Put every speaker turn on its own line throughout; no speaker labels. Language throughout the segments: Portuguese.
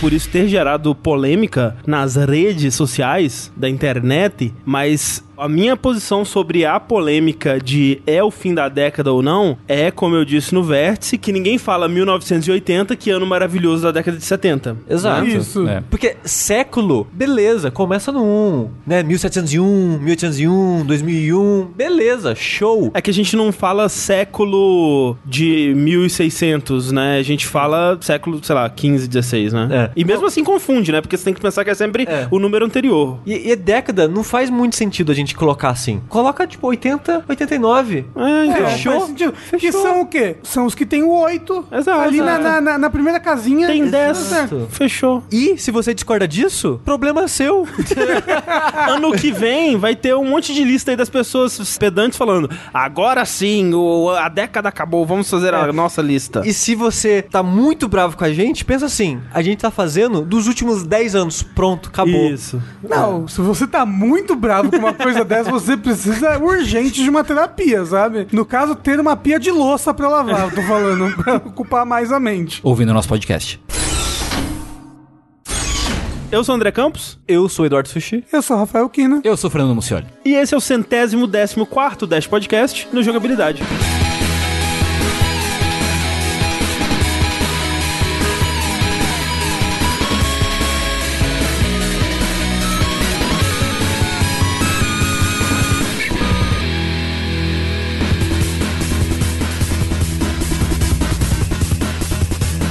por isso ter gerado polêmica nas redes sociais da internet, mas a minha posição sobre a polêmica de é o fim da década ou não é, como eu disse no vértice, que ninguém fala 1980, que ano maravilhoso da década de Né? 70.
Exato.
Isso.
É.
Porque século, beleza, começa no 1, né? 1701, 1801, 2001, beleza, show.
É que a gente não fala século de 1600, né? A gente fala século, sei lá, 15, 16, né?
É.
E mesmo assim confunde, né? Porque você tem que pensar que é sempre
É.
o número anterior.
E, e década não faz muito sentido a gente colocar assim. Coloca tipo 80, 89.
É, então.
É. Fechou?
faz sentido.
Fechou.
Que são o quê? São os que tem o 8
Exato.
ali na,
Exato.
na- na- na primeira casinha.
Tem
Isso,
10.
né?
Fechou.
E se você discorda disso, problema é seu.
Ano que vem vai ter um monte de lista aí das pessoas os pedantes falando: agora sim, o- a década acabou, vamos fazer a nossa lista.
É. E se você tá muito bravo com a gente, pensa assim: a gente tá fazendo dos últimos 10 anos. Pronto, acabou.
Isso. É.
Não, se você tá muito bravo com uma coisa dessa, você precisa urgente de uma terapia, sabe? No caso, ter uma pia de louça pra lavar, eu tô falando, pra ocupar mais a mente.
Ouvindo o nosso podcast.
Eu sou o André Campos
Eu sou o Eduardo Sushi.
Eu sou Rafael Kina.
Eu sou Fernando Mucioli.
e esse é o centésimo décimo quarto Dash Podcast no Jogabilidade.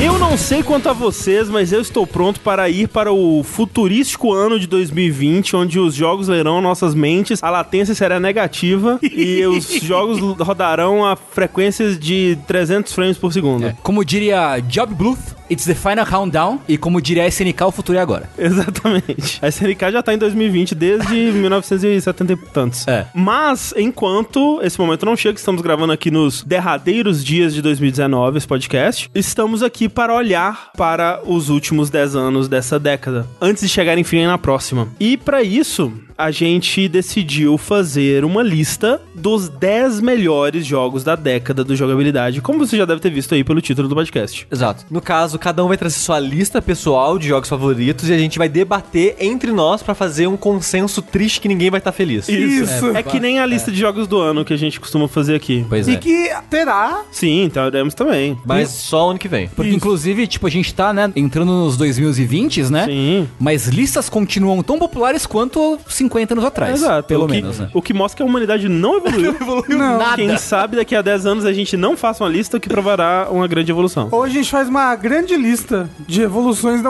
Eu não sei quanto a vocês, mas eu estou pronto para ir para o futurístico ano de 2020, onde os jogos lerão nossas mentes, a latência será negativa e os jogos rodarão a frequências de 300 frames por segundo.
É, Como diria Job Bluth, it's the final countdown. E como diria a SNK, o futuro é agora.
Exatamente. A SNK já tá em 2020 desde 1970 e tantos.
É.
Mas, enquanto esse momento não chega, estamos gravando aqui nos derradeiros dias de 2019 esse podcast, estamos aqui para olhar para os últimos 10 anos dessa década, antes de chegar, enfim, na próxima. E para isso, a gente decidiu fazer uma lista dos 10 melhores jogos da década do jogabilidade, como você já deve ter visto aí pelo título do podcast.
Exato. No caso, cada um vai trazer sua lista pessoal de jogos favoritos e a gente vai debater entre nós pra fazer um consenso triste que ninguém vai estar feliz.
Isso.
É que nem a lista de jogos do ano que a gente costuma fazer aqui.
Pois
E
é.
que terá
Sim, teremos também.
Mas só ano que vem.
Porque, inclusive, tipo, a gente tá, né, entrando nos 2020, né?
Sim.
Mas listas continuam tão populares quanto 50 anos atrás.
Exato.
Pelo
o que,
menos, né?
O que mostra que a humanidade não evoluiu.
Não.
nada.
Quem sabe daqui a 10 anos a gente não faça uma lista que provará uma grande evolução.
Hoje a gente faz uma grande lista de evoluções da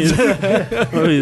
Isso.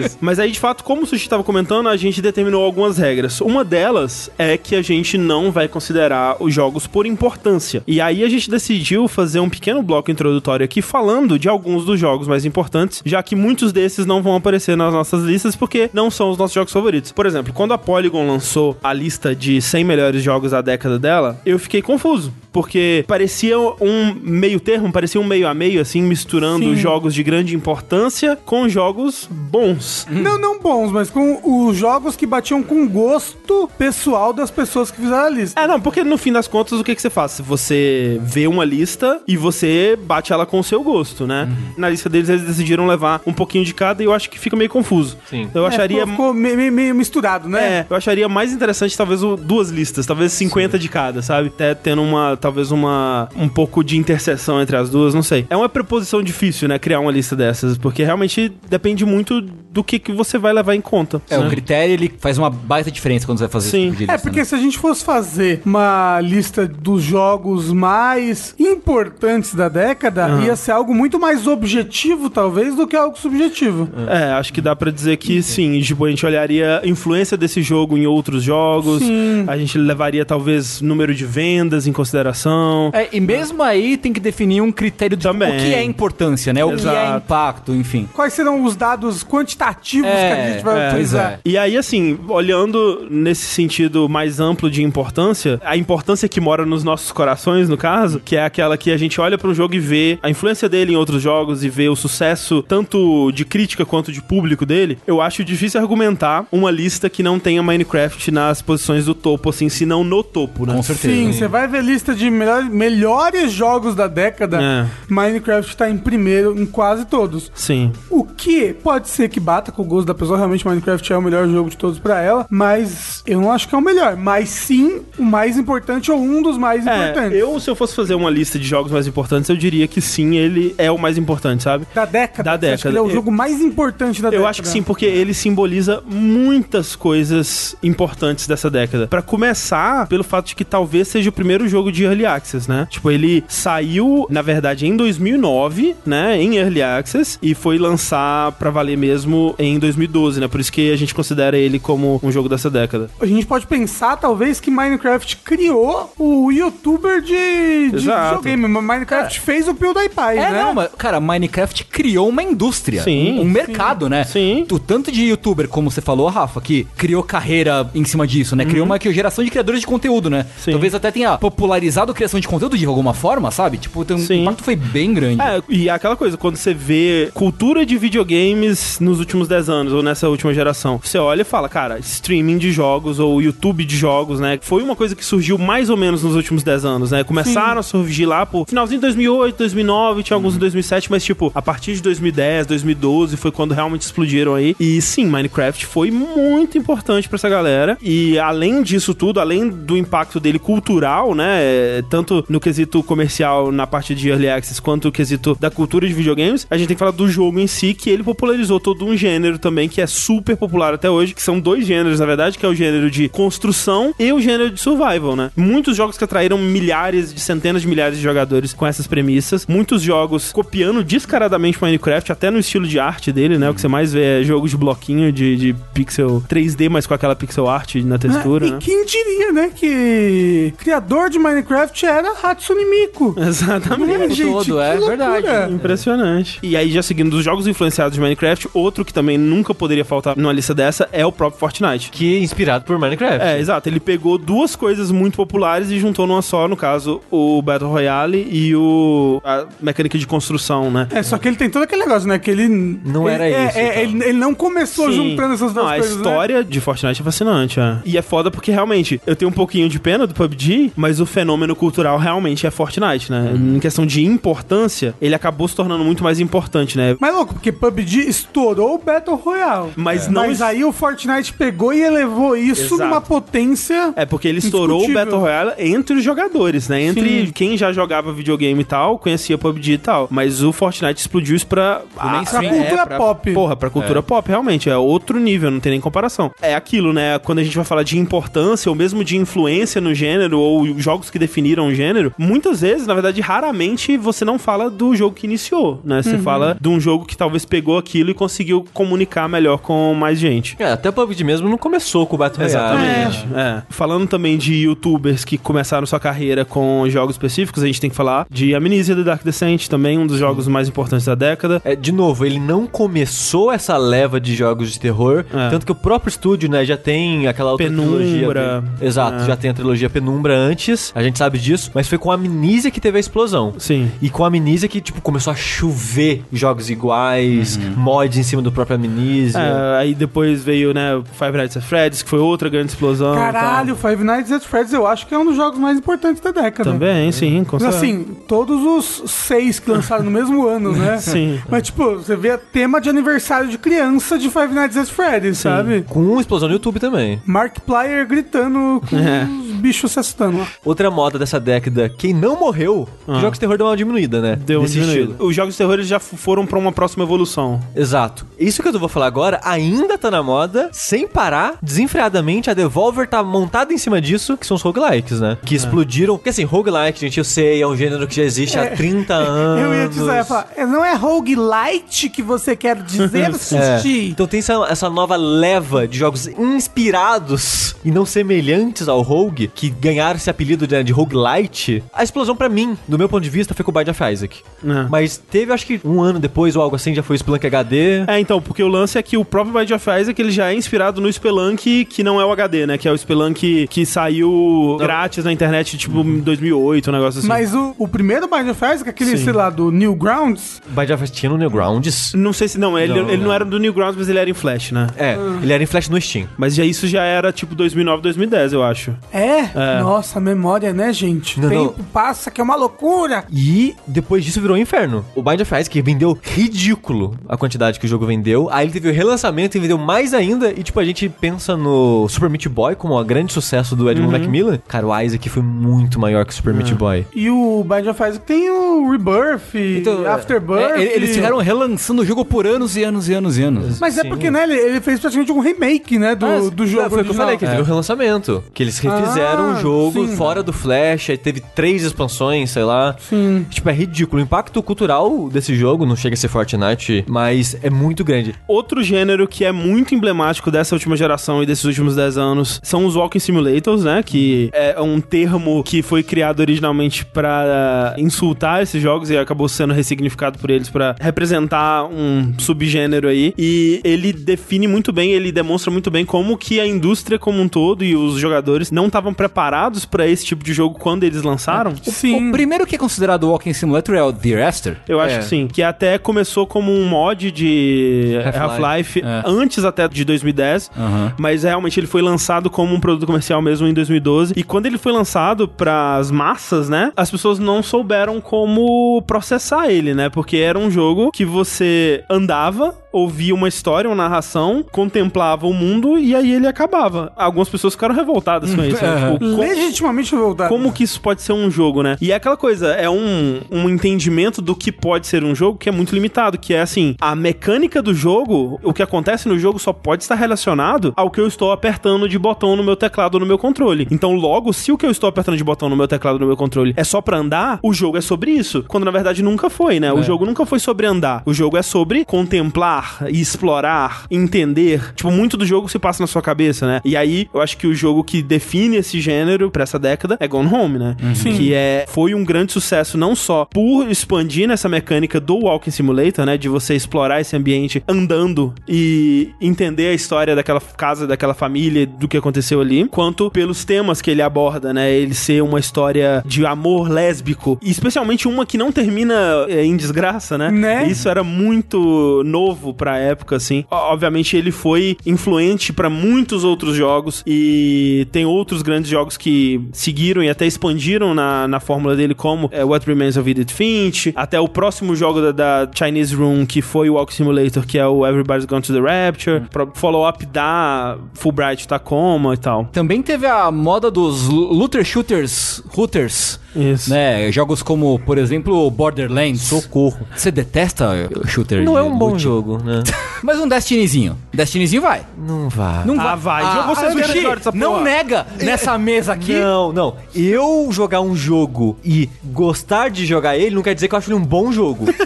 Isso. Mas aí, de fato, como o Sushi estava comentando, a gente determinou algumas regras. Uma delas é que a gente não vai considerar os jogos por importância. E aí a gente decidiu fazer um pequeno bloco introdutório aqui falando de alguns dos jogos mais importantes, já que muitos desses não vão aparecer nas nossas listas porque não são os nossos jogos favoritos. Por exemplo, quando a Polygon lançou a lista de 100 melhores jogos da década dela, eu fiquei confuso. Porque parecia um meio termo, parecia um meio a meio, assim, misturando
Sim.
jogos de grande importância com jogos bons.
Não, não bons, mas com os jogos que batiam com o gosto pessoal das pessoas que fizeram a lista.
É, não, porque no fim das contas, o que, que você faz? Você vê uma lista e você bate ela com o seu gosto, né? Na lista deles, eles decidiram levar um pouquinho de cada e eu acho que fica meio confuso.
Sim.
Eu acharia.
É, ficou, ficou me- me- meio, misturado, né?
É, eu acharia mais interessante talvez o- duas listas, talvez 50 de cada, sabe? Até tendo uma, talvez uma, um pouco de interseção entre as duas, não sei. É uma preposição difícil, né, criar uma lista dessas, porque realmente depende muito do que, que você vai levar em conta.
É,
né?
o critério, ele faz uma baita diferença quando você vai fazer
Sim.
esse tipo de
É,
lista,
porque
né?
se a gente fosse fazer uma lista dos jogos mais importantes da década,
Ah.
ia ser algo muito mais objetivo, talvez, do que algo subjetivo.
É, acho que dá pra dizer que sim, tipo, a gente olharia a influência desse jogo em outros jogos, a gente levaria talvez número de vendas em consideração.
É, e mesmo aí tem que definir um critério de
Também.
o que é importância, né? O que é
Exato.
impacto, enfim.
Quais serão os dados quantitativos
É,
que a gente vai
é,
utilizar.
pois é.
E aí, assim, olhando nesse sentido mais amplo de importância, a importância que mora nos nossos corações, no caso, que é aquela que a gente olha pra um jogo e vê a influência dele em outros jogos e vê o sucesso tanto de crítica quanto de público dele, eu acho difícil argumentar uma lista que não tenha Minecraft nas posições do topo, assim, se não no topo, né?
Com certeza.
Sim, você vai ver lista de melhor- melhores jogos da década.
É.
Minecraft tá em primeiro em quase todos.
Sim.
O que pode ser que bata com o gosto da pessoa, realmente Minecraft é o melhor jogo de todos pra ela, mas eu não acho que é o melhor, mas sim o mais importante ou um dos mais
É,
importantes.
eu, se eu fosse fazer uma lista de jogos mais importantes, eu diria que sim, ele é o mais importante, sabe?
Da década.
Da
você acha
década.
que ele é o
Eu-
jogo mais importante da década.
Eu acho que sim, porque ele simboliza muitas coisas importantes dessa década. Pra começar, pelo fato de que talvez seja o primeiro jogo de Early Access, né? Tipo, ele saiu, na verdade, em 2009, né? Em Early Access, e foi lançar pra valer mesmo em 2012, né? Por isso que a gente considera ele como um jogo dessa década.
A gente pode pensar, talvez, que Minecraft criou o youtuber de, de
Exato.
videogame. Minecraft fez o PewDiePie,
É,
né?
não, mas, cara, Minecraft criou uma indústria.
Sim,
um, um mercado, né?
sim.
O tanto de youtuber, como você falou, Rafa, que criou carreira em cima disso, né? Criou uma que- geração de criadores de conteúdo, né?
Uhum. Sim.
Talvez até tenha popularizado a criação de conteúdo de alguma forma, sabe? Tipo, tem- o
Sim.
impacto foi bem grande.
É, e é aquela coisa, quando você vê cultura de videogames nos últimos 10 anos, ou nessa última geração, você olha e fala, cara, streaming de jogos ou YouTube de jogos, né? Foi uma coisa que surgiu mais ou menos nos últimos 10 anos, né? Começaram a surgir lá por finalzinho de 2008, 2009, tinha alguns em 2007, mas tipo, a partir de 2010, 2012 foi quando realmente explodiram aí. E sim, Minecraft foi muito importante pra essa galera. E além disso tudo, além do impacto dele cultural, né? é, Tanto no quesito comercial, na parte de early access, quanto o quesito da cultura de videogames, a gente tem que falar do jogo em si, que ele popularizou todo um gênero também, que é super popular até hoje, que são dois gêneros, na verdade, que é o gênero de construção e o gênero de survival, né? Muitos jogos que atraíram milhares, de centenas de milhares de jogadores com essas premissas, muitos jogos copiando descaradamente Minecraft, até no estilo de arte dele, né? O que você mais vê é jogos de bloquinho, de, de pixel 3D, mas com aquela pixel art na textura,
e
né?
quem diria, né, que criador de Minecraft era Hatsune Miku.
É, Exatamente.
Né, gente?
todo,
Que
é
loucura.
né?
verdade.
Impressionante. E aí, já seguindo dos jogos influenciados de Minecraft, outro que também nunca poderia faltar numa lista dessa é o próprio Fortnite.
Que é inspirado por Minecraft.
É, exato. Ele pegou duas coisas muito populares e juntou numa só, no caso, o Battle Royale e o a mecânica de construção, né?
É, só que ele tem todo aquele negócio, né? Que ele.
Não
ele-
era
é,
isso,
é,
então.
ele, ele não começou
Sim.
juntando essas duas
Não,
coisas.
A
né?
história de Fortnite é fascinante, é. E é foda porque realmente eu tenho um pouquinho de pena do PUBG, mas o fenômeno cultural realmente é Fortnite, né?
Uhum.
Em questão de importância, ele acabou se tornando muito mais importante, né?
Mas louco, porque PUBG estourou o Battle Royale. É.
Mas não-
Mas aí o Fortnite pegou e elevou isso
Exato.
numa potência.
Ah,
É porque ele estourou o
Discutível.
Battle Royale entre os jogadores, né? Entre
Sim.
quem já jogava videogame e tal, conhecia PUBG e tal. Mas o Fortnite explodiu isso pra. a-
Pra
mainstream.
cultura
É, pra-
pop.
Porra, pra cultura pop, realmente, é outro nível, não tem nem comparação. É aquilo, né? Quando a gente vai falar de importância, ou mesmo de influência no gênero, ou jogos que definiram o gênero, muitas vezes, na verdade, raramente você não fala do jogo que iniciou, né? Você fala de um jogo que talvez pegou aquilo e conseguiu comunicar melhor com mais gente.
É, até o PUBG mesmo não começou com o Battle Royale.
Exatamente. É. Falando também de youtubers que começaram sua carreira com jogos específicos, a gente tem que falar de Amnesia The Dark Descent, também um dos jogos mais importantes da década.
É, de novo, ele não começou essa leva de jogos de terror,
É.
tanto que o próprio estúdio, né, já tem aquela outra
Penumbra.
trilogia. dele. Exato,
É.
já tem a trilogia Penumbra antes, a gente sabe disso, mas foi com a Amnesia que teve a explosão.
Sim.
E com a Amnesia que, tipo, começou a chover jogos iguais,
Uhum.
mods em cima do próprio Amnesia.
É, aí depois veio, né, Five Nights at Freddy's, que foi outra grande explosão. e
então.
tal.
Caralho, Five Nights at Freddy's eu acho que é um dos jogos mais importantes da década.
Também, sim, com
Mas,
é.
certeza.
assim, todos os seis que lançaram no mesmo ano, né?
Sim.
Mas, tipo, você vê tema de aniversário de criança de Five Nights at Freddy's, sabe?
Com uma explosão no YouTube também.
Markiplier gritando com
É.
os bichos se assustando.
Outra moda dessa década, quem não morreu,
Ah.
os jogos de terror deu uma diminuída, né?
Deu um
Nesse
diminuído. Os jogos de terror eles já f- foram pra uma próxima evolução.
Exato. Isso que eu vou falar agora ainda tá na moda, sem parar, desenfreadamente. A Devolver tá montada em cima disso, que são os roguelikes, né?
É.
Que explodiram. Porque assim, roguelike, gente, eu sei, é um gênero que já existe há 30 anos.
É. Eu ia dizer, eu ia falar, "É, não é roguelite que você quer dizer,
É.
Sushi?
Então tem essa, essa nova leva de jogos inspirados e não semelhantes ao Rogue Roguelike, que ganharam esse apelido de, de Roguelite, a explosão pra mim, do meu ponto de vista, foi com o Binding of Isaac.
É.
Mas teve, acho que um ano depois ou algo assim, já foi o Splunk HD.
É, então, porque o lance é que o próprio Bind of Isaac ele já é inspirado no Spelunk, que não é o HD, né? Que é o Spelunk que saiu grátis na internet, tipo, em 2008, um negócio assim.
Mas o, o primeiro Bind of Isaac, aquele, sei lá, do Newgrounds,
Binding of Isaac tinha no Newgrounds.
Não sei se... Não, ele ele não,
Não, não.
era do Newgrounds, mas ele era em Flash, né?
É, ele era em Flash no Steam.
Mas já, isso já era, tipo, 2009, 2010, eu acho.
é? Nossa, memória, né, gente?
Não,
Tempo passa que é uma loucura.
E depois disso virou um inferno. O Bind of Isaac vendeu ridículo a quantidade que o jogo vendeu. Aí ele teve o relançamento e vendeu mais ainda. E tipo, a gente pensa no Super Meat Boy como um grande sucesso do Edmund
Uhum.
Macmillan. Cara, o Isaac foi muito maior que o Super
É.
Meat Boy.
E o Bind of Isaac tem o Rebirth,
Então, é,
Afterbirth.
é, eles ficaram relançando o jogo por anos e anos e anos e anos.
Mas é
Sim.
porque, né, ele, ele fez praticamente um remake, né, do, do jogo
Foi o que eu
original.
falei, que ele
É.
teve o relançamento. Que eles refizeram
Ah,
o jogo
sim.
fora do Flash, aí teve três expansões, sei lá.
Sim.
Tipo, é ridículo. O impacto cultural desse jogo não chega a ser Fortnite, mas é muito grande.
Outro gênero que é muito emblemático dessa última geração e desses últimos 10 anos são os walking simulators, né? Que é um termo que foi criado originalmente pra insultar esses jogos e acabou sendo ressignificado por eles pra representar um subgênero aí. E ele define muito bem, ele demonstra muito bem como que a indústria como um todo e os jogadores não estavam preparados pra esse tipo de jogo quando eles lançaram.
Sim.
O primeiro que é considerado Walking Simulator é o The Aster.
Eu acho
É.
que sim. Que até começou como um mod de Half-Life
Half-Life, é. Ah.
antes até de 2010.
Aham.
Mas realmente ele foi lançado como um produto comercial mesmo em 2012. E quando ele foi lançado pras massas, né? As pessoas não souberam como processar ele, né? Porque era um jogo que você andava, ouvia uma história, uma narração, contemplava o mundo e aí ele acabava. Algumas pessoas ficaram revoltadas com isso. Né? Tipo, como-
Legitimamente revoltado.
como que isso pode ser um jogo, né? E é aquela coisa, é um, um entendimento do que pode ser um jogo que é muito limitado, que é assim, a mecânica do jogo, o que acontece no jogo só pode estar relacionado ao que eu estou apertando de botão no meu teclado ou no meu controle. Então, logo, se o que eu estou apertando de botão no meu teclado ou no meu controle é só pra andar, o jogo é sobre isso. Quando na verdade nunca foi, né? O jogo nunca foi sobre andar. O jogo é sobre contemplar, explorar, entender. Tipo, muito do jogo se passa na sua cabeça, né? E aí, eu acho que o jogo que define esse gênero pra essa década é Gone Home, né?
Sim.
Que é, foi um grande sucesso não só por expandir nessa mecânica do Walking Simulator, né? De você explorar esse ambiente andando e entender a história daquela casa, daquela família, do que aconteceu ali, quanto pelos temas que ele aborda, né? Ele ser uma história de amor lésbico, e especialmente uma que não termina é, em desgraça, né?
Né?
Isso isso era muito novo pra época, assim. O- Obviamente ele foi influente pra muitos outros jogos e tem outros grandes jogos que seguiram e até expandiram na, na fórmula dele, como é, What Remains of Edith Finch, até o próximo jogo da, da Chinese Room, que foi o Walk Simulator, que é o Everybody's Gone to the Rapture, pro- follow-up da Fulbright Tacoma e tal.
Também teve a moda dos lo- looter shooters, rooters,
Isso.
né? Jogos como, por exemplo, Borderlands.
Socorro.
Você detesta shooter
Não
de
é um bom
loot?
jogo, né?
Mas um Destinyzinho. Destinizinho vai.
Não vá.
Não
Ah, vai.
Ah,
Jogo vocês
ah,
viram
Yoshi,
melhor dessa
Não
porra.
nega
né?
nessa mesa aqui.
Não, não. Eu jogar um jogo e gostar de jogar ele não quer dizer que eu acho ele um bom jogo.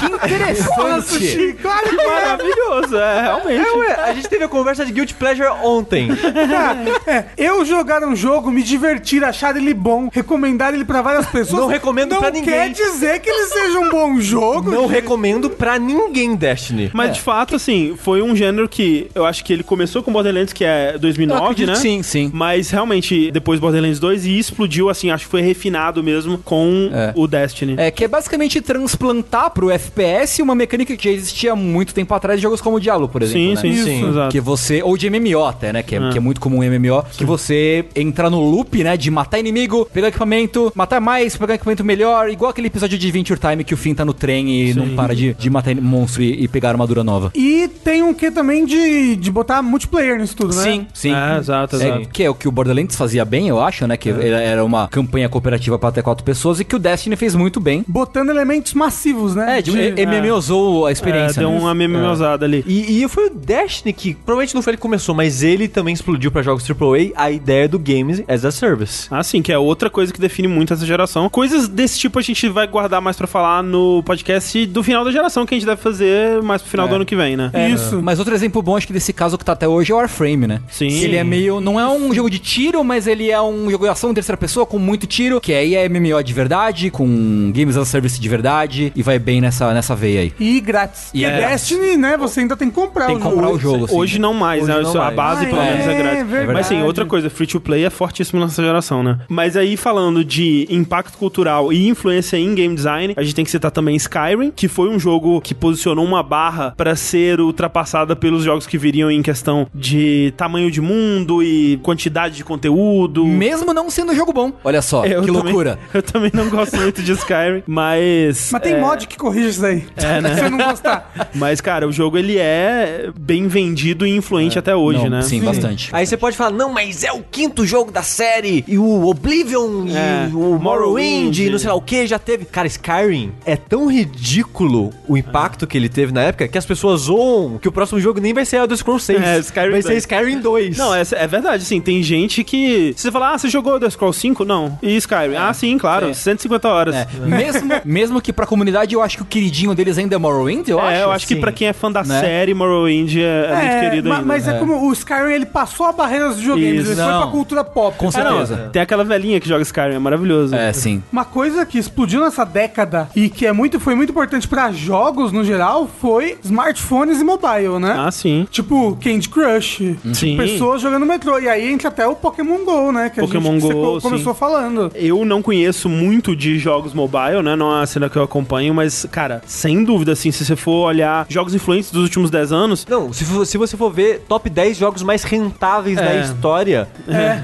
Que interessante.
Sushi, claro que é.
Maravilhoso, é, realmente.
é, ué, a gente teve a conversa de Guilty Pleasure ontem.
Cara, é, eu jogar um jogo, me divertir, achar ele bom, recomendar ele pra várias pessoas.
Não recomendo pra ninguém.
Não quer dizer que ele seja um bom jogo.
Não
gente.
recomendo pra ninguém Destiny.
É.
Mas de fato, assim, foi um gênero que eu acho que ele começou com Borderlands, que é 2009,
acredito
né?
que sim, sim.
Mas realmente, depois Borderlands 2 e explodiu, assim, acho que foi refinado mesmo com
É.
o Destiny.
É, que é basicamente transplantar pro FPS uma mecânica que já existia há muito tempo atrás de jogos como o Diablo, por exemplo.
sim,
né?
sim,
Isso.
sim, exato.
Que você. Ou de MMO até, né? Que é, que é muito comum em MMO. Que você entra no loop, né? De matar inimigo, pegar equipamento, matar mais, pegar equipamento melhor. Igual aquele episódio de Adventure Time que o Finn tá no trem e não para de, de matar monstro e, e pegar armadura nova.
E tem um que também de, de botar multiplayer nisso tudo, né?
Sim, sim.
É, exato,
É,
exato. É.
que é o que o Borderlands fazia bem, eu acho, né? Que era- era uma campanha cooperativa pra até quatro pessoas e que o Destiny fez muito bem.
Botando elementos massivos, né?
É, de, é, MMOzou a
É,
experiência.
deu
né?
uma memosada ali.
E, e foi o Destiny que, provavelmente não foi ele que começou, mas ele também explodiu pra jogos AAA a ideia do Games as a Service.
Assim, que é outra coisa que define muito essa geração. Coisas desse tipo a gente vai guardar mais pra falar no podcast do final da geração, que a gente deve fazer ser mais
É.
pro final do ano que vem, né?
Isso.
Mas outro exemplo bom, acho que desse caso que tá até hoje é o Warframe, né?
Sim.
Que Ele é meio. Não é um jogo de tiro, mas ele é um jogo de ação em terceira pessoa com muito tiro, que aí é MMO de verdade, com Games as a Service de verdade, e vai bem nessa, nessa veia aí.
E grátis.
E
E
é
é
grátis.
Destiny, né? Você ainda tem que comprar
Tem que comprar o jogo. assim,
Hoje
né?
não mais,
Hoje
né?
não
Isso, a
mais.
base,
Ah,
pelo
é,
menos, é grátis.
verdade.
Mas sim, outra coisa, free to play é fortíssimo nessa geração, né? Mas aí, falando de impacto cultural e influência em game design, a gente tem que citar também Skyrim, que foi um jogo que posicionou uma barra pra ser ultrapassada pelos jogos que viriam em questão de tamanho de mundo e quantidade de conteúdo.
Mesmo não sendo um jogo bom. Olha só,
Eu
que
também-
loucura.
Eu também não gosto muito de Skyrim, mas.
Mas tem
É.
mod que corrige isso daí. É, né? Se você não gostar.
Mas, cara, o jogo ele é bem vendido e influente até hoje,
É. Não,
né?
Sim, bastante.
Aí você pode falar, não, mas é o quinto jogo da série, e o Oblivion,
É,
e o Morrowind,
Morrowind.
e não sei lá o que, já teve. Cara, Skyrim é tão ridículo o impacto que ele teve na época, que as pessoas zoam que o próximo jogo nem vai ser Elder Scrolls 6,
É, Skyrim
vai ser
2.
Skyrim 2.
Não, é, é verdade, sim. Tem gente que. Se você falar, ah, você jogou Elder Scrolls 5? Não. E Skyrim? Ah, sim, claro. 150 horas.
É,
É,
mesmo, mesmo que pra comunidade eu acho que o queridinho deles ainda é Morrowind, eu
eu
acho.
acho, que
assim.
pra quem é fã da
né?
série, Morrowind é, é muito querido
ma-
ainda.
mas é, como o Skyrim, ele passou a barreira dos videogames,
Isso,
ele foi
não.
pra cultura pop.
Com
Ah, não,
é certeza.
Tem aquela velhinha que joga Skyrim, é maravilhoso.
É, sim.
Uma coisa que explodiu nessa década e que é muito, foi muito importante pra jogos no geral foi smartphones e mobile, né?
Ah, sim. Tipo,
Tipo Candy Crush,
Sim.
pessoas jogando metrô. E aí entra até o Pokémon GO, né? Que a
Pokémon
gente que
Go,
co- começou falando.
Eu não conheço muito de jogos mobile, né? Não é a cena que eu acompanho, mas, cara, sem dúvida, assim, se você for olhar jogos influentes dos últimos 10 anos,
Não, se, fo- se você for ver top 10 jogos mais rentáveis da
É.
história,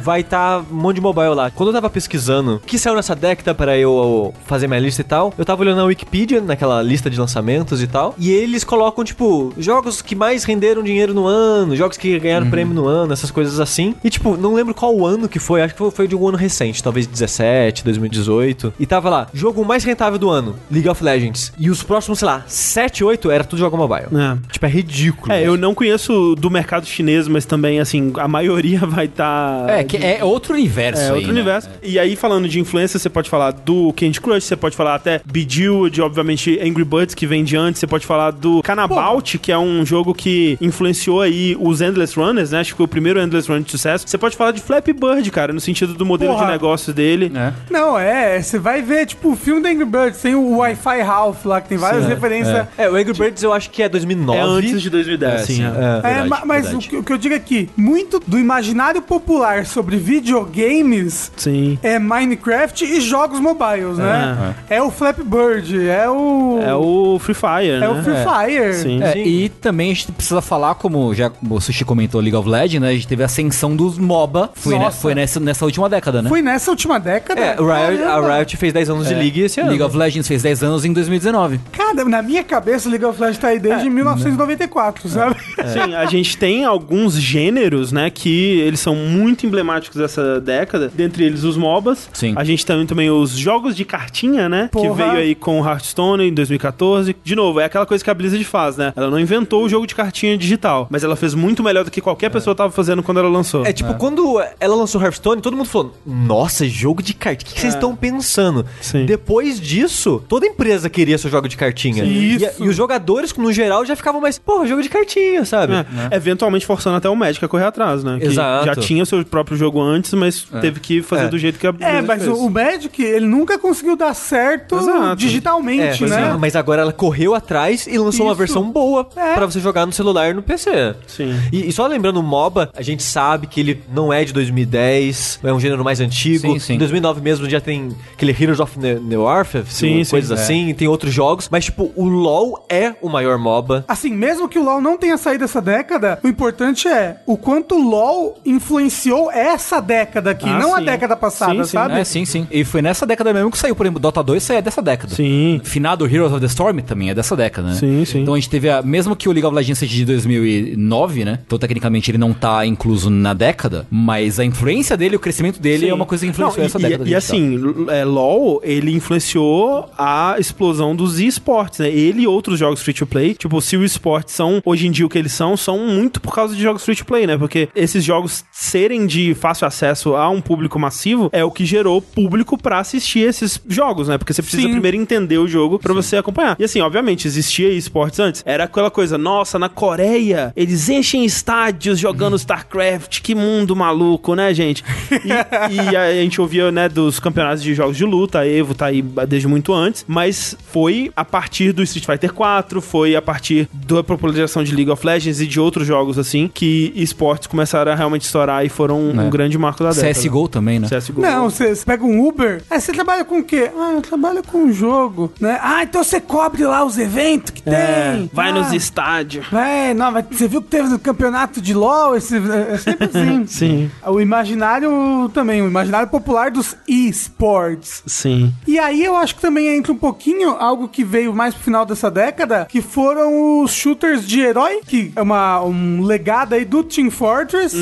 vai estar um monte de mobile lá. Quando eu tava pesquisando o que saiu nessa década pra eu fazer minha lista e tal, eu tava olhando na Wikipedia, naquela lista de lançamentos e tal, e eles colocam, tipo, jogos que mais renderam dinheiro no ano, jogos que
Uhum.
ganharam prêmio no ano, essas coisas assim. E, tipo, não lembro qual ano que foi, acho que foi- foi de um ano recente, talvez 17, 2018. E tava lá, jogo mais rentável do ano, League of Legends. E os próximos, sei lá, 7, 8 era tudo jogo mobile.
É.
Tipo, é ridículo.
É, eu não conheço do mercado chinês, mas também, assim, a maioria vai tá estar.
É, que é outro universo.
É,
aí,
outro
né?
universo. E aí, falando de influência, você pode falar do Candy Crush, você pode falar até Bejeweled, obviamente Angry Birds, que vem de antes, você pode falar do Canabout, que é um jogo que influenciou aí os Endless Runners, né? Acho que foi o primeiro Endless Runner de sucesso. Você pode falar de Flappy Bird, cara, no sentido do modelo
Porra.
de negócio dele.
É.
Não, é, você vai ver, tipo, o filme da Angry Birds, tem o Wi-Fi Ralph lá, que tem várias referências.
É, o Angry Birds eu acho que é 2009.
É antes de 2010,
É,
sim.
sim.
é.
É, ma- mas o, que- o que eu digo aqui, muito do imaginário popular sobre videogames
Sim.
é Minecraft e jogos mobiles, né? É, o Flappy Bird, é o.
É o Free Fire,
é o
né?
Free Fire.
Sim.
É, e também a gente precisa falar, como já o Sushi comentou League of Legends, né? A gente teve a ascensão dos MOBA. Foi, né,
Nossa.
foi nessa, nessa última década, né?
Foi nessa última década.
É, o Riot,
Caramba.
a Riot fez 10 anos de League esse ano.
É. League of Legends fez 10 anos em 2019.
Cara, na minha cabeça, o League of Legends tá aí desde 1994, sabe?
É. Sim, a gente tem alguns gêneros, né, que eles são muito emblemáticos dessa década, dentre eles os MOBAs.
Sim.
A gente tem também os jogos de cartinha, né,
Porra.
que veio aí com Hearthstone em 2014. De novo, é aquela coisa que a Blizzard faz, né? Ela não inventou o jogo de cartinha digital, mas ela fez muito melhor do que qualquer pessoa tava fazendo quando ela lançou.
É tipo, quando ela lançou Hearthstone, todo mundo falou: Nossa, jogo de carta, o que, que vocês estão pensando?
Sim.
Depois disso, toda empresa queria seu jogo de cartinha. E,
Isso.
e os jogadores, no geral, já ficavam mais, porra, jogo de cartinha, sabe?
É, Eventualmente forçando até o médico a correr atrás, né? Que
né? Exato.
já tinha o seu próprio jogo antes, mas teve que fazer
É.
do jeito que a
É,
Blizzard
mas o,
fez.
o Magic, ele nunca conseguiu dar certo
Exato.
É,
digitalmente, né?
mas agora ela correu atrás e lançou uma
Isso.
versão boa
É.
pra você jogar no celular e no PC.
Sim.
E, e só lembrando, o MOBA, a gente sabe que ele não é de 2010, é um gênero mais antigo.
Sim, sim.
Em 2009 mesmo já tem aquele Heroes of Ne- Newarfef,
Sim, sim.
coisas
É.
assim, e tem outros jogos, mas tipo, o LoL é o maior MOBA.
Assim, mesmo que o LoL não tenha saído essa década, o importante é o quanto o LoL influenciou essa década aqui,
Ah,
não a
sim.
década passada,
Sim, sim.
sabe?
É, sim, sim. E foi nessa década mesmo que saiu, por exemplo, Dota 2 saiu dessa década.
Sim.
Finado Heroes of the Storm também é dessa década, né?
Sim, sim.
Então a gente teve a. Mesmo que o League of Legends seja de 2009, né? Então tecnicamente ele não tá incluso na década, mas a influência dele, o crescimento dele
Sim.
é uma coisa que influenciou
Não, e-
essa
e,
década. tá?
E,
digital.
assim, l- é, LoL, ele influenciou a explosão dos esportes, né? Ele e outros jogos free to play, tipo, se o esportes são, hoje em dia o que eles são, são muito por causa de jogos free to play, né? Porque esses jogos serem de fácil acesso a um público massivo é o que gerou público pra assistir esses jogos, né? Porque você precisa
Sim.
primeiro entender o jogo pra você acompanhar. E assim, obviamente, existe existia esportes antes, era aquela coisa, nossa, na Coreia eles enchem estádios jogando StarCraft, que mundo maluco, né, gente? E, e a gente ouvia, né, dos campeonatos de jogos de luta, a Evo tá aí desde muito antes, mas foi a partir do Street Fighter 4, foi a partir da popularização de League of Legends e de outros jogos assim, que esportes começaram a realmente estourar e foram um
É.
grande marco da década.
CSGO também, né?
CSGO.
Não, você você pega um Uber, aí você trabalha com o quê? Ah, eu trabalho com um jogo, né? Ah, então você cobre lá os eventos que tem.
É, Vai
Ah,
nos estádios.
Vai, É, não, vai- você viu que teve no campeonato de LoL? Esse, é é sempre assim.
Sim.
O imaginário também, o imaginário popular dos esportes.
Sim.
E aí eu acho que também entra um pouquinho algo que veio mais pro final dessa década, que foram os shooters de herói, que é uma, um legado aí do Team Fortress,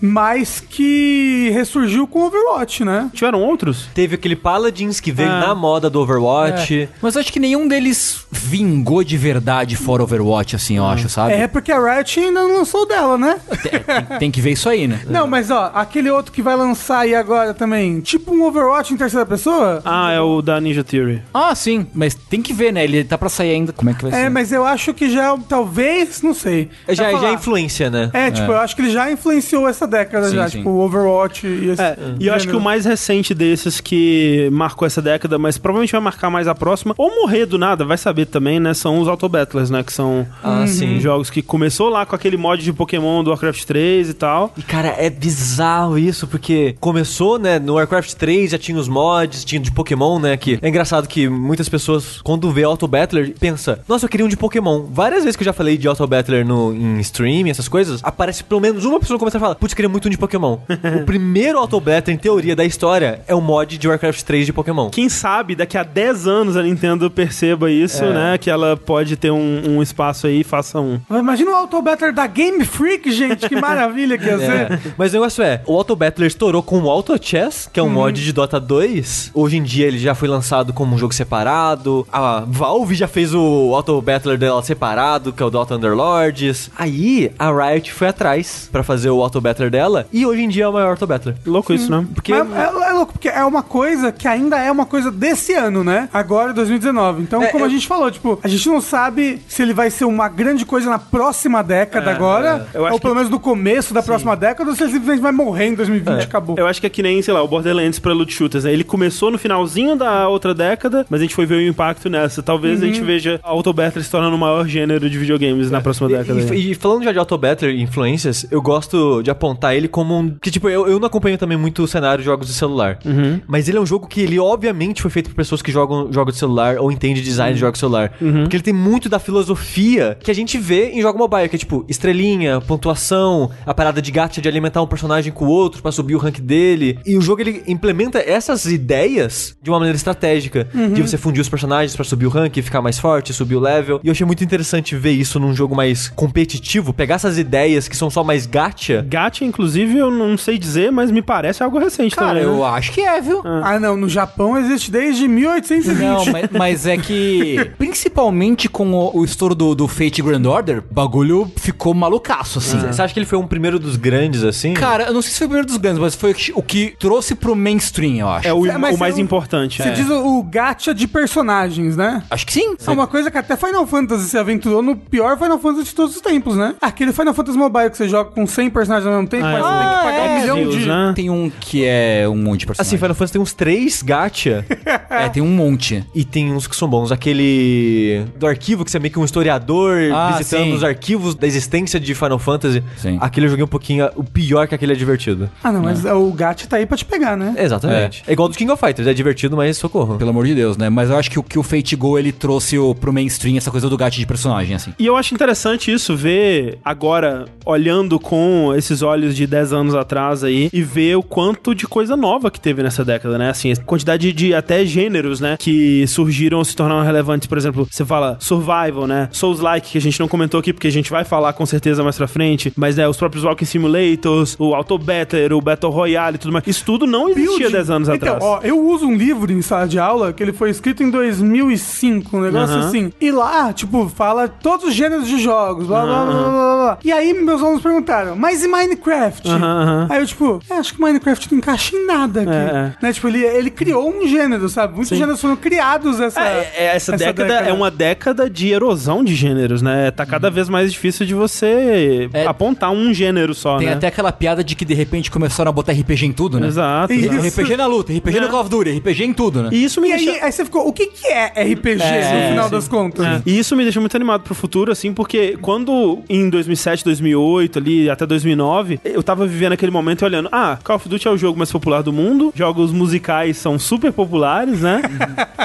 mas que ressurgiu com Overwatch, né?
Tiveram outros?
Teve aquele Paladins que veio
Ah.
na moda do Overwatch.
É. Mas eu acho que nenhum deles vingou de verdade fora Overwatch, assim, eu acho, sabe? É.
É porque a Riot ainda não lançou o dela, né?
Tem, tem que ver isso aí, né?
Não, mas ó, aquele outro que vai lançar aí agora também, tipo um Overwatch em terceira pessoa.
Ah, é o da Ninja Theory.
Ah, sim. Mas tem que ver, né? Ele tá pra sair ainda. Como é que vai
É,
ser?
mas eu acho que já, talvez, não sei.
Já,
Vai
já é
falar.
influência, né?
É, tipo,
É.
eu acho que ele já influenciou essa década
Sim,
já,
sim.
tipo, o Overwatch e esse.
É, e eu acho que o mais recente desses que marcou essa década, mas provavelmente vai marcar mais a próxima, ou morrer do nada, vai saber também, né? São os Auto Battlers, né? Que são
Ah, sim.
jogos que começou lá com aquele mod de Pokémon do Warcraft 3 e tal.
E, cara, é bizarro isso, porque começou, né, no Warcraft 3 já tinha os mods, tinha de Pokémon, né, que é engraçado que muitas pessoas, quando vê Auto Battler, pensa, nossa, eu queria um de Pokémon. Várias vezes que eu já falei de Auto Battler no, em stream, essas coisas, aparece pelo menos uma pessoa começa a falar, putz, eu queria muito um de Pokémon. o primeiro Auto Battler, em teoria, da história, é um mod de Warcraft 3 de Pokémon.
Quem sabe daqui a 10 anos a Nintendo perceba isso,
É.
né? Que ela pode ter um, um espaço aí e faça um.
Imagina o Auto Battler da Game Freak, gente, que maravilha que ia ser.
É. Mas o negócio é, o Auto Battler estourou com o Auto Chess, que é um mod de Dota 2. Hoje em dia ele já foi lançado como um jogo separado. A Valve já fez o Auto Battler dela separado, que é o Dota Underlords. Aí a Riot foi atrás pra fazer o Auto Battler dela e hoje em dia é o maior Auto Battler.
Louco isso, né?
Porque
Mas é, é louco, porque é uma coisa que ainda é uma coisa desse ano, né? Agora, 2019. Então,
É,
como a
eu-
gente falou, tipo, a gente não sabe se ele vai ser uma grande coisa na próxima década agora,
é. Eu acho
ou pelo menos no começo da próxima década, ou se ele simplesmente vai morrer em 2020 e acabou.
Eu acho que é que nem, sei lá, o Borderlands pra Loot Shooters, né? Ele começou no finalzinho da outra década, mas a gente foi ver o impacto nessa. Talvez a gente veja Auto Battle se tornando o maior gênero de videogames na próxima
E-
década. né?
E, e falando já de Auto Battler e influências, eu gosto de apontar ele como um. Que, tipo, eu, eu não acompanho também muito o cenário de jogos de celular.
Uhum.
Mas ele é um jogo que ele, obviamente, foi feito por pessoas que jogam jogos de celular ou entendem design
Uhum.
de jogos de celular. Porque ele tem muito da filosofia que a gente vê em jogo mobile, que é tipo, estrelinha, pontuação, a parada de gacha de alimentar um personagem com o outro pra subir o rank dele. E o jogo ele implementa essas ideias de uma maneira estratégica. De você fundir os personagens pra subir o rank, ficar mais forte, subir o level. E eu achei muito interessante ver isso num jogo mais competitivo, pegar essas ideias que são só mais gacha.
Gacha, inclusive, eu não sei dizer, mas me parece algo recente
Cara,
também. né?
eu acho que é, viu?
Ah, não, no Japão existe desde 1820.
Não, mas, mas é que, principalmente com o, o estouro do, do Fate Grand Order, o bagulho ficou malucaço, assim.
Você acha que ele foi um primeiro dos grandes, assim?
Cara, eu não sei se foi o primeiro dos grandes, mas foi o que- o que trouxe pro mainstream, eu acho.
É o,
É, mas
o mais
eu-
importante.
Você
é.
diz o, o gacha de personagens, né?
Acho que sim.
É uma coisa que até Final Fantasy se aventurou no pior Final Fantasy de todos os tempos, né? Aquele Final Fantasy Mobile que você joga com 100 personagens ao mesmo tempo,
Ah,
mas
eu
você tem que pagar um
é.
milhão
Deus,
de...
né?
Tem um que é um monte de personagem.
Assim, Final Fantasy tem uns três gacha
É, tem um monte.
e tem uns que são bons. Aquele do arquivo, que você é meio que um historiador
Ah,
visitando
sim.
os arquivos da existência de Final Fantasy.
Sim.
Aquele eu joguei um pouquinho. O pior que aquele é divertido.
Ah, não, mas o gacha tá aí pra te pegar, né?
Exatamente. É. igual do King of Fighters, é divertido, mas socorro.
Pelo amor de Deus, né? Mas eu acho que o que o Fate Go ele trouxe o, pro mainstream essa coisa do gato de personagem, assim.
E eu acho interessante isso, ver agora, olhando com esses olhos de 10 anos atrás aí, e ver o quanto de coisa nova que teve nessa década, né? Assim, a quantidade de até gêneros, né? Que surgiram ou se tornaram relevantes. Por exemplo, você fala Survival, né? Souls-like, que a gente não comentou aqui, porque a gente vai falar com certeza mais pra frente, mas né, os próprios Walking Simulators, o Auto Battle, o Battle Royale e tudo mais. Isso tudo não existia
Building.
10 anos
então,
atrás.
ó, eu uso um livro em sala de aula que ele foi escrito em 2005, um negócio
Aham.
assim. E lá, tipo, fala todos os gêneros de jogos, blá, blá, blá, blá, blá, blá. E aí meus alunos perguntaram, mas e Minecraft?
Aham, aham.
Aí eu, tipo, é, acho que Minecraft não encaixa em nada. foda. que-
É,
né? Tipo, ele, ele criou um gênero, sabe? Muitos
Sim.
gêneros foram criados essa.
É, é, essa,
essa
década,
década.
é uma década de erosão de gêneros, né? Tá cada vez mais difícil de você
É.
apontar um gênero só,
Tem
né?
até aquela piada de que de repente começaram a botar RPG em tudo, né?
Exato.
E-
exato.
RPG na luta, RPG no
É.
Call of Duty, RPG em tudo, né?
E isso me
E
deixa...
aí, aí você ficou, o que, que é RPG
É,
no final
sim.
das contas?
É. E isso me deixa muito animado pro futuro, assim, porque quando em 2007, 2008, ali, até 2009, eu tava vivendo aquele momento e olhando, ah, Call of Duty é o jogo mais popular do mundo, jogos musicais são super populares, né?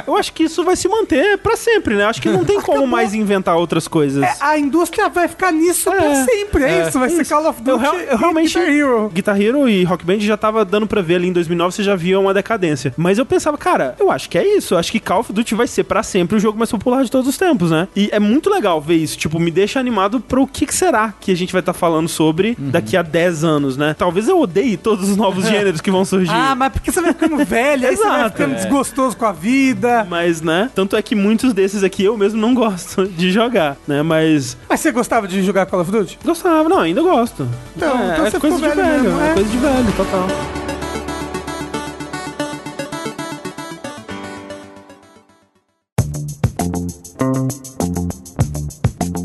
eu acho que isso vai se manter pra sempre, né? Acho que não tem como mais inventar outras coisas.
É, a indústria vai ficar nisso pra sempre, é, isso. Vai ser Call of Duty
Eu, real- eu
e
realmente.
Guitar Hero.
Guitar Hero e Rock Band já tava dando pra ver ali em 2009, você já via uma decadência. Mas eu pensava, cara, eu acho que é isso. Eu acho que Call of Duty vai ser pra sempre o jogo mais popular de todos os tempos, né? E é muito legal ver isso. Tipo, me deixa animado pro que, que será que a gente vai estar falando sobre daqui a 10 anos, né? Talvez eu odeie todos os novos gêneros que vão surgir.
Ah, mas porque você vai ficando velho, aí você vai
Exato,
ficando
é.
desgostoso com a vida.
Mas, né? Tanto é que muitos desses aqui eu mesmo não gosto de jogar, né? Mas
Mas você gostava de jogar Call of Duty?
gostava, não, ainda gosto.
Então,
é,
então
é
você
coisa
ficou
de
velho
velho,
mesmo,
é
é.
coisa de velho, total.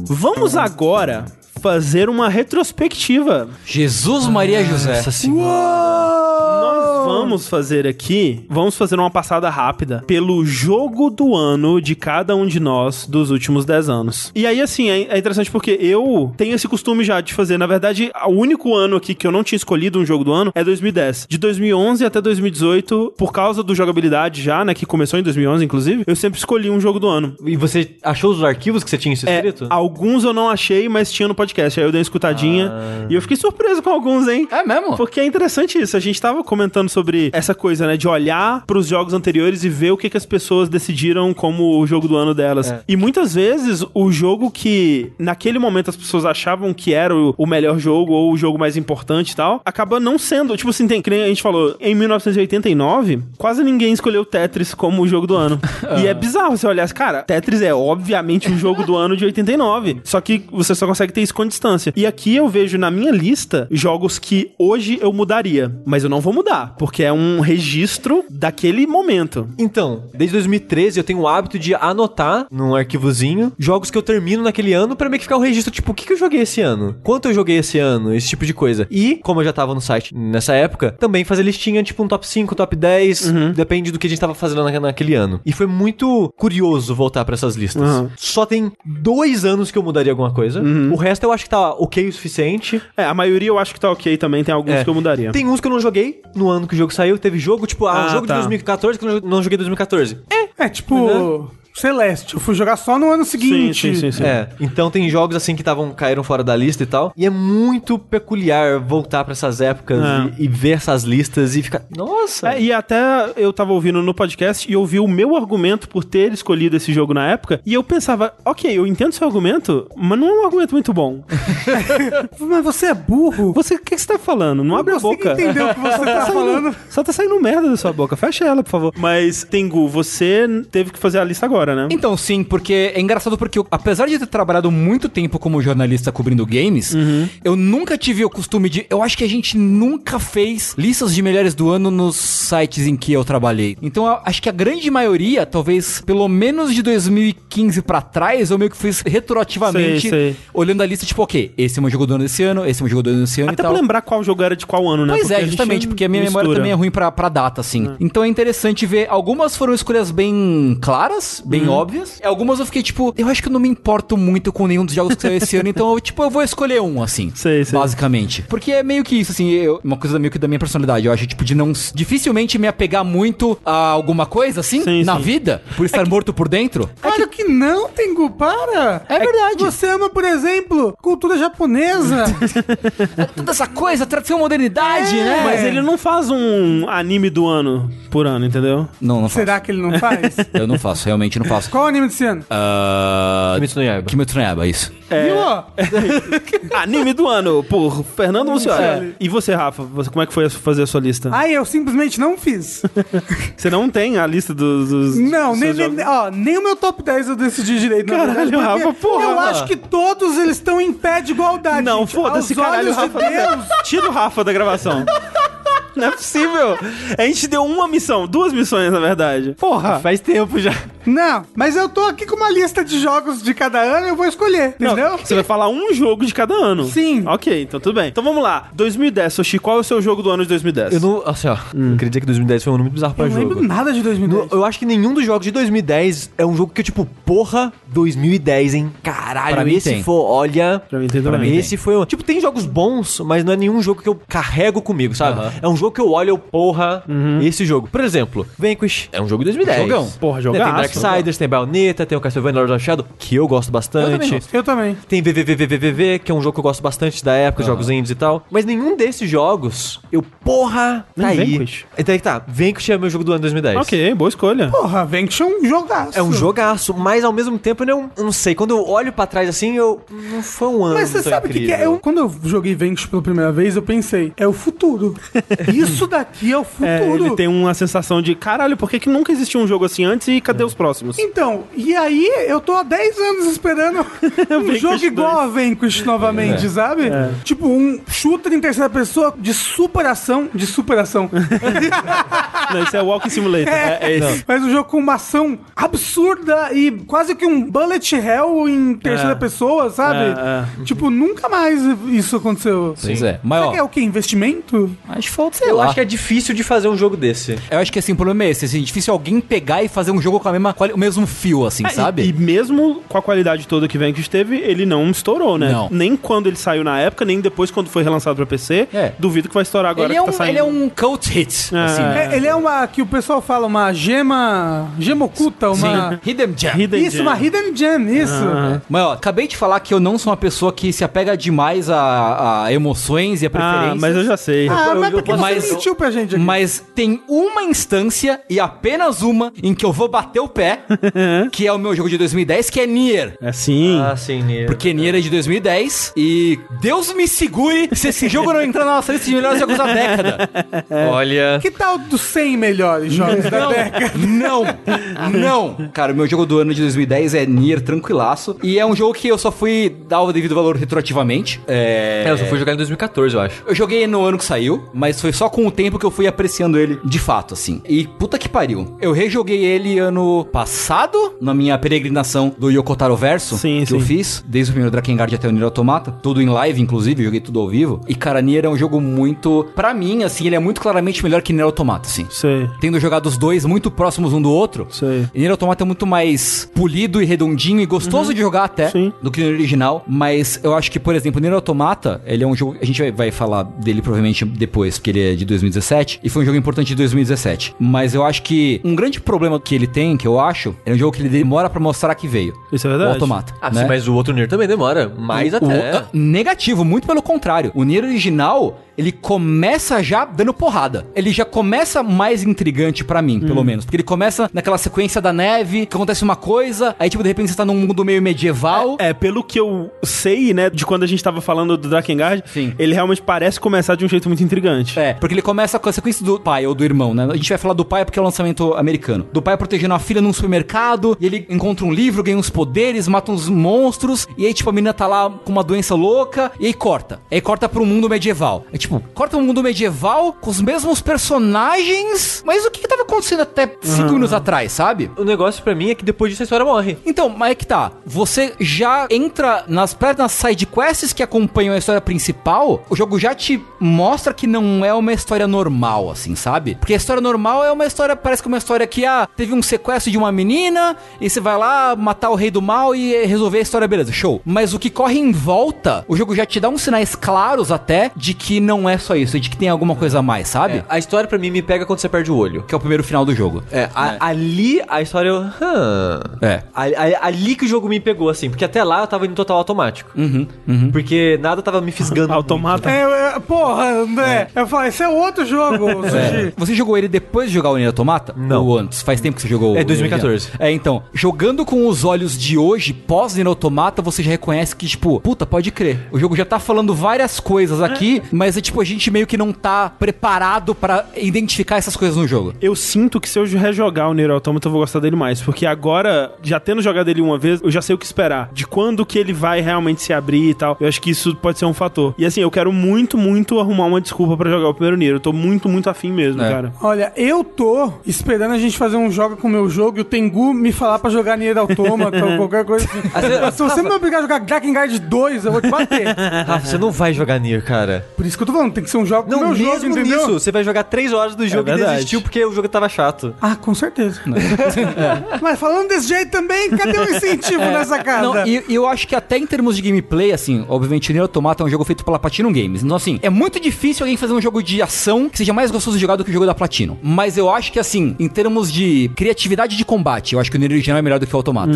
Vamos agora fazer uma retrospectiva.
Jesus Maria José.
Nós vamos fazer aqui, vamos fazer uma passada rápida pelo jogo do ano de cada um de nós dos últimos 10 anos. E aí, assim, é é interessante porque eu tenho esse costume já de fazer. Na verdade, o único ano aqui que eu não tinha escolhido um jogo do ano é 2010. De 2011 até 2018, por causa do jogabilidade já, né, que começou em 2011, inclusive, eu sempre escolhi um jogo do ano.
E você achou os arquivos que você tinha isso
É,
escrito?
alguns eu não achei, mas tinha no podcast. Aí eu dei uma escutadinha e eu fiquei surpreso com alguns, hein?
É mesmo?
Porque é interessante isso. A gente tava comentando sobre essa coisa, né? De olhar pros jogos anteriores e ver o que, que as pessoas decidiram como o jogo do ano delas. E muitas vezes o jogo que naquele momento as pessoas achavam que era o, o melhor jogo ou o jogo mais importante e tal, acaba não sendo. Tipo assim, tem, que nem a gente falou, em 1989, quase ninguém escolheu Tetris como o jogo do ano. E
Ah.
é bizarro você olhar, cara, Tetris é obviamente um jogo do ano de 89. Só que você só consegue ter isso com distância. E aqui eu vejo na minha lista jogos que hoje eu mudaria. Mas eu não vou mudar, porque é um registro daquele momento.
Então, desde 2013 eu tenho o hábito de anotar num arquivozinho jogos que eu termino naquele ano pra meio que ficar o registro, tipo, o que, que eu joguei esse ano? Quanto eu joguei esse ano? Esse tipo de coisa. E, como eu já tava no site nessa época, também fazer listinha, tipo, um top 5, top 10,
Uhum.
depende do que a gente tava fazendo na- naquele ano. E foi muito curioso voltar pra essas listas.
Uhum.
Só tem dois anos que eu mudaria alguma coisa. O resto eu acho que tá ok o suficiente.
É, a maioria eu acho que tá ok também, tem alguns
É.
que eu mudaria.
Tem uns que eu não joguei no ano que o jogo saiu. Teve jogo, tipo, ah,
Ah,
um jogo
tá.
de 2014 que eu não- não joguei em 2014.
É tipo. Celeste, eu fui jogar só no ano
Uhum. Sim, sim,
seguinte.
sim, sim.
É, então tem jogos assim que tavam, caíram fora da lista e tal. E é muito peculiar voltar pra essas épocas
É.
e, e ver essas listas e ficar. Nossa!
É, e até eu tava ouvindo no podcast e ouvi o meu argumento por ter escolhido esse jogo na época. E eu pensava, ok, eu entendo seu argumento, mas não é um argumento muito bom.
Mas você é burro?
Você, o que, que você tá falando? Não abre a
Você
boca.
entendeu o que você tá
Saindo-
falando?
Só tá saindo merda da sua boca. Fecha ela, por favor. Mas, Tengu, você teve que fazer a lista agora, né?
Então, sim, porque é engraçado porque, eu, apesar de ter trabalhado muito tempo como jornalista cobrindo games,
Uhum.
eu nunca tive o costume de. Eu acho que a gente nunca fez listas de melhores do ano nos sites em que eu trabalhei. Então, eu acho que a grande maioria, talvez pelo menos de 2015 pra trás, eu meio que fiz retroativamente,
Sei, sei.
olhando a lista, tipo, ok, esse é meu jogo do ano desse ano, esse é meu jogo do ano desse ano
Até
e tal.
pra lembrar qual jogo era de qual ano, né?
Pois
a
é,
gente
justamente, porque a minha memória
mistura. Né.
também é ruim pra, pra data, assim. Então é interessante ver. Algumas foram escolhas bem claras, bem
Uhum.
óbvias. Algumas eu fiquei tipo, eu acho que eu não me importo muito com nenhum dos jogos que saiu esse ano, então eu, tipo, eu vou escolher um, assim.
Sei, sei.
Basicamente. Porque é meio que isso, assim, eu- uma coisa meio que da minha personalidade. Eu acho, tipo, de não. Dificilmente me apegar muito a alguma coisa, assim,
Sim,
na
sim. É
vida, por estar morto por dentro.
Claro que... não, Tengu, para!
É verdade.
Você ama, por exemplo, cultura japonesa.
né? Toda essa coisa, tradição modernidade,
É,
né?
Mas ele não faz um anime do ano por ano, entendeu?
Não, não faço.
Será que ele não faz?
Eu não faço, realmente não faço.
Qual o anime desse ano?
Ah,
Kimetsu no Yaiba.
Kimetsu no Yaiba, isso.
É.
Viu, ó?
anime do ano, por Fernando Muciola. E você, Rafa, você, como é que foi fazer a sua lista?
Ai, eu simplesmente não fiz.
Você não tem a lista dos. dos-
Não,
dos
nem,
seus
nem-
jogos?
ó, nem o meu top 10 eu decidi direito. na
Caralho,
verdade, porque
Rafa, porra.
Eu acho que todos eles estão em pé de igualdade.
Não,
gente.
foda-se,
Aos
caralho,
olhos de
Rafa.
Deus,
Tira o Rafa da gravação. Não é possível. A gente deu uma missão, duas missões, na verdade.
Porra! Faz tempo já.
Não, mas eu tô aqui com uma lista de jogos de cada ano e eu vou escolher,
Não,
entendeu?
Você vai falar um jogo de cada ano.
Sim.
Ok, então tudo bem. Então vamos lá. 2010, Sushi, qual é o seu jogo do ano de 2010?
Eu não. Assim, ó. Eu queria dizer que 2010 foi um ano muito bizarro pra
Eu não
jogo.
lembro nada de
No-
2010.
eu acho que nenhum dos jogos de 2010 é um jogo que eu, tipo, porra, 2010, hein? Caralho,
Pra mim
esse
tem.
foi, olha.
Pra mim tem
Pra
também.
mim, esse foi um. Tipo, tem jogos bons, mas não é nenhum jogo que eu carrego comigo, sabe?
Aham.
É um jogo que eu olho, eu, porra, esse jogo. Por exemplo, Vanquish é um jogo de 2010.
Jogão.
Porra,
Né,
jogaço.
Tem Darksiders, tem Bayonetta, tem o Castlevania Lord of Shadow, que eu gosto bastante.
Eu também gosto.
Eu também.
Tem VVVVVV, que é um jogo que eu gosto bastante da época, jogos indies e tal. Mas nenhum desses jogos, eu, porra,
Nem
tá aí.
Vanquish.
Então aí que tá, Vanquish é meu jogo do ano 2010.
Ok, boa escolha.
Porra, Venture é um jogaço.
É um jogaço, mas ao mesmo tempo eu não, eu não sei. Quando eu olho pra trás assim, eu. Não foi um ano.
Mas você
tão
sabe o que, que é?
incrível.
Eu- quando eu joguei Venture pela primeira vez, eu pensei, é o futuro. Isso daqui é o
É,
futuro.
ele tem uma sensação de caralho, por que, que nunca existiu um jogo assim antes e cadê os próximos?
Então, e aí eu tô há 10 anos esperando um
Vanquish
jogo
dois. É.
igual a Vanquish novamente, sabe? Tipo, um shooter em terceira pessoa de superação, de superação.
Não, esse é Walking Simulator.
É, Mas um jogo com uma ação absurda e quase que um bullet hell em terceira
É.
pessoa, sabe?
É,
Tipo, nunca mais isso aconteceu.
Pois é. Mas,
Será que é
ó,
o que? Investimento?
acho que falta, sei
Eu
lá.
acho que é difícil de fazer um jogo desse.
Eu acho que assim, o problema é esse, assim, difícil alguém pegar e fazer um jogo com a mesma quali- o mesmo fio, assim,
É,
sabe?
E, e mesmo com a qualidade toda que Vanquish teve, ele não estourou, né?
Não.
Nem quando ele saiu na época, nem depois quando foi relançado pra PC.
É.
Duvido que vai estourar agora
ele,
que
é
tá
um,
saindo.
ele é um cult hit,
É.
assim.
É, ele é uma que o pessoal fala, uma gema. gema oculta, uma.
Hidden Gem.
é. Hidden
Isso,
Gem.
uma hidden gem, isso.
Ah.
Mas, ó, acabei de falar que eu não sou uma pessoa que se apega demais a, a emoções e a preferências.
Ah, mas eu já sei.
Ah,
Eu-
mas
eu
porque
posso-
você
mas-
mentiu pra gente aqui.
Mas tem uma instância e apenas uma em que eu vou bater o pé, que é o meu jogo de 2010, que é Nier.
É sim.
Ah.
Ah, sim, Nier.
Porque Nier é de 2010 e Deus me segure se esse jogo não entrar na nossa lista de melhores jogos da década.
É. Olha.
Que tal dos 100 melhores jogos né? da década?
Não, não. Cara, o meu jogo do ano de 2010 é Nier Tranquilaço. E é um jogo que eu só fui dar o devido valor retroativamente. É.
É, eu só fui jogar em 2014, eu acho.
Eu joguei no ano que saiu, mas foi só com o tempo que eu fui apreciando ele de fato, assim. E puta que pariu. Eu rejoguei ele ano passado, na minha peregrinação do Yokotaro Verso,
Sim,
que eu
sim.
fiz, desde o primeiro Drakengard até o Nier Automata, tudo em live, inclusive, eu joguei tudo ao vivo. E, cara, Nier é um jogo muito, pra mim, assim, ele é muito claramente melhor que Nier Automata, assim.
Sei.
Tendo jogado os dois muito próximos um do outro,
Sei.
Nier Automata é muito mais polido e redondinho e gostoso de jogar até
Uhum. Sim.
do que no original, mas eu acho que, por exemplo, Nier Automata, ele é um jogo, a gente vai, vai falar dele provavelmente depois, porque ele é de 2017, e foi um jogo importante de 2017, mas eu acho que um grande problema que ele tem, que eu acho, é um jogo que ele demora pra mostrar que veio.
Isso é verdade.
O Automata,
Ah,
né?
sim, mas o outro Nier também demora. Mais
O-
até.
Ah, negativo, muito pelo contrário. O Nier original, ele começa já dando porrada. Ele já começa mais intrigante pra mim, pelo menos. Porque ele começa naquela sequência da neve, que acontece uma coisa, aí tipo, de repente você tá num mundo meio medieval.
É, pelo que eu sei, né, de quando a gente tava falando do Drakengard,
Sim.
ele realmente parece começar de um jeito muito intrigante.
É, porque ele começa com a sequência do pai ou do irmão, né? A gente vai falar do pai porque é o lançamento americano. Do pai protegendo a filha num supermercado, e ele encontra um livro, ganha uns poderes, mata uns monstros, e aí, tipo, a menina tá lá com uma doença louca, e aí corta. Aí corta pro mundo medieval. É tipo, corta um mundo medieval com os mesmos personagens, mas o que, que tava acontecendo até cinco minutos atrás, sabe?
O negócio pra mim é que depois disso a história morre.
Então, mas é que tá. Você já entra nas pernas side quests que acompanham a história principal. O jogo já te mostra que não é uma história normal, assim, sabe? Porque a história normal é uma história, parece que é uma história que ah, teve um sequestro de uma menina e você vai lá matar o rei do mal e resolver a história, beleza, show. Mas o que corre em volta, o jogo já te dá uns sinais claros até de que não é só isso, de que tem alguma coisa a mais, sabe?
É, A história pra mim me pega quando você perde o olho.
Que é o primeiro final do jogo.
É, a- ali a história eu. hã.
É.
A- a- ali que o jogo me pegou, assim. Porque até lá eu tava indo total automático.
Uhum,
Porque nada tava me fisgando.
Automata.
É, é, porra, André. Eu falei, esse é outro jogo, Sushi.
Você jogou ele depois de jogar o Nier Automata?
Não.
Ou antes? Faz tempo que você jogou
É,
o
2014.
original. É, então, jogando com os olhos de hoje, pós Nier Automata, você já reconhece que, tipo, puta, pode crer. O jogo já tá falando várias coisas aqui, mas a e, tipo, a gente meio que não tá preparado pra identificar essas coisas no jogo.
Eu sinto que se eu rejogar o Nier Automata eu vou gostar dele mais, porque agora, já tendo jogado ele uma vez, eu já sei o que esperar, de quando que ele vai realmente se abrir e tal. Eu acho que isso pode ser um fator. E assim, eu quero muito, muito arrumar uma desculpa pra jogar o primeiro Nier. Eu tô muito, muito afim mesmo,
É.
cara.
Olha, eu tô esperando a gente fazer um joga com o meu jogo e o Tengu me falar pra jogar Nier Automata ou qualquer coisa assim. Se você me obrigar a jogar Drakengard 2, eu vou te bater.
Rafa, Ah, você não vai jogar Nier, cara.
Por isso que eu tô falando, tem que ser um jogo com o
Não,
meu
mesmo
jogo, entendeu?
nisso, você vai jogar 3 horas do
É
jogo e
verdade.
desistiu porque o jogo tava chato.
Ah, com certeza. Mas falando desse jeito também, cadê o incentivo
É.
nessa casa?
Não, e e eu acho que até em termos de gameplay, assim, obviamente Nier Automata é um jogo feito pela Platinum Games. Então, assim, é muito difícil alguém fazer um jogo de ação que seja mais gostoso de jogar do que o jogo da Platinum. Mas eu acho que, assim, em termos de criatividade de combate, eu acho que o Nier original é melhor do que o Automata.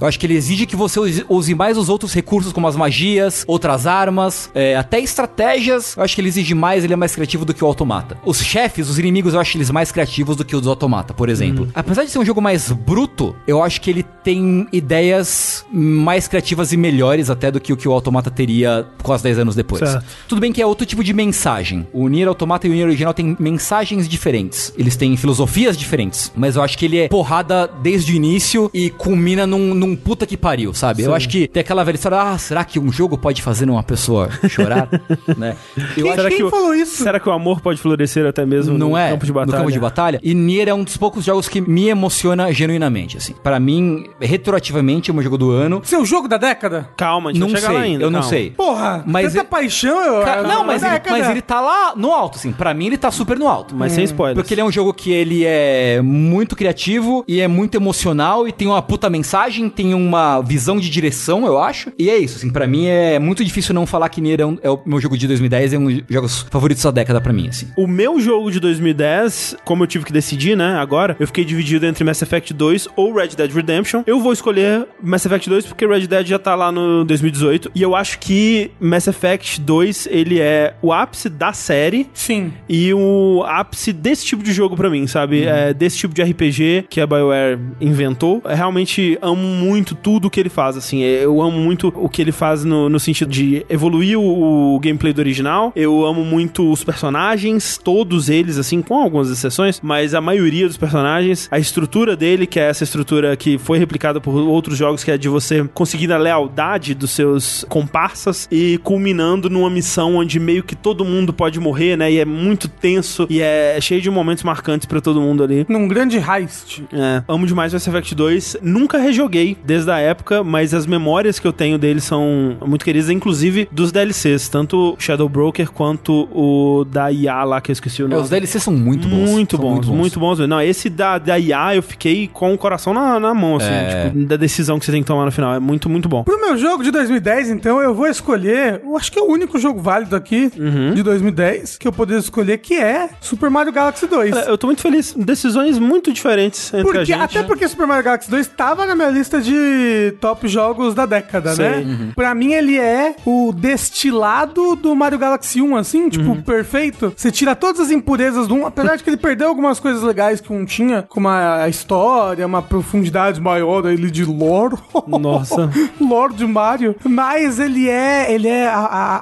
Eu acho que ele exige que você use- use mais os outros recursos, como as magias, outras armas, é, até estratégias. Eu acho que ele exige mais, ele é mais criativo do que o Automata. Os chefes, os inimigos, eu acho eles mais criativos do que os do Automata, por exemplo. Apesar de ser um jogo mais bruto, eu acho que ele tem ideias mais criativas e melhores até do que o que o Automata teria quase 10 anos depois.
Certo.
Tudo bem que é outro tipo de mensagem. O Nier Automata e o Nier original têm mensagens diferentes. Eles têm filosofias diferentes. Mas eu acho que ele é porrada desde o início e culmina num, num puta que pariu, sabe? Eu acho que tem aquela velha história, ah, será que um jogo pode fazer uma pessoa chorar? né? Eu
Quem-
acho
Será
quem
que o-
falou isso?
Será que o amor pode florescer até mesmo
não
no
é
campo de batalha?
no campo de batalha. E Nier é um dos poucos jogos que me emociona genuinamente, assim. Pra mim, retroativamente, é o meu jogo do ano.
Seu jogo da década?
Calma, a gente
Não
vai chegar
sei,
lá ainda.
eu não
calma.
sei.
Porra,
Mas
tanta
e-
paixão... Eu, Né,
Ca-
eu-
Não, mas
da
ele,
década.
mas ele tá lá no alto, assim. Pra mim, ele tá super no alto.
Mas sem spoilers.
Porque ele é um jogo que ele é muito criativo e é muito emocional e tem uma puta mensagem, tem uma visão de direção, eu acho. E é isso, assim, pra mim é muito difícil não falar que Nier é, um- é o meu jogo de 2010, é um dos jogos favoritos da década pra mim, assim.
O meu jogo de 2010, como eu tive que decidir, né, agora, eu fiquei dividido entre Mass Effect 2 ou Red Dead Redemption. Eu vou escolher Mass Effect 2 porque Red Dead já tá lá no 2018 e eu acho que Mass Effect 2, ele é o ápice da série
Sim.
e o ápice desse tipo de jogo pra mim, sabe? É, desse tipo de RPG que a BioWare inventou. Eu realmente amo muito tudo que ele faz, assim. Eu amo muito o que ele faz no, no sentido de evoluir o, o gameplay do original. Eu amo muito os personagens, todos eles, assim, com algumas exceções, mas a maioria dos personagens, a estrutura dele, que é essa estrutura que foi replicada por outros jogos, que é de você conseguir a lealdade dos seus comparsas e culminando numa missão onde meio que todo mundo pode morrer, né? E é muito tenso e é cheio de momentos marcantes pra todo mundo ali.
Num grande heist.
É, amo demais Mass Effect 2. Nunca rejoguei desde a época, mas as memórias que eu tenho dele são muito queridas, inclusive dos DLCs, tanto o Shadow Broker quanto o da IA lá, que eu esqueci o
É,
nome.
os DLCs são muito bons.
Muito
são
bons, muito bons, mesmo. Não, esse da, da IA eu fiquei com o coração na, na mão, assim,
É.
tipo, da decisão que você tem que tomar no final. É muito, muito bom.
Pro meu jogo de 2010, então, eu vou escolher. Eu acho que é o único jogo válido aqui
Uhum.
de 2010 que eu poderia escolher, que é Super Mario Galaxy 2.
Eu tô muito feliz. Decisões muito diferentes entre a
Porque,
gente.
até porque Super Mario Galaxy 2 estava na minha lista de top jogos da década,
Sei.
né? Pra mim, ele é o destilado do Mario Galaxy 1, assim, tipo,
Uhum.
perfeito. Você tira todas as impurezas do 1, apesar de que ele perdeu algumas coisas legais que um tinha, como a história, uma profundidade maior ele de lore.
Nossa.
lore de Mario. Mas ele é, ele é a,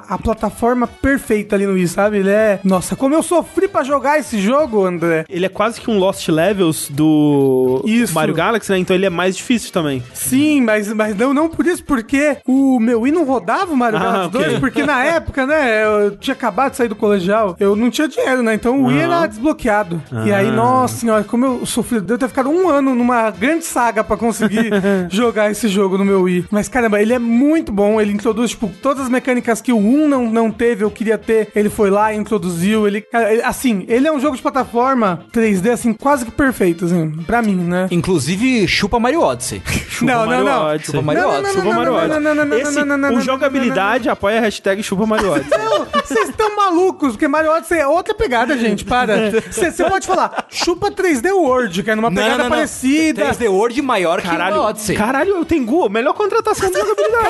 a- a plataforma perfeita ali no Wii, sabe? Ele é. Nossa, como eu sofri pra jogar esse jogo, André.
Ele é quase que um Lost Levels do
Isso.
Mario Galaxy, né? Então ele é mais difícil também.
Sim, mas, mas não, não por isso, porque o meu Wii não rodava o Mario
Ah,
Galaxy
ok.
2, porque na época, né, eu tinha acabado de sair do colegial, eu não tinha dinheiro, né, então o Wii era desbloqueado. E
Ah.
aí, nossa senhora, como eu sofri, deu ter ficado um ano numa grande saga pra conseguir jogar esse jogo no meu Wii. Mas caramba, ele é muito bom, ele introduz, tipo, todas as mecânicas que o 1 não, não teve, eu queria ter, ele foi lá e introduziu, ele, cara, ele- assim, ele é um jogo de plataforma 3D, assim, quase que perfeito, assim, pra mim, né.
Inclusive, chupa Mario Odyssey.
Chupa Mario Odyssey.
Chupa Mario
Não, não,
Odyssey.
não,
Chupa Mario Odyssey.
não, não, não, não,
Esse,
não, não, não,
o
não, é
Jogabilidade apoia a hashtag Chupa Mario Odyssey.
Não, vocês estão malucos, porque Mario Odyssey é outra pegada, gente, para.
É.
Você pode falar, chupa 3D World, que é numa pegada parecida.
3D World maior que
Caralho,
Mario Odyssey.
caralho, eu tenho melhor contratação de jogabilidade.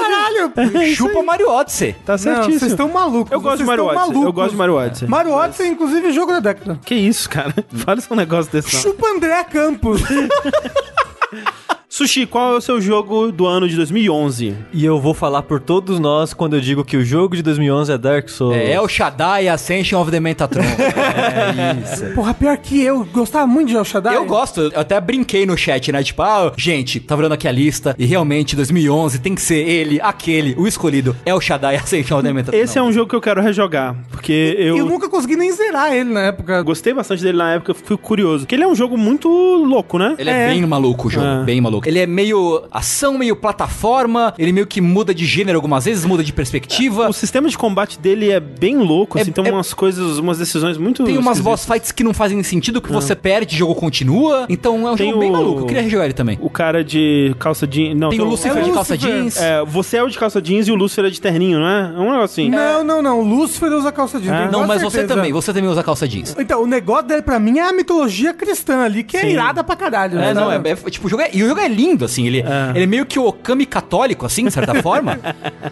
Caralho!
Chupa Mario Odyssey.
Tá
Não,
certíssimo.
vocês estão malucos.
Eu gosto de
vocês
Mario
estão
Odyssey. Eu
malucos.
gosto de Mario Odyssey.
Mario Odyssey, é, inclusive, jogo da década.
um Tá. Que isso, cara? Fala esse negócio desse não.
Chupa André Campos.
Sushi, qual é o seu jogo do ano de 2011?
E eu vou falar por todos nós quando eu digo que o jogo de 2011 é Dark Souls.
É El Shaddai Ascension of the Mentatron. é isso.
Porra, pior que eu. Gostava muito de El Shaddai.
Eu gosto, eu até brinquei no chat, né? Tipo, ah, gente, tá virando aqui a lista e realmente 2011 tem que ser ele, aquele, o escolhido. É o Shaddai Ascension of the Mentatron.
Esse é um jogo que eu quero rejogar, porque eu,
Eu nunca consegui nem zerar ele na época.
gostei bastante dele na época, fui curioso. Porque ele é um jogo muito louco, né?
Ele é, bem maluco o jogo,
É.
bem maluco. Ele é meio ação, meio plataforma, ele meio que muda de gênero algumas vezes, muda de perspectiva.
O sistema de combate dele é bem louco,
É-
assim, tem
é-
umas coisas, umas decisões muito
Tem umas
esquisitas.
boss fights que não fazem sentido, que você perde, o jogo continua. Então é um
Tem
jogo bem
o-
maluco. Eu queria rejogar ele também.
O cara de calça jeans... Não, um-
Tem o Lucifer
é o
de calça
Lucifer.
jeans.
É, você é o de calça jeans e o Lúcifer é de terninho, não é? É um negócio assim.
Não, não, não. O Lúcifer usa calça jeans.
É?
tenho
Não,
quase
mas você
certeza.
também, você também usa calça jeans.
Então, o negócio dele pra mim é a mitologia cristã ali, que é
Sim.
irada pra caralho. né?
É, não, é, é- tipo, o jogo é, e o jogo é lindo, assim, ele é, ele é meio que o Okami católico, assim, de certa forma.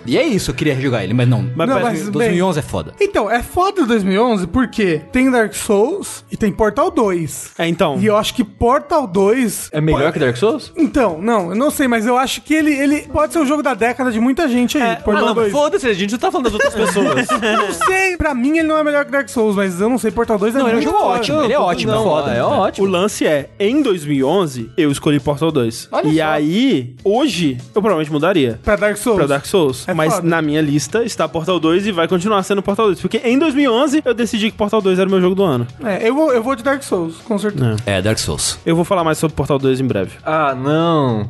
E é isso, eu queria rejogar ele, mas não.
Mas
Não,
parece-
mas- bem-
2011 é foda.
Então, é foda 2011 porque tem Dark Souls e tem Portal 2.
É, então.
E eu acho que Portal 2...
É melhor que Dark Souls?
Então, não, eu não sei, mas eu acho que ele, ele pode ser o jogo da década de muita gente aí,
Ah,
Portal
não,
2.
foda-se, a gente não tá falando das outras pessoas.
Não sei, pra mim ele não é melhor que Dark Souls, mas eu não sei, Portal 2 é
Não, ele é um
muito
jogo
foda.
ótimo, ele é ótimo, é
não,
foda.
é
O
ótimo.
lance é, em 2011, eu escolhi Portal 2.
Olha
e
só.
aí, hoje, eu provavelmente mudaria.
Pra Dark Souls.
Pra Dark Souls.
É
mas
foda.
na minha lista está Portal 2 e vai continuar sendo Portal 2. Porque em 2011 eu decidi que Portal 2 era o meu jogo do ano.
É, eu vou, eu vou de Dark Souls, com certeza.
É, Dark Souls.
Eu vou falar mais sobre Portal 2 em breve.
Ah, não.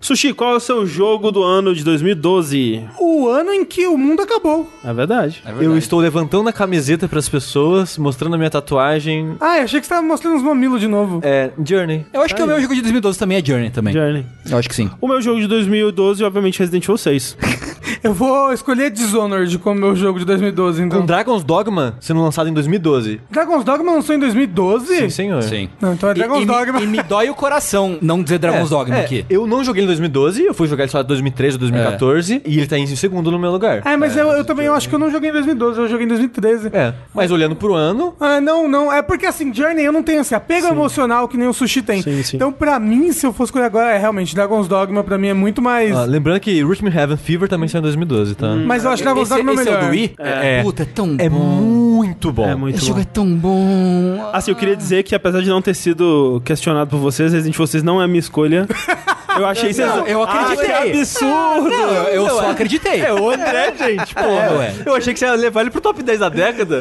Sushi, qual é o seu jogo do ano de 2012?
O ano em que o mundo acabou.
É verdade.
Eu estou levantando a camiseta pras pessoas, mostrando a minha tatuagem.
Ah, eu achei que você tava mostrando os mamilos de novo.
É, Journey.
Eu acho que o meu jogo de 2012 também é Journey também.
Journey.
Eu acho que sim.
O meu jogo de 2012, obviamente, Resident Evil 6.
Eu vou escolher Dishonored como meu jogo de 2012, então.
Com Dragon's Dogma sendo lançado em 2012.
Dragon's Dogma lançou em 2012?
Sim, senhor.
Não, então é
E,
Dragon's
e me-
Dogma.
e me dói o coração não dizer Dragon's
É,
Dogma
é,
aqui.
Eu não joguei ele em 2012, eu fui jogar ele só em 2013 ou 2014, e ele tá em segundo no meu lugar.
É, mas eu, eu também eu acho que eu não joguei em 2012, eu joguei em 2013.
É, mas olhando pro ano,
Ah, não, não. É porque assim, Journey eu não tenho esse apego emocional que nem o sushi tem.
Sim, sim.
Então, pra mim, se eu fosse escolher agora, é realmente Dragon's Dogma pra mim é muito mais.
ah, lembrando que Rhythm Heaven Fever também saiu em 2012, tá?
mas eu acho Dragon's
Esse,
Dogma
esse é o
melhor.
do Wii?
É.
Puta, é tão
É
bom.
muito bom.
É muito
Esse
bom.
jogo é tão bom.
Assim, eu queria dizer que apesar de não ter sido questionado por vocês, Resident Evil 6 não é a minha escolha. Eu achei... vocês...
Não, eu acreditei.
Ah, que absurdo!
Eu, eu só acreditei.
É o André, gente, porra.
É, ué.
eu achei que você ia levar ele pro top 10 da década.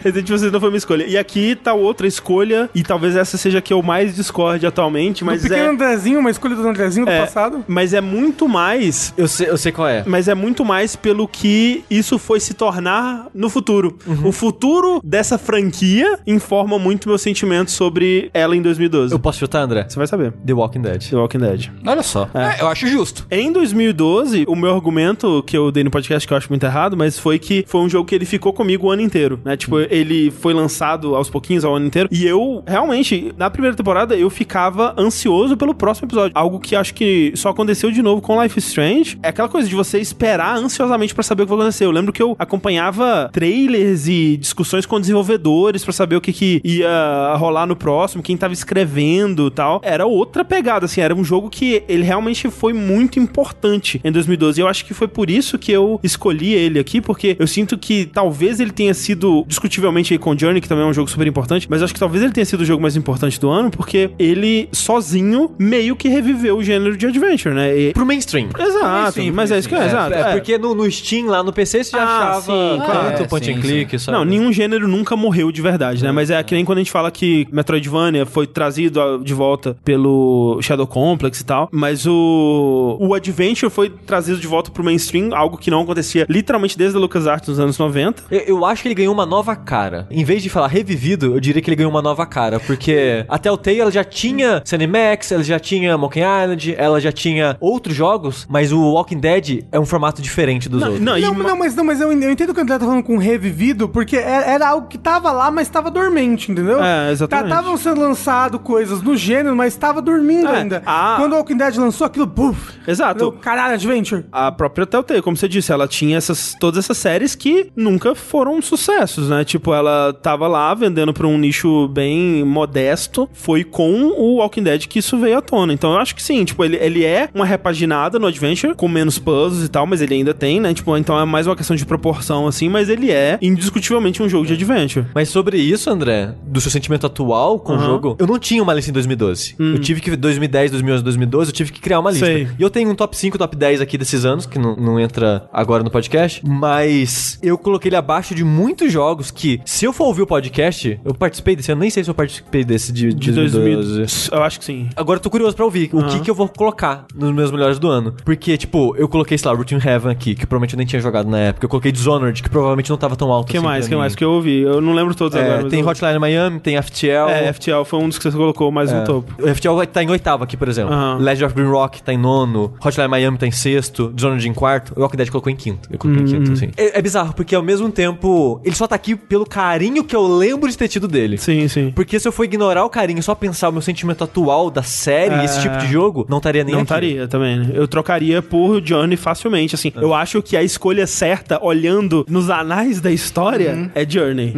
Resident Evil 6 não foi minha escolha. E aqui tá outra escolha, e talvez essa seja a que eu mais discorde atualmente,
Mas
mas
pequeno
é...
Andrezinho, uma escolha do Andrezinho do
é,
passado.
Mas é muito mais
Eu, sei, eu sei qual é.
mas é muito mais pelo que isso foi se tornar no futuro. O futuro dessa franquia informa muito meu sentimento sobre ela em 2012.
Eu posso chutar, André?
Você vai saber.
The Walking Dead.
The Walking Dead.
Olha só. É, eu acho justo.
Em 2012, o meu argumento que eu dei no podcast, que eu acho muito errado, mas foi que foi um jogo que ele ficou comigo o ano inteiro, né? Tipo, ele foi lançado aos pouquinhos ao ano inteiro. E eu, realmente, na primeira temporada, eu ficava ansioso pelo próximo episódio. Algo que acho que só aconteceu de novo com Life is Strange. É aquela coisa de você esperar ansiosamente pra saber o que vai acontecer. Eu lembro que eu acompanhava trailers e discussões com desenvolvedores pra saber o que, que ia rolar no próximo, quem tava escrevendo e tal. Era outra pegada, assim, era um jogo que ele realmente foi muito importante em 2012. E eu acho que foi por isso que eu escolhi ele aqui, porque eu sinto que talvez ele tenha sido, discutivelmente aí com Journey, que também é um jogo super importante, mas eu acho que talvez ele tenha sido o jogo mais importante do ano, porque ele sozinho meio que reviveu o gênero de adventure, né? E-
Pro mainstream.
Exato, mas é isso que é, exato.
É,
é.
porque no, no Steam, lá no PC, você já
Ah,
achava
sim, claro.
tanto
É,
point
sim,
and click, sabe?
Não, nenhum gênero nunca morreu de verdade, né? Mas é que nem quando a gente fala que Metroidvania foi trazido ah, de volta pelo Shadow Complex e tal, mas o, o Adventure foi trazido de volta pro mainstream, algo que não acontecia literalmente desde a LucasArts nos anos 90.
Eu, eu acho que ele ganhou uma nova cara. Em vez de falar revivido, eu diria que ele ganhou uma nova cara. Porque até o Tay ela já tinha Cinemax, ela já tinha Monkey Island, ela já tinha outros jogos, mas o Walking Dead é um formato diferente dos outros.
Não, não, mas, não, mas eu, eu entendo que o André tá falando com revivido, porque era, era algo que tava lá, mas tava dormente, entendeu? Tá,
É, exatamente.
Estavam sendo lançado coisas no gênero, mas tava dormindo
É,
ainda.
a-
Quando o Walking Dead lançou aquilo, buf!
Exato.
Deu, Caralho, Adventure.
A própria Telltale, como você disse, ela tinha essas, todas essas séries que nunca foram sucessos, né? Tipo, ela tava lá vendendo pra um nicho bem modesto. Foi com o Walking Dead que isso veio à tona. Então eu acho que sim, tipo, ele, ele é uma repaginada no Adventure, com menos puzzles e tal, mas ele ainda tem, né? Tipo, então é mais uma questão de proporção, assim, mas ele é indiscutivelmente um jogo de Adventure.
Mas sobre isso, André, do seu sentimento atual com o
Aham. Hum.
jogo, eu não tinha uma lista em 2012. Eu tive que, 2010, 2011, 2012, eu tive que criar uma lista.
Sei.
E eu tenho um top 5, top 10 aqui desses anos, que não, não entra agora no podcast, mas eu coloquei ele abaixo de muitos jogos que, se eu for ouvir o podcast, eu participei desse, eu nem sei se eu participei desse de,
De
2012.
2000. Eu acho que sim.
Agora eu tô curioso pra ouvir o que que eu vou colocar nos meus melhores do ano. Porque, tipo, eu coloquei, sei lá, Routine Heaven aqui, que provavelmente eu nem tinha jogado na época. Eu coloquei Dishonored, que provavelmente não tava tão alto
O que
assim
mais?
pra
O que
mim.
mais que eu ouvi? Eu não lembro todos
É,
agora. mas
tem
eu-
Hotline Miami, tem FTL.
É, FTL foi um dos que você colocou mais no topo.
É. O FTL vai- tá em oitavo aqui, por exemplo.
Aham.
Legend of Green Rock tá em nono. Hotline Miami tá em sexto. Dishonored em quarto. O Walking Dead colocou em quinto. Eu coloquei em
Hum,
quinto, assim. É, é bizarro, porque ao mesmo tempo, ele só tá aqui pelo carinho que eu lembro de ter tido dele.
Sim, sim.
Porque se eu for ignorar o carinho e só pensar o meu sentimento atual da série,
É.
esse tipo de jogo, não estaria nem
Não
aqui.
estaria também, né? Eu trocaria por Johnny facilmente, assim.
Ah.
Eu acho que a escolha certa, olhando nos anais da história, é Journey.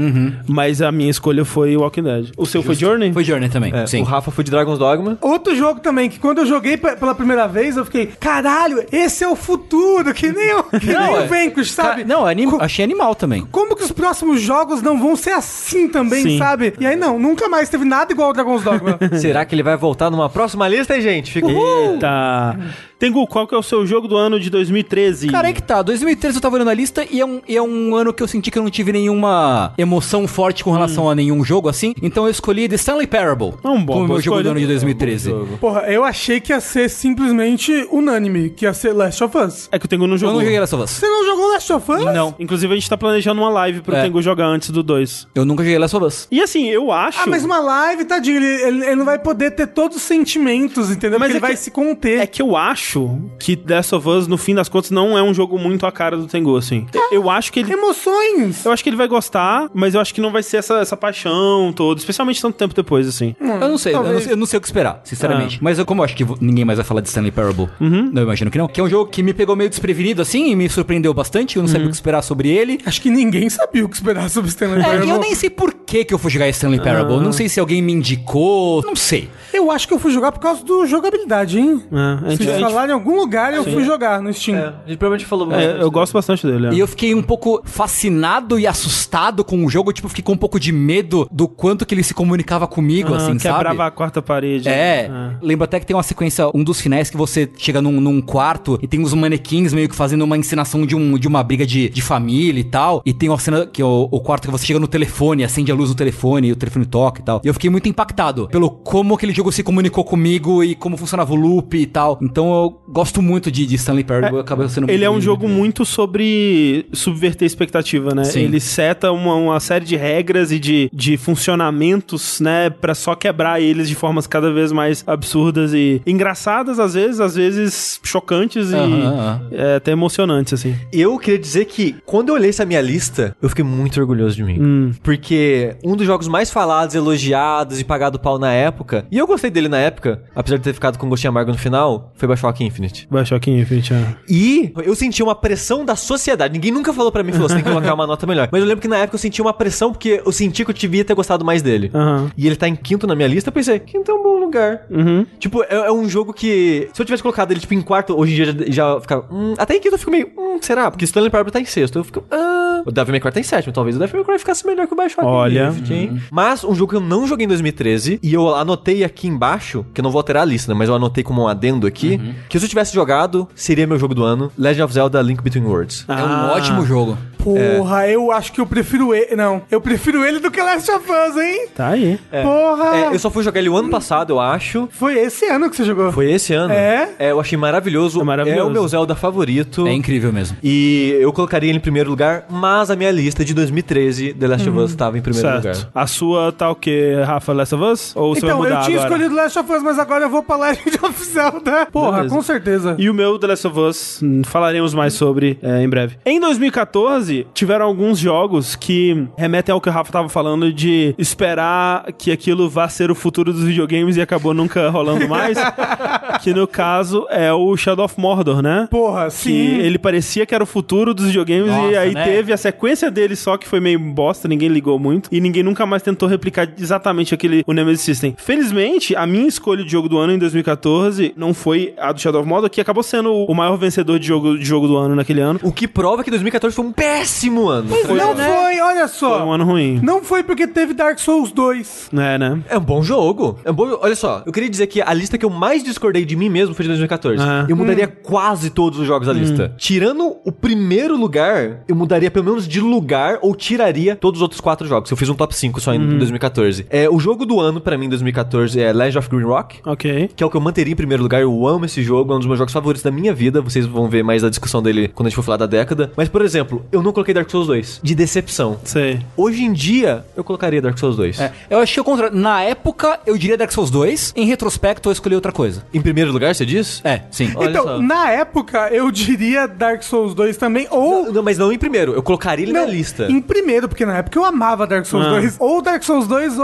Mas a minha escolha foi Walking Dead. O seu foi Journey?
Uhum. Foi Journey também,
É,
sim.
O Rafa foi de Dragon's Dogma.
Outro jogo também, que quando eu joguei pe- pela primeira vez, eu fiquei, caralho, esse é o futuro, que nem o, que nem
é.
o Vanquish, sabe?
Ca- Não, anim-
Co-
achei animal também.
Como que os próximos jogos não vão ser assim também,
Sim.
sabe? E aí não, nunca mais teve nada igual ao Dragon's Dogma.
É.
Será que ele vai voltar numa próxima lista, hein, gente? Fica
Tá. Tengu, qual que é o seu jogo do ano de 2013?
Cara, é que tá. 2013 eu tava olhando a lista e é um, e é um ano que eu senti que eu não tive nenhuma emoção forte com relação a nenhum jogo assim. Então eu escolhi The Stanley Parable.
É um bom-
como
boa
meu jogo
escolha.
do ano de 2013.
Porra, eu achei que ia ser simplesmente unânime, que ia ser Last of Us.
É que o Tengu não
Eu
jogou.
não joguei Last of Us.
Você não jogou Last of Us?
Não.
Inclusive, a gente tá planejando uma live pro
É.
Tengu jogar antes do 2.
Eu nunca joguei Last of Us.
E assim, eu acho.
Ah, mas uma live, tadinho, ele, ele- ele não vai poder ter todos os sentimentos, entendeu?
Mas
Mas Porque
é
ele vai
que-
se conter.
É que eu acho que Last of Us, no fim das contas, não é um jogo muito a cara do Tengu, assim. Eu acho que
É
ele
Emoções!
Eu acho que ele vai gostar, mas eu acho que não vai ser essa, essa paixão toda, especialmente tanto tempo depois, assim.
Eu não sei, eu não
talvez.
sei, eu não sei o que esperar, sinceramente. Mas eu, como eu acho que vo- ninguém mais vai falar de Stanley Parable, não eu imagino que não. Que é um jogo que me pegou meio desprevenido assim e me surpreendeu bastante. Eu não sabia o que esperar sobre ele.
Acho que ninguém sabia o que esperar sobre Stanley
É,
Parable.
e eu nem sei por que, que eu fui jogar Stanley Parable. Não sei se alguém me indicou. Não sei.
Eu acho que eu fui jogar por causa do jogabilidade, hein?
É, a gente-
Se
a gente-
falar em algum lugar, eu fui jogar no Steam.
A gente provavelmente falou.
É, eu gosto bastante dele. é.
E eu fiquei um pouco fascinado e assustado com o jogo. Tipo, fiquei com um pouco de medo do quanto que ele se comunicava comigo,
Ah,
assim, sabe?
Quebrava a quarta parede.
É, lembro até que tem uma sequência, um dos finais que você chega num, num quarto e tem uns manequins meio que fazendo uma encenação de, um, de uma briga de, de família e tal. E tem uma cena que é o, o quarto que você chega no telefone, acende a luz do telefone e o telefone toca e tal. E eu fiquei muito impactado pelo como aquele jogo se comunicou comigo e como funcionava o loop e tal. Então eu gosto muito de, de Stanley Parable, eu acabei sendo
Ele é um
muito-
jogo muito sobre subverter expectativa, né?
Sim.
Ele seta uma, uma série de regras e de, de funcionamentos, né? Pra só quebrar eles de formas cada vez mais absurdas e engraçadas, às vezes, às vezes chocantes e
Aham, aham.
é, até emocionantes, assim.
Eu queria dizer que quando eu olhei essa minha lista, eu fiquei muito orgulhoso de mim. Porque um dos jogos mais falados, elogiados e pagado pau na época, e eu gostei dele na época, apesar de ter ficado com um gostinho amargo no final, foi Bioshock Infinite.
Bioshock Infinite, é.
E eu senti uma pressão da sociedade. Ninguém nunca falou pra mim, falou, você tem que colocar uma nota melhor. Mas eu lembro que na época eu senti uma pressão porque eu senti que eu devia ter gostado mais dele.
Aham.
E ele tá em quinto na minha lista, eu pensei, quinto é um bom lugar.
Uhum.
Tipo, é, é um jogo que. Se eu tivesse colocado ele, tipo, em quarto, hoje em dia já, já ficava. Hum, até em quinto eu fico meio. Hum, será? Porque Stanley Parable tá em sexto. Eu fico. Ah. O Devil May Cry tá em sétimo, talvez. O Devil May Cry ficasse melhor que o Bioshock.
Olha.
Infinite, hein? Mas um jogo que eu não joguei em 2013 e eu anotei aqui embaixo, que eu não vou alterar a lista, né? Mas eu anotei como um adendo aqui, que se eu tivesse jogado, seria meu jogo do ano: Legend of Zelda Link Between Worlds.
Ah.
É um ótimo jogo.
Porra, eu acho que eu prefiro ele. Não, eu prefiro ele do que Last of Us, hein?
Tá aí.
Porra!
É, eu só fui jogar ele o ano passado, eu acho.
Foi esse ano que você jogou.
Foi esse ano.
É?
eu achei maravilhoso.
É maravilhoso.
É o meu Zelda favorito.
É incrível mesmo.
E eu colocaria ele em primeiro lugar, mas a minha lista de 2013, The Last of Us, estava em primeiro
Uhum. Certo.
lugar.
A sua tá o quê, Rafa? Last of Us? Ou você vai
Então,
mudar
eu tinha
agora?
escolhido Last of Us, mas agora eu vou pra Legend of Zelda. Porra,
Beleza.
com certeza.
E o meu The Last of Us, hum, falaremos mais sobre é, em breve. Em 2014, 2012, tiveram alguns jogos que remetem ao que o Rafa tava falando de esperar que aquilo vá ser o futuro dos videogames e acabou nunca rolando mais. que no caso é o Shadow of Mordor, né?
Porra,
Que
sim.
ele parecia que era o futuro dos videogames e
Nossa,
aí
né?
teve a sequência dele só que foi meio bosta, ninguém ligou muito e ninguém nunca mais tentou replicar exatamente aquele o Nemesis System. Felizmente, a minha escolha de jogo do ano em 2014 não foi a do Shadow of Mordor, que acabou sendo o maior vencedor de jogo, de jogo do ano naquele ano.
O que prova que 2014 foi um péssimo ano.
Mas não foi, olha
né? Foi um
só.
ano ruim.
Não foi porque teve Dark Souls 2.
É, né?
É um bom jogo. É um bom jogo. Olha só, eu queria dizer que a lista que eu mais discordei de mim mesmo foi de 2014.
Ah. Hum.
Eu mudaria quase todos os jogos da lista. Tirando o primeiro lugar, eu mudaria pelo menos de lugar ou tiraria todos os outros quatro jogos. Eu fiz um top 5 só em
Hum.
2014. É, o jogo do ano pra mim em 2014 é Legend of Green Rock.
Ok.
que é o que eu manteria em primeiro lugar. Eu amo esse jogo, é um dos meus jogos favoritos da minha vida. Vocês vão ver mais a discussão dele quando a gente for falar da década. Mas, por exemplo, eu não coloquei Dark Souls 2, de decepção.
Sei.
Hoje em dia, eu colocaria Dark Souls 2.
É, eu achei o contrário. Na época, eu diria Dark Souls 2. Em retrospecto, eu escolhi outra coisa.
Em primeiro lugar, você diz?
É, sim.
Olha
então,
só.
na época, eu diria Dark Souls 2 também, ou...
Não, mas não em primeiro, eu colocaria ele
Não,
na lista.
Em primeiro, porque na época eu amava Dark Souls
Ah.
2. Ou Dark Souls 2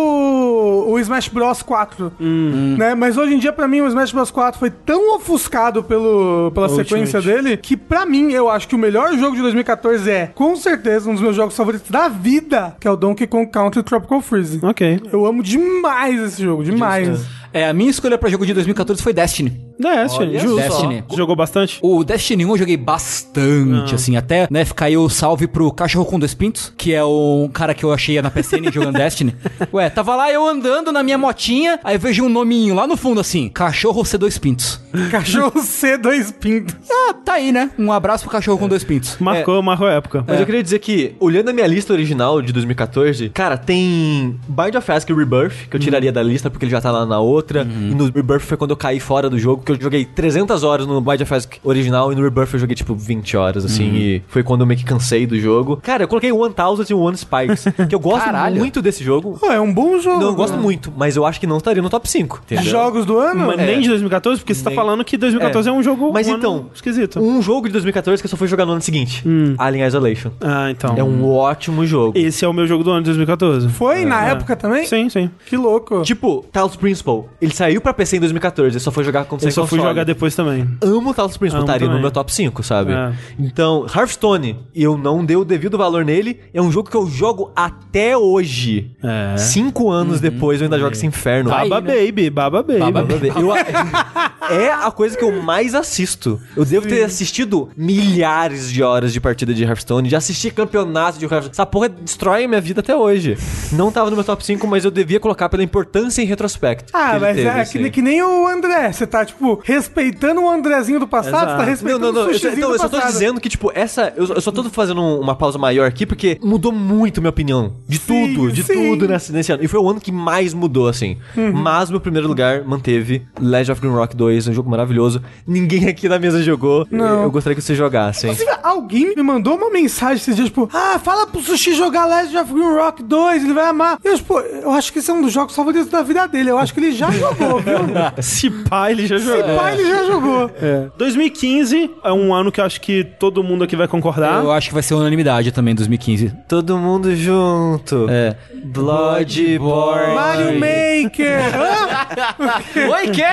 ou o Smash Bros 4. Né? Mas hoje em dia, pra mim, o Smash Bros 4 foi tão ofuscado pelo, pela
Ultimate.
sequência dele que, pra mim, eu acho que o melhor jogo de 2014 é, com certeza, um dos meus jogos favoritos da vida, que é o Donkey Kong Country Tropical Freeze.
Ok.
Eu amo demais esse jogo, demais.
É, a minha escolha pra jogo de 2014 foi Destiny.
Destiny,
Olha
justo.
só.
Destiny.
Jogou bastante?
O Destiny 1 eu joguei
Ah.
bastante, assim, até, né, caiu o salve pro Cachorro com Dois Pintos, que é um cara que eu achei na PCN jogando Destiny. Ué, tava lá eu andando na minha motinha, aí vejo um nominho lá no fundo, assim, Cachorro C2 Pintos.
Cachorro C2 Pintos.
Ah, tá aí, né? Um abraço pro Cachorro com Dois Pintos.
Marcou, marcou a época.
Mas eu queria dizer que, olhando a minha lista original de 2014, cara, tem Bind of Ask Rebirth, que eu tiraria da lista porque ele já tá lá na outra. E no Rebirth foi quando eu caí fora do jogo, que eu joguei 300 horas no Bind of Ask original e no Rebirth eu joguei tipo 20 horas, assim. E foi quando eu meio que cansei do jogo. Cara, eu coloquei 1000 e One Spikes, que eu gosto
Caralho.
muito desse jogo.
Pô, é um bom jogo.
Não, eu gosto muito, mas eu acho que não estaria no top 5. Entendeu?
Jogos do ano?
Mas nem de 2014, porque você tá falando que 2014 é, um jogo
Mas
um ano
então,
esquisito.
Um jogo de 2014 que eu só fui jogar no ano seguinte: Alien Isolation.
Ah, então.
É um ótimo jogo.
Esse é o meu jogo do ano de 2014.
Foi na
É.
época também?
Sim, sim.
Que louco.
Tipo, Talos Principal. Ele saiu pra PC em 2014, eu só foi jogar quando
Eu
saiu
só fui
console.
jogar depois também.
Amo Talos Principal,
Amo
estaria no
também.
meu top 5, sabe?
É.
Então, Hearthstone, e eu não dei o devido valor nele, é um jogo que eu jogo até hoje.
É. Tá
Cinco anos depois eu ainda jogo esse inferno.
Baba Baby, Baba Baby.
Baba Baby. Eu- é a coisa que eu mais assisto. Eu devo ter assistido milhares de horas de partida de Hearthstone, já assisti campeonato de Hearthstone. Essa porra destrói a minha vida até hoje. Não tava no meu top 5, mas eu devia colocar pela importância em retrospecto. que
Ah,
ele
mas
teve,
é
assim.
que, que nem o André. Você tá, tipo, respeitando o Andrezinho do passado, você
Ah.
tá
Não,
respeitando
não, não.
o
Eu, só-
sushizinho
então,
do
eu só tô
passado.
dizendo que, tipo, essa. Eu, eu só tô fazendo um- uma pausa maior aqui, porque mudou muito minha opinião. De
Sim,
tudo, de
sim. Uhum.
tudo nesse, nesse ano. E foi o ano que mais mudou, assim. Mas meu primeiro lugar manteve Legend of Green Rock 2, um jogo maravilhoso. Ninguém aqui na mesa jogou.
Não. assim?
Eu gostaria que você jogasse, hein?
Inclusive, alguém me mandou uma mensagem esses dias, tipo, ah, fala pro Sushi jogar Legend of Green Rock 2, ele vai amar. E eu, tipo, eu acho que esse é um dos jogos favoritos da vida dele, eu acho que ele já jogou, viu?
Se pá, ele já
Esse
jogou.
pai, ele já jogou.
É.
2015 é um ano que eu acho que todo mundo aqui vai
Tá?
concordar.
Eu acho que vai ser unanimidade também, 2015.
Todo mundo junto.
É.
Bloodborne.
Mario Maker! Hã?
Oi, quê?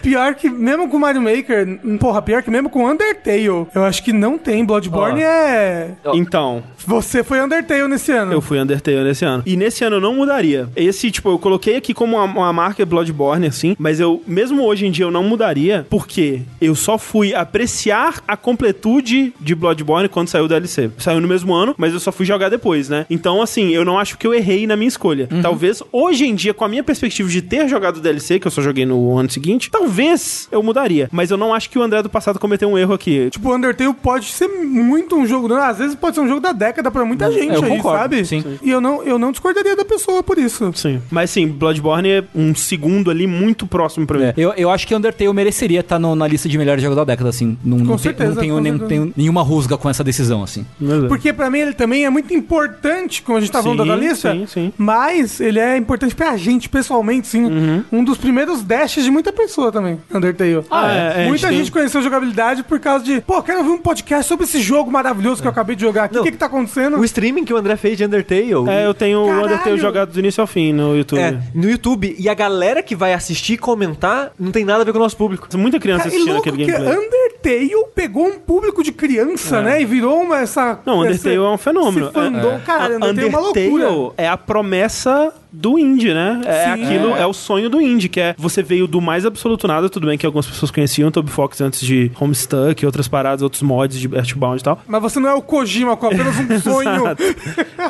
pior que, mesmo com Mario Maker, porra, pior que mesmo com Undertale, eu acho que não tem, Bloodborne
Ó.
é...
Então,
Você foi Undertale nesse ano.
eu fui Undertale nesse ano. E nesse ano eu não mudaria. Esse, tipo, eu coloquei aqui como uma, uma marca Bloodborne, assim, mas eu, mesmo hoje em dia, eu não mudaria, porque eu só fui apreciar a completude de Bloodborne quando saiu o DLC. Saiu no mesmo ano, mas eu só fui jogar depois, né? Então, assim, eu não acho que eu errei na minha escolha. Talvez hoje em dia, com a minha perspectiva de ter jogado o DLC, que eu só joguei no ano seguinte, talvez eu mudaria. Mas eu não acho que o André do passado cometeu um erro aqui.
Tipo, Undertale pode ser muito um jogo, do ano. às vezes pode ser um jogo da década pra
Hum,
muita gente
eu
aí,
concordo,
sabe?
sim.
E eu não, eu não discordaria da pessoa por isso.
Sim. Mas sim, Bloodborne é um segundo ali muito próximo pra mim.
É, eu, eu acho que Undertale mereceria estar no- na lista de melhores jogos da década, assim. Não, não tem-
certeza,
não tenho,
com
nem-
certeza.
tenho nenhuma rusga com essa decisão, assim.
Porque pra mim ele também é muito importante, como a gente tá falando
Sim,
da lista.
sim, sim. Uhum.
Mas ele é importante pra gente pessoalmente, sim. Um dos primeiros dashes de muita pessoa também, Undertale.
Ah, é, é,
Muita
a gente
gente,
tem-
conheceu jogabilidade por causa de, pô, quero ouvir um podcast sobre esse jogo maravilhoso que
É.
eu acabei de jogar aqui.
Não.
O que que tá acontecendo?
O streaming que o André fez de Undertale.
É, eu tenho o
Caralho!
Undertale jogado do início ao fim no YouTube.
É, no YouTube. E a galera que vai assistir e comentar não tem nada a ver com o nosso público.
Muita criança
Cara, e
assistindo
louco
aquele
que
gameplay. É.
Undertale pegou um público de criança, né? E virou uma, essa...
Não, Undertale é
esse-
um fenômeno.
esse fandom,
É.
caralho,
A-
Undertale é uma loucura.
é a promessa do indie, né? É
Sim.
aquilo,
É.
é. o sonho do indie, que é você veio do mais absoluto nada, tudo bem que algumas pessoas conheciam Toby Fox antes de Homestuck, outras paradas, outros mods de Earthbound e tal.
Mas você não é o Kojima, com apenas um sonho.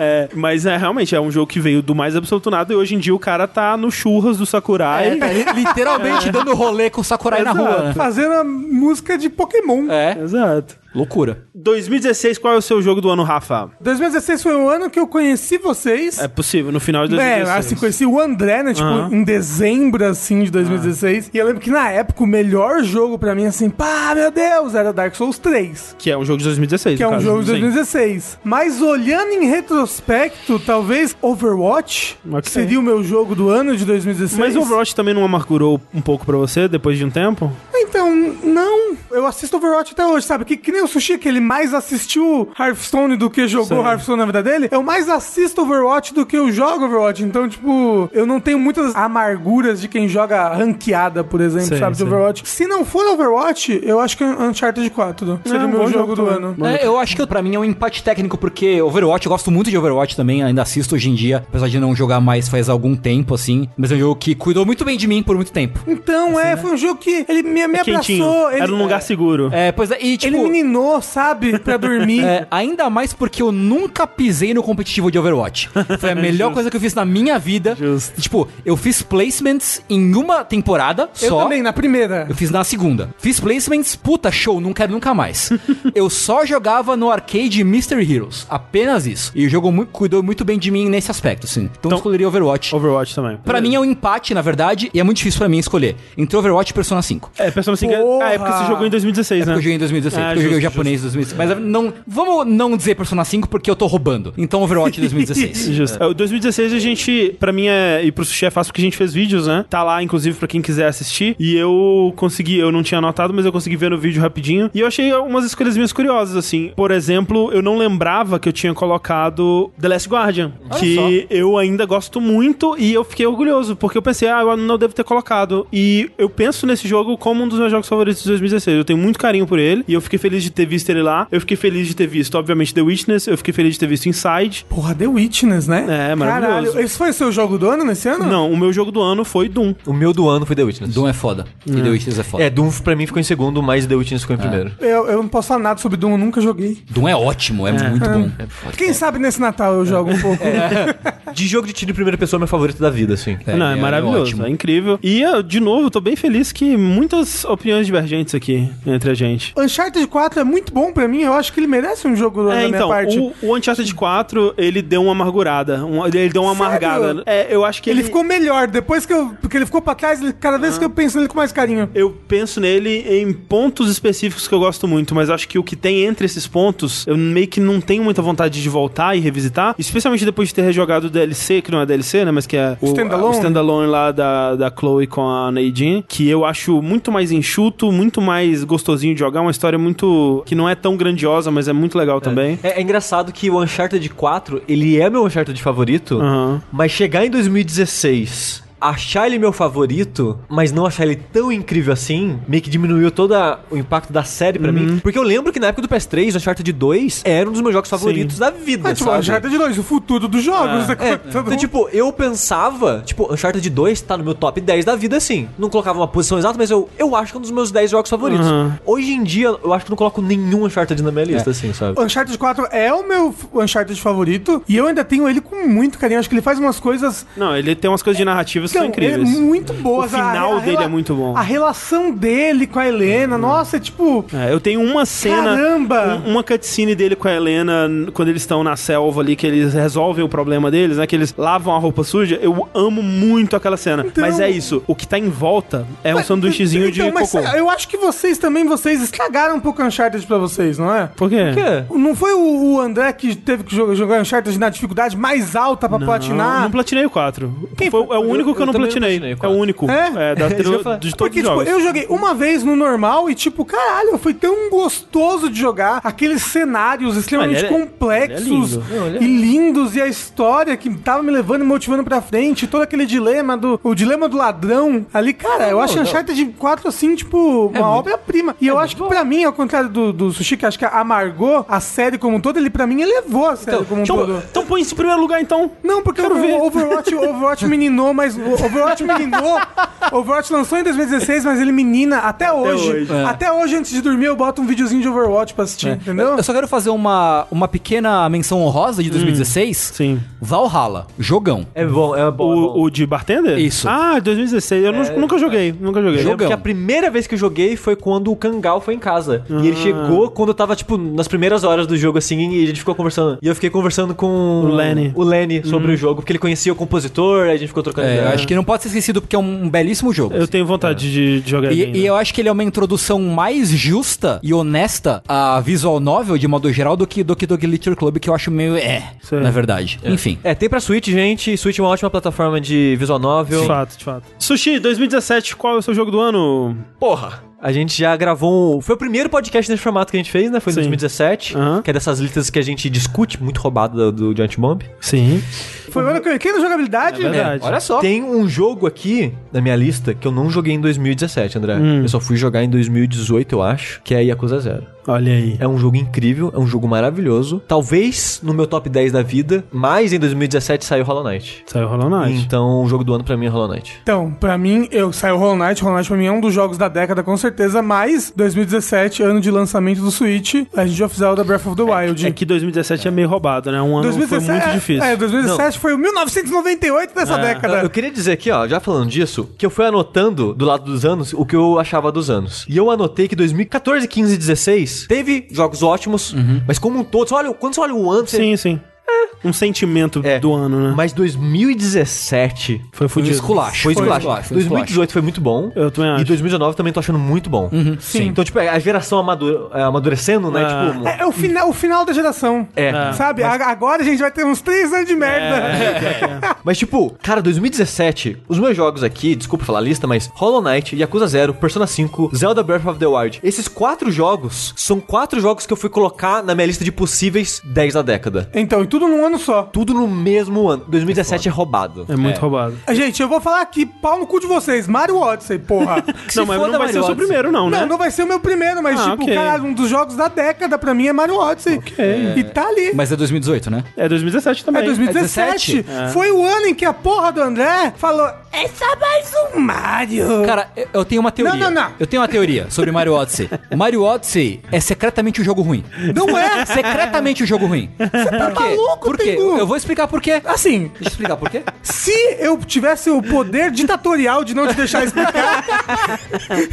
É, mas é realmente é um jogo que veio do mais absoluto nada e hoje em dia o cara tá no churras do Sakurai.
É, tá li- literalmente dando rolê com o Sakurai na rua. né?
Fazendo a música de Pokémon.
É,
Exato.
loucura.
2016, qual é o seu jogo do ano, Rafa?
2016 foi o ano que eu conheci vocês.
É possível, no final de
É,
2016.
assim, conheci o André, né? Tipo,
Aham. Ah.
em dezembro, assim, de 2016. E eu lembro que na época o melhor jogo pra mim, assim, pá, meu Deus, era Dark Souls 3.
Que é um jogo de 2016.
Que é
no
um
caso.
jogo de
Sim.
2016. Mas olhando em retrospecto, talvez Overwatch
Ok.
seria o meu jogo do ano de 2016.
Mas o Overwatch também não amargurou um pouco pra você depois de um tempo?
Então, não. Eu assisto Overwatch até hoje, sabe? Que, que nem o Sushi, que ele mais assistiu Hearthstone do que jogou
Sim.
Hearthstone na vida dele. Eu mais assisto Overwatch do que eu jogo Overwatch. Então, tipo, eu não tenho muitas amarguras de quem joga ranqueada, por exemplo,
Sim,
sabe? De
sim.
Overwatch. Se não for Overwatch, eu acho que é Uncharted 4 seria
É,
o
um
meu
bom
jogo,
jogo
do
também.
ano.
É, eu acho que pra mim é um empate técnico, porque Overwatch, eu gosto muito de Overwatch também, ainda assisto hoje em dia, apesar de não jogar mais faz algum tempo, assim. Mas é um jogo que cuidou muito bem de mim por muito tempo.
Então, é, foi um jogo que ele me, me
Assim, né? É
abraçou. Ele,
Era num lugar assim, seguro.
É, pois é, e tipo.
Ele me ninou, sabe? Pra dormir.
é, ainda mais porque eu nunca pisei no competitivo de Overwatch. Foi a melhor coisa que eu fiz na minha vida.
Justo.
Tipo, eu fiz placements em uma temporada
Eu
só.
também, na primeira.
Eu fiz na segunda. Fiz placements, puta show, não quero nunca mais. eu só jogava no arcade Mystery Heroes. Apenas isso. E o jogo mu- cuidou muito bem de mim nesse aspecto, sim. Então, eu escolheria Overwatch.
Overwatch também.
Pra mim é um empate, na verdade, e é muito difícil pra mim escolher. Entre Overwatch e Persona 5.
É, Persona 5 é...
Porra!
Ah, é porque você jogou em 2016,
Porque
né?
eu joguei em 2016,
Ah,
porque eu joguei o
justo,
japonês em 2016. Mas eh, não, vamos não dizer Persona 5 porque eu tô roubando. Então Overwatch 2016.
Justo. É, O 2016 a gente, pra mim é, e pro Sushi é fácil porque a gente fez vídeos, né? Tá lá, inclusive, pra quem quiser assistir. E eu consegui, eu não tinha anotado, mas eu consegui ver no vídeo rapidinho. E eu achei algumas escolhas minhas curiosas, assim. Por exemplo, eu não lembrava que eu tinha colocado The Last Guardian, que eu ainda gosto muito e eu fiquei orgulhoso, porque eu pensei, ah, eu não devo ter colocado. E eu penso nesse jogo como um dos meus jogos favoritos de 2016. Eu tenho muito carinho por ele e eu fiquei feliz de ter visto ele lá. Eu fiquei feliz de ter visto, obviamente, The Witness, eu fiquei feliz de ter visto Inside.
Porra, The Witness, né?
É, maravilhoso.
Caralho, esse foi o seu jogo do ano nesse ano?
Não, o meu jogo do ano foi Doom.
O meu do ano foi The Witness.
Doom é foda. E The Witness é foda.
É, Doom pra mim ficou em segundo, mas The Witness ficou em primeiro.
Eu, eu não posso falar nada sobre Doom, eu nunca joguei.
Doom é ótimo, é, muito bom.
Quem sabe nesse Natal eu jogo um pouco.
De jogo de tiro em primeira pessoa é meu favorito da vida, assim.
É,
Não, é,
ele
maravilhoso,
ótimo.
é incrível. E, eu, de novo, eu tô bem feliz que muitas opiniões divergentes aqui entre a gente.
Uncharted 4 é muito bom pra mim, eu acho que ele merece um jogo do ano
É,
da minha
então,
parte.
o, o Uncharted 4, ele deu uma amargurada. um- ele deu uma
Sério?
amargada. É, eu acho que Ah.
Ele ficou melhor, depois que eu. Porque ele ficou pra trás, ele- cada vez que eu penso nele com mais carinho.
Eu penso nele em pontos específicos que eu gosto muito, mas acho que o que tem entre esses pontos, eu meio que não tenho muita vontade de voltar e revisitar, especialmente depois de ter rejogado o DLC, que não é DLC, né, mas que é o
Standalone.
o standalone lá da, da Chloe com a Nadine, que eu acho muito mais enxuto, muito mais gostosinho de jogar, uma história muito... que não é tão grandiosa, mas é muito legal também.
É, é engraçado que o Uncharted 4, ele é meu Uncharted favorito,
Aham.
mas chegar em 2016, achar ele meu favorito, mas não achar ele tão incrível assim, meio que diminuiu todo a- o impacto da série pra mim. Porque eu lembro que na época do PS3, o Uncharted 2 era um dos meos jogos favoritos da vida,
Mas, tipo,
sabe?
Uncharted 2, o futuro dos jogos.
Ah.
né?
É,
Todo
então,
mundo-
tipo, eu pensava, tipo, Uncharted 2 tá no meu top 10 da vida, assim. Não colocava uma posição exata, mas eu, eu acho que é um dos meus 10 jogos favoritos.
Aham.
Hoje em dia, eu acho que não coloco nenhum Uncharted na minha lista, assim, sabe?
Uncharted 4 é o meu f- Uncharted favorito e eu ainda tenho ele com muito carinho. Acho que ele faz umas coisas
Não, ele tem umas coisas de narrativas que são
Então,
incríveis.
É muito boa.
O final dele é muito bom. Uhum.
A relação dele com a Helena, nossa, é tipo...
É, eu tenho uma cena.
Caramba!
um- uma cutscene dele com a Helena n- quando eles estão na selva ali, que eles resolvem o problema deles, né? Que eles lavam a roupa suja. Eu amo muito aquela cena.
Então-
Mas é isso. O que tá em volta é um sanduíchezinho de
Então, mas
cocô.
Eu acho que vocês também, vocês estragaram um pouco Uncharted pra vocês, não é?
Por quê?
É.
Não foi o, o André que teve que jo- jogar Uncharted na dificuldade mais alta pra
Não,
platinar?
não platinei o 4.
Quem
Foi,
foi?
é o único
Eu-
que eu não
também não
platinei.
platinei,
é o
quase.
único.
É?
É, da
isso que eu ia
trilha
falar.
de todos
Porque,
os
tipo,
jogos.
eu joguei uma vez no normal e, tipo, caralho, foi tão gostoso de jogar. Aqueles cenários extremamente
Ele é-
complexos
ele é lindo.
Não, ele é
e lindos, e a história que tava me levando e motivando pra frente, todo aquele dilema do. O dilema do ladrão ali, cara, eu acho
não.
Uncharted 4 assim, tipo,
É
uma obra-prima. E eu acho que pra mim, ao contrário do, do Sushi, que acho que amargou a série como um todo, ele pra mim elevou a série como um
Então,
todo.
então põe isso em primeiro lugar, então.
Não, porque o o Overwatch, o Overwatch meninou, mas o Overwatch meninou. O Overwatch lançou em 2016, mas ele menina até hoje.
hoje.
É.
Até hoje, antes de dormir, eu boto um videozinho de Overwatch pra
É.
assistir, entendeu?
Eu só quero fazer uma, uma pequena menção honrosa de 2016.
Sim.
Valhalla, jogão.
É bom, é bom. é bom.
O, o de Bartender?
Isso. É.
Ah, 2016. Eu nu- nunca joguei, nunca joguei.
Eu
Eu lembro
jogão.
que a primeira vez que eu joguei foi quando o Kangal foi em casa. E ele chegou quando eu tava, tipo, nas primeiras horas do jogo, assim, e a gente ficou conversando. E eu fiquei conversando com o
Lenny.
o Lenny sobre o jogo, porque ele conhecia o compositor, aí a gente ficou trocando
É, eu acho que não pode ser esquecido porque é um belíssimo jogo.
Eu né? tenho vontade de, de jogar ele
É. E,
ainda.
e eu acho que ele é uma introdução mais justa e honesta à visual novel, de modo geral, do que do que do Glitter Club, que eu acho meio é,
Sei.
na verdade. Enfim.
É, tem pra Switch, gente. Switch é uma ótima plataforma de visual novel.
De fato, de fato. Sushi, 2017, qual é o seu jogo do ano?
Porra! A gente já gravou. um- Foi o primeiro podcast nesse formato que a gente fez, né? Foi em
Sim.
2017.
Aham.
Que é dessas listas que a gente discute, muito roubado do, do Giant Bomb.
Sim.
Foi o ano que eu entrei na jogabilidade.
É verdade.
Olha só.
Tem um jogo aqui na minha lista que eu não joguei em 2017, André.
Hum.
Eu só fui jogar em 2018, eu acho, que é Yakuza Zero.
Olha aí.
É um jogo incrível, é um jogo maravilhoso. Talvez no meu top 10 da vida, mas em 2017 saiu Hollow Knight.
Saiu Hollow Knight.
Então, o jogo do ano pra mim é Hollow Knight.
Então, pra mim, eu saio Hollow Knight. Hollow Knight pra mim é um dos jogos da década, com certeza. Mas 2017, ano de lançamento do Switch, a gente oficial da Breath of the Wild.
É que 2017 é meio roubado, né? Um ano foi muito difícil. É.
É, 2017 foi o 1998 dessa
Eu- Eu
década.
queria dizer aqui, ó, já falando disso, que eu fui anotando do lado dos anos o que eu achava dos anos. E eu anotei que 2014, 15 e 16 teve jogos ótimos, mas como um todo, você olha, quando você olha o ano, você...
Uhum. Sim, sim. Um sentimento
É.
do ano, né?
Mas 2017
Foi
Foi um
fudido.
esculacho.
foi esculacho.
esculacho, foi um esculacho.
2018 foi muito bom.
Eu também acho. Uhum.
E 2019 também tô achando muito bom.
sim.
Então, tipo, é a geração amadu- é, amadurecendo, né?
Ah.
Tipo,
É, é o, fina, o final da geração. Ah.
é.
Sabe? A- Agora a gente vai ter uns três anos de merda.
Mas, tipo, cara, 2017, os meus jogos aqui, desculpa falar a lista, mas Hollow Knight, Yakuza 0, Persona 5, Zelda Breath of the Wild. Esses quatro jogos são quatro jogos que eu fui colocar na minha lista de possíveis 10 da década.
Então, e tudo num ano só.
Tudo no mesmo ano. 2017 é roubado.
É muito roubado.
Gente, eu vou falar aqui, pau no cu de vocês. Mario Odyssey, porra.
não, mas
foda,
não vai ser o seu
Mario
primeiro, não, né?
Não, não vai ser o meu primeiro, mas,
Ah,
tipo,
ok.
caralho, um dos jogos da década pra mim é Mario Odyssey. E tá ali.
Mas é 2018, né?
É 2017 também.
É 2017. Foi o ano em que a porra do André falou: é só mais um Mario.
Cara, eu- eu tenho uma teoria.
Não, não, não.
Eu tenho uma teoria sobre Mario Odyssey. Mario Odyssey é secretamente um jogo ruim.
não é?
Secretamente um jogo ruim. Você
tá maluco,
Por quê?
Tengu?
Eu vou explicar por quê.
Assim,
Deixa eu explicar por quê.
se eu tivesse o poder ditatorial de não te deixar explicar,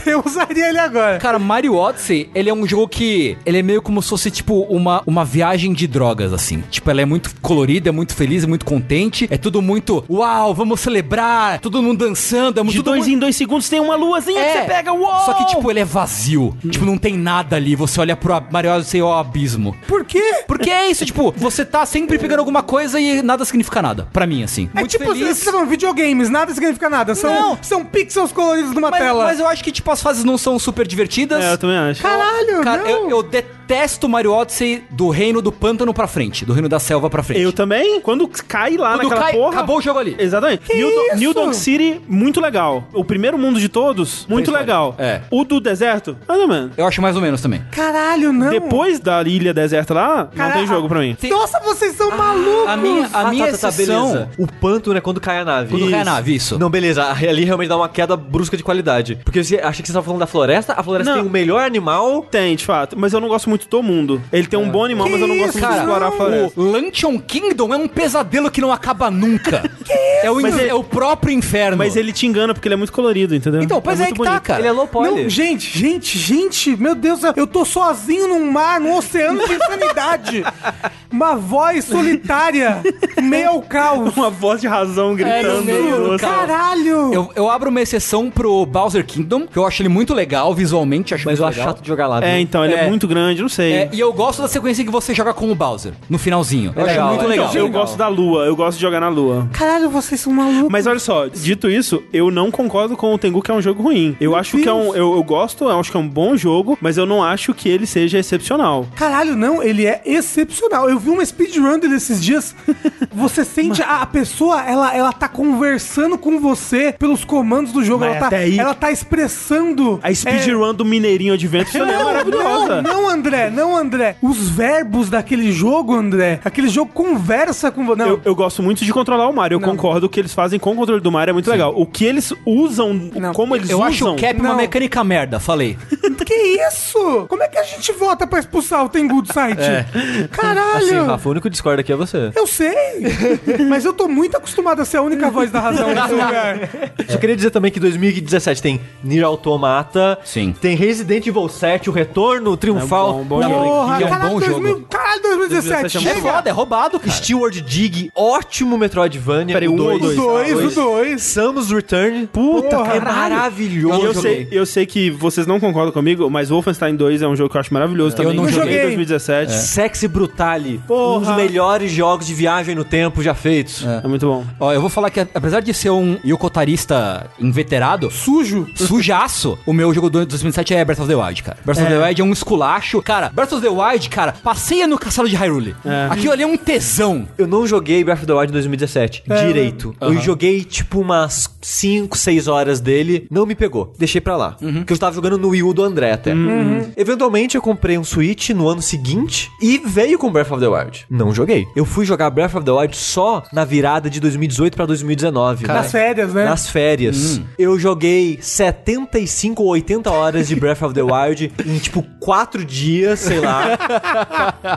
eu usaria ele agora.
Cara, Mario Odyssey, ele é um jogo que. Ele é meio como se fosse, tipo, uma, uma viagem de drogas, assim. Tipo, ela é muito colorida, é muito feliz, é muito contente. É tudo muito. Uau, vamos celebrar! Todo mundo dançando, é muito.
De
tudo
dois
muito... É.
em dois segundos tem uma luazinha que você pega. Uou!
Só que, tipo, ele é vazio. Tipo, não tem nada ali. Você olha pro ab- Mario Odyssey, ó, abismo.
Por quê?
Porque é isso, tipo, você tá sempre pegando alguma coisa e nada significa nada. Pra mim, assim.
É tipo, vocês falam videogames, nada significa nada. São,
Não.
são pixels coloridos numa
Mas,
tela.
mas eu acho que, tipo, as fases não são super divertidas.
É, eu também acho.
Caralho,
Cara,
não.
eu, eu detesto Mario Odyssey do reino do pântano pra frente, do reino da selva pra frente.
Eu também. Quando cai lá
Quando
naquela
cai,
porra...
acabou o jogo ali.
Exatamente. New, Do-
isso?
New Donk City, muito legal. O primeiro mundo de todos, muito
Prehistória.
legal.
É.
O do deserto, ah, mano.
Eu acho mais ou menos também.
Caralho, não.
Depois da ilha deserta lá, não
Caralho.
tem jogo pra mim.
Tem- Ah,
Nossa, vocês são malucos.
A minha,
Ah, tá,
Ah,
a
tá,
minha exceção...
O pântano é quando cai a nave.
Quando cai a nave, isso.
Não, beleza. Ali realmente dá uma queda brusca de qualidade. Porque você acha que você tava falando da floresta, a floresta
Não.
tem o melhor animal.
Tem, de fato. Mas eu não gosto muito do mundo. Ele
Ah.
tem um bom animal,
Que
mas eu não gosto
isso,
muito de
cara?
explorar a floresta.
O Luncheon Kingdom é um pesadelo que não acaba nunca. que isso? É o, in-
Mas ele-
é o próprio inferno.
Mas ele te engana porque ele é muito colorido, entendeu?
Então, pois é,
muito
que tá, cara.
Ele é low poly.
Não, gente, gente, gente, meu Deus, eu tô sozinho num mar, num oceano de insanidade. uma voz solitária, meio ao caos.
Uma voz de
É,
razão gritando.
Juro,
Nossa.
Caralho!
Eu, eu abro uma exceção pro Bowser Kingdom, que eu acho ele muito legal visualmente, acho
Mas
muito
eu acho
legal.
chato de jogar lá.
É,
viu?
então, ele é,
É.
muito grande, não sei.
É, e eu gosto da sequência que você joga com o Bowser, no finalzinho. Eu
legal,
acho muito
é.
legal.
Eu gosto da lua, eu gosto de jogar na lua.
Caralho, vocês são malucos.
Mas olha só, dito isso, eu não concordo com o Tengu que é um jogo ruim. Eu acho que é um. Eu, eu gosto, eu acho que é um bom jogo, mas eu não acho que ele seja excepcional.
Caralho, não, ele é excepcional. Eu vi uma speedrun dele esses dias. Você sente a, a pessoa, ela, ela tá conversando com você pelos comandos do jogo.
Mas
Ela tá,
até aí-
ela tá expressando.
A speedrun do Mineirinho Adventure também é maravilhosa.
Não, não, André, não, André. Os verbos daquele jogo, André. Aquele jogo conversa com você. Não,
Eu, eu gosto muito de controlar o Mario, eu concordo que eles fazem com o controle do Mario é muito legal. O que eles usam,
Não.
como eles
Eu
usam.
acho o Cap uma
Não.
mecânica merda, falei.
que isso? Como é que a gente vota pra expulsar o Tengu do site?
Assim,
É.
Caralho!
Rafa, o único discorda aqui é você.
eu sei, mas eu tô muito acostumado a ser a única voz da razão nesse lugar.
É.
Só queria dizer também que 2017 tem Nier Automata.
Sim.
Tem Resident Evil 7, o Retorno Triunfal.
É um bom- bom
Não,
jogo.
Porra,
que é um
caralho,
bom jogo.
2000, caralho, 2017.
2017 é
É
Chega!
foda, é roubado, cara. Steward Dig, ótimo Metroidvania.
Peraí, um ou dois?
Dois, o dois.
Samus Return. Puta,
Porra,
é
caralho.
maravilhoso.
E eu sei, eu sei que vocês não concordam comigo, mas Wolfenstein 2 é um jogo que eu acho maravilhoso também.
não
que
joguei.
em 2017.
Sexy Brutale. Um
Porra.
dos melhores jogos de viagem no tempo já feitos.
É. muito bom.
Ó, eu vou falar que apesar de ser um yokotarista inveterado,
Sujo.
sujaço, o meu jogo do ano de 2007 é Breath of the Wild, cara. Breath of the Wild é um esculacho. Cara, Breath of the Wild, cara, passeia no castelo de Hyrule. Aquilo ali é um tesão.
Eu não joguei Breath of the Wild em 2017
É,
direito. Eu joguei, tipo, umas 5, 6 horas dele. Não me pegou. Deixei pra lá.
Uhum.
Porque eu tava jogando no Wii U do André até. Eventualmente, eu comprei um Switch no ano seguinte e veio com Breath of the Wild. Não joguei. Eu fui jogar Breath of the Wild só na virada de 2018 pra 2019.
Nas
né?
férias, né?
Nas férias. Eu joguei 75 ou 80 horas de Breath of the Wild em tipo 4 dias, sei lá.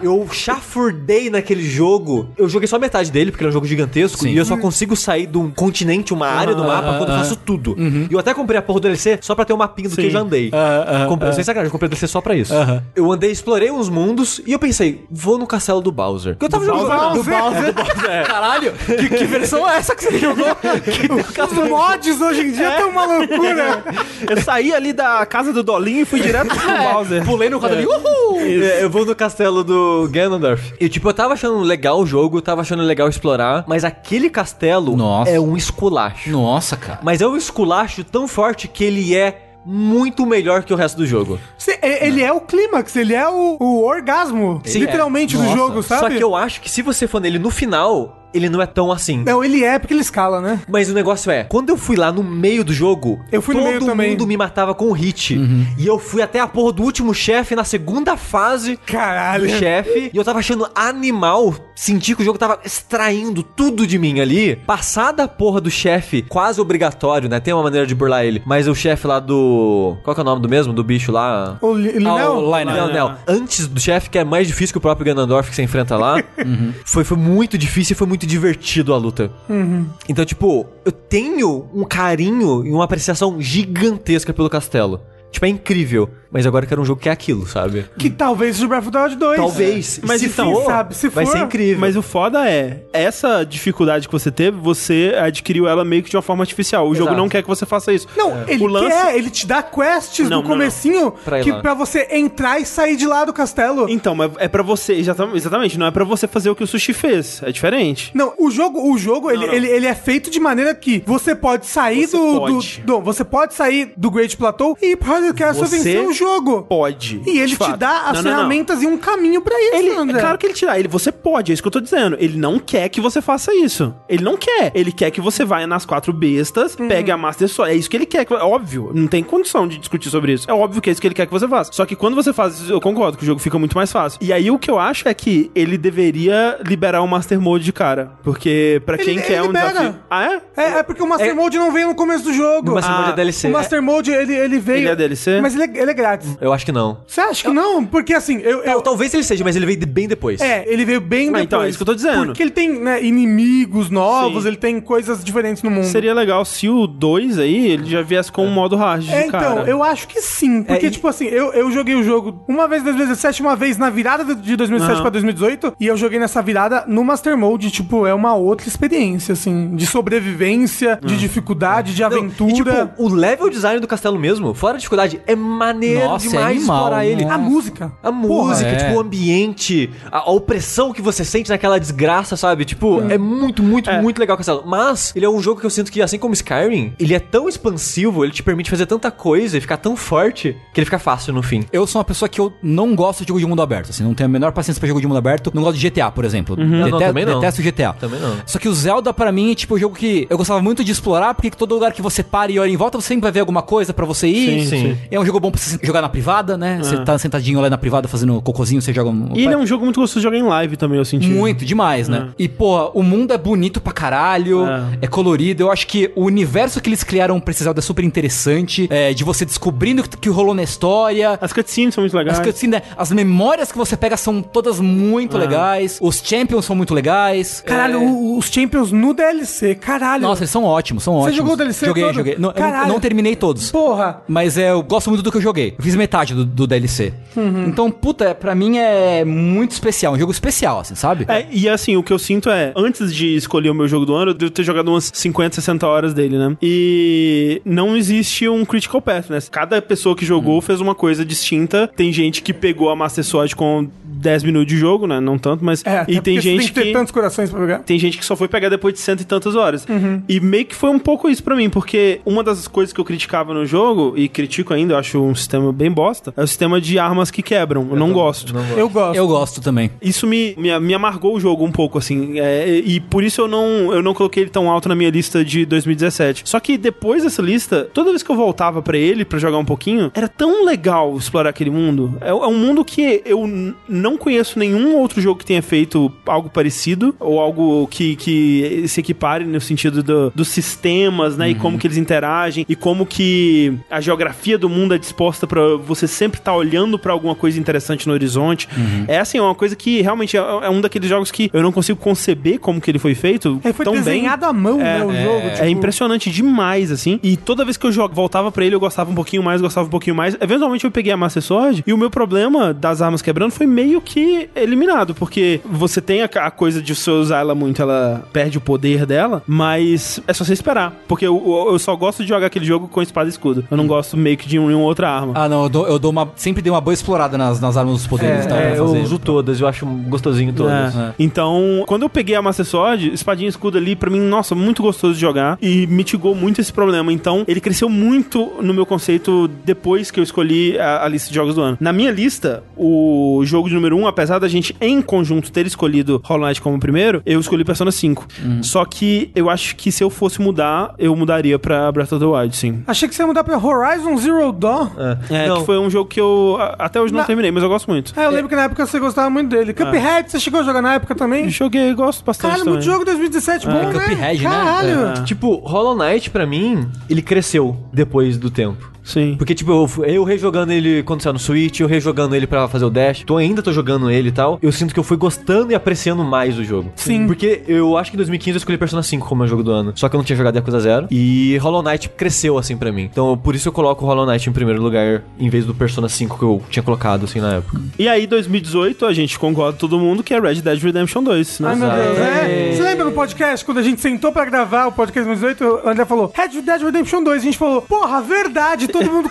Eu chafurdei naquele jogo. Eu joguei só metade dele, porque ele é um jogo gigantesco.
Sim.
E eu só consigo sair de um continente, uma área
Ah,
do mapa, quando eu faço tudo.
Uhum.
E eu até comprei a porra do DLC só pra ter um mapinha do que eu já andei.
Ah,
comprei, Sem sacanagem, eu comprei o DLC só pra isso. Eu andei, explorei uns mundos e eu pensei, vou no castelo do Bowser. Porque eu tava jogando.
Bowser?
Do Bowser. é.
Caralho, que, que versão é essa que você jogou?
Os mods hoje em dia estão uma loucura.
Eu saí ali da casa do Dolinho e fui direto pro Bowser.
Pulei no quadro ali, uhul!
É, eu vou no castelo do Ganondorf. E, tipo, eu tava achando legal o jogo, tava achando legal explorar, mas aquele castelo
Nossa.
é um esculacho.
Nossa, cara.
Mas é um esculacho tão forte que ele é muito melhor que o resto do jogo.
Se- e- ele é o clímax, ele é o, o orgasmo,
Sim,
literalmente,
é.
do
Nossa.
jogo, sabe?
Só que eu acho que se você for nele no final, ele não é tão assim.
Não, ele é porque ele escala, né?
Mas o negócio é, quando eu fui lá no meio do jogo,
Eu fui no
todo
meio também.
mundo me matava com o hit. E eu fui até a porra do último chefe na segunda fase. do
Caralho.
chefe. E eu tava achando animal. Senti que o jogo tava extraindo tudo de mim ali. Passada a porra do chefe, quase obrigatório, né? Tem uma maneira de burlar ele. Mas o chefe lá do. Qual que é o nome do mesmo? Do bicho lá?
O Li-
Ah,
Linel?
o Lionel.
Não, não. Antes do chefe, que é mais difícil que o próprio Ganondorf que você enfrenta lá,
Uhum.
foi, foi muito difícil e foi muito divertido a luta.
Uhum.
Então, tipo, eu tenho um carinho e uma apreciação gigantesca pelo castelo. Tipo, é incrível. Mas agora eu quero um jogo que é aquilo, sabe?
que talvez seja o Breath of the Wild 2.
Talvez.
Mas
se
então,
for,
é. sabe, se
vai
for,
ser incrível.
Mas o foda é, essa dificuldade que você teve, você adquiriu ela meio que de uma forma artificial. O jogo
Exato.
não quer que você faça isso. É.
Não, ele
o lance...
quer, ele te dá quests
Não,
no
não, não.
comecinho
Pra ir
que
lá.
pra você entrar e sair de lá do castelo.
Então, mas é pra você, exata- exatamente, não é pra você fazer o que o Sushi fez, é diferente.
Não, o jogo, o jogo ele,
não.
Ele, ele é feito de maneira que você pode sair
Você
do,
pode.
do, do- Você pode sair do Great Plateau e ir pra Castle
Você
é vencer o jogo.
Pode.
E ele
de
te
fato.
dá as
Não, não, não.
ferramentas e um caminho pra isso,
Ele,
André.
é claro que ele te dá, ele, você pode, é isso que eu tô dizendo. Ele não quer que você faça isso. Ele não quer. Ele quer que você vá nas quatro bestas,
Uhum.
pegue a Master Sword. É isso que ele quer. que- É óbvio, não tem condição de discutir sobre isso. É óbvio que é isso que ele quer que você faça. Só que quando você faz isso, eu concordo que o jogo fica muito mais fácil. E aí o que eu acho é que ele deveria liberar o Master Mode de cara. Porque pra quem
ele
quer um
libera.
desafio. Ah, é?
É, é porque o Master
É-
Mode não veio no começo do jogo.
O Master
Ah,
Mode é DLC.
o Master Mode, ele, ele veio.
Ele é DLC?
Mas ele é, ele é grátis.
Eu acho que não.
Você acha que não? Porque assim, eu. eu-
Tal- Talvez ele seja, mas ele veio de- bem depois.
é, ele veio bem
Ah,
depois.
então, é isso que eu tô dizendo.
Porque ele tem né, inimigos novos,
Sim.
ele tem coisas diferentes no mundo.
Seria legal se o 2 aí, ele já viesse com um modo hard de
É, então,
cara. É,
eu acho que sim. Porque,
e-
tipo assim, eu, eu joguei o jogo uma vez em 2017, uma vez na virada do- de 2017
Aham.
pra 2018, e eu joguei nessa virada no Master Mode, tipo, é uma outra experiência, assim, de sobrevivência,
Hum.
de dificuldade, de
Não,
aventura.
E, tipo, o level design do castelo mesmo, fora a dificuldade, é maneiro
Nossa, é
demais
animal,
explorar ele.
a música.
A música,
é.
tipo, o ambiente, a, a opressão que você sente naquela desgraça, sabe? Tipo, é muito, muito,
É.
muito legal o Castelo. Mas ele é um jogo que eu sinto que, assim como Skyrim, ele é tão expansivo, ele te permite fazer tanta coisa e ficar tão forte que ele fica fácil no fim.
Eu sou uma pessoa que eu não gosto de jogo de mundo aberto, assim, não tenho a menor paciência pra jogo de mundo aberto. Não gosto de GTA, por exemplo.
Ah, não, também não.
Detesto GTA.
Também não.
Só que o Zelda, pra mim, é tipo um jogo que eu gostava muito de explorar, porque todo lugar que você para e olha em volta, você sempre vai ver alguma coisa pra você
Sim,
ir.
sim.
É um jogo bom pra você jogar na privada, né?
Ah.
Você tá sentadinho lá na privada fazendo cocôzinho, você joga um.
E ele é um jogo muito gostoso de jogar em live também, eu
é
senti.
Muito, demais,
Ah.
né? E, porra, o mundo é bonito pra caralho,
É.
é. colorido. Eu acho que o universo que eles criaram pra esse Zelda é super interessante. É, de você descobrindo que, que rolou na história.
As cutscenes são muito legais.
As cutscenes, né? As memórias que você pega são todas muito legais. Os champions são muito legais.
Ah. Caralho,
É.
o- os Champions no DLC, caralho.
Nossa, eles são ótimos, são ótimos.
jogou o DLC
Joguei,
todo?
joguei. Não, eu não-
Caralho.
não terminei todos.
porra.
Mas é, eu gosto muito do que eu joguei. Eu fiz metade do, do DLC.
Uhum.
Então, puta, pra mim é muito especial. Um jogo especial, assim, sabe?
É, e assim, o que eu sinto é, antes de escolher o meu jogo do ano, eu devo ter jogado umas 50, 60 horas dele, né? E não existe um Critical Path, né? Cada pessoa que jogou fez uma coisa distinta. Tem gente que pegou a Master Sword com 10 minutos de jogo, né? Não tanto, mas.
É, até
e
porque
tem
você
gente
que ter
que.
tantos corações pra jogar.
Tem gente que só foi pegar depois de cento e tantas horas.
Uhum.
E meio que foi um pouco isso pra mim, porque uma das coisas que eu criticava no jogo, e critico ainda, eu acho um sistema bem bosta, é o sistema de armas que quebram. Eu, não gosto.
Eu gosto.
Eu gosto também.
Isso me, me, me amargou o jogo um pouco, assim. é, e e por isso eu não, eu não coloquei ele tão alto na minha lista de 2017. Só que depois dessa lista, toda vez que eu voltava pra ele pra jogar um pouquinho, era tão legal explorar aquele mundo. É, é um mundo que eu n- não conheço nenhum outro jogo que tenha feito algo parecido, ou algo que, que se equipare no sentido do- dos sistemas, né? E
Uhum.
como que eles interagem, e como que a geografia do mundo é disposta pra você sempre estar olhando pra alguma coisa interessante no horizonte.
Uhum.
É assim, é uma coisa que realmente é, é um daqueles jogos que eu não consigo conceber como que ele foi feito.
É, foi
tão bem.
desenhado à mão, né, o jogo.
É impressionante demais, assim. E toda vez que eu jogo, voltava pra ele, eu gostava um pouquinho mais, gostava um pouquinho mais. Eventualmente eu peguei a Master Sword e o meu problema das armas quebrando foi meio que eliminado, porque você tem a, ca- a coisa de você usar ela muito, ela perde o poder dela, mas é só você esperar. Porque eu, eu- eu só gosto de jogar aquele jogo com espada e escudo. Eu não gosto meio que de nenhuma outra arma.
Ah, não, eu, dou, eu dou uma, sempre dei uma boa explorada nas, nas armas dos poderes e tal. pra
É, eu
fazer.
uso todas, eu acho gostosinho todas.
É. Então, quando eu peguei a Master Sword, espadinha e escudo ali, pra mim, nossa, muito gostoso de jogar e mitigou muito esse problema. Então, ele cresceu muito no meu conceito depois que eu escolhi a, a lista de jogos do ano. Na minha lista, o jogo de número 1, um, apesar da gente em conjunto ter escolhido Hollow Knight como primeiro, eu escolhi Persona 5. Só que eu acho que se eu fosse mudar, eu mudaria pra Breath of the Wild, sim.
Achei que você ia mudar pra Horizon Zero Dawn.
É,
Não,
que foi um jogo que eu a- até hoje não
Na-
terminei, mas eu gosto muito.
É, eu lembro que na época você gostava muito dele. Cuphead, você chegou a jogar na época também?
Joguei, gosto bastante
Caralho,
também.
é muito jogo 2017, bom, né?
Cuphead, né?
Caralho.
É.
Tipo, Hollow Knight, pra mim, ele cresceu depois do tempo.
Sim.
Porque, tipo, eu, fu- eu rejogando ele quando saiu no Switch, eu rejogando ele pra fazer o Dash, tô ainda tô jogando ele e tal, eu sinto que eu fui gostando e apreciando mais o jogo.
Sim.
Porque eu acho que em 2015 eu escolhi Persona 5 como meu jogo do ano, só que eu não tinha jogado Yakuza Zero, e Hollow Knight cresceu, assim, pra mim. Então, por isso eu coloco o Hollow Knight em primeiro lugar, em vez do Persona 5 que eu tinha colocado, assim, na época.
E aí, 2018, a gente concorda todo mundo que é Red Dead Redemption 2, né?
Ai, meu Deus, é.
Exato.
Você lembra no podcast, quando a gente sentou pra gravar o podcast 2018, o André falou, Red Dead Redemption 2, a gente falou, porra, verdade, todo mundo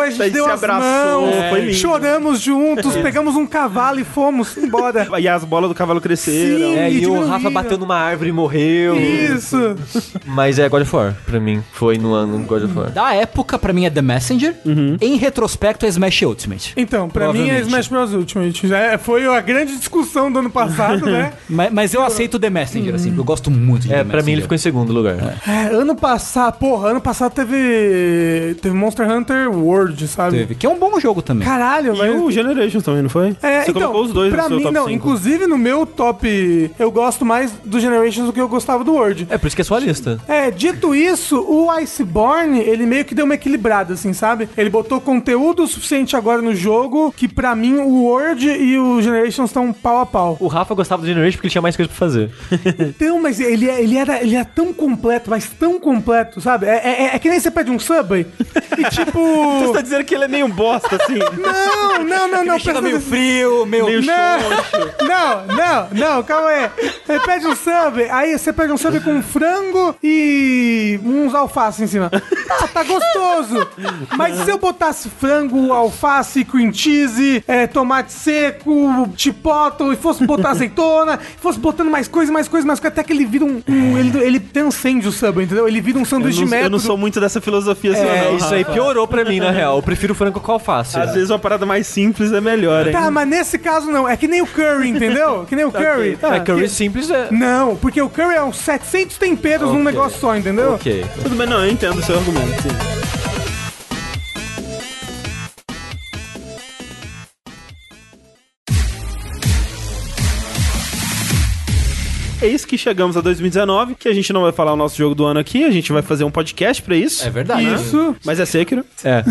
a
Aí
gente deu
se
as
abraçou,
mãos,
foi lindo. É.
choramos juntos, pegamos um cavalo e fomos embora.
E as bolas do cavalo cresceram.
Sim.
É, e o
diminuíram.
Rafa bateu numa árvore e morreu.
Isso.
Mas é God of War, pra mim. Foi no ano God of War.
Da época, pra mim, é The Messenger.
Uhum.
Em retrospecto, é Smash Ultimate.
Então, pra mim é
Provavelmente.
Smash Bros. Ultimate. É, foi a grande discussão do ano passado, né?
Mas, mas eu aceito The Messenger, assim, porque eu gosto muito de The
É,
Messenger.
pra mim ele ficou em segundo lugar.
É, ano passado, porra, ano passado teve. Teve Monster Monster Hunter World, sabe?
Teve. Que é um bom jogo também.
Caralho,
E
velho.
o Generations também, não foi?
É,
Você
então,
colocou os dois
pra
no seu
mim,
top
não.
5.
Inclusive, no meu top, eu gosto mais do Generations do que eu gostava do World.
É por isso que é sua lista.
É, dito isso, o Iceborne, ele meio que deu uma equilibrada, assim, sabe? Ele botou conteúdo suficiente agora no jogo, que pra mim o World e o Generations estão pau a pau.
O Rafa gostava do Generation porque ele tinha mais coisa pra fazer.
Então, mas ele, é- ele, era, ele era tão completo, mas tão completo, sabe? É, é- é que nem você pede um Subway e tipo...
Você tá dizendo que ele é meio bosta, assim?
Não, não, não, não. presta atenção.
frio, meio...
meio
Não, não, não, calma aí. Você pede um sub, aí você pede um sub com frango e uns alface em cima. Tá, tá gostoso. Mas se eu botasse frango, alface, cream cheese, eh, tomate seco, chipotle, e fosse botar azeitona, fosse botando mais coisa, mais coisa, mais coisa, até que ele vira um... um- ele, ele transcende o sub, entendeu? Ele vira um
Eu
sanduíche de
não, eu não
método.
sou muito dessa filosofia, assim,
É,
não.
isso aí piorou pra mim, na real. Eu prefiro frango com alface.
Às vezes uma parada mais simples é melhor, hein?
Tá, mas nesse caso não. É que nem o curry, entendeu? Que nem
Tá
o curry. Tá.
É, curry
Que-
simples é...
Não, porque o curry é uns 700 temperos num
Ok.
negócio só, entendeu?
Ok.
Tudo bem, não, eu entendo o seu argumento, sim. Eis É que chegamos a 2019, que a gente não vai falar o nosso jogo do ano aqui, a gente vai fazer um podcast pra isso.
É verdade.
Isso.
Mas é Sekiro?
É.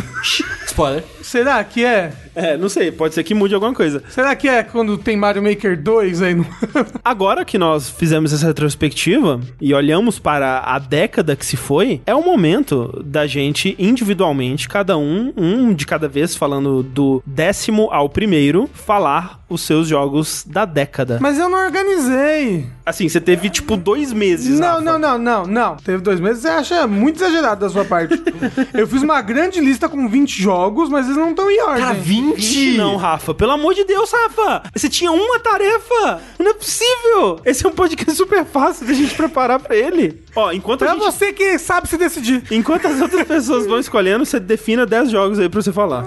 Spoiler.
Será que é?
É, não sei, pode ser que mude alguma coisa.
Será que é quando tem Mario Maker 2 aí no.
Agora que nós fizemos essa retrospectiva e olhamos para a década que se foi, é o momento da gente individualmente, cada um, um de cada vez, falando do décimo ao primeiro, falar os seus jogos da década.
Mas eu não organizei.
Assim, você teve tipo dois meses.
Não,
Rafa.
não, não, não, não. Teve dois meses, você acha muito exagerado da sua parte. eu fiz uma grande lista com 20 jogos, mas eles não estão em ordem.
Cara, 20?
Ixi, Não, Rafa, pelo amor de Deus, Rafa! Você tinha uma tarefa! Não é possível! Esse é um podcast super fácil da gente preparar pra ele. Ó, enquanto a
Pra
gente.
você que sabe se decidir.
Enquanto as outras pessoas vão escolhendo, você defina 10 jogos aí pra você falar.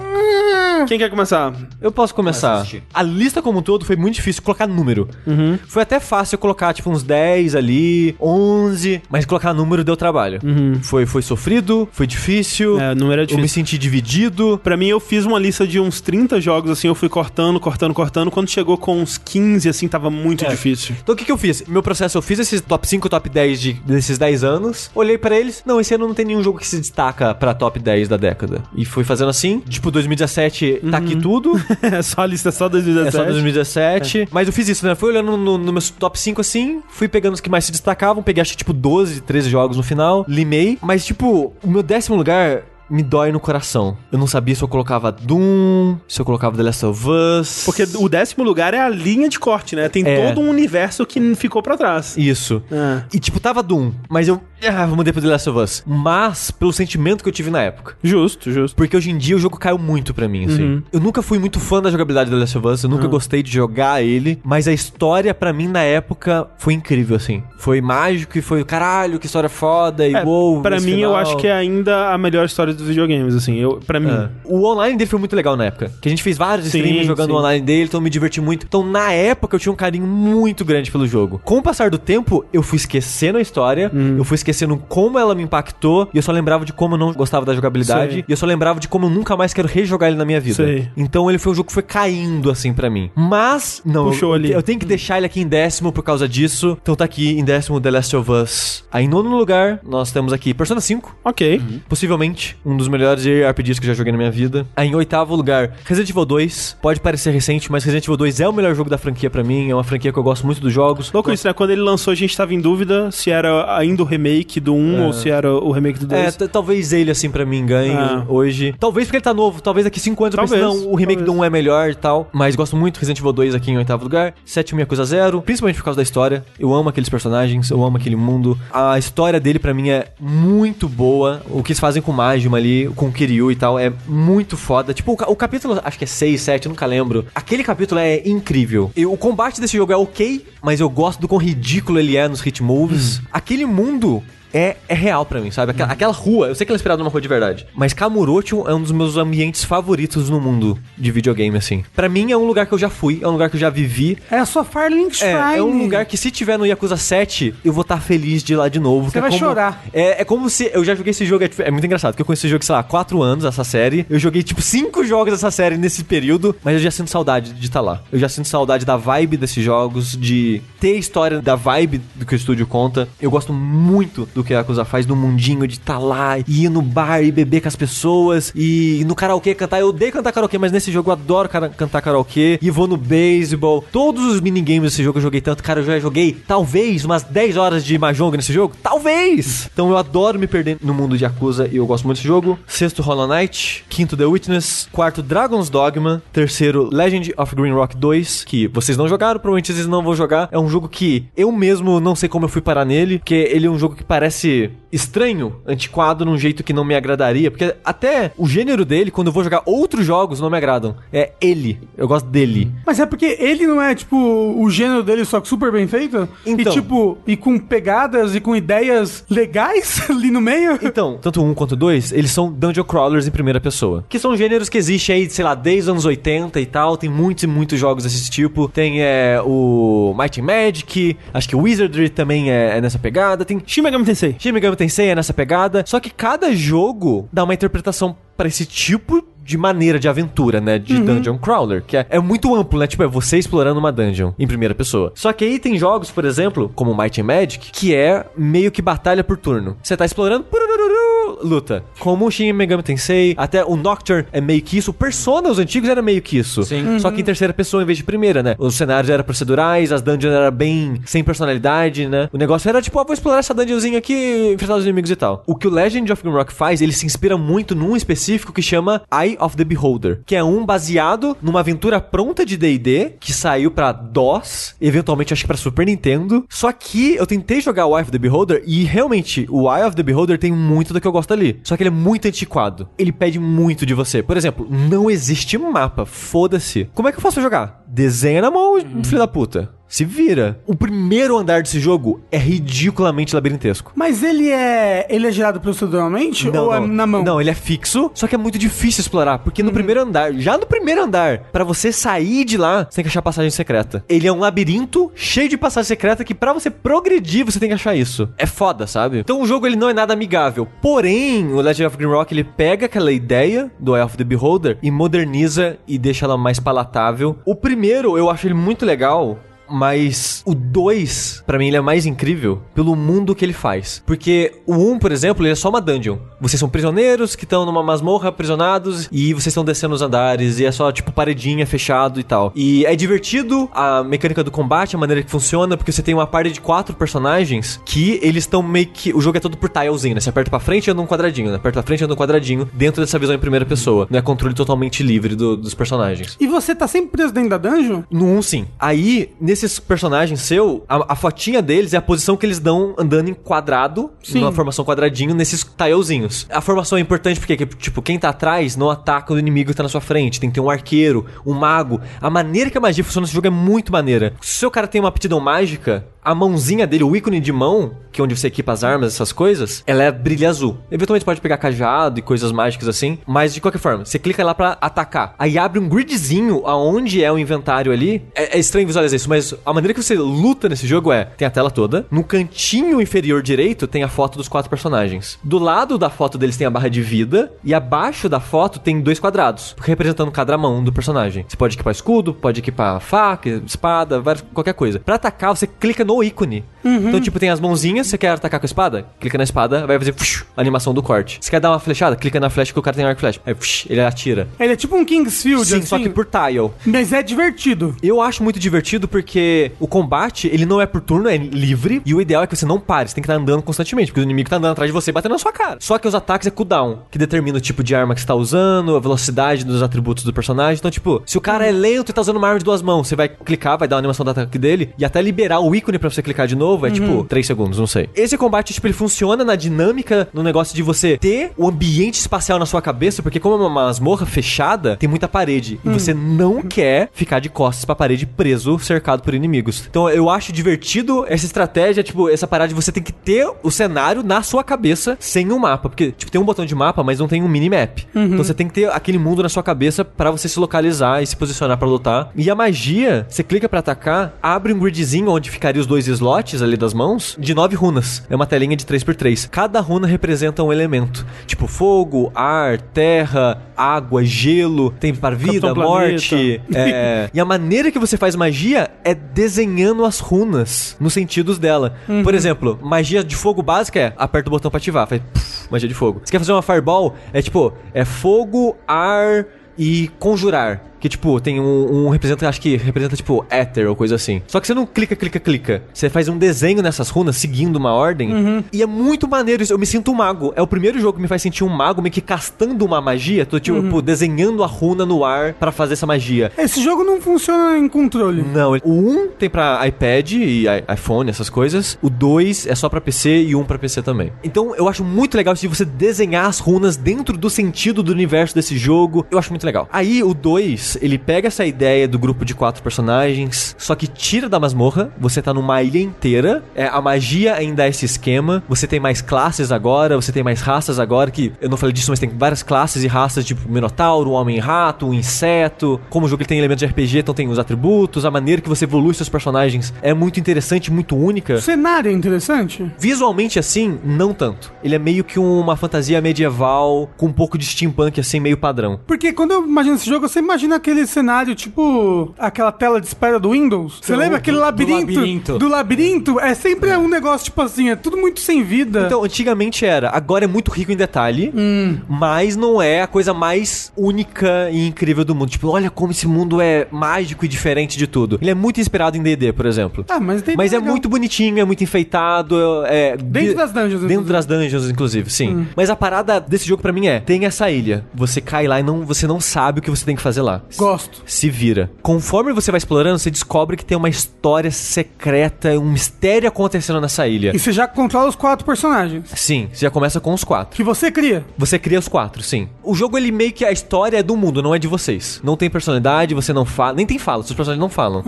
Quem quer começar?
Eu posso começar.
assistir.
A lista como um todo foi muito difícil colocar número.
Uhum.
Foi até fácil colocar, tipo, uns 10 ali, 11, mas colocar número deu trabalho. Foi, foi sofrido, foi difícil.
Uhum. É, número é
Eu
difícil.
me senti dividido.
Pra mim, eu fiz uma lista de uns 30 jogos, assim, eu fui cortando, cortando, cortando. Quando chegou com uns 15, assim, tava muito difícil.
Então o que, que eu fiz? Meu processo, eu fiz esses top 5, top 10 de- desses 10 anos, olhei pra eles, não, esse ano não tem nenhum jogo que se destaca pra top 10 da década. E fui fazendo assim, tipo 2017 tá aqui tudo,
É só a lista, é só
é
2017.
só 2017, mas eu fiz isso, né, fui olhando no, no meus top 5 assim, fui pegando os que mais se destacavam, peguei acho que tipo 12, 13 jogos no final, limei, mas tipo, o meu décimo lugar... Me dói no coração. Eu não sabia se eu colocava Doom, se eu colocava The Last of Us.
Porque o décimo lugar é a linha de corte, né? Tem
É.
todo um universo que ficou pra trás.
Isso.
Ah.
E tipo, tava Doom, mas eu. Ah, eu mudei pro The Last of Us. Mas pelo sentimento que eu tive na época.
Justo, justo.
Porque hoje em dia o jogo caiu muito pra mim, assim.
Uhum.
Eu nunca fui muito fã da jogabilidade do The Last of Us, eu nunca gostei de jogar ele, mas a história pra mim na época foi incrível, assim. Foi mágico e foi, caralho, que história foda e
É,
wow.
pra
esse
mim, eu
final."
acho que é ainda a melhor história dos videogames, assim. Eu, pra mim.
É. O online dele foi muito legal na época. Que a gente fez vários
Sim,
streams jogando
sim.
o online dele, então eu me diverti muito. Então, na época, eu tinha um carinho muito grande pelo jogo. Com o passar do tempo, eu fui esquecendo a história,
Hum.
eu fui esquecendo como ela me impactou, e eu só lembrava de como eu não gostava da jogabilidade,
Sei.
e eu só lembrava de como eu nunca mais quero rejogar ele na minha vida.
Sei.
Então, ele foi um jogo que foi caindo, assim, pra mim. Mas, não,
Puxou
eu,
ali. Hum.
eu tenho que deixar ele aqui em décimo por causa disso. Então, tá aqui em décimo The Last of Us. Aí, em nono lugar, nós temos aqui Persona 5.
Ok.
Possivelmente um dos melhores JRPGs que eu já joguei na minha vida. Aí, em oitavo lugar, Resident Evil 2. Pode parecer recente, mas Resident Evil 2 é o melhor jogo da franquia pra mim. É uma franquia que eu gosto muito dos jogos.
Louco isso, né? Quando ele lançou, a gente tava em dúvida se era ainda o remake do 1
É.
ou se era o remake do 2.
É, t- talvez ele, assim, pra mim ganhe
Ah.
hoje. Talvez porque ele tá novo. Talvez daqui 5 anos eu pense,
Talvez,
não, o remake
talvez.
do 1 é melhor e tal. Mas gosto muito. Resident Evil 2 aqui em oitavo lugar. Sétimo Yakuza Zero. Principalmente por causa da história. Eu amo aqueles personagens. Eu amo aquele mundo. A história dele, pra mim, é muito boa. O que eles fazem com o Majima ali, com o Kiryu e tal, é muito foda. Tipo, o, ca- o capítulo, acho que é 6, 7, eu nunca lembro. Aquele capítulo é incrível. E o
Uhum.
combate desse jogo é ok, mas eu gosto do quão ridículo ele é nos hit moves. Aquele mundo... é, é real pra mim, sabe? Aquela, aquela rua, eu sei que ela é inspirada numa rua de verdade, mas Kamurocho é um dos meus ambientes favoritos no mundo de videogame, assim. Pra mim é um lugar que eu já fui, é um lugar que eu já vivi.
É a sua Firelink Shrine.
É, é um lugar que se tiver no Yakuza 7, eu vou estar feliz de ir lá de novo. que é
vai
como-
chorar.
É, é como se. Eu já joguei esse jogo, é, tipo- é muito engraçado, porque eu conheci esse jogo, sei lá, há 4 anos, essa série. Eu joguei, tipo, cinco jogos dessa série nesse período, mas eu já sinto saudade de estar lá. Eu já sinto saudade da vibe desses jogos, de ter a história da vibe do que o estúdio conta. Eu gosto muito do que a Yakuza faz no mundinho de estar lá e ir no bar e beber com as pessoas e ir no karaokê cantar. Eu odeio cantar karaokê, mas nesse jogo eu adoro cara- cantar karaokê e vou no beisebol. Todos os minigames desse jogo eu joguei tanto, cara, eu já joguei talvez umas 10 horas de Mahjong nesse jogo. Talvez! Então eu adoro me perder no mundo de Yakuza e eu gosto muito desse jogo. Sexto, Hollow Knight. Quinto, The Witness. Quarto, Dragon's Dogma. Terceiro, Legend of Green Rock 2, que vocês não jogaram, provavelmente vocês não vão jogar. É um jogo que eu mesmo não sei como eu fui parar nele, porque ele é um jogo que parece estranho, antiquado, num jeito que não me agradaria. Porque até o gênero dele, quando eu vou jogar outros jogos, não me agradam. É ele. Eu gosto dele.
Mas é porque ele não é, tipo, o gênero dele só que super bem feito?
Então.
E, tipo, e com pegadas e com ideias legais ali no meio?
Então, tanto um quanto dois, eles são dungeon crawlers em primeira pessoa. Que são gêneros que existem aí, sei lá, desde os anos 80 e tal. Tem muitos e muitos jogos desse tipo. Tem é, o Might and Magic, acho que o Wizardry também é, é nessa pegada. Tem
Shin Megami Tensei.
Shin Megami Tensei é nessa pegada. Só que cada jogo dá uma interpretação pra esse tipo de maneira de aventura, né? De dungeon crawler, que é, é muito amplo, né? Tipo, é você explorando uma dungeon em primeira pessoa. Só que aí tem jogos, por exemplo, como Might and Magic, que é meio que batalha por turno. Você tá explorando, purururu, luta. Como o Shin Megami Tensei, até o Nocturne é meio que isso. O Persona, os antigos, era meio que isso.
Sim.
Só que em terceira pessoa em vez de primeira, né? Os cenários eram procedurais, as dungeons eram bem sem personalidade, né? O negócio era tipo, ah, vou explorar essa dungeonzinha aqui, enfrentar os inimigos e tal. O que o Legend of Grimrock faz, ele se inspira muito num específico que chama Eye of the Beholder, que é um baseado numa aventura pronta de D&D que saiu pra DOS, eventualmente acho que pra Super Nintendo. Só que eu tentei jogar o Eye of the Beholder e realmente o Eye of the Beholder tem muito do que eu gosto ali. Só que ele é muito antiquado. Ele pede muito de você. Por exemplo, não existe mapa. Foda-se. Como é que eu faço pra jogar? Desenha na mão, filho da puta. Se vira. O primeiro andar desse jogo é ridiculamente labirintesco.
Mas ele é. Ele é gerado proceduralmente ou é na mão? Uhum.
Não, ele é fixo, só que é muito difícil explorar, porque no primeiro andar, já no primeiro andar, pra você sair de lá, você tem que achar passagem secreta. Ele é um labirinto cheio de passagem secreta que pra você progredir, você tem que achar isso. É foda, sabe? Então o jogo ele não é nada amigável. Porém, o Legend of Grimrock ele pega aquela ideia do Eye of the Beholder e moderniza e deixa ela mais palatável. O primeiro, eu acho ele muito legal, mas o 2, pra mim, ele é mais incrível pelo mundo que ele faz. Porque o 1, um, por exemplo, ele é só uma dungeon. Vocês são prisioneiros que estão numa masmorra, aprisionados, e vocês estão descendo os andares, e é só, tipo, paredinha, fechado e tal. E é divertido a mecânica do combate, a maneira que funciona, porque você tem uma parte de quatro personagens que eles estão meio que. O jogo é todo por tilezinho, né? Você aperta pra frente e anda um quadradinho, né? Aperta pra frente e anda um quadradinho, dentro dessa visão em primeira pessoa. Não é controle totalmente livre do- dos personagens.
E você tá sempre preso dentro da dungeon?
No 1, sim. Aí, nesses personagens seu, a, a fotinha deles é a posição que eles dão andando em quadrado, numa formação quadradinho, nesses tilezinhos. A formação é importante porque, que, tipo, quem tá atrás não ataca o inimigo que tá na sua frente. Tem que ter um arqueiro, um mago. A maneira que a magia funciona nesse jogo é muito maneira. Se o cara tem uma aptidão mágica, a mãozinha dele, o ícone de mão, que é onde você equipa as armas, essas coisas, ela é brilha azul. Eventualmente pode pegar cajado e coisas mágicas assim, mas de qualquer forma, você clica lá pra atacar. Aí abre um gridzinho aonde é o inventário ali. É, é estranho visualizar isso, mas a maneira que você luta nesse jogo é: tem a tela toda, no cantinho inferior direito tem a foto dos quatro personagens. Do lado da foto deles tem a barra de vida, e abaixo da foto tem dois quadrados, representando cada mão do personagem. Você pode equipar escudo, pode equipar faca, espada, várias- qualquer coisa. Pra atacar, você clica no ícone. Então, tipo, tem as mãozinhas, você quer atacar com a espada? Clica na espada, vai fazer fush, a animação do corte. Você quer dar uma flechada? Clica na flecha que o cara tem arco e flecha. Aí, fush, ele atira.
Ele é tipo um Kingsfield,
Sim,
assim.
só que por tile.
Mas é divertido.
Eu acho muito divertido porque o combate, ele não é por turno, é livre. E o ideal é que você não pare, você tem que estar andando constantemente, porque o inimigo tá andando atrás de você e batendo na sua cara. Só que os ataques é cooldown, que determina o tipo de arma que você tá usando, a velocidade dos atributos do personagem. Então, tipo, se o cara é lento e tá usando uma arma de duas mãos, você vai clicar, vai dar uma animação do ataque dele, e até liberar o ícone pra você clicar de novo é tipo 3 segundos, não sei. Esse combate, tipo, ele funciona na dinâmica, no negócio de você ter o ambiente espacial na sua cabeça, porque como é uma masmorra fechada, tem muita parede. E você não quer ficar de costas pra parede preso, cercado por inimigos. Então eu acho divertido essa estratégia, tipo, essa parada de você tem que ter o cenário na sua cabeça sem um mapa. Porque, tipo, tem um botão de mapa, mas não tem um minimap.
Uhum.
Então você tem que ter aquele mundo na sua cabeça pra você se localizar e se posicionar pra lutar. E a magia, você clica pra atacar, abre um gridzinho onde ficaria os dois slots ali das mãos, de nove runas. É uma telinha de 3x3. Cada runa representa um elemento. Tipo fogo, ar, terra, água, gelo, tem para vida,
Capitão Planeta.
morte. é. E a maneira que você faz magia é desenhando as runas nos sentidos dela. Por exemplo, magia de fogo básica é aperta o botão pra ativar, faz puf, magia de fogo. Você quer fazer uma fireball? É tipo, é fogo, ar e conjurar. Que, tipo, tem um, um representa, acho que representa, tipo, éter ou coisa assim. Só que você não clica, clica, clica. Você faz um desenho nessas runas, seguindo uma ordem. E é muito maneiro isso. Eu me sinto um mago. É o primeiro jogo que me faz sentir um mago, meio que castando uma magia. Tô, tipo, desenhando a runa no ar pra fazer essa magia.
Esse jogo não funciona em controle.
Não, ele- o 1 tem pra iPad e i- iPhone, essas coisas. O 2 é só pra PC e um pra PC também. Então eu acho muito legal isso de você desenhar as runas dentro do sentido do universo desse jogo. Eu acho muito legal. Aí o 2, ele pega essa ideia do grupo de quatro personagens, só que tira da masmorra. Você tá numa ilha inteira. É, a magia ainda é esse esquema. Você tem mais classes agora, você tem mais raças agora, que eu não falei disso, mas tem várias classes e raças, tipo Minotauro, Homem-Rato, um Inseto. Como o jogo ele tem elementos de RPG, então tem os atributos, a maneira que você evolui seus personagens é muito interessante, muito única.
O cenário é interessante.
Visualmente assim, não tanto. Ele é meio que uma fantasia medieval com um pouco de steampunk assim, meio padrão.
Porque quando eu imagino esse jogo, você imagina aquele cenário, tipo aquela tela de espera do Windows. Você
Do-
lembra aquele
do- do
labirinto?
labirinto.
Do labirinto? É sempre um negócio, tipo assim, é tudo muito sem vida.
Então, antigamente era, agora é muito rico em detalhe,
Hum.
mas não é a coisa mais única e incrível do mundo. Tipo, olha como esse mundo é mágico e diferente de tudo. Ele é muito inspirado em D&D, por exemplo.
ah, mas tem
Mas é
legal.
muito bonitinho, é muito enfeitado. É, é-
Dentro
de-
das dungeons,
Dentro
inclusive. Hum.
das dungeons, inclusive, sim. Mas a parada desse jogo pra mim é: tem essa ilha. Você cai lá e não, você não sabe o que você tem que fazer lá.
Gosto.
Se vira. Conforme você vai explorando, você descobre que tem uma história secreta, um mistério acontecendo nessa ilha.
E você já controla os quatro personagens.
Sim, você já começa com os quatro.
Que você cria.
Você cria os quatro, sim. O jogo, ele meio que a história é do mundo, não é de vocês. Não tem personalidade, você não fala. Nem tem fala, seus personagens não falam.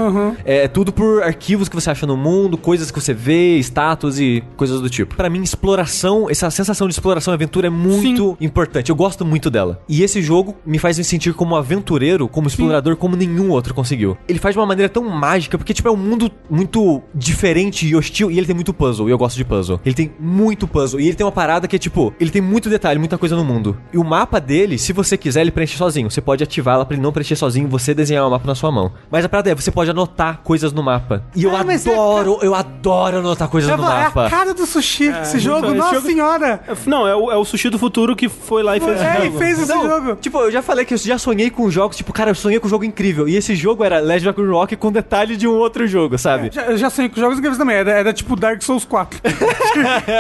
É tudo por arquivos que você acha no mundo, coisas que você vê, estátuas e coisas do tipo. Pra mim, exploração, essa sensação de exploração e aventura é muito importante. Eu gosto muito dela. E esse jogo me faz me sentir como um aventureiro, como explorador, como nenhum outro conseguiu. Ele faz de uma maneira tão mágica, porque, tipo, é um mundo muito diferente e hostil, e ele tem muito puzzle, e eu gosto de puzzle. Ele tem muito puzzle, e ele tem uma parada que é, tipo, ele tem muito detalhe, muita coisa no mundo. E o mapa dele, se você quiser, ele preenche sozinho. Você pode ativá-la pra ele não preencher sozinho, você desenhar o mapa na sua mão. Mas a parada é, você pode anotar coisas no mapa. E eu
Ah, mas é
adoro, eu adoro anotar coisas
É
no mapa.
a cara do sushi, esse jogo,
É, esse
nossa
jogo-
senhora.
É, Não, é o, é o sushi do futuro que foi lá e fez
É,
o
e
jogo.
fez esse
Não,
jogo.
Tipo, eu já falei que eu já sonhei com jogos, tipo, cara, eu sonhei com um jogo incrível. E esse jogo era Legend of Rock com detalhe de um outro jogo, sabe?
Já, eu já sonhei com jogos incríveis também, era, era tipo Dark Souls 4.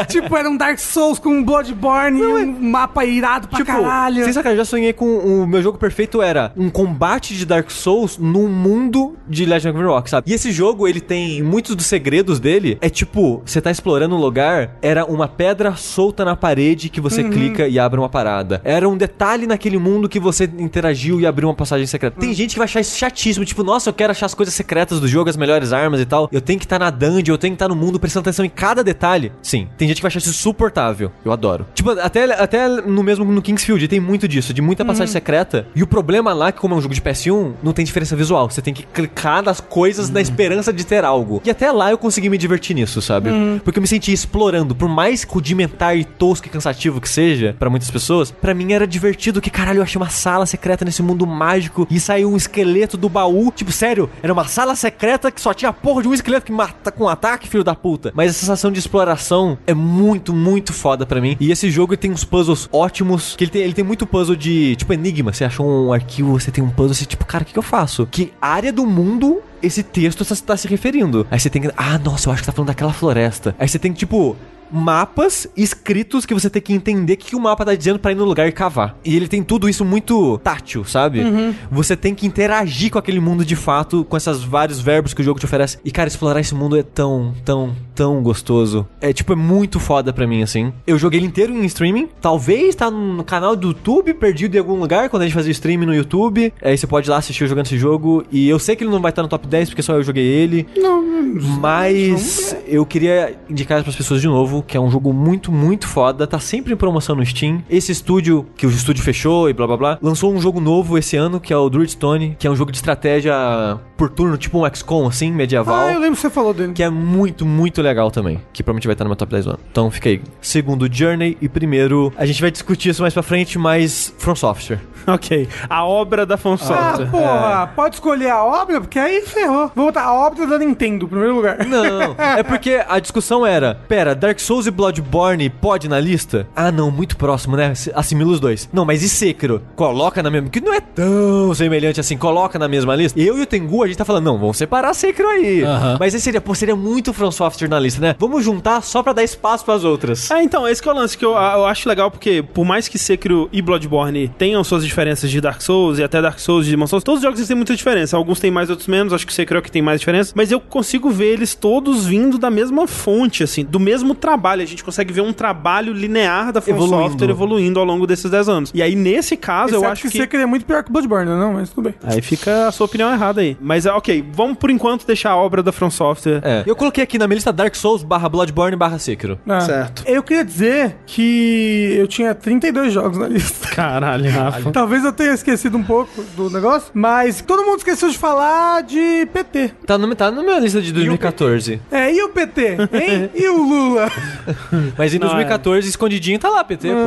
tipo, era um Dark Souls com um Bloodborne, e um mapa irado pra
Tipo,
caralho.
sem sacanagem, eu já sonhei com o meu jogo perfeito era um combate de Dark Souls num mundo de Legend of Rock, sabe? E esse jogo, ele tem muitos dos segredos dele, é tipo, você tá explorando um lugar, era uma pedra solta na parede que você clica e abre uma parada. Era um detalhe naquele mundo que você interagiu e abriu uma passagem secreta. Tem gente que vai achar isso chatíssimo, tipo, nossa, eu quero achar as coisas secretas do jogo, as melhores armas e tal. Eu tenho que estar na dungeon, eu tenho que estar no mundo prestando atenção em cada detalhe. Sim, tem gente que vai achar isso suportável. Eu adoro. Tipo, até, até no mesmo no Kingsfield tem muito disso, de muita passagem secreta. E o problema lá, que como é um jogo de PS1, não tem diferença visual. Você tem que clicar nas coisas na esperança de ter algo. E até lá eu consegui me divertir nisso, sabe? Porque eu me senti explorando. Por mais rudimentar e tosco e cansativo que seja pra muitas pessoas, pra mim era divertido que, caralho, eu achei uma sala secreta nesse mundo mágico e saiu um esqueleto do baú. Tipo, sério, era uma sala secreta que só tinha a porra de um esqueleto que mata com um ataque, filho da puta. Mas a sensação de exploração é muito, muito foda pra mim. E esse jogo ele tem uns puzzles ótimos, que ele tem, ele tem muito puzzle de, tipo, enigma. Você achou um arquivo, você tem um puzzle, você tipo, cara, o que, que eu faço? Que área do mundo esse texto tá, tá se referindo? Aí você tem que, ah, nossa, eu acho que tá falando daquela floresta. Aí você tem que, tipo... mapas escritos que você tem que entender o que o mapa tá dizendo pra ir no lugar e cavar. E ele tem tudo isso muito tátil, sabe? Você tem que interagir com aquele mundo de fato, com esses vários verbos que o jogo te oferece. E, cara, explorar esse mundo é tão, tão, tão gostoso. É, tipo, é muito foda pra mim, assim. Eu joguei ele inteiro em streaming. Talvez tá no canal do YouTube, perdido em algum lugar, quando a gente fazia streaming no YouTube. Aí você pode ir lá assistir eu jogando esse jogo. E eu sei que ele não vai estar no top 10, porque só eu joguei ele. Mas eu queria indicar para as pessoas de novo que é um jogo muito, muito foda, tá sempre em promoção no Steam. Esse estúdio, que o estúdio fechou e blá blá blá, lançou um jogo novo esse ano, que é o Druidstone, que é um jogo de estratégia por turno, tipo um XCOM assim, medieval.
Ah, eu lembro que você falou dele.
Que é muito, muito legal também. Que provavelmente vai estar no meu top 10 do ano. Então fica aí. Segundo Journey e primeiro. A gente vai discutir isso mais pra frente, mas From Software.
Ok. A obra da From
Ah,
Software.
porra,
É.
pode escolher a obra, porque aí ferrou. Vou botar a obra da Nintendo, em primeiro lugar.
Não, não, não. É porque a discussão era: pera, Dark Souls e Bloodborne pode na lista? Ah, não, muito próximo, né? Se- Assimila os dois. Não, mas e Sekiro? Coloca na mesma. Que não é tão semelhante assim, coloca na mesma lista. Eu e o Tengu, a gente tá falando, não, vamos separar Sekiro aí.
Aham.
Mas aí seria, pô, seria muito From Software na lista, né? Vamos juntar só pra dar espaço pras outras.
É, então, esse que é o lance que eu, eu acho legal, porque por mais que Sekiro e Bloodborne tenham suas diferenças de Dark Souls e até Dark Souls de Demon Souls, todos os jogos eles têm muita diferença. Alguns têm mais, outros menos. Acho que o Sekiro é o que tem mais diferença. Mas eu consigo ver eles todos vindo da mesma fonte, assim, do mesmo trabalho. A gente consegue ver um trabalho linear da From
Evoluindo.
Software evoluindo ao longo desses 10 anos. E aí, nesse caso, eu
Exceto
acho que...
você queria muito pior que Bloodborne, não? Mas tudo bem.
Aí fica a sua opinião errada aí. Mas, é, ok, vamos por enquanto deixar a obra da From Software.
É. Eu coloquei aqui na minha lista Dark Souls barra Bloodborne barra Sekiro.
Ah.
Certo.
Eu queria dizer que eu tinha 32 jogos na lista.
Caralho, Rafa.
Talvez eu tenha esquecido um pouco do negócio, mas todo mundo esqueceu de falar de PT.
Tá, no, tá na minha lista de 2014.
É, e o PT, hein? e o Lula?
Mas em
é.
2014, escondidinho tá lá, PT, pô.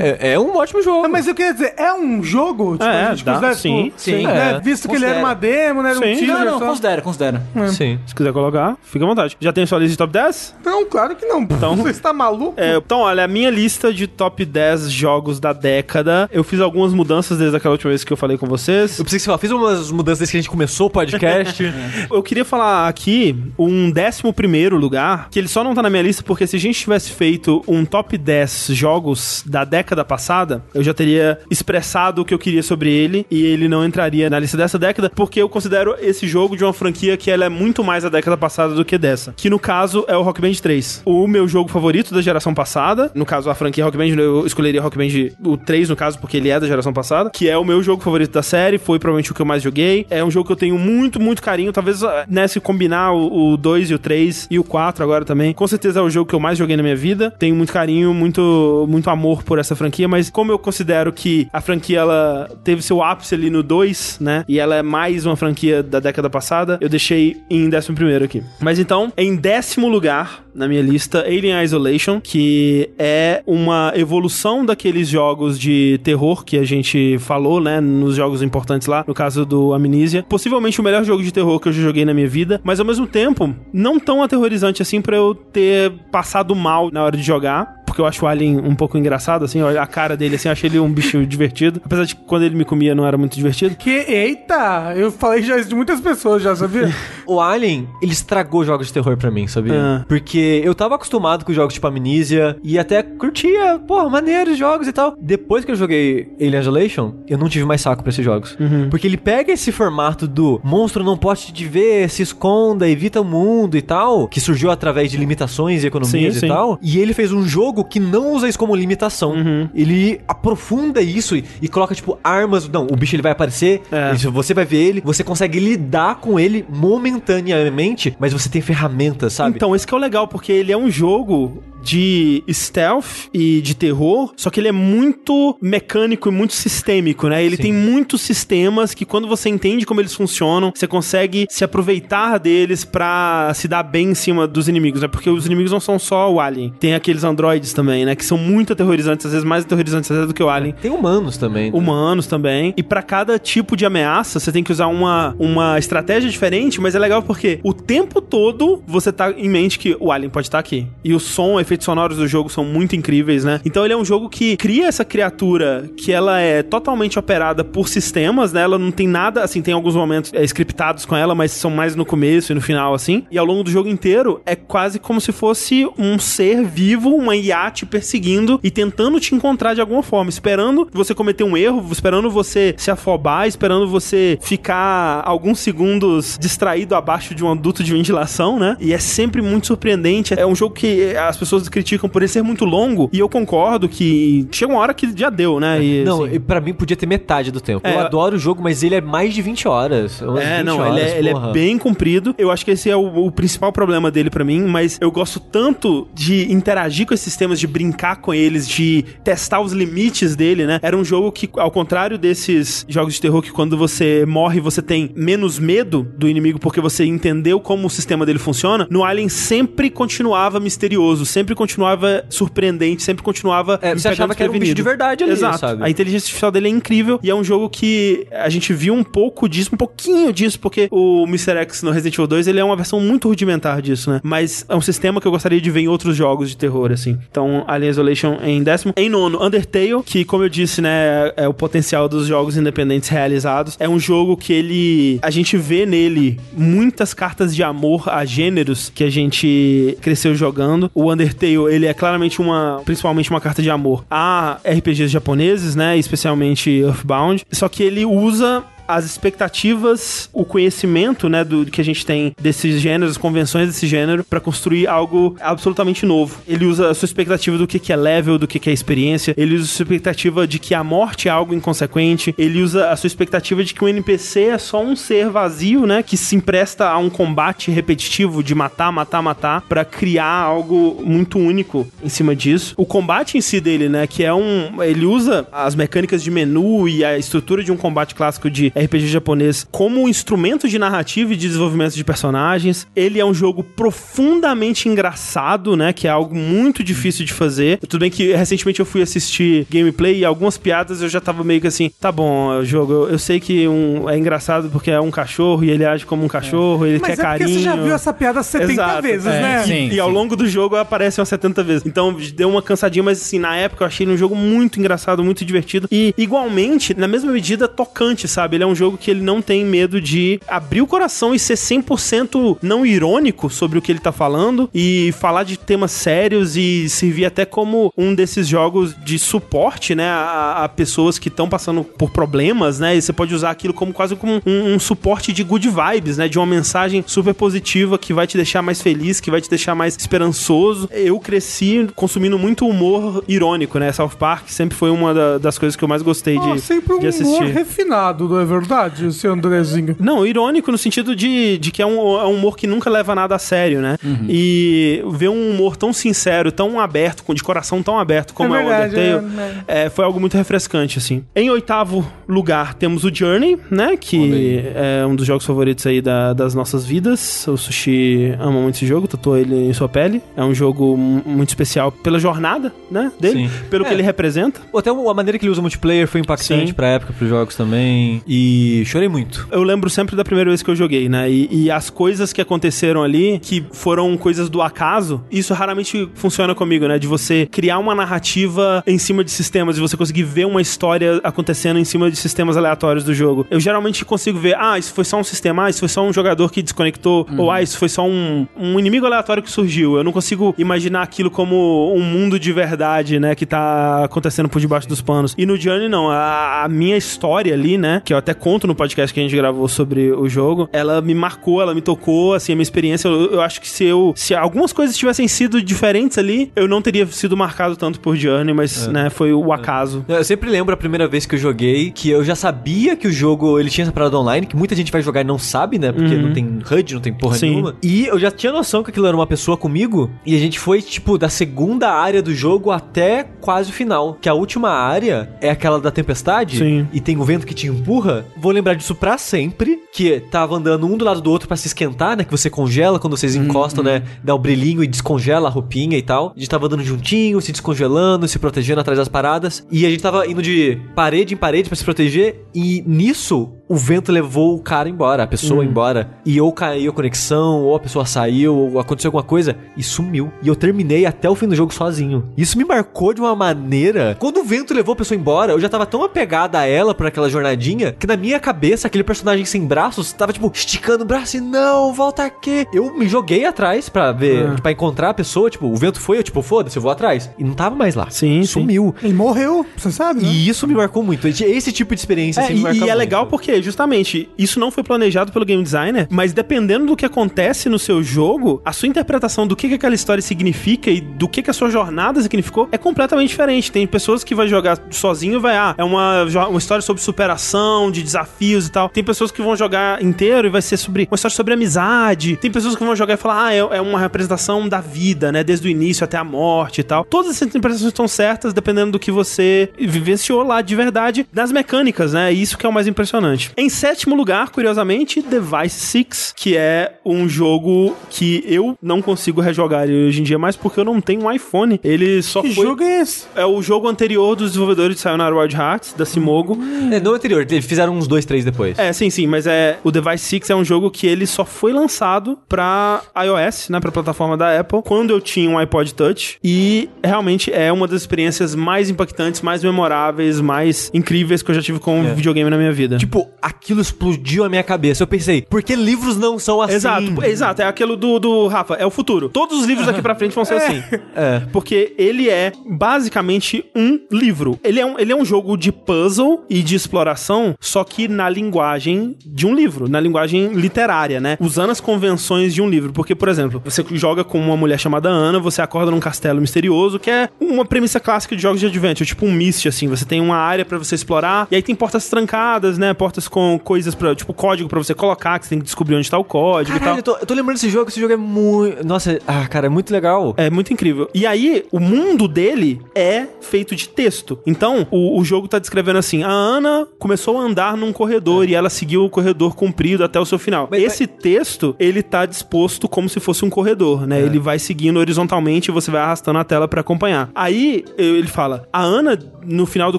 É, é um ótimo jogo.
Ah, Mas eu queria dizer, é um jogo? Tipo,
É,
a gente
dá-
considera,
sim,
tipo,
sim,
né?
é.
Visto que ele era
Considera.
uma demo, né? Era um
Sim.
teaser
Não, não,
só.
considera, considera.
Sim.
Se quiser colocar, fica à vontade. Já tem sua lista de top 10?
Não, claro que não.
Então-
Você está maluco?
É, então, olha, a minha lista de top 10 jogos da década. Eu fiz algumas mudanças desde aquela última vez que eu falei com vocês.
Eu pensei que você falou, fiz umas mudanças desde que a gente começou o podcast.
Eu queria falar aqui um décimo primeiro lugar, que ele só não tá na minha lista, porque se a gente tivesse feito um top 10 jogos da década passada, eu já teria expressado o que eu queria sobre ele, e ele não entraria na lista dessa década, porque eu considero esse jogo de uma franquia que ela é muito mais da década passada do que dessa. Que no caso é o Rock Band 3. O meu jogo favorito da geração passada, no caso a franquia Rock Band, eu escolheria Rock Band o 3 no caso, porque ele é da geração passada, que é o meu jogo favorito da série, foi provavelmente o que eu mais joguei. É um jogo que eu tenho muito, muito carinho, talvez ah, né, se combinar o, o 2 e o 3 e o 4 agora também. Com certeza é o jogo que eu mais joguei na minha vida. Tenho muito carinho, muito muito amor por essa franquia, mas como eu considero que a franquia ela teve seu ápice ali no 2, né? E ela é mais uma franquia da década passada, eu deixei em 11 primeiro aqui. Mas então, em décimo lugar na minha lista, Alien Isolation, que é uma evolução daqueles jogos de terror que a gente falou, né, nos jogos importantes lá, no caso do Amnesia. Possivelmente o melhor jogo de terror que eu já joguei na minha vida, mas ao mesmo tempo, não tão aterrorizante assim pra eu ter passado mal na hora de jogar. Porque eu acho o Alien um pouco engraçado, assim, olha a cara dele, assim, eu achei ele um bichinho divertido. Apesar de que quando ele me comia não era muito divertido.
Que, eita, eu falei já isso de muitas pessoas já, sabia?
o Alien, ele estragou jogos de terror pra mim, sabia?
Ah.
Porque eu tava acostumado com jogos tipo Amnesia e até curtia, porra, maneiros jogos e tal. Depois que eu joguei Alien Isolation, eu não tive mais saco pra esses jogos.
Uhum.
Porque ele pega esse formato do monstro não pode te ver, se esconda, evita o mundo e tal, que surgiu através de limitações e economias
Sim,
e
sim.
tal. E ele fez um jogo que não usa isso como limitação.
Uhum.
Ele aprofunda isso e, e coloca, tipo, armas. Não, o bicho ele vai aparecer,
É.
ele se Você vai ver ele, você consegue lidar com ele momentaneamente, mas você tem ferramentas, sabe?
Então, esse que é o legal, porque ele é um jogo de stealth e de terror, só que ele é muito mecânico e muito sistêmico, né? Ele
Sim.
tem muitos sistemas que quando você entende como eles funcionam, você consegue se aproveitar deles pra se dar bem em cima dos inimigos, né? Porque os inimigos não são só o alien, tem aqueles androides aliens também, né? Que são muito aterrorizantes, às vezes mais aterrorizantes até do que o Alien.
Tem humanos também. né?
Humanos também. E pra cada tipo de ameaça, você tem que usar uma, uma estratégia diferente, mas é legal porque o tempo todo você tá em mente que o Alien pode estar aqui. E o som, efeitos sonoros do jogo são muito incríveis, né? Então ele é um jogo que cria essa criatura que ela é totalmente operada por sistemas, né? Ela não tem nada, assim, tem alguns momentos é, scriptados com ela, mas são mais no começo e no final, assim. E ao longo do jogo inteiro é quase como se fosse um ser vivo, uma IA te perseguindo e tentando te encontrar de alguma forma, esperando você cometer um erro, esperando você se afobar, esperando você ficar alguns segundos distraído abaixo de um adulto de ventilação, né? E é sempre muito surpreendente. É um jogo que as pessoas criticam por ele ser muito longo, e eu concordo que chega uma hora que já deu, né? E,
Não,
assim,
e pra mim podia ter metade do tempo.
É,
eu adoro o jogo, mas ele é mais de 20 horas. umas
É,
20
não,
horas,
ele, é, ele é
porra.
bem comprido. Eu acho que esse é o, o principal problema dele pra mim, mas eu gosto tanto de interagir com esses sistemas, de brincar com eles, de testar os limites dele, né? Era um jogo que, ao contrário desses jogos de terror que quando você morre você tem menos medo do inimigo porque você entendeu como o sistema dele funciona, no Alien sempre continuava misterioso, sempre continuava surpreendente, sempre continuava
É,
me
você achava
pegando
que era um bicho de
desprevenido.
verdade ali,
Exato.
sabe?
A inteligência artificial dele é incrível e é um jogo que a gente viu um pouco disso, um pouquinho disso, porque o Mr. X no Resident Evil 2 ele é uma versão muito rudimentar disso, né? Mas é um sistema que eu gostaria de ver em outros jogos de terror, assim. Então, Alien Isolation em décimo. Em nono, Undertale, que, como eu disse, né, é o potencial dos jogos independentes realizados. É um jogo que ele. A gente vê nele muitas cartas de amor a gêneros que a gente cresceu jogando. O Undertale, ele é claramente uma. Principalmente uma carta de amor a RPGs japoneses, né? Especialmente Earthbound. Só que ele usa as expectativas, o conhecimento, né, do que a gente tem desses gêneros, as convenções desse gênero, pra construir algo absolutamente novo. Ele usa a sua expectativa do que, que é level, do que, que é experiência, ele usa a sua expectativa de que a morte é algo inconsequente, ele usa a sua expectativa de que um NPC é só um ser vazio, né, que se empresta a um combate repetitivo de matar, matar, matar, pra criar algo muito único em cima disso. O combate em si dele, né, que é um, ele usa as mecânicas de menu e a estrutura de um combate clássico de RPG japonês como um instrumento de narrativa e de desenvolvimento de personagens. Ele é um jogo profundamente engraçado, né? Que é algo muito difícil de fazer. Tudo bem que recentemente eu fui assistir gameplay e algumas piadas eu já tava meio que assim: tá bom, jogo, eu, eu sei que um, é engraçado porque é um cachorro e ele age como um cachorro, ele
Mas
quer
é porque
carinho.
você já viu essa piada 70
Exato,
vezes,
é,
né?
sim.
e ao longo do jogo aparece umas 70 vezes. Então deu uma cansadinha, mas assim, na época eu achei ele um jogo muito engraçado, muito divertido. E igualmente, na mesma medida, tocante, sabe? Ele é um jogo que ele não tem medo de abrir o coração e ser 100% não irônico sobre o que ele tá falando e falar de temas sérios e servir até como um desses jogos de suporte, né? A, a pessoas que estão passando por problemas, né? E você pode usar aquilo como quase como um, um suporte de good vibes, né? De uma mensagem super positiva que vai te deixar mais feliz, que vai te deixar mais esperançoso. Eu cresci consumindo muito humor irônico, né? South Park sempre foi uma da- das coisas que eu mais gostei
Ah,
de,
sempre um
de
humor
assistir.
refinado, não é verdade, o seu Andrezinho?
Não, irônico no sentido de, de que é um, é um humor que nunca leva nada a sério, né? E ver um humor tão sincero, tão aberto, com- de coração tão aberto como é,
É
o
verdade,
Undertale, é, foi algo muito refrescante, assim. Em oitavo lugar temos o Journey, né? Que é um dos jogos favoritos aí da- das nossas vidas. O Sushi ama muito esse jogo, tatuou ele em sua pele. É um jogo mu- muito especial pela jornada, né? Dele,
Sim.
pelo que
É.
ele representa.
Ou Até a maneira que ele usa o multiplayer foi impactante
Sim.
pra época, pros jogos também. E chorei muito.
eu lembro sempre da primeira vez que eu joguei, né? E, e as coisas que aconteceram ali, que foram coisas do acaso, isso raramente funciona comigo, né? De você criar uma narrativa em cima de sistemas, de você conseguir ver uma história acontecendo em cima de sistemas aleatórios do jogo. Eu geralmente consigo ver, ah, isso foi só um sistema, ah, isso foi só um jogador que desconectou, ou ah, isso foi só um, um inimigo aleatório que surgiu. Eu não consigo imaginar aquilo como um mundo de verdade, né? Que tá acontecendo por debaixo dos panos. E no Journey, não. A, a minha história ali, né? Que eu até conto no podcast que a gente gravou sobre o jogo. Ela me marcou, ela me tocou, assim, a minha experiência. Eu, eu acho que se eu. Se algumas coisas tivessem sido diferentes ali, eu não teria sido marcado tanto por Journey, mas, né? Foi o acaso.
Eu sempre lembro a primeira vez que eu joguei, que eu já sabia que o jogo ele tinha essa parada online, que muita gente vai jogar e não sabe, né? Porque não tem HUD, não tem porra
Sim.
nenhuma. E eu já tinha noção que aquilo era uma pessoa comigo. E a gente foi, tipo, da segunda área do jogo até quase o final. Que a última área é aquela da tempestade.
Sim.
E tem o vento que te empurra. Vou lembrar disso pra sempre. que tava andando um do lado do outro pra se esquentar, né? Que você congela quando vocês
Uhum.
encostam, né? Dá o brilhinho e descongela a roupinha e tal. A gente tava andando juntinho, se descongelando, se protegendo atrás das paradas. E a gente tava indo de parede em parede pra se proteger. E nisso, o vento levou o cara embora, a
Hum.
pessoa embora. E ou caiu a conexão, ou a pessoa saiu, ou aconteceu alguma coisa e sumiu. E eu terminei até o fim do jogo sozinho. Isso me marcou de uma maneira. Quando o vento levou a pessoa embora, eu já tava tão apegada a ela por aquela jornadinha que na minha cabeça aquele personagem sem braços tava tipo esticando o braço e não, volta aqui. Eu me joguei atrás pra
É.
ver, pra encontrar a pessoa, tipo, o vento foi, eu tipo, foda-se, eu vou atrás. E não tava mais lá.
Sim, sim.
Sumiu.
Ele morreu, você sabe, né?
E isso me marcou muito. Esse tipo de experiência
É,
assim,
e,
me marca
e é
muito.
legal porque, justamente, isso não foi planejado pelo game designer, mas dependendo do que acontece no seu jogo, a sua interpretação do que, que aquela história significa e do que, que a sua jornada significou é completamente diferente. Tem pessoas que vai jogar sozinho e vai, ah, é uma, jo- uma história sobre superação, de desafios e tal. Tem pessoas que vão jogar inteiro e vai ser sobre uma história sobre amizade. Tem pessoas que vão jogar e falar, ah, é, é uma representação da vida, né? Desde o início até a morte e tal. Todas essas interpretações estão certas, dependendo do que você vivenciou lá de verdade, das mecânicas, né? Isso que é o mais impressionante. Em sétimo lugar, curiosamente, Device 6, que é um jogo que eu não consigo rejogar ele hoje em dia mais porque eu não tenho um iPhone. Ele só
Que
foi.
jogo é esse?
É o jogo anterior dos desenvolvedores de Sayonara Wild Hearts, da Simogo.
É, não anterior, eles fizeram uns dois, três depois.
É, sim, sim, mas é o Device 6 é um jogo que ele só foi lançado pra iOS, né, pra plataforma da Apple, quando eu tinha um iPod Touch e realmente é uma das experiências mais impactantes, mais memoráveis, mais incríveis que eu já tive com um videogame na minha vida.
É. Tipo, aquilo explodiu a minha cabeça. Eu pensei, por que livros não são assim?
Exato, exato, é aquilo do, do Rafa, é o futuro. Todos os livros daqui pra frente vão ser assim.
É.
Porque ele é basicamente um livro. Ele é um, ele é um jogo de puzzle e de exploração, só que na linguagem de um livro, na linguagem literária, né? Usando as convenções de um livro. Porque, por exemplo, você joga com uma mulher chamada Ana, você acorda num castelo misterioso, que é uma premissa clássica de jogos de adventure, tipo um Myst, assim. Você tem uma área pra você explorar, e aí tem portas trancadas, né? Portas com coisas, pra, tipo código pra você colocar, que você tem que descobrir onde tá o código e tal.
Caralho, eu tô, eu tô lembrando desse jogo, esse jogo é muito. Nossa, ah, cara, é muito legal.
É muito incrível. E aí, o mundo dele é feito de texto. Então, o, o jogo tá descrevendo assim: a Ana começou a andar num corredor e ela seguiu o corredor comprido até o seu final.
Mas-
Esse texto, ele tá disposto como se fosse um corredor, né? Ele vai seguindo horizontalmente e você vai arrastando a tela pra acompanhar. Aí, eu- ele fala: a Ana, no final do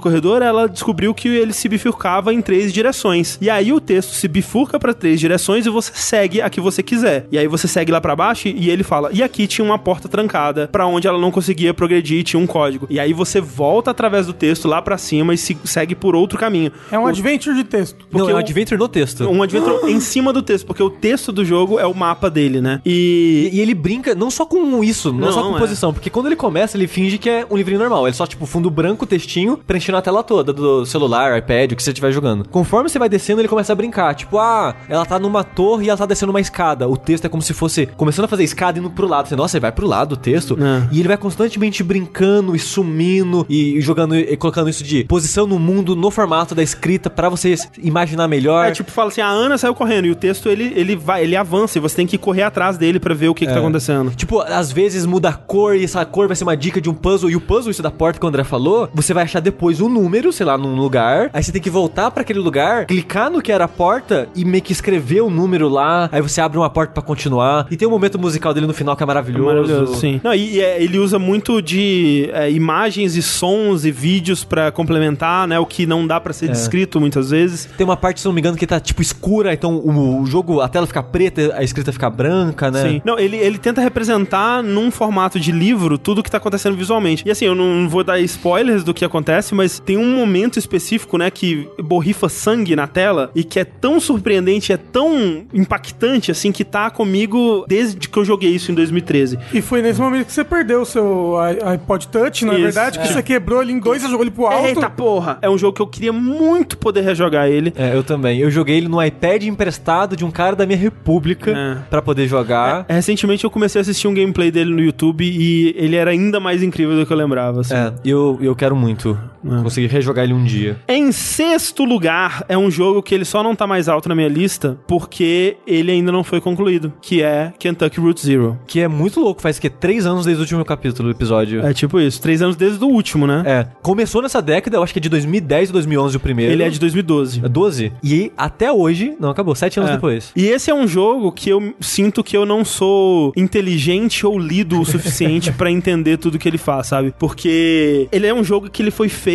corredor, ela descobriu que ele se bifurcava em três direções. E aí, o texto se bifurca pra três direções e você segue a que você quiser. E aí, você segue lá pra baixo e ele fala: e aqui tinha uma porta trancada pra onde ela não conseguia progredir, e tinha um código. E aí, você volta através do texto lá pra cima e se- segue por outro caminho.
É um
O-
adventure de texto.
Não, é um
eu-
adventure no texto.
um adventure em cima do texto, porque o texto do jogo é o mapa dele, né? E,
E, e ele brinca não só com isso, não,
Não,
só com
é.
posição, porque quando ele começa, ele finge que é um livrinho normal. Ele só, tipo, fundo branco, textinho, preenchendo a tela toda do celular, iPad, o que você estiver jogando. Conforme você vai descendo, ele começa a brincar. Tipo, ah, ela tá numa torre e ela tá descendo uma escada. O texto é como se fosse começando a fazer escada e indo pro lado. Você, nossa, ele vai pro lado o texto.
É.
E ele vai constantemente brincando e sumindo e jogando e colocando isso de posição no mundo, no formato da escrita, pra você imaginar melhor.
É, tipo, fala assim, a Ana saiu correndo e o texto ele, ele vai, ele avança e você tem que correr atrás dele pra ver o que, que tá acontecendo.
Tipo, às vezes muda a cor e essa cor vai ser uma dica de um puzzle. E o puzzle, isso da porta que o André falou, você vai achar depois um número, sei lá, num lugar. Aí você tem que voltar pra aquele lugar, clicar no que era a porta e meio que escrever o número lá. Aí você abre uma porta pra continuar. E tem um momento musical dele no final que é maravilhoso.
Maravilhoso, sim. Não, e, e, é, ele usa muito de é, imagens e sons e vídeos pra complementar, né? O que não dá pra ser descrito muitas vezes.
Tem uma parte, se não me engano, que tá tipo escura, então o, o jogo, a tela fica preta, a escrita fica branca, né?
Sim. Não, ele, ele tenta representar num formato de livro tudo o que tá acontecendo visualmente. E assim, eu não vou dar spoilers do que acontece, mas tem um momento específico, né, que borrifa sangue na tela e que é tão surpreendente, é tão impactante, assim, que tá comigo desde que eu joguei isso em 2013.
E foi nesse momento que você perdeu o seu i- iPod Touch, na
Isso,
verdade, que
é.
você quebrou ele em dois, você jogou ele pro alto.
Eita porra! É um jogo que eu queria muito poder rejogar ele.
É, eu também. Eu joguei ele no iPad emprestado de um cara da minha república
É.
pra poder jogar.
Recentemente eu comecei a assistir um gameplay dele no YouTube e ele era ainda mais incrível do que eu lembrava. Assim.
É, eu, eu quero muito conseguir rejogar ele um dia.
Em sexto lugar, é um jogo que ele só não tá mais alto na minha lista porque ele ainda não foi concluído, que é Kentucky Route Zero.
Que é muito louco, faz que três anos desde o último capítulo do episódio. É.
É tipo isso, três anos desde o último, né?
é Começou nessa década, eu acho que é de 2010 ou 2011 o primeiro.
Ele é de 2012.
12. E até hoje, não acabou, sete anos
É.
depois.
E esse é um jogo que eu sinto que eu não sou inteligente ou lido o suficiente pra entender tudo que ele faz, sabe? Porque ele é um jogo que ele foi feito